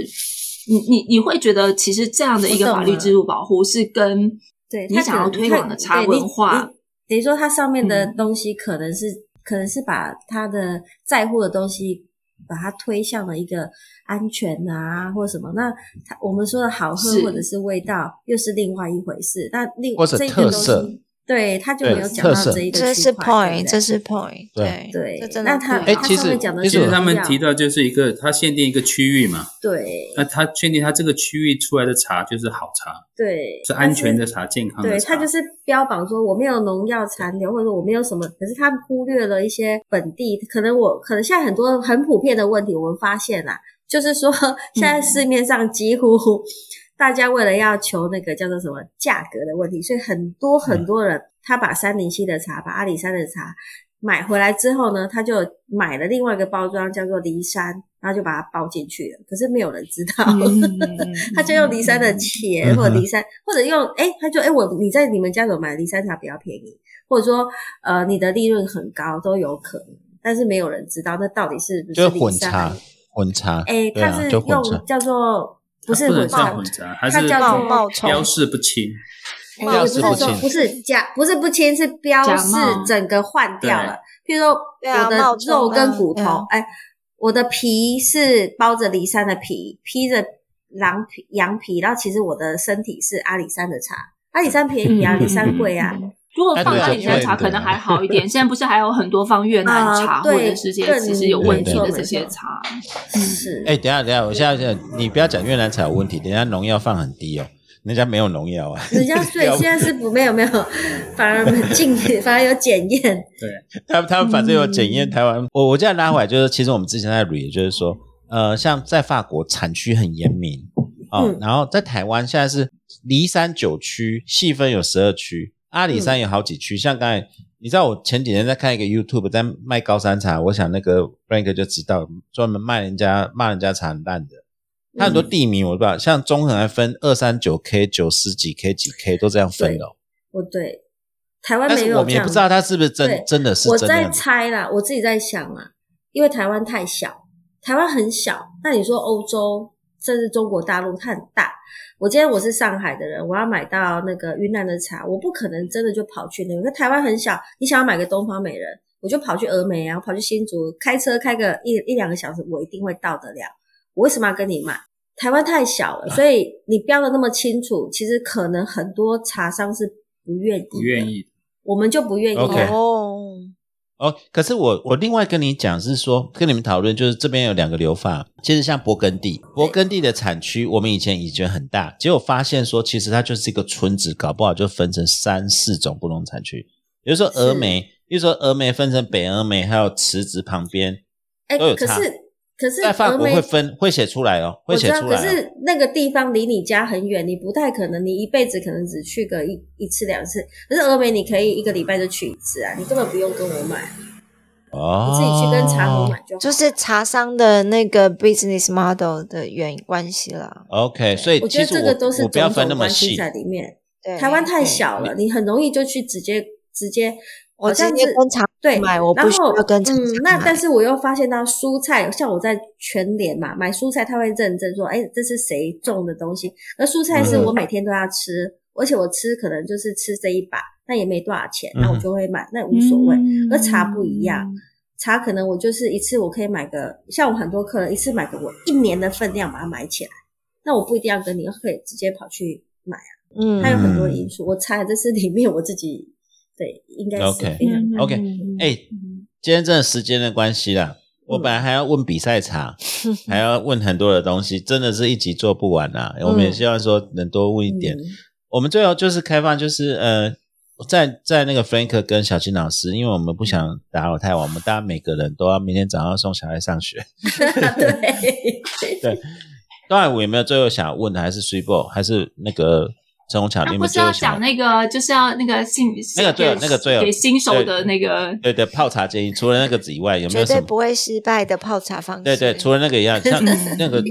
[SPEAKER 6] 你你你会觉得，其实这样的一个
[SPEAKER 5] 我懂
[SPEAKER 6] 法律
[SPEAKER 5] 了
[SPEAKER 6] 制度保护是
[SPEAKER 2] <laughs>
[SPEAKER 6] 跟
[SPEAKER 5] 对，
[SPEAKER 6] 你
[SPEAKER 5] 它
[SPEAKER 6] 想
[SPEAKER 5] 可
[SPEAKER 6] 要
[SPEAKER 5] 能
[SPEAKER 6] 推
[SPEAKER 5] 它
[SPEAKER 6] 广的茶
[SPEAKER 5] 对你
[SPEAKER 6] 文化
[SPEAKER 5] 你等于说它上面的
[SPEAKER 6] 嗯
[SPEAKER 5] 东西可能是、可能是把他的在乎的东西。把它推向了一个安全啊，或什么？那它我们说的好喝
[SPEAKER 6] 是
[SPEAKER 5] 或者是味道，又是另外一回事。那另
[SPEAKER 2] 或者
[SPEAKER 5] 这个
[SPEAKER 2] 特
[SPEAKER 5] 东西
[SPEAKER 2] 色
[SPEAKER 5] 对，他就
[SPEAKER 2] 对
[SPEAKER 5] 没有讲
[SPEAKER 2] 特
[SPEAKER 5] 到
[SPEAKER 2] 色
[SPEAKER 5] 这一个
[SPEAKER 1] 这
[SPEAKER 5] 区
[SPEAKER 1] 是
[SPEAKER 5] 块
[SPEAKER 1] point，
[SPEAKER 5] 对
[SPEAKER 1] 这是 point，
[SPEAKER 2] 对
[SPEAKER 5] 不对
[SPEAKER 1] 这
[SPEAKER 5] 对。
[SPEAKER 1] 真的
[SPEAKER 5] 那
[SPEAKER 1] 不
[SPEAKER 5] 他
[SPEAKER 1] 一样
[SPEAKER 2] 哎
[SPEAKER 5] 他
[SPEAKER 2] 其实
[SPEAKER 5] 上面讲的
[SPEAKER 2] 其
[SPEAKER 5] 是
[SPEAKER 2] 实
[SPEAKER 4] 其实
[SPEAKER 5] 不
[SPEAKER 4] 他们
[SPEAKER 5] 一样
[SPEAKER 4] 提到就是一个，他限定一个区域嘛，
[SPEAKER 5] 对
[SPEAKER 4] 那他确定他这个区域出来的茶就是好茶，
[SPEAKER 5] 对
[SPEAKER 4] 是安全的茶、健康的
[SPEAKER 5] 对，
[SPEAKER 4] 茶。
[SPEAKER 5] 它就是标榜说我没有农药残留，或者我没有什么，可是它忽略了一些本地，可能我可能现在很多很普遍的问题，我们发现啦，就是
[SPEAKER 4] <laughs>
[SPEAKER 5] 说现在市面上几乎 <laughs> 大家为了要求那个叫做什么价格的问题，所以很多很多人。他把三零七的茶，把阿里山的茶买回来之后呢，他就买了另外一个包装叫做骊山，然后就把它包进去了。可是没有人知道，
[SPEAKER 4] 嗯
[SPEAKER 6] 嗯
[SPEAKER 5] 他就用骊山的钱，
[SPEAKER 3] 嗯
[SPEAKER 5] 或者骊山，或者用哎，他就哎我你在你们家有买骊山茶比较便宜，或者说呃你的利润很高都有可能，但是没有人知道那到底是不是
[SPEAKER 2] 就是
[SPEAKER 5] 骊
[SPEAKER 2] 混
[SPEAKER 5] 山
[SPEAKER 2] 茶，混茶，
[SPEAKER 5] 哎，
[SPEAKER 2] 对
[SPEAKER 5] 它
[SPEAKER 2] 啊，
[SPEAKER 5] 是
[SPEAKER 2] 就混茶
[SPEAKER 5] 用。叫做不是
[SPEAKER 4] 它不能
[SPEAKER 5] 混
[SPEAKER 4] 算
[SPEAKER 5] 茶，
[SPEAKER 4] 混杂，它
[SPEAKER 5] 它
[SPEAKER 4] 是
[SPEAKER 5] 叫
[SPEAKER 1] 冒
[SPEAKER 5] 做
[SPEAKER 1] 冒充
[SPEAKER 4] 标示不清。
[SPEAKER 5] 哎
[SPEAKER 2] 标
[SPEAKER 5] 不
[SPEAKER 2] 示
[SPEAKER 5] 是
[SPEAKER 2] 不
[SPEAKER 5] 说
[SPEAKER 2] 清
[SPEAKER 5] 不是假，不是不清，是标
[SPEAKER 6] 假
[SPEAKER 5] 示
[SPEAKER 6] 冒
[SPEAKER 5] 整个换掉了。譬如说
[SPEAKER 1] 对啊
[SPEAKER 5] 我的
[SPEAKER 1] 冒充
[SPEAKER 5] 肉
[SPEAKER 1] 啊
[SPEAKER 5] 跟骨
[SPEAKER 1] 对啊
[SPEAKER 6] 嗯
[SPEAKER 5] 头，哎，我的皮是包着骊山的皮，披着狼皮、羊皮，然后其实我的身体是阿里山的茶，阿里山便宜啊，
[SPEAKER 6] 嗯
[SPEAKER 5] 阿里山
[SPEAKER 2] <laughs>
[SPEAKER 5] 贵啊。
[SPEAKER 6] 嗯如果
[SPEAKER 2] 哎
[SPEAKER 6] 放
[SPEAKER 2] 对啊
[SPEAKER 6] 阿里山茶
[SPEAKER 3] 对
[SPEAKER 6] 可能还好一点，现在不是还有很多放越南茶
[SPEAKER 5] 啊
[SPEAKER 6] 或
[SPEAKER 5] 对
[SPEAKER 6] 者是一些
[SPEAKER 5] 更
[SPEAKER 6] 其实有问题的
[SPEAKER 5] 对
[SPEAKER 6] 这些
[SPEAKER 5] 没错嗯
[SPEAKER 6] 茶，
[SPEAKER 5] 是，
[SPEAKER 2] 哎，等一下等一下，我现在现在你不要讲越南茶有问题，等一下农药放很低哦，人家没有农药啊，
[SPEAKER 5] 人家所以现在是不没有没有，反而进反而有检验，
[SPEAKER 2] 他们他们反正有检
[SPEAKER 5] 嗯
[SPEAKER 2] 验台湾。我我这样拉回来，就是其实我们之前在捋，也就是说，呃，像在法国产区很严明啊、哦
[SPEAKER 5] 嗯
[SPEAKER 2] 然后在台湾现在是离山九区细分有十二区，阿
[SPEAKER 5] 嗯
[SPEAKER 2] 里山有好几区。像刚才你知道，我前几天在看一个 YouTube 在卖高山茶，我想那个 Frank 就知道，专门卖人家骂人家茶很烂的。他很多
[SPEAKER 5] 嗯
[SPEAKER 2] 地名我不知道，像中横还分二三九 K、九十几 K、几 K 都这样分的哦、
[SPEAKER 5] 不对，台湾
[SPEAKER 2] 但
[SPEAKER 5] 没
[SPEAKER 2] 是
[SPEAKER 5] 有
[SPEAKER 2] 我
[SPEAKER 5] 这
[SPEAKER 2] 们也
[SPEAKER 5] 样
[SPEAKER 2] 不知。道他是不是真
[SPEAKER 5] 对
[SPEAKER 2] 真的是
[SPEAKER 5] 我
[SPEAKER 2] 真的
[SPEAKER 5] 在。猜啦，我自己在想啦，因为台湾太小，台湾很小。那你说欧洲甚至中国大陆它很大，我今天我是上海的人，我要买到那个云南的茶，我不可能真的就跑去那边。那台湾很小，你想要买个东方美人，我就跑去峨眉啊，我跑去新竹，开车开个一一两个小时，我一定会到得了。我为什么要跟你买？台湾太小
[SPEAKER 2] 啊
[SPEAKER 5] 了，所以你标的那么清楚，其实可能很多茶商是不愿意，
[SPEAKER 4] 不愿，意。
[SPEAKER 5] 我们就不愿意。
[SPEAKER 2] OK
[SPEAKER 1] 哦，
[SPEAKER 2] 哦，可是我我另外跟你讲是说，跟你们讨论就是这边有两个流法，其实像勃艮第，勃艮第的产区我们以前已经很大，结果发现说其实它就是一个村子，搞不好就分成三四种不同产区，比如说峨眉，比如说峨眉分成北峨眉还有池子旁边，
[SPEAKER 5] 哎、
[SPEAKER 2] 都有
[SPEAKER 5] 可
[SPEAKER 2] 差
[SPEAKER 5] 是可是
[SPEAKER 2] 在法国
[SPEAKER 5] 峨眉
[SPEAKER 2] 会分会写出来哦，会
[SPEAKER 5] 我
[SPEAKER 2] 写
[SPEAKER 5] 知道，
[SPEAKER 2] 出
[SPEAKER 5] 可
[SPEAKER 2] 来、哦。
[SPEAKER 5] 是那个地方离你家很远，你不太可能，你一辈子可能只去个一一次两次。可是峨眉你可以一个礼拜就去一次啊，你根本不用跟我买，
[SPEAKER 2] 哦
[SPEAKER 5] 你自己去跟茶农买就好。
[SPEAKER 1] 就是茶商的那个 business model 的缘关系啦。
[SPEAKER 2] 哦 OK，所以
[SPEAKER 5] 我
[SPEAKER 2] 其
[SPEAKER 5] 觉得
[SPEAKER 2] 实我
[SPEAKER 5] 这个都是
[SPEAKER 2] 我不要
[SPEAKER 5] 种
[SPEAKER 2] 分
[SPEAKER 5] 种
[SPEAKER 2] 那么
[SPEAKER 5] 关
[SPEAKER 2] 细
[SPEAKER 5] 系，在里面。
[SPEAKER 1] 对，
[SPEAKER 5] 台湾太小了，你很容易就去直接直接，
[SPEAKER 1] 我
[SPEAKER 5] 好
[SPEAKER 1] 直
[SPEAKER 5] 像
[SPEAKER 1] 接
[SPEAKER 5] 是
[SPEAKER 1] 跟茶
[SPEAKER 5] 对
[SPEAKER 1] 买，我
[SPEAKER 5] 然
[SPEAKER 1] 不需
[SPEAKER 5] 后
[SPEAKER 1] 要跟茶商
[SPEAKER 5] 嗯，那
[SPEAKER 1] 买
[SPEAKER 5] 但是我又发现到蔬菜，像我在全联嘛买蔬菜，他会认证说，哎，这是谁种的东西。而蔬菜是
[SPEAKER 2] 嗯
[SPEAKER 5] 我每天都要吃，而且我吃可能就是吃这一把，那也没多少钱，那我
[SPEAKER 2] 嗯
[SPEAKER 5] 就会买，那无所谓。
[SPEAKER 6] 嗯
[SPEAKER 5] 而茶不一
[SPEAKER 1] 嗯
[SPEAKER 5] 样，茶可能我就是一次我可以买个，像我很多客人一次买个我一年的分量把它买起来，那我不一定要跟你，可以直接跑去买。
[SPEAKER 1] 嗯
[SPEAKER 5] 它有很多因素，我猜这是里面我自己对应该是
[SPEAKER 2] OK
[SPEAKER 5] 非常
[SPEAKER 1] 嗯
[SPEAKER 2] OK，哎、
[SPEAKER 6] 嗯
[SPEAKER 2] 今天真的时间的关系啦，我本来还要问比赛
[SPEAKER 6] <laughs>
[SPEAKER 2] 茶，还要问很多的东西，真的是一集做不完啦。我们也希望说能多问一点。
[SPEAKER 5] 嗯
[SPEAKER 2] 我们最后就是开放，就是呃，在在那个 Frank 跟小金老师，因为我们不想打扰太晚，我们大家每个人都要明天早上送小孩上学。 <laughs>
[SPEAKER 5] 对，
[SPEAKER 2] 当然，我也没有最后想要问的，还是 s u b o 还是那个陈红桥，你
[SPEAKER 6] 他
[SPEAKER 2] 有没
[SPEAKER 6] 啊不
[SPEAKER 2] 有
[SPEAKER 6] 是
[SPEAKER 2] 最后
[SPEAKER 6] 要
[SPEAKER 2] 想
[SPEAKER 6] 讲？那个，就是要那个新
[SPEAKER 2] 那个最有那个最有
[SPEAKER 6] 给新手的那个，
[SPEAKER 2] 对对，泡茶建议，除了那个子以外，有没
[SPEAKER 1] 绝
[SPEAKER 2] 有什
[SPEAKER 1] 对
[SPEAKER 2] 么
[SPEAKER 1] 不会失败的泡茶
[SPEAKER 5] 哦
[SPEAKER 1] 方式。
[SPEAKER 2] 对对，除了那个一
[SPEAKER 5] <laughs>
[SPEAKER 2] 样，像
[SPEAKER 5] 嗯
[SPEAKER 2] 那个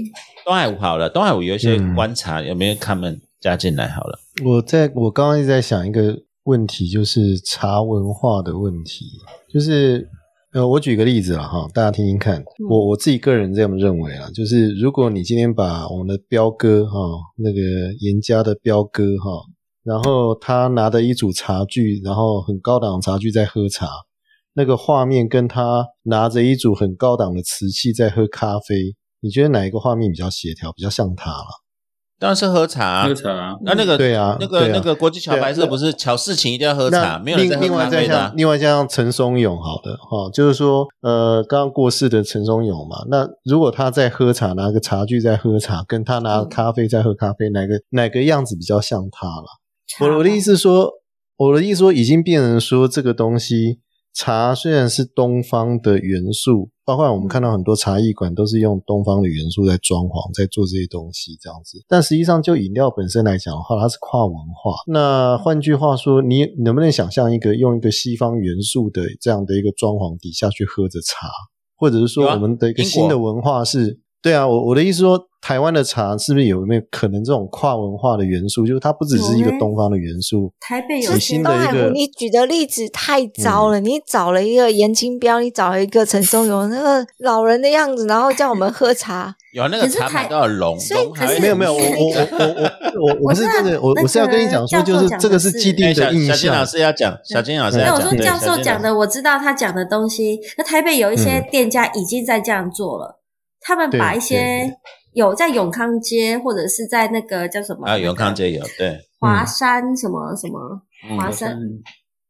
[SPEAKER 2] 东海湖好了，东海湖有一些
[SPEAKER 3] 嗯
[SPEAKER 2] 观察，有没有 comment 加进来好了？
[SPEAKER 3] 我在我刚刚一直在想一个问题，就是茶文化的问题，就是呃，我举个例子了哈，大家听听看。我我自己个人这么认为啊，就是如果你今天把我们的彪哥哈，那个严家的彪哥哈，然后他拿着一组茶具，然后很高档的茶具在喝茶。那个画面跟他拿着一组很高档的瓷器在喝咖啡，你觉得哪一个画面比较协调，比较像他了？
[SPEAKER 2] 当然是喝茶啊
[SPEAKER 4] 喝。茶啊，
[SPEAKER 2] 那那个
[SPEAKER 3] 对啊
[SPEAKER 2] 那个
[SPEAKER 3] 对啊
[SPEAKER 2] 那个国际桥
[SPEAKER 3] 对啊
[SPEAKER 2] 白色不是乔事情一定要喝茶，
[SPEAKER 3] 那
[SPEAKER 2] 没有人在
[SPEAKER 3] 另另
[SPEAKER 2] 喝
[SPEAKER 3] 外
[SPEAKER 2] 咖
[SPEAKER 3] 再
[SPEAKER 2] 啡的啊
[SPEAKER 3] 像。另外再像陈松勇好的哈、哦，就是说呃，刚刚过世的陈松勇嘛，那如果他在喝茶，拿个茶具在喝茶，跟他拿
[SPEAKER 2] 嗯
[SPEAKER 3] 咖啡在喝咖啡，哪个哪个样子比较像他了？我我的意思说，我的意思说，已经变成说这个东西，茶虽然是东方的元素，包括
[SPEAKER 2] 嗯
[SPEAKER 3] 我们看到很多茶艺馆都是用东方的元素在装潢，在做这些东西这样子。但实际上，就饮料本身来讲的话，它是跨文化。那换句话说，你能不能想象一个用一个西方元素的这样的一个装潢底下去喝着茶，或者是说
[SPEAKER 2] 有啊
[SPEAKER 3] 我们的一个
[SPEAKER 2] 英国
[SPEAKER 3] 新的文化是？对啊，我我的意思说，台湾的茶是不是有没有可能这种跨文化的元素？就是它不只是一个
[SPEAKER 5] 有欸
[SPEAKER 3] 东方的元素，
[SPEAKER 5] 台北有
[SPEAKER 3] 是
[SPEAKER 5] 些
[SPEAKER 3] 新
[SPEAKER 5] 到
[SPEAKER 1] 东
[SPEAKER 3] 的一
[SPEAKER 1] 海
[SPEAKER 3] 个
[SPEAKER 1] 湖，你举的例子太糟
[SPEAKER 2] 嗯
[SPEAKER 1] 了。你找了一个严清标，你找了一个陈松勇，那个老人的样子，然后叫我们
[SPEAKER 2] <laughs>
[SPEAKER 1] 喝茶，
[SPEAKER 2] 有啊那个
[SPEAKER 5] 可是
[SPEAKER 2] 茶
[SPEAKER 5] 台
[SPEAKER 2] 买到龙，
[SPEAKER 5] 所以
[SPEAKER 2] 龙
[SPEAKER 5] 可
[SPEAKER 2] 还
[SPEAKER 5] 是
[SPEAKER 3] 没有没有，
[SPEAKER 2] 哎
[SPEAKER 3] 我我我我我我
[SPEAKER 5] 我
[SPEAKER 3] 不是
[SPEAKER 5] 知道
[SPEAKER 3] 这个，我
[SPEAKER 5] 那
[SPEAKER 3] 我是要
[SPEAKER 5] 个
[SPEAKER 3] 跟你讲说，
[SPEAKER 5] 教授
[SPEAKER 3] 就是
[SPEAKER 5] 讲
[SPEAKER 3] 这个
[SPEAKER 5] 的
[SPEAKER 3] 是
[SPEAKER 5] 是
[SPEAKER 3] 既定
[SPEAKER 2] 哎，
[SPEAKER 3] 的
[SPEAKER 2] 小
[SPEAKER 3] 印
[SPEAKER 2] 小金老
[SPEAKER 3] 象。
[SPEAKER 2] 师要讲，小金老师
[SPEAKER 5] 那
[SPEAKER 2] 要
[SPEAKER 5] 我
[SPEAKER 2] 讲，
[SPEAKER 5] 说
[SPEAKER 2] 对
[SPEAKER 5] 教
[SPEAKER 2] 小
[SPEAKER 5] 授
[SPEAKER 2] 金
[SPEAKER 5] 讲
[SPEAKER 2] 老师
[SPEAKER 5] 的，我知道他讲的东西。那台北有一
[SPEAKER 3] 嗯
[SPEAKER 5] 些店家已经在这样做了，他们把
[SPEAKER 3] 对
[SPEAKER 5] 一
[SPEAKER 3] 对
[SPEAKER 5] 些有在永康街或者是在那个叫什么
[SPEAKER 2] 啊，永康、
[SPEAKER 3] 嗯
[SPEAKER 2] 街有对，
[SPEAKER 5] 华山什么什么华
[SPEAKER 2] 嗯，
[SPEAKER 5] 山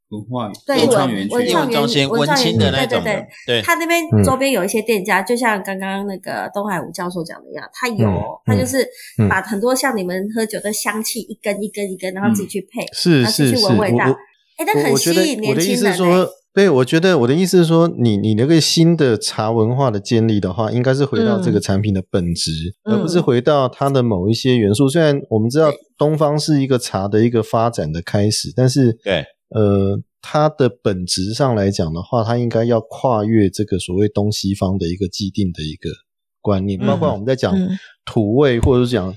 [SPEAKER 4] 文化
[SPEAKER 5] 对
[SPEAKER 4] 文创
[SPEAKER 5] 文
[SPEAKER 4] 园区，
[SPEAKER 5] 文
[SPEAKER 2] 英
[SPEAKER 5] 创
[SPEAKER 2] 文中心
[SPEAKER 5] 文
[SPEAKER 2] 文
[SPEAKER 5] 创
[SPEAKER 2] 青
[SPEAKER 5] 园
[SPEAKER 2] 的
[SPEAKER 5] 区
[SPEAKER 2] 那
[SPEAKER 5] 对
[SPEAKER 2] 种
[SPEAKER 5] 对
[SPEAKER 2] 的，对，
[SPEAKER 5] 他那边
[SPEAKER 3] 嗯
[SPEAKER 5] 周边有一些店家，就像刚刚那个东海吴教授讲的一样，他有，
[SPEAKER 3] 嗯
[SPEAKER 5] 他就是
[SPEAKER 3] 嗯
[SPEAKER 5] 把很多像你们喝酒的香气一根一根一根，然后自己去配，
[SPEAKER 3] 是
[SPEAKER 5] 然后自
[SPEAKER 3] 是
[SPEAKER 5] 己
[SPEAKER 3] 是，
[SPEAKER 5] 去
[SPEAKER 3] 我
[SPEAKER 5] 闻味道。
[SPEAKER 3] 我
[SPEAKER 5] 哎、那
[SPEAKER 3] 我
[SPEAKER 5] 很
[SPEAKER 3] 我觉
[SPEAKER 5] 吸
[SPEAKER 3] 得
[SPEAKER 5] 引
[SPEAKER 3] 我
[SPEAKER 5] 年
[SPEAKER 3] 的意
[SPEAKER 5] 轻
[SPEAKER 3] 思
[SPEAKER 5] 人、
[SPEAKER 3] 是
[SPEAKER 5] 欸
[SPEAKER 3] 说。，对，我觉得我的意思是说，你你那个新的茶文化的建立的话，应该是回
[SPEAKER 5] 嗯
[SPEAKER 3] 到这个产品的本质，
[SPEAKER 1] 嗯
[SPEAKER 3] 而不是回到它的某一些元素。虽然我们知道东方是一个茶的一个发展的开始，但是
[SPEAKER 2] 对，
[SPEAKER 3] 呃，它的本质上来讲的话，它应该要跨越这个所谓东西方的一个既定的一个观念，
[SPEAKER 1] 嗯
[SPEAKER 3] 包括我们在讲
[SPEAKER 1] 嗯
[SPEAKER 3] 土味或者是讲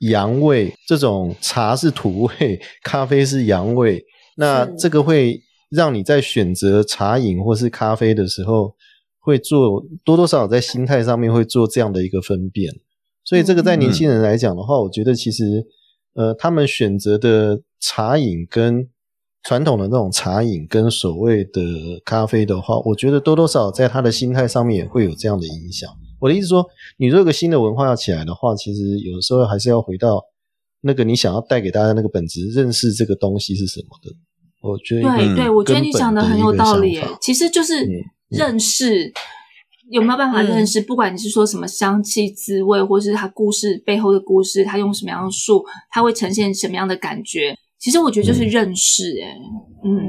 [SPEAKER 3] 洋味，这种茶是土味， <laughs> 咖啡是洋味，那
[SPEAKER 5] 是
[SPEAKER 3] 这个会让你在选择茶饮或是咖啡的时候，会做多多少少在心态上面会做这样的一个分辨。所以这个在年轻人来讲的话，我觉得其实呃，他们选择的茶饮跟传统的那种茶饮跟所谓的咖啡的话，我觉得多多少少在他的心态上面也会有这样的影响。我的意思说，你如果有个新的文化要起来的话，其实有的时候还是要回到那个你想要带给大家那个本质，认识这个东西是什么的。我觉得
[SPEAKER 6] 对
[SPEAKER 2] 嗯
[SPEAKER 6] 对，我觉得
[SPEAKER 3] 根
[SPEAKER 6] 你
[SPEAKER 3] 本
[SPEAKER 6] 讲的
[SPEAKER 3] 的
[SPEAKER 6] 很
[SPEAKER 3] 一
[SPEAKER 6] 有
[SPEAKER 3] 个
[SPEAKER 6] 道
[SPEAKER 3] 想
[SPEAKER 6] 理
[SPEAKER 3] 法
[SPEAKER 6] 耶，其实就是
[SPEAKER 3] 嗯嗯
[SPEAKER 6] 认识。有没有办法
[SPEAKER 1] 嗯
[SPEAKER 6] 认识？不管你是说什么香气、滋味，或是它故事背后的故事，它用什么样的树，它会呈现什么样的感觉？其实我觉得就是
[SPEAKER 3] 嗯
[SPEAKER 6] 认识，哎，嗯，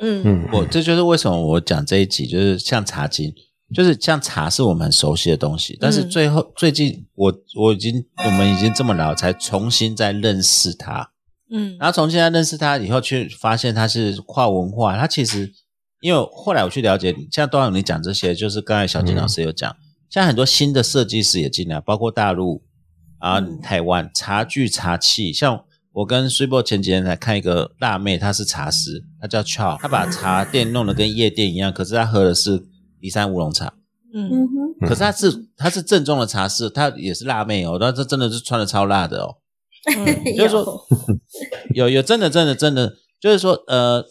[SPEAKER 1] 嗯
[SPEAKER 3] 嗯，
[SPEAKER 2] 我这就是为什么我讲这一集，就是像茶经，就是像茶是我们很熟悉的东西，但是
[SPEAKER 1] 嗯
[SPEAKER 2] 最后、最近我我已经我们已经这么老，才重新再认识它，
[SPEAKER 1] 嗯
[SPEAKER 2] 然后重新再认识它以后，去发现它是跨文化，它其实因为后来我去了解，像段永你讲这些，就是刚才小金老师有讲，像很多新的设计师也进来，包括大陆啊、
[SPEAKER 6] 嗯
[SPEAKER 2] 台湾茶具、茶器，像我跟 s u p e 前几天才看一个辣妹，她是茶师，她叫 Chow，她把茶店弄得跟夜店一样，可是她喝的是骊山乌龙茶，
[SPEAKER 1] 嗯
[SPEAKER 5] 嗯哼，
[SPEAKER 3] 嗯
[SPEAKER 2] 可是她是她是正宗的茶师，她也是辣妹哦，但这真的是穿的超辣的哦，
[SPEAKER 5] <laughs>
[SPEAKER 2] 就是说
[SPEAKER 5] 有
[SPEAKER 1] <laughs>
[SPEAKER 2] 有有真的真的真的，就是说呃，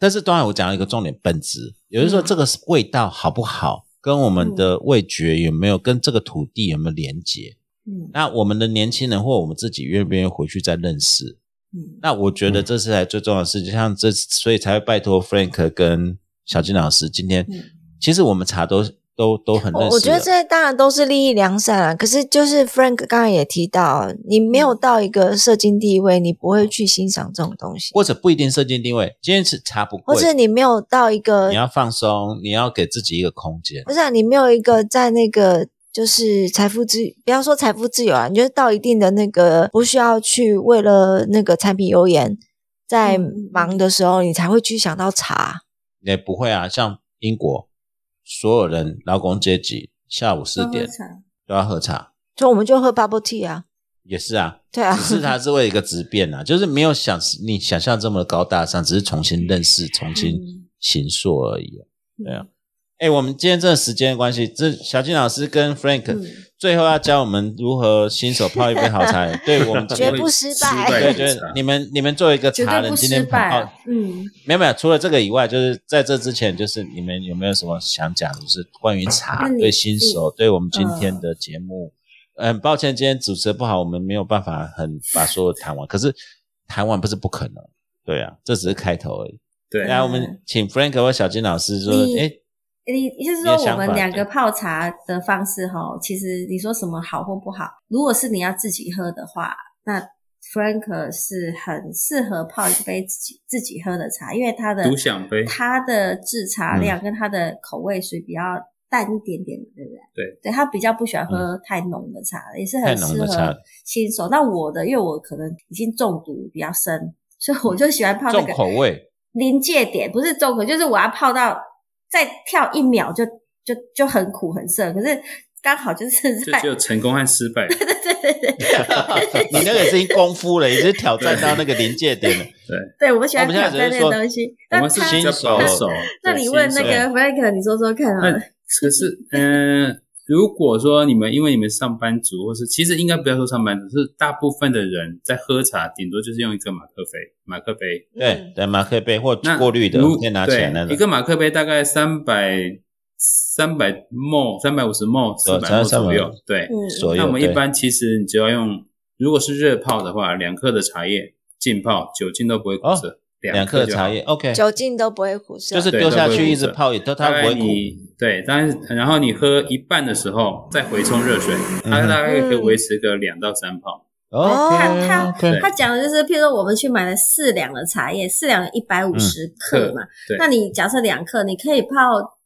[SPEAKER 2] 但是当然我讲了一个重点本质，也就是说
[SPEAKER 6] 嗯
[SPEAKER 2] 这个味道好不好，跟我
[SPEAKER 1] 嗯
[SPEAKER 2] 们的味觉有没有跟这个土地有没有连接？
[SPEAKER 5] 嗯
[SPEAKER 2] 那我们的年轻人或我们自己愿不愿意回去再认识？
[SPEAKER 5] 嗯
[SPEAKER 2] 那我觉得这是才最重要的事情，像这所以才会拜托 Frank 跟小金老师今天，
[SPEAKER 5] 嗯
[SPEAKER 2] 其实我们茶都都都很认识了，
[SPEAKER 1] 我我觉得这当然都是利益良善啊，可是就是 Frank 刚才也提到，你
[SPEAKER 2] 嗯
[SPEAKER 1] 没有到一个社经地位，你不会去欣赏这种东西，
[SPEAKER 2] 或者不一定设定定位，今天是茶不
[SPEAKER 1] 或
[SPEAKER 2] 贵，
[SPEAKER 1] 者你没有到一个
[SPEAKER 2] 你要放松，你要给自己一个空间。
[SPEAKER 1] 不是、啊、你没有一个在那个就是财富自，不要说财富自由啊，你就是到一定的那个不需要去为了那个产品油盐在
[SPEAKER 5] 嗯
[SPEAKER 1] 忙的时候，你才会去想到茶。
[SPEAKER 2] 也不会啊，像英国，所有人劳工阶级下午四点
[SPEAKER 5] 喝茶
[SPEAKER 2] 都要喝茶，
[SPEAKER 1] 所以我们就喝 bubble tea 啊，
[SPEAKER 2] 也是啊，
[SPEAKER 1] 对啊
[SPEAKER 2] 只，是它是为一个质变啊，就是没有想你想象这么高大上，只是重新认识、重
[SPEAKER 5] 嗯
[SPEAKER 2] 新行塑而已、啊。对啊，哎、我们今天这个时间的关系，这小金老师跟 Frank、
[SPEAKER 5] 嗯
[SPEAKER 2] 最后要教我们如何新手泡一杯好
[SPEAKER 5] <laughs>
[SPEAKER 2] 茶饮，对我们
[SPEAKER 4] 不
[SPEAKER 1] 绝
[SPEAKER 4] 会
[SPEAKER 1] 不失
[SPEAKER 4] 失
[SPEAKER 1] 败
[SPEAKER 4] 败
[SPEAKER 2] 对，
[SPEAKER 4] 的
[SPEAKER 2] 就是
[SPEAKER 4] 茶
[SPEAKER 2] 你们你们作为一个
[SPEAKER 5] 绝
[SPEAKER 2] 茶
[SPEAKER 5] 对
[SPEAKER 2] 人，
[SPEAKER 5] 不
[SPEAKER 2] 今
[SPEAKER 5] 失
[SPEAKER 2] 天
[SPEAKER 5] 败
[SPEAKER 2] 泡
[SPEAKER 5] 啊，嗯，
[SPEAKER 2] 没有没有，除了这个以外，就是在这之前，就是你们有没有什么想讲，就是关于茶
[SPEAKER 5] 那你嗯
[SPEAKER 2] 对新手，对我们今天的节目，呃很抱歉今天主持的不好，我们没有办法很把所有谈完，可是谈完不是不可能，对啊，这只是开头而已。
[SPEAKER 4] 对
[SPEAKER 2] 来，我们请 Frank 或小金老师说，
[SPEAKER 5] 你
[SPEAKER 2] 哎，
[SPEAKER 5] 你就是
[SPEAKER 2] 你
[SPEAKER 5] 说
[SPEAKER 2] 的想
[SPEAKER 5] 我
[SPEAKER 2] 法
[SPEAKER 5] 们两个
[SPEAKER 2] 对
[SPEAKER 5] 泡茶的方式哈，其实你说什么好或不好，如果是你要自己喝的话，那 Frank 是很适合泡一杯自己自己喝的茶，因为它的
[SPEAKER 4] 独享杯
[SPEAKER 5] 它的制茶
[SPEAKER 2] 嗯
[SPEAKER 5] 量跟它的口味属于比较淡一点点的，对不对？
[SPEAKER 4] 对，
[SPEAKER 5] 对他比较不喜欢喝太浓的茶，也是很
[SPEAKER 2] 嗯太浓
[SPEAKER 5] 适
[SPEAKER 2] 的茶
[SPEAKER 5] 合新手。那我的，因为我可能已经中毒比较深，所以我就喜欢泡那
[SPEAKER 2] 重
[SPEAKER 5] 个
[SPEAKER 2] 口
[SPEAKER 5] <laughs>
[SPEAKER 2] 味，
[SPEAKER 5] 临界点，不是中毒，就是我要泡到再跳一秒就就就很苦很涩，可是刚好就是
[SPEAKER 4] 就
[SPEAKER 5] 在
[SPEAKER 4] 只有成功和失败。
[SPEAKER 2] 你那个已经功夫了，已经挑战到那个临界点
[SPEAKER 5] 嗯
[SPEAKER 2] 了。
[SPEAKER 5] <laughs> 对我喜欢
[SPEAKER 2] 我们
[SPEAKER 5] 挑
[SPEAKER 2] 现在
[SPEAKER 5] 战
[SPEAKER 2] 只
[SPEAKER 5] 那
[SPEAKER 2] 是说
[SPEAKER 5] 个东西。
[SPEAKER 4] 我
[SPEAKER 5] 那
[SPEAKER 4] 们是
[SPEAKER 5] 他
[SPEAKER 2] 新
[SPEAKER 4] 比较
[SPEAKER 2] 手
[SPEAKER 4] 保守。
[SPEAKER 5] 那
[SPEAKER 4] 对
[SPEAKER 5] 你问
[SPEAKER 4] 新
[SPEAKER 5] 那
[SPEAKER 4] 手
[SPEAKER 5] 个 Frank，你说说看啊好了。
[SPEAKER 4] 可是，嗯，如果说你们因为你们上班族，或是其实应该不要说上班族，是大部分的人在喝茶，顶多就是用一个马克杯，马克杯
[SPEAKER 2] 对对，马克杯或
[SPEAKER 4] 那
[SPEAKER 2] 过滤的
[SPEAKER 4] 如
[SPEAKER 2] 可以拿起来那
[SPEAKER 4] 对
[SPEAKER 2] 种
[SPEAKER 4] 一。个马克杯大概三百三百 m 三百五十 m 四
[SPEAKER 2] 对
[SPEAKER 4] 百 m
[SPEAKER 2] 300
[SPEAKER 4] 左右，对。
[SPEAKER 5] 嗯，
[SPEAKER 2] 所
[SPEAKER 4] 那
[SPEAKER 2] 有
[SPEAKER 4] 我们一
[SPEAKER 2] 对
[SPEAKER 4] 般其实你只要用，如果是热泡的话，两克的茶叶浸泡，酒精都不会苦涩，
[SPEAKER 2] 哦两克
[SPEAKER 4] 克
[SPEAKER 2] 的
[SPEAKER 4] 就
[SPEAKER 2] 茶
[SPEAKER 4] 好
[SPEAKER 2] 叶，OK，
[SPEAKER 1] 酒精都不会苦涩，
[SPEAKER 2] 就是
[SPEAKER 4] 对
[SPEAKER 2] 丢下
[SPEAKER 4] 都不
[SPEAKER 2] 去
[SPEAKER 4] 会
[SPEAKER 2] 一直
[SPEAKER 4] 苦涩
[SPEAKER 2] 泡，也都它
[SPEAKER 4] 大
[SPEAKER 2] 不
[SPEAKER 4] 概
[SPEAKER 2] 会苦。
[SPEAKER 4] 你对，但是然后你喝一半的时候再回冲热水，它
[SPEAKER 2] 嗯
[SPEAKER 4] 大概可以维持个两到三泡。
[SPEAKER 5] 看哦它
[SPEAKER 2] OK，OK
[SPEAKER 5] 他讲的就是，譬如说我们去买了四两的茶叶，四两一百五十克嘛，
[SPEAKER 4] 对
[SPEAKER 5] 那你假设两克，你可以泡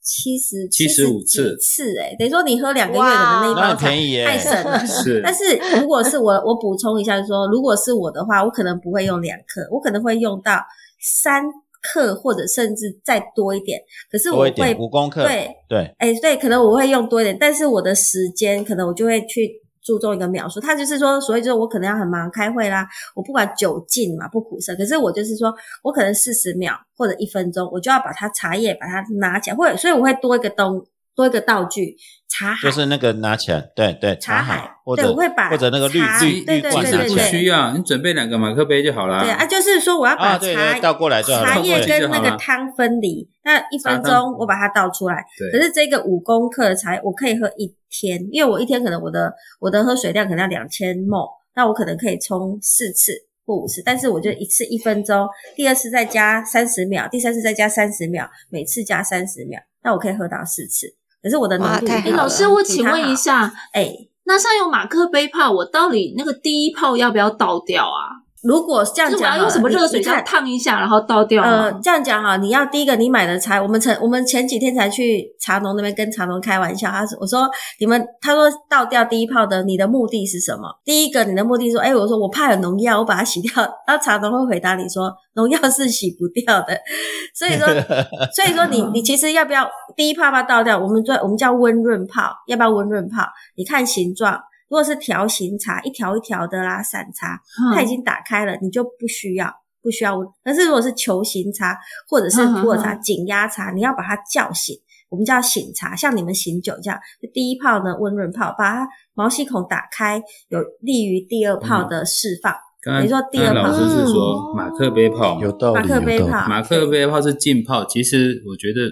[SPEAKER 5] 七十
[SPEAKER 4] 75
[SPEAKER 5] 次次，哎，等于说你喝两个月的那
[SPEAKER 2] 那
[SPEAKER 5] 一包
[SPEAKER 2] 很
[SPEAKER 5] 茶，
[SPEAKER 2] 便宜耶，
[SPEAKER 5] 太省
[SPEAKER 2] <laughs>
[SPEAKER 5] 了。
[SPEAKER 4] 是，
[SPEAKER 5] 但是如果是我，我补充一下说，如果是我的话，我可能不会用两克，我可能会用到三克或者甚至再多一点。可是我
[SPEAKER 2] 多一
[SPEAKER 5] 会
[SPEAKER 2] 点，五公克，
[SPEAKER 5] 对
[SPEAKER 2] 对，
[SPEAKER 5] 哎，对，可能我会用多一点，但是我的时间可能我就会去注重一个描述。他就是说，所以就是我可能要很忙开会啦，我不管酒劲嘛，不苦涩，可是我就是说我可能四十秒或者一分钟，我就要把它茶叶把它拿起来，或者所以我会多一个东多一个道具茶海。
[SPEAKER 2] 就是那个拿起来，对对，
[SPEAKER 5] 茶
[SPEAKER 2] 海
[SPEAKER 5] 海，
[SPEAKER 2] 或
[SPEAKER 5] 对
[SPEAKER 2] 者
[SPEAKER 5] 我会把
[SPEAKER 2] 或者那个绿
[SPEAKER 5] 茶
[SPEAKER 2] 绿
[SPEAKER 5] 啊对
[SPEAKER 2] 绿
[SPEAKER 5] 对
[SPEAKER 2] 罐
[SPEAKER 4] 其
[SPEAKER 5] 对
[SPEAKER 4] 实
[SPEAKER 2] 拿
[SPEAKER 5] 对
[SPEAKER 4] 不
[SPEAKER 2] 起来，
[SPEAKER 4] 需要，你准备两个马克杯就好啦。
[SPEAKER 5] 对啊，就是说我要
[SPEAKER 2] 啊，
[SPEAKER 5] 把
[SPEAKER 2] 对
[SPEAKER 5] 茶
[SPEAKER 2] 对，倒过来就好了，
[SPEAKER 5] 茶叶
[SPEAKER 2] 对
[SPEAKER 5] 跟那个汤分离，那一分
[SPEAKER 4] 茶汤
[SPEAKER 5] 钟我把它倒出来。可
[SPEAKER 4] 对，
[SPEAKER 5] 是这个五公克的茶叶，我可以喝一天，因为我一天可能我的我的喝水量可能要两千 ml，那我可能可以冲四次或五
[SPEAKER 2] 嗯
[SPEAKER 5] 次，但是我就一次一分钟，第二次再加三十秒，第三次再加三十秒，每次加三十秒，那我可以喝到四次。可是我的浓
[SPEAKER 1] 哇
[SPEAKER 5] 度
[SPEAKER 1] 太
[SPEAKER 5] 一定
[SPEAKER 1] 好
[SPEAKER 5] 要
[SPEAKER 1] 了
[SPEAKER 6] 老师，我请问一，下，
[SPEAKER 5] 哎、
[SPEAKER 6] 那像用马克杯泡，我到底那个第一泡要不要倒掉啊？
[SPEAKER 5] 如果是这样
[SPEAKER 6] 就是
[SPEAKER 5] 讲
[SPEAKER 6] 我
[SPEAKER 5] 好了，
[SPEAKER 6] 要用什么热水
[SPEAKER 5] 你看
[SPEAKER 6] 枪烫一下，然后倒掉
[SPEAKER 5] 呃
[SPEAKER 6] 吗，？
[SPEAKER 5] 这样讲哈，你要第一个你买的茶，我们前我们前几天才去茶农那边跟茶农开玩笑，他说我说你们，他说倒掉第一泡的，你的目的是什么？第一个你的目的说，哎，我说我怕有农药，我把它洗掉。然后茶农会回答你说，农药是洗不掉的， <laughs> 所以说所以说
[SPEAKER 6] <laughs>
[SPEAKER 5] 你你其实要不要第一泡要不要倒掉？我们叫我们叫温润泡，要不要温润泡？你看形状。如果是条形茶，一条一条的啦，散茶，它已
[SPEAKER 6] 嗯
[SPEAKER 5] 经打开了，你就不需要不需要温。可是如果是球形茶或者是
[SPEAKER 6] 嗯嗯
[SPEAKER 5] 普洱茶、
[SPEAKER 6] 嗯
[SPEAKER 5] 紧压茶，你要把它叫醒，我们叫醒茶，像你们醒酒这样。第一泡呢温润泡，把它毛细孔打开，有利于第二泡的释放。
[SPEAKER 4] 嗯刚刚
[SPEAKER 5] 你说第二
[SPEAKER 4] 刚刚老
[SPEAKER 5] 泡
[SPEAKER 4] 师是说
[SPEAKER 6] 嗯
[SPEAKER 4] 马克杯泡嘛，
[SPEAKER 3] 有道
[SPEAKER 5] 马
[SPEAKER 3] 理，
[SPEAKER 5] 克杯
[SPEAKER 3] 有道理。
[SPEAKER 5] 泡，
[SPEAKER 4] 马克杯泡是浸泡，其实我觉得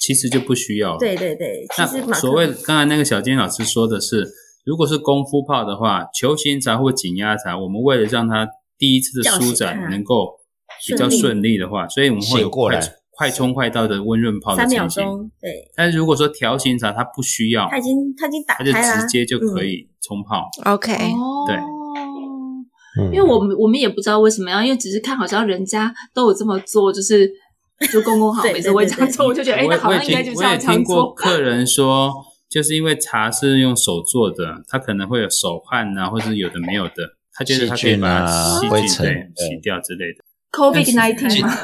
[SPEAKER 4] 其实就不需要了。
[SPEAKER 5] 对对对，其实
[SPEAKER 4] 那
[SPEAKER 5] 马克
[SPEAKER 4] 所谓刚才那个小金老师说的是，如果是功夫泡的话，球形茶或紧压茶，我们为了让它第一次的舒
[SPEAKER 5] 叫醒
[SPEAKER 4] 展
[SPEAKER 5] 它
[SPEAKER 4] 能够比较顺利的话，所以我们会有
[SPEAKER 2] 醒过
[SPEAKER 4] 快
[SPEAKER 2] 来
[SPEAKER 4] 快冲快到的温润泡的
[SPEAKER 5] 三秒
[SPEAKER 4] 情形。
[SPEAKER 5] 钟，对，
[SPEAKER 4] 但是如果说条形茶它不需要，
[SPEAKER 5] 它已经它已经打
[SPEAKER 4] 它
[SPEAKER 5] 开
[SPEAKER 4] 就
[SPEAKER 5] 了，
[SPEAKER 4] 直接就可
[SPEAKER 5] 嗯。
[SPEAKER 4] 以冲泡。
[SPEAKER 1] OK，
[SPEAKER 6] 哦
[SPEAKER 4] 对
[SPEAKER 3] 嗯
[SPEAKER 6] 因为我们我们也不知道为什么要，因为只是看好像人家都有这么做，就是就公公好
[SPEAKER 5] 对
[SPEAKER 6] 每次会这样做，我就觉得哎，
[SPEAKER 4] 我
[SPEAKER 6] 那
[SPEAKER 4] 也
[SPEAKER 6] 好
[SPEAKER 4] 我也
[SPEAKER 6] 像应该就
[SPEAKER 4] 听
[SPEAKER 6] 是
[SPEAKER 4] 我也
[SPEAKER 6] 要这样
[SPEAKER 4] 听过
[SPEAKER 6] 做。
[SPEAKER 4] 客人说，就是因为茶是用手做的，它可能会有手汗啊，或者有的没有的，他觉得他可以把
[SPEAKER 2] 细
[SPEAKER 4] 细
[SPEAKER 2] 菌啊
[SPEAKER 4] 菌
[SPEAKER 2] 灰
[SPEAKER 4] 对
[SPEAKER 2] 尘对
[SPEAKER 4] 洗掉之类的。
[SPEAKER 6] COVID
[SPEAKER 2] 其
[SPEAKER 6] nineteen 吗？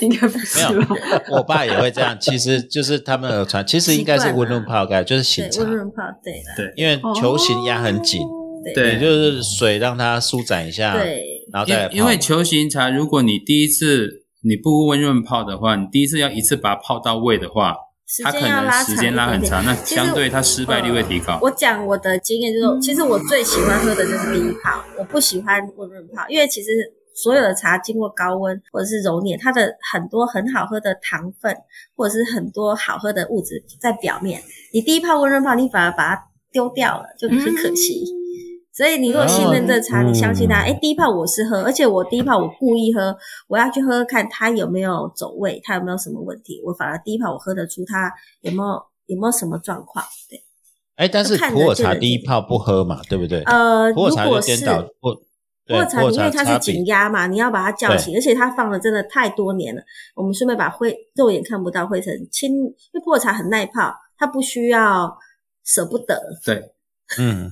[SPEAKER 6] 应该不是
[SPEAKER 2] 没有
[SPEAKER 6] 吧？
[SPEAKER 2] 我爸也会这样。其实就是他们有传，其实应该是温润泡盖，就是醒
[SPEAKER 5] 对，
[SPEAKER 2] 茶
[SPEAKER 5] 温，润泡，对了，
[SPEAKER 2] 因为球形压很紧，
[SPEAKER 5] 对
[SPEAKER 2] 也就是水让它舒展一
[SPEAKER 4] 啊
[SPEAKER 2] 下，
[SPEAKER 5] 对，
[SPEAKER 2] 然后
[SPEAKER 4] 因
[SPEAKER 2] 再
[SPEAKER 4] 因为
[SPEAKER 2] 泡
[SPEAKER 4] 球形茶，如果你第一次你不温润泡的话，你第一次要一次把它泡到位的话，
[SPEAKER 5] 时
[SPEAKER 4] 它可
[SPEAKER 5] 间要
[SPEAKER 4] 能
[SPEAKER 5] 拉
[SPEAKER 4] 时间拉
[SPEAKER 5] 一点
[SPEAKER 4] 很
[SPEAKER 5] 点
[SPEAKER 4] 长，那
[SPEAKER 5] 其实
[SPEAKER 4] 相对它失败率会提高。
[SPEAKER 5] 我讲我的经验就是，其实我最喜欢喝的就是第一泡，我不喜欢温润泡，因为其实所有的茶经过高温或者是揉捻，它的很多很好喝的糖分或者是很多好喝的物质在表面，你第一泡温润泡，你反而把它丢掉了，就很可惜。所以你如果信任这茶，
[SPEAKER 3] 哦
[SPEAKER 5] 你相信它，
[SPEAKER 3] 嗯
[SPEAKER 5] 哎、第一泡我是喝，而且我第一泡我故意喝，我要去喝喝看它有没有走味，它有没有什么问题。我反而第一泡我喝得出它有没有有没有什么状况。对，
[SPEAKER 2] 哎，但是
[SPEAKER 5] 看
[SPEAKER 2] 普
[SPEAKER 5] 着
[SPEAKER 2] 洱
[SPEAKER 5] 就
[SPEAKER 2] 茶
[SPEAKER 5] 能
[SPEAKER 2] 第一泡不喝嘛，对不对？
[SPEAKER 5] 呃，
[SPEAKER 2] 普洱茶就
[SPEAKER 5] 如果
[SPEAKER 2] 颠
[SPEAKER 5] 是
[SPEAKER 2] 倒，不对
[SPEAKER 5] 卧蚕，
[SPEAKER 2] 卧
[SPEAKER 5] 因为
[SPEAKER 2] 蚕茶
[SPEAKER 5] 它是
[SPEAKER 2] 饼
[SPEAKER 5] 紧压嘛，你要把它叫
[SPEAKER 2] 对
[SPEAKER 5] 醒，而且它放了真的太多年了，我们顺便把灰肉眼看不到灰尘清，因为破茶很耐泡，它不需要舍不得，
[SPEAKER 2] 嗯，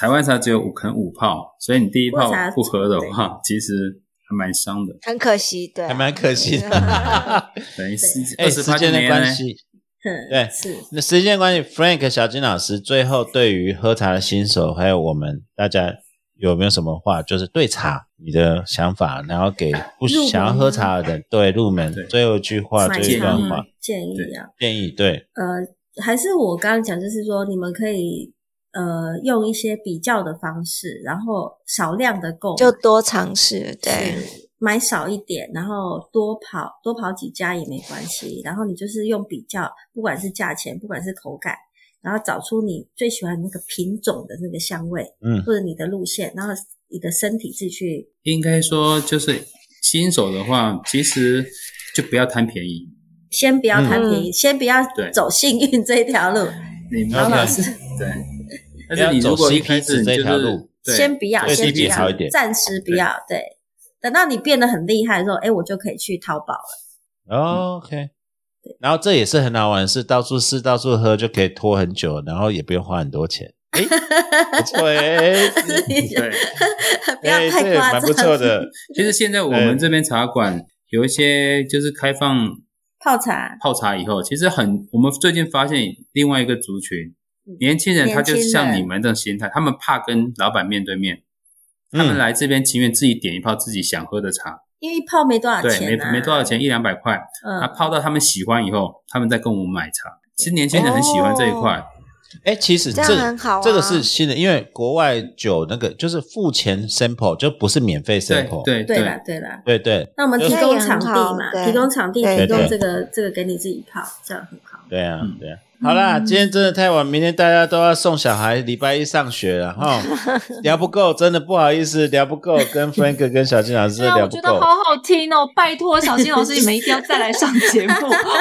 [SPEAKER 4] 台湾茶只有五可能五泡，所以你第一泡
[SPEAKER 5] 我茶
[SPEAKER 4] 不喝的话，其实还蛮伤的。
[SPEAKER 1] 很可惜，对啊、
[SPEAKER 2] 还蛮可
[SPEAKER 4] <laughs>
[SPEAKER 2] 惜的。
[SPEAKER 4] 等于四
[SPEAKER 2] 哎，
[SPEAKER 4] 二
[SPEAKER 2] 时
[SPEAKER 4] 十八
[SPEAKER 2] 间的
[SPEAKER 4] 年
[SPEAKER 2] 关
[SPEAKER 4] 呢
[SPEAKER 2] 系，
[SPEAKER 5] 哼，
[SPEAKER 2] 对
[SPEAKER 5] 是
[SPEAKER 2] 那时间关系，Frank 小金老师最后对于喝茶的新手，还有我们大家有没有什么话，就是对茶你的想法，然后给不
[SPEAKER 5] 入门
[SPEAKER 2] 想要喝茶的人，对入门
[SPEAKER 4] 对
[SPEAKER 2] 最后一句话，
[SPEAKER 5] 蛮
[SPEAKER 2] 最后一
[SPEAKER 5] 长
[SPEAKER 2] 段
[SPEAKER 5] 的
[SPEAKER 2] 话
[SPEAKER 5] 建议
[SPEAKER 4] 对
[SPEAKER 5] 啊，
[SPEAKER 2] 建议，对，
[SPEAKER 5] 呃，还是我刚刚讲，就是说你们可以呃用一些比较的方式，然后少量的购买
[SPEAKER 1] 就多尝试，对，
[SPEAKER 5] 是买少一点，然后多跑多跑几家也没关系。然后你就是用比较，不管是价钱，不管是口感，然后找出你最喜欢那个品种的那个香味，
[SPEAKER 2] 嗯
[SPEAKER 5] 或者你的路线，然后你的身体自己去
[SPEAKER 4] 应该说就是新手的话，其实就不要贪便宜。
[SPEAKER 5] 先不要
[SPEAKER 2] 嗯
[SPEAKER 5] 贪便宜，先不要
[SPEAKER 4] 对
[SPEAKER 5] 走幸运这一条路。
[SPEAKER 4] 你们
[SPEAKER 5] 老老实，
[SPEAKER 4] 对，但是你如果一开始你
[SPEAKER 2] 不要走 CP 值这
[SPEAKER 4] 就
[SPEAKER 2] 条
[SPEAKER 4] 是
[SPEAKER 2] 路
[SPEAKER 4] 对
[SPEAKER 5] 先不要，
[SPEAKER 2] 对
[SPEAKER 5] 先
[SPEAKER 2] 自
[SPEAKER 5] 不
[SPEAKER 2] 己好
[SPEAKER 5] 要
[SPEAKER 2] 一点，
[SPEAKER 5] 暂时不要。对，等到你变得很厉害的时候，哎，我就可以去淘宝了。
[SPEAKER 4] 嗯
[SPEAKER 2] 哦 OK。然后这也是很好玩，是到处试、到处喝就可以拖很久，然后也不用花很多钱。
[SPEAKER 5] <laughs>
[SPEAKER 2] 哎，不错哎，
[SPEAKER 4] 对，
[SPEAKER 5] 不要
[SPEAKER 2] 哎
[SPEAKER 5] 太
[SPEAKER 2] 这也
[SPEAKER 5] 夸
[SPEAKER 2] 蛮不错
[SPEAKER 5] 张。
[SPEAKER 2] 的。
[SPEAKER 4] 其实现在我们这边茶馆有一些就是开放
[SPEAKER 5] 泡茶，
[SPEAKER 4] 泡茶以后，其实很我们最近发现另外一个族群，年轻人他就
[SPEAKER 5] 嗯年轻人
[SPEAKER 4] 像你们这种心态，他们怕跟老板面对面，他们
[SPEAKER 2] 嗯，
[SPEAKER 4] 来这边情愿自己点一泡自己想喝的茶，
[SPEAKER 5] 因为一泡没多少
[SPEAKER 4] 对，没
[SPEAKER 5] 钱啊，
[SPEAKER 4] 没多少钱，一两百块，啊，
[SPEAKER 5] 嗯，
[SPEAKER 4] 泡到他们喜欢以后，他们再跟我们买茶。其实年轻人很喜欢这
[SPEAKER 5] 哦
[SPEAKER 4] 一块，
[SPEAKER 2] 哎，其实
[SPEAKER 1] 这
[SPEAKER 2] 这
[SPEAKER 1] 样很好、啊
[SPEAKER 2] 这个是新的，因为国外酒那个就是付钱 sample 就不是哦免费
[SPEAKER 4] 对
[SPEAKER 2] sample，
[SPEAKER 4] 对
[SPEAKER 5] 对啦，对啦。
[SPEAKER 2] 对对
[SPEAKER 5] 那我们提
[SPEAKER 1] 这
[SPEAKER 5] 供
[SPEAKER 1] 也很
[SPEAKER 5] 场地
[SPEAKER 1] 好
[SPEAKER 5] 嘛，
[SPEAKER 1] 对
[SPEAKER 5] 提供场地，
[SPEAKER 1] 对
[SPEAKER 5] 提供
[SPEAKER 2] 对
[SPEAKER 5] 这个这个给你自己泡，这样很好。
[SPEAKER 2] 对啊
[SPEAKER 4] 嗯
[SPEAKER 2] 对啊！好啦，今天真的太晚，明天大家都要送小孩礼拜一上学了哈，聊不够，真的不好意思，聊不够，跟 Frank 跟小金老师
[SPEAKER 6] 对啊，
[SPEAKER 2] 聊
[SPEAKER 6] 我
[SPEAKER 2] 不
[SPEAKER 6] 觉得
[SPEAKER 2] 够。
[SPEAKER 6] 好好听哦！拜托，小新老师，你们一定要再来上节
[SPEAKER 5] <laughs>
[SPEAKER 6] 目，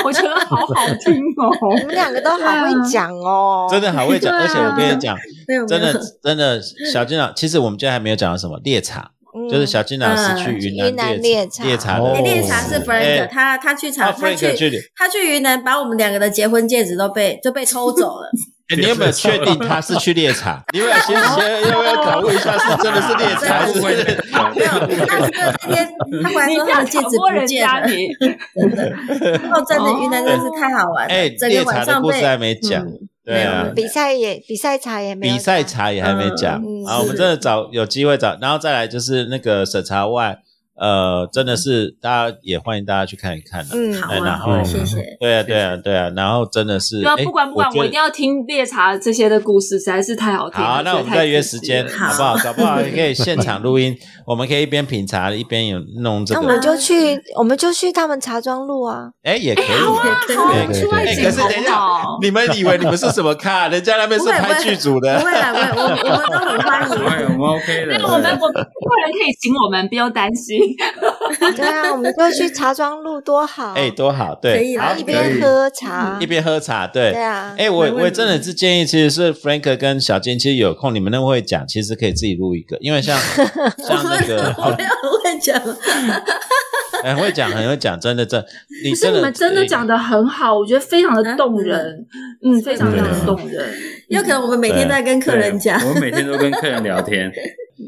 [SPEAKER 6] 我觉得好好听
[SPEAKER 1] 你
[SPEAKER 6] 哦。
[SPEAKER 1] 们两个都好会讲哦，
[SPEAKER 2] 真的好会讲，
[SPEAKER 6] 对啊
[SPEAKER 2] 而且我跟你讲，
[SPEAKER 5] 没有没
[SPEAKER 2] 真
[SPEAKER 5] 有
[SPEAKER 2] 的，真的，小金老，其实我们今天还没有讲到什么猎茶，
[SPEAKER 1] 嗯
[SPEAKER 2] 就是小金老师去
[SPEAKER 5] 嗯
[SPEAKER 2] 云
[SPEAKER 1] 云南
[SPEAKER 2] 猎
[SPEAKER 1] 猎茶
[SPEAKER 2] 猎茶
[SPEAKER 3] 哦
[SPEAKER 2] 的
[SPEAKER 5] 哎
[SPEAKER 3] 哎
[SPEAKER 5] 猎茶是 Frank，
[SPEAKER 2] 哎
[SPEAKER 5] 他他去
[SPEAKER 2] 啊
[SPEAKER 5] 茶，他
[SPEAKER 2] Frank
[SPEAKER 5] 去
[SPEAKER 2] 去的，
[SPEAKER 5] 他去云南，把我们两个的结婚戒指都被就被偷走
[SPEAKER 2] <laughs>
[SPEAKER 5] 了。
[SPEAKER 2] 哎你有没有确定他是去猎茶？你有没有先先要不要考虑一下，是真的是猎茶，
[SPEAKER 4] 误
[SPEAKER 2] 是不
[SPEAKER 4] 会
[SPEAKER 2] 是
[SPEAKER 5] <laughs>
[SPEAKER 4] 的，
[SPEAKER 5] 没有，那这个
[SPEAKER 2] <laughs>
[SPEAKER 5] 那天他回来
[SPEAKER 6] 你
[SPEAKER 5] 说
[SPEAKER 6] 不
[SPEAKER 5] 他
[SPEAKER 6] 要
[SPEAKER 5] 的戒
[SPEAKER 6] 挑
[SPEAKER 5] 指
[SPEAKER 6] 拨人
[SPEAKER 5] 不见
[SPEAKER 6] 家，
[SPEAKER 5] 了。 <laughs>
[SPEAKER 6] 你
[SPEAKER 2] <laughs>
[SPEAKER 5] 哦，真的，云南真的是太好玩
[SPEAKER 2] 哎
[SPEAKER 5] 了，，整
[SPEAKER 2] 猎茶
[SPEAKER 5] 个晚
[SPEAKER 2] 的
[SPEAKER 5] 上
[SPEAKER 2] 故
[SPEAKER 5] 被
[SPEAKER 2] 事还没讲，
[SPEAKER 5] 嗯
[SPEAKER 2] 对
[SPEAKER 5] 没有
[SPEAKER 2] 啊
[SPEAKER 5] 没
[SPEAKER 1] 嗯，。比赛也比赛茶也没有
[SPEAKER 2] 比赛茶也还没讲
[SPEAKER 1] 嗯
[SPEAKER 2] 啊，我们
[SPEAKER 5] 是
[SPEAKER 2] 真的找有机会找，然后再来就是那个审查外，呃，真的是大家也欢迎大家去看一看的。
[SPEAKER 1] 嗯，
[SPEAKER 5] 好
[SPEAKER 2] 哎
[SPEAKER 5] 啊，
[SPEAKER 2] 然
[SPEAKER 5] 好
[SPEAKER 2] 后
[SPEAKER 5] 啊，谢谢。
[SPEAKER 2] 对啊，对啊，对啊，然后真的是，
[SPEAKER 6] 对啊，
[SPEAKER 2] 哎
[SPEAKER 6] 不管不管，
[SPEAKER 2] 觉得
[SPEAKER 6] 我一定要听猎茶这些的故事，实在是太好听了。
[SPEAKER 2] 好，那我们再约时间，
[SPEAKER 5] 了
[SPEAKER 2] 好不好？搞不好也可以现场录音，我们可以一边品茶一边有弄这
[SPEAKER 1] 那我
[SPEAKER 2] 个
[SPEAKER 1] 们，就去，我们就去他们茶庄路啊，
[SPEAKER 2] 哎，也可以。
[SPEAKER 5] 对
[SPEAKER 6] 好
[SPEAKER 3] 对对
[SPEAKER 6] 外景
[SPEAKER 2] 哎可是等一下
[SPEAKER 6] 好不好
[SPEAKER 2] <laughs> 你们以为你们是什么咖？人家那边是拍剧组
[SPEAKER 5] 不
[SPEAKER 2] 的，
[SPEAKER 5] 会啦，不会，我们我们都很欢
[SPEAKER 4] 不
[SPEAKER 5] 迎。
[SPEAKER 4] 会，我们 OK 的。
[SPEAKER 6] 那我们我们客人可以请我们，不用担心。
[SPEAKER 1] <laughs> 对啊，我们就去茶庄路多
[SPEAKER 2] <laughs>
[SPEAKER 1] 好，
[SPEAKER 2] 哎，多好，
[SPEAKER 5] 可
[SPEAKER 2] 对，
[SPEAKER 5] 以啦
[SPEAKER 2] 好嗯
[SPEAKER 1] 一，
[SPEAKER 4] 可
[SPEAKER 1] 边
[SPEAKER 4] 以
[SPEAKER 1] 喝茶
[SPEAKER 2] 一，边喝茶，对
[SPEAKER 1] 对。啊，
[SPEAKER 2] 哎，我
[SPEAKER 5] 没问题
[SPEAKER 2] 我真的是建议，其实是 Frank 跟小金，其实有空你们那会讲，其实可以自己录一个，因
[SPEAKER 5] <laughs>
[SPEAKER 2] 为像像那个
[SPEAKER 5] 我没有乱讲，
[SPEAKER 2] 很会讲，很会讲，真的真的，你
[SPEAKER 6] 可是
[SPEAKER 2] 真的哎
[SPEAKER 6] 你们真的讲的很好，我觉得非常的动人，嗯，非常非常
[SPEAKER 2] 对
[SPEAKER 6] 的动人，
[SPEAKER 5] 有可能我们每天都在跟客人讲
[SPEAKER 4] 对。我们每天都跟客人聊天。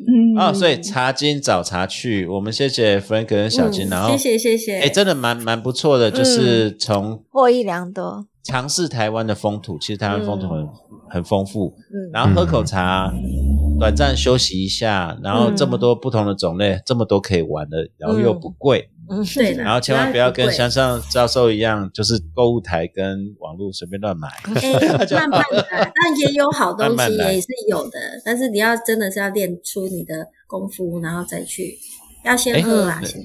[SPEAKER 6] 嗯
[SPEAKER 2] 哦，所以茶金找茶去，我们谢谢 Frank 跟小金，
[SPEAKER 5] 嗯
[SPEAKER 2] 然后
[SPEAKER 5] 谢嗯谢谢谢。
[SPEAKER 2] 哎，真的蛮蛮不错的，就是从
[SPEAKER 1] 获益良多，
[SPEAKER 2] 尝试台湾的风土，其实台湾风土很、很丰富，
[SPEAKER 1] 嗯
[SPEAKER 2] 然后喝口茶，短暂休息一下，然后这么多不同的种类，这么多可以玩的，然后又不贵，
[SPEAKER 1] 嗯，
[SPEAKER 5] 对啦
[SPEAKER 2] 然后千万不要跟
[SPEAKER 5] 不要
[SPEAKER 2] 乡上教授一样，就是购物台跟网络随便乱买。 <laughs>
[SPEAKER 5] 哎，慢慢来，但也有好东
[SPEAKER 2] 慢
[SPEAKER 5] 西
[SPEAKER 2] 慢来
[SPEAKER 5] 也是有的，但是你要真的是要练出你的功夫，然后再去，要
[SPEAKER 2] 哎
[SPEAKER 5] 先喝啦，
[SPEAKER 2] 对
[SPEAKER 5] 先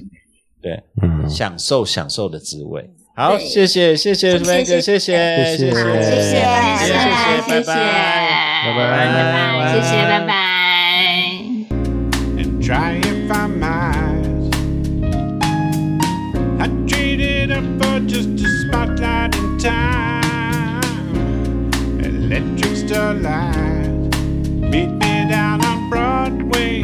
[SPEAKER 2] 对，
[SPEAKER 3] 嗯，
[SPEAKER 2] 享受享受的滋味。好，
[SPEAKER 5] 对
[SPEAKER 2] 谢谢谢谢
[SPEAKER 5] 谢
[SPEAKER 2] Frank，谢谢
[SPEAKER 5] 谢
[SPEAKER 2] 谢
[SPEAKER 3] 谢谢好
[SPEAKER 2] 谢
[SPEAKER 1] 谢谢
[SPEAKER 2] 谢谢
[SPEAKER 1] 拜
[SPEAKER 2] 拜拜
[SPEAKER 3] 拜
[SPEAKER 2] 拜
[SPEAKER 6] 谢谢，拜拜。
[SPEAKER 7] and try if I might. I traded up for just a spotlight in time, electric starlight beat me down on Broadway.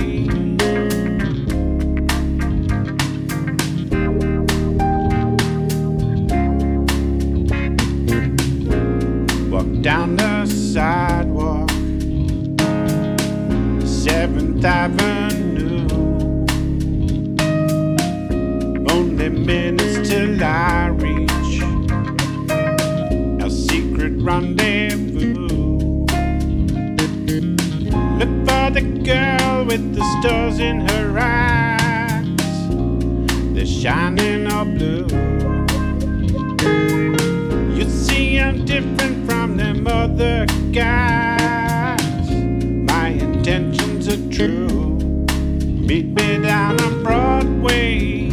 [SPEAKER 7] down the sidewalk, Seventh Avenue. Only minutes till I reach a secret rendezvous. Look for the girl with the stars in her eyes, they're shining all blue. You see, I'm different from them other guys. My intentions are true. Meet me down on Broadway.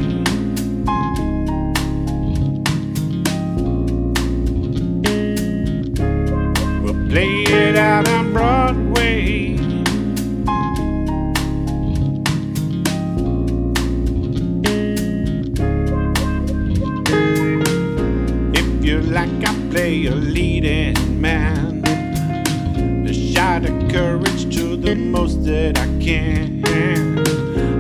[SPEAKER 7] We'll play it out on Broadway. If you like, I play a leading man. A shot of courage to the most that I can.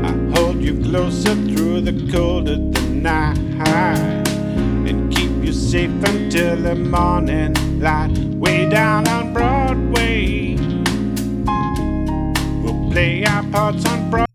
[SPEAKER 7] I hold you closer through the cold of the night and keep you safe until the morning light. Way down on Broadway, we'll play our parts on Broadway.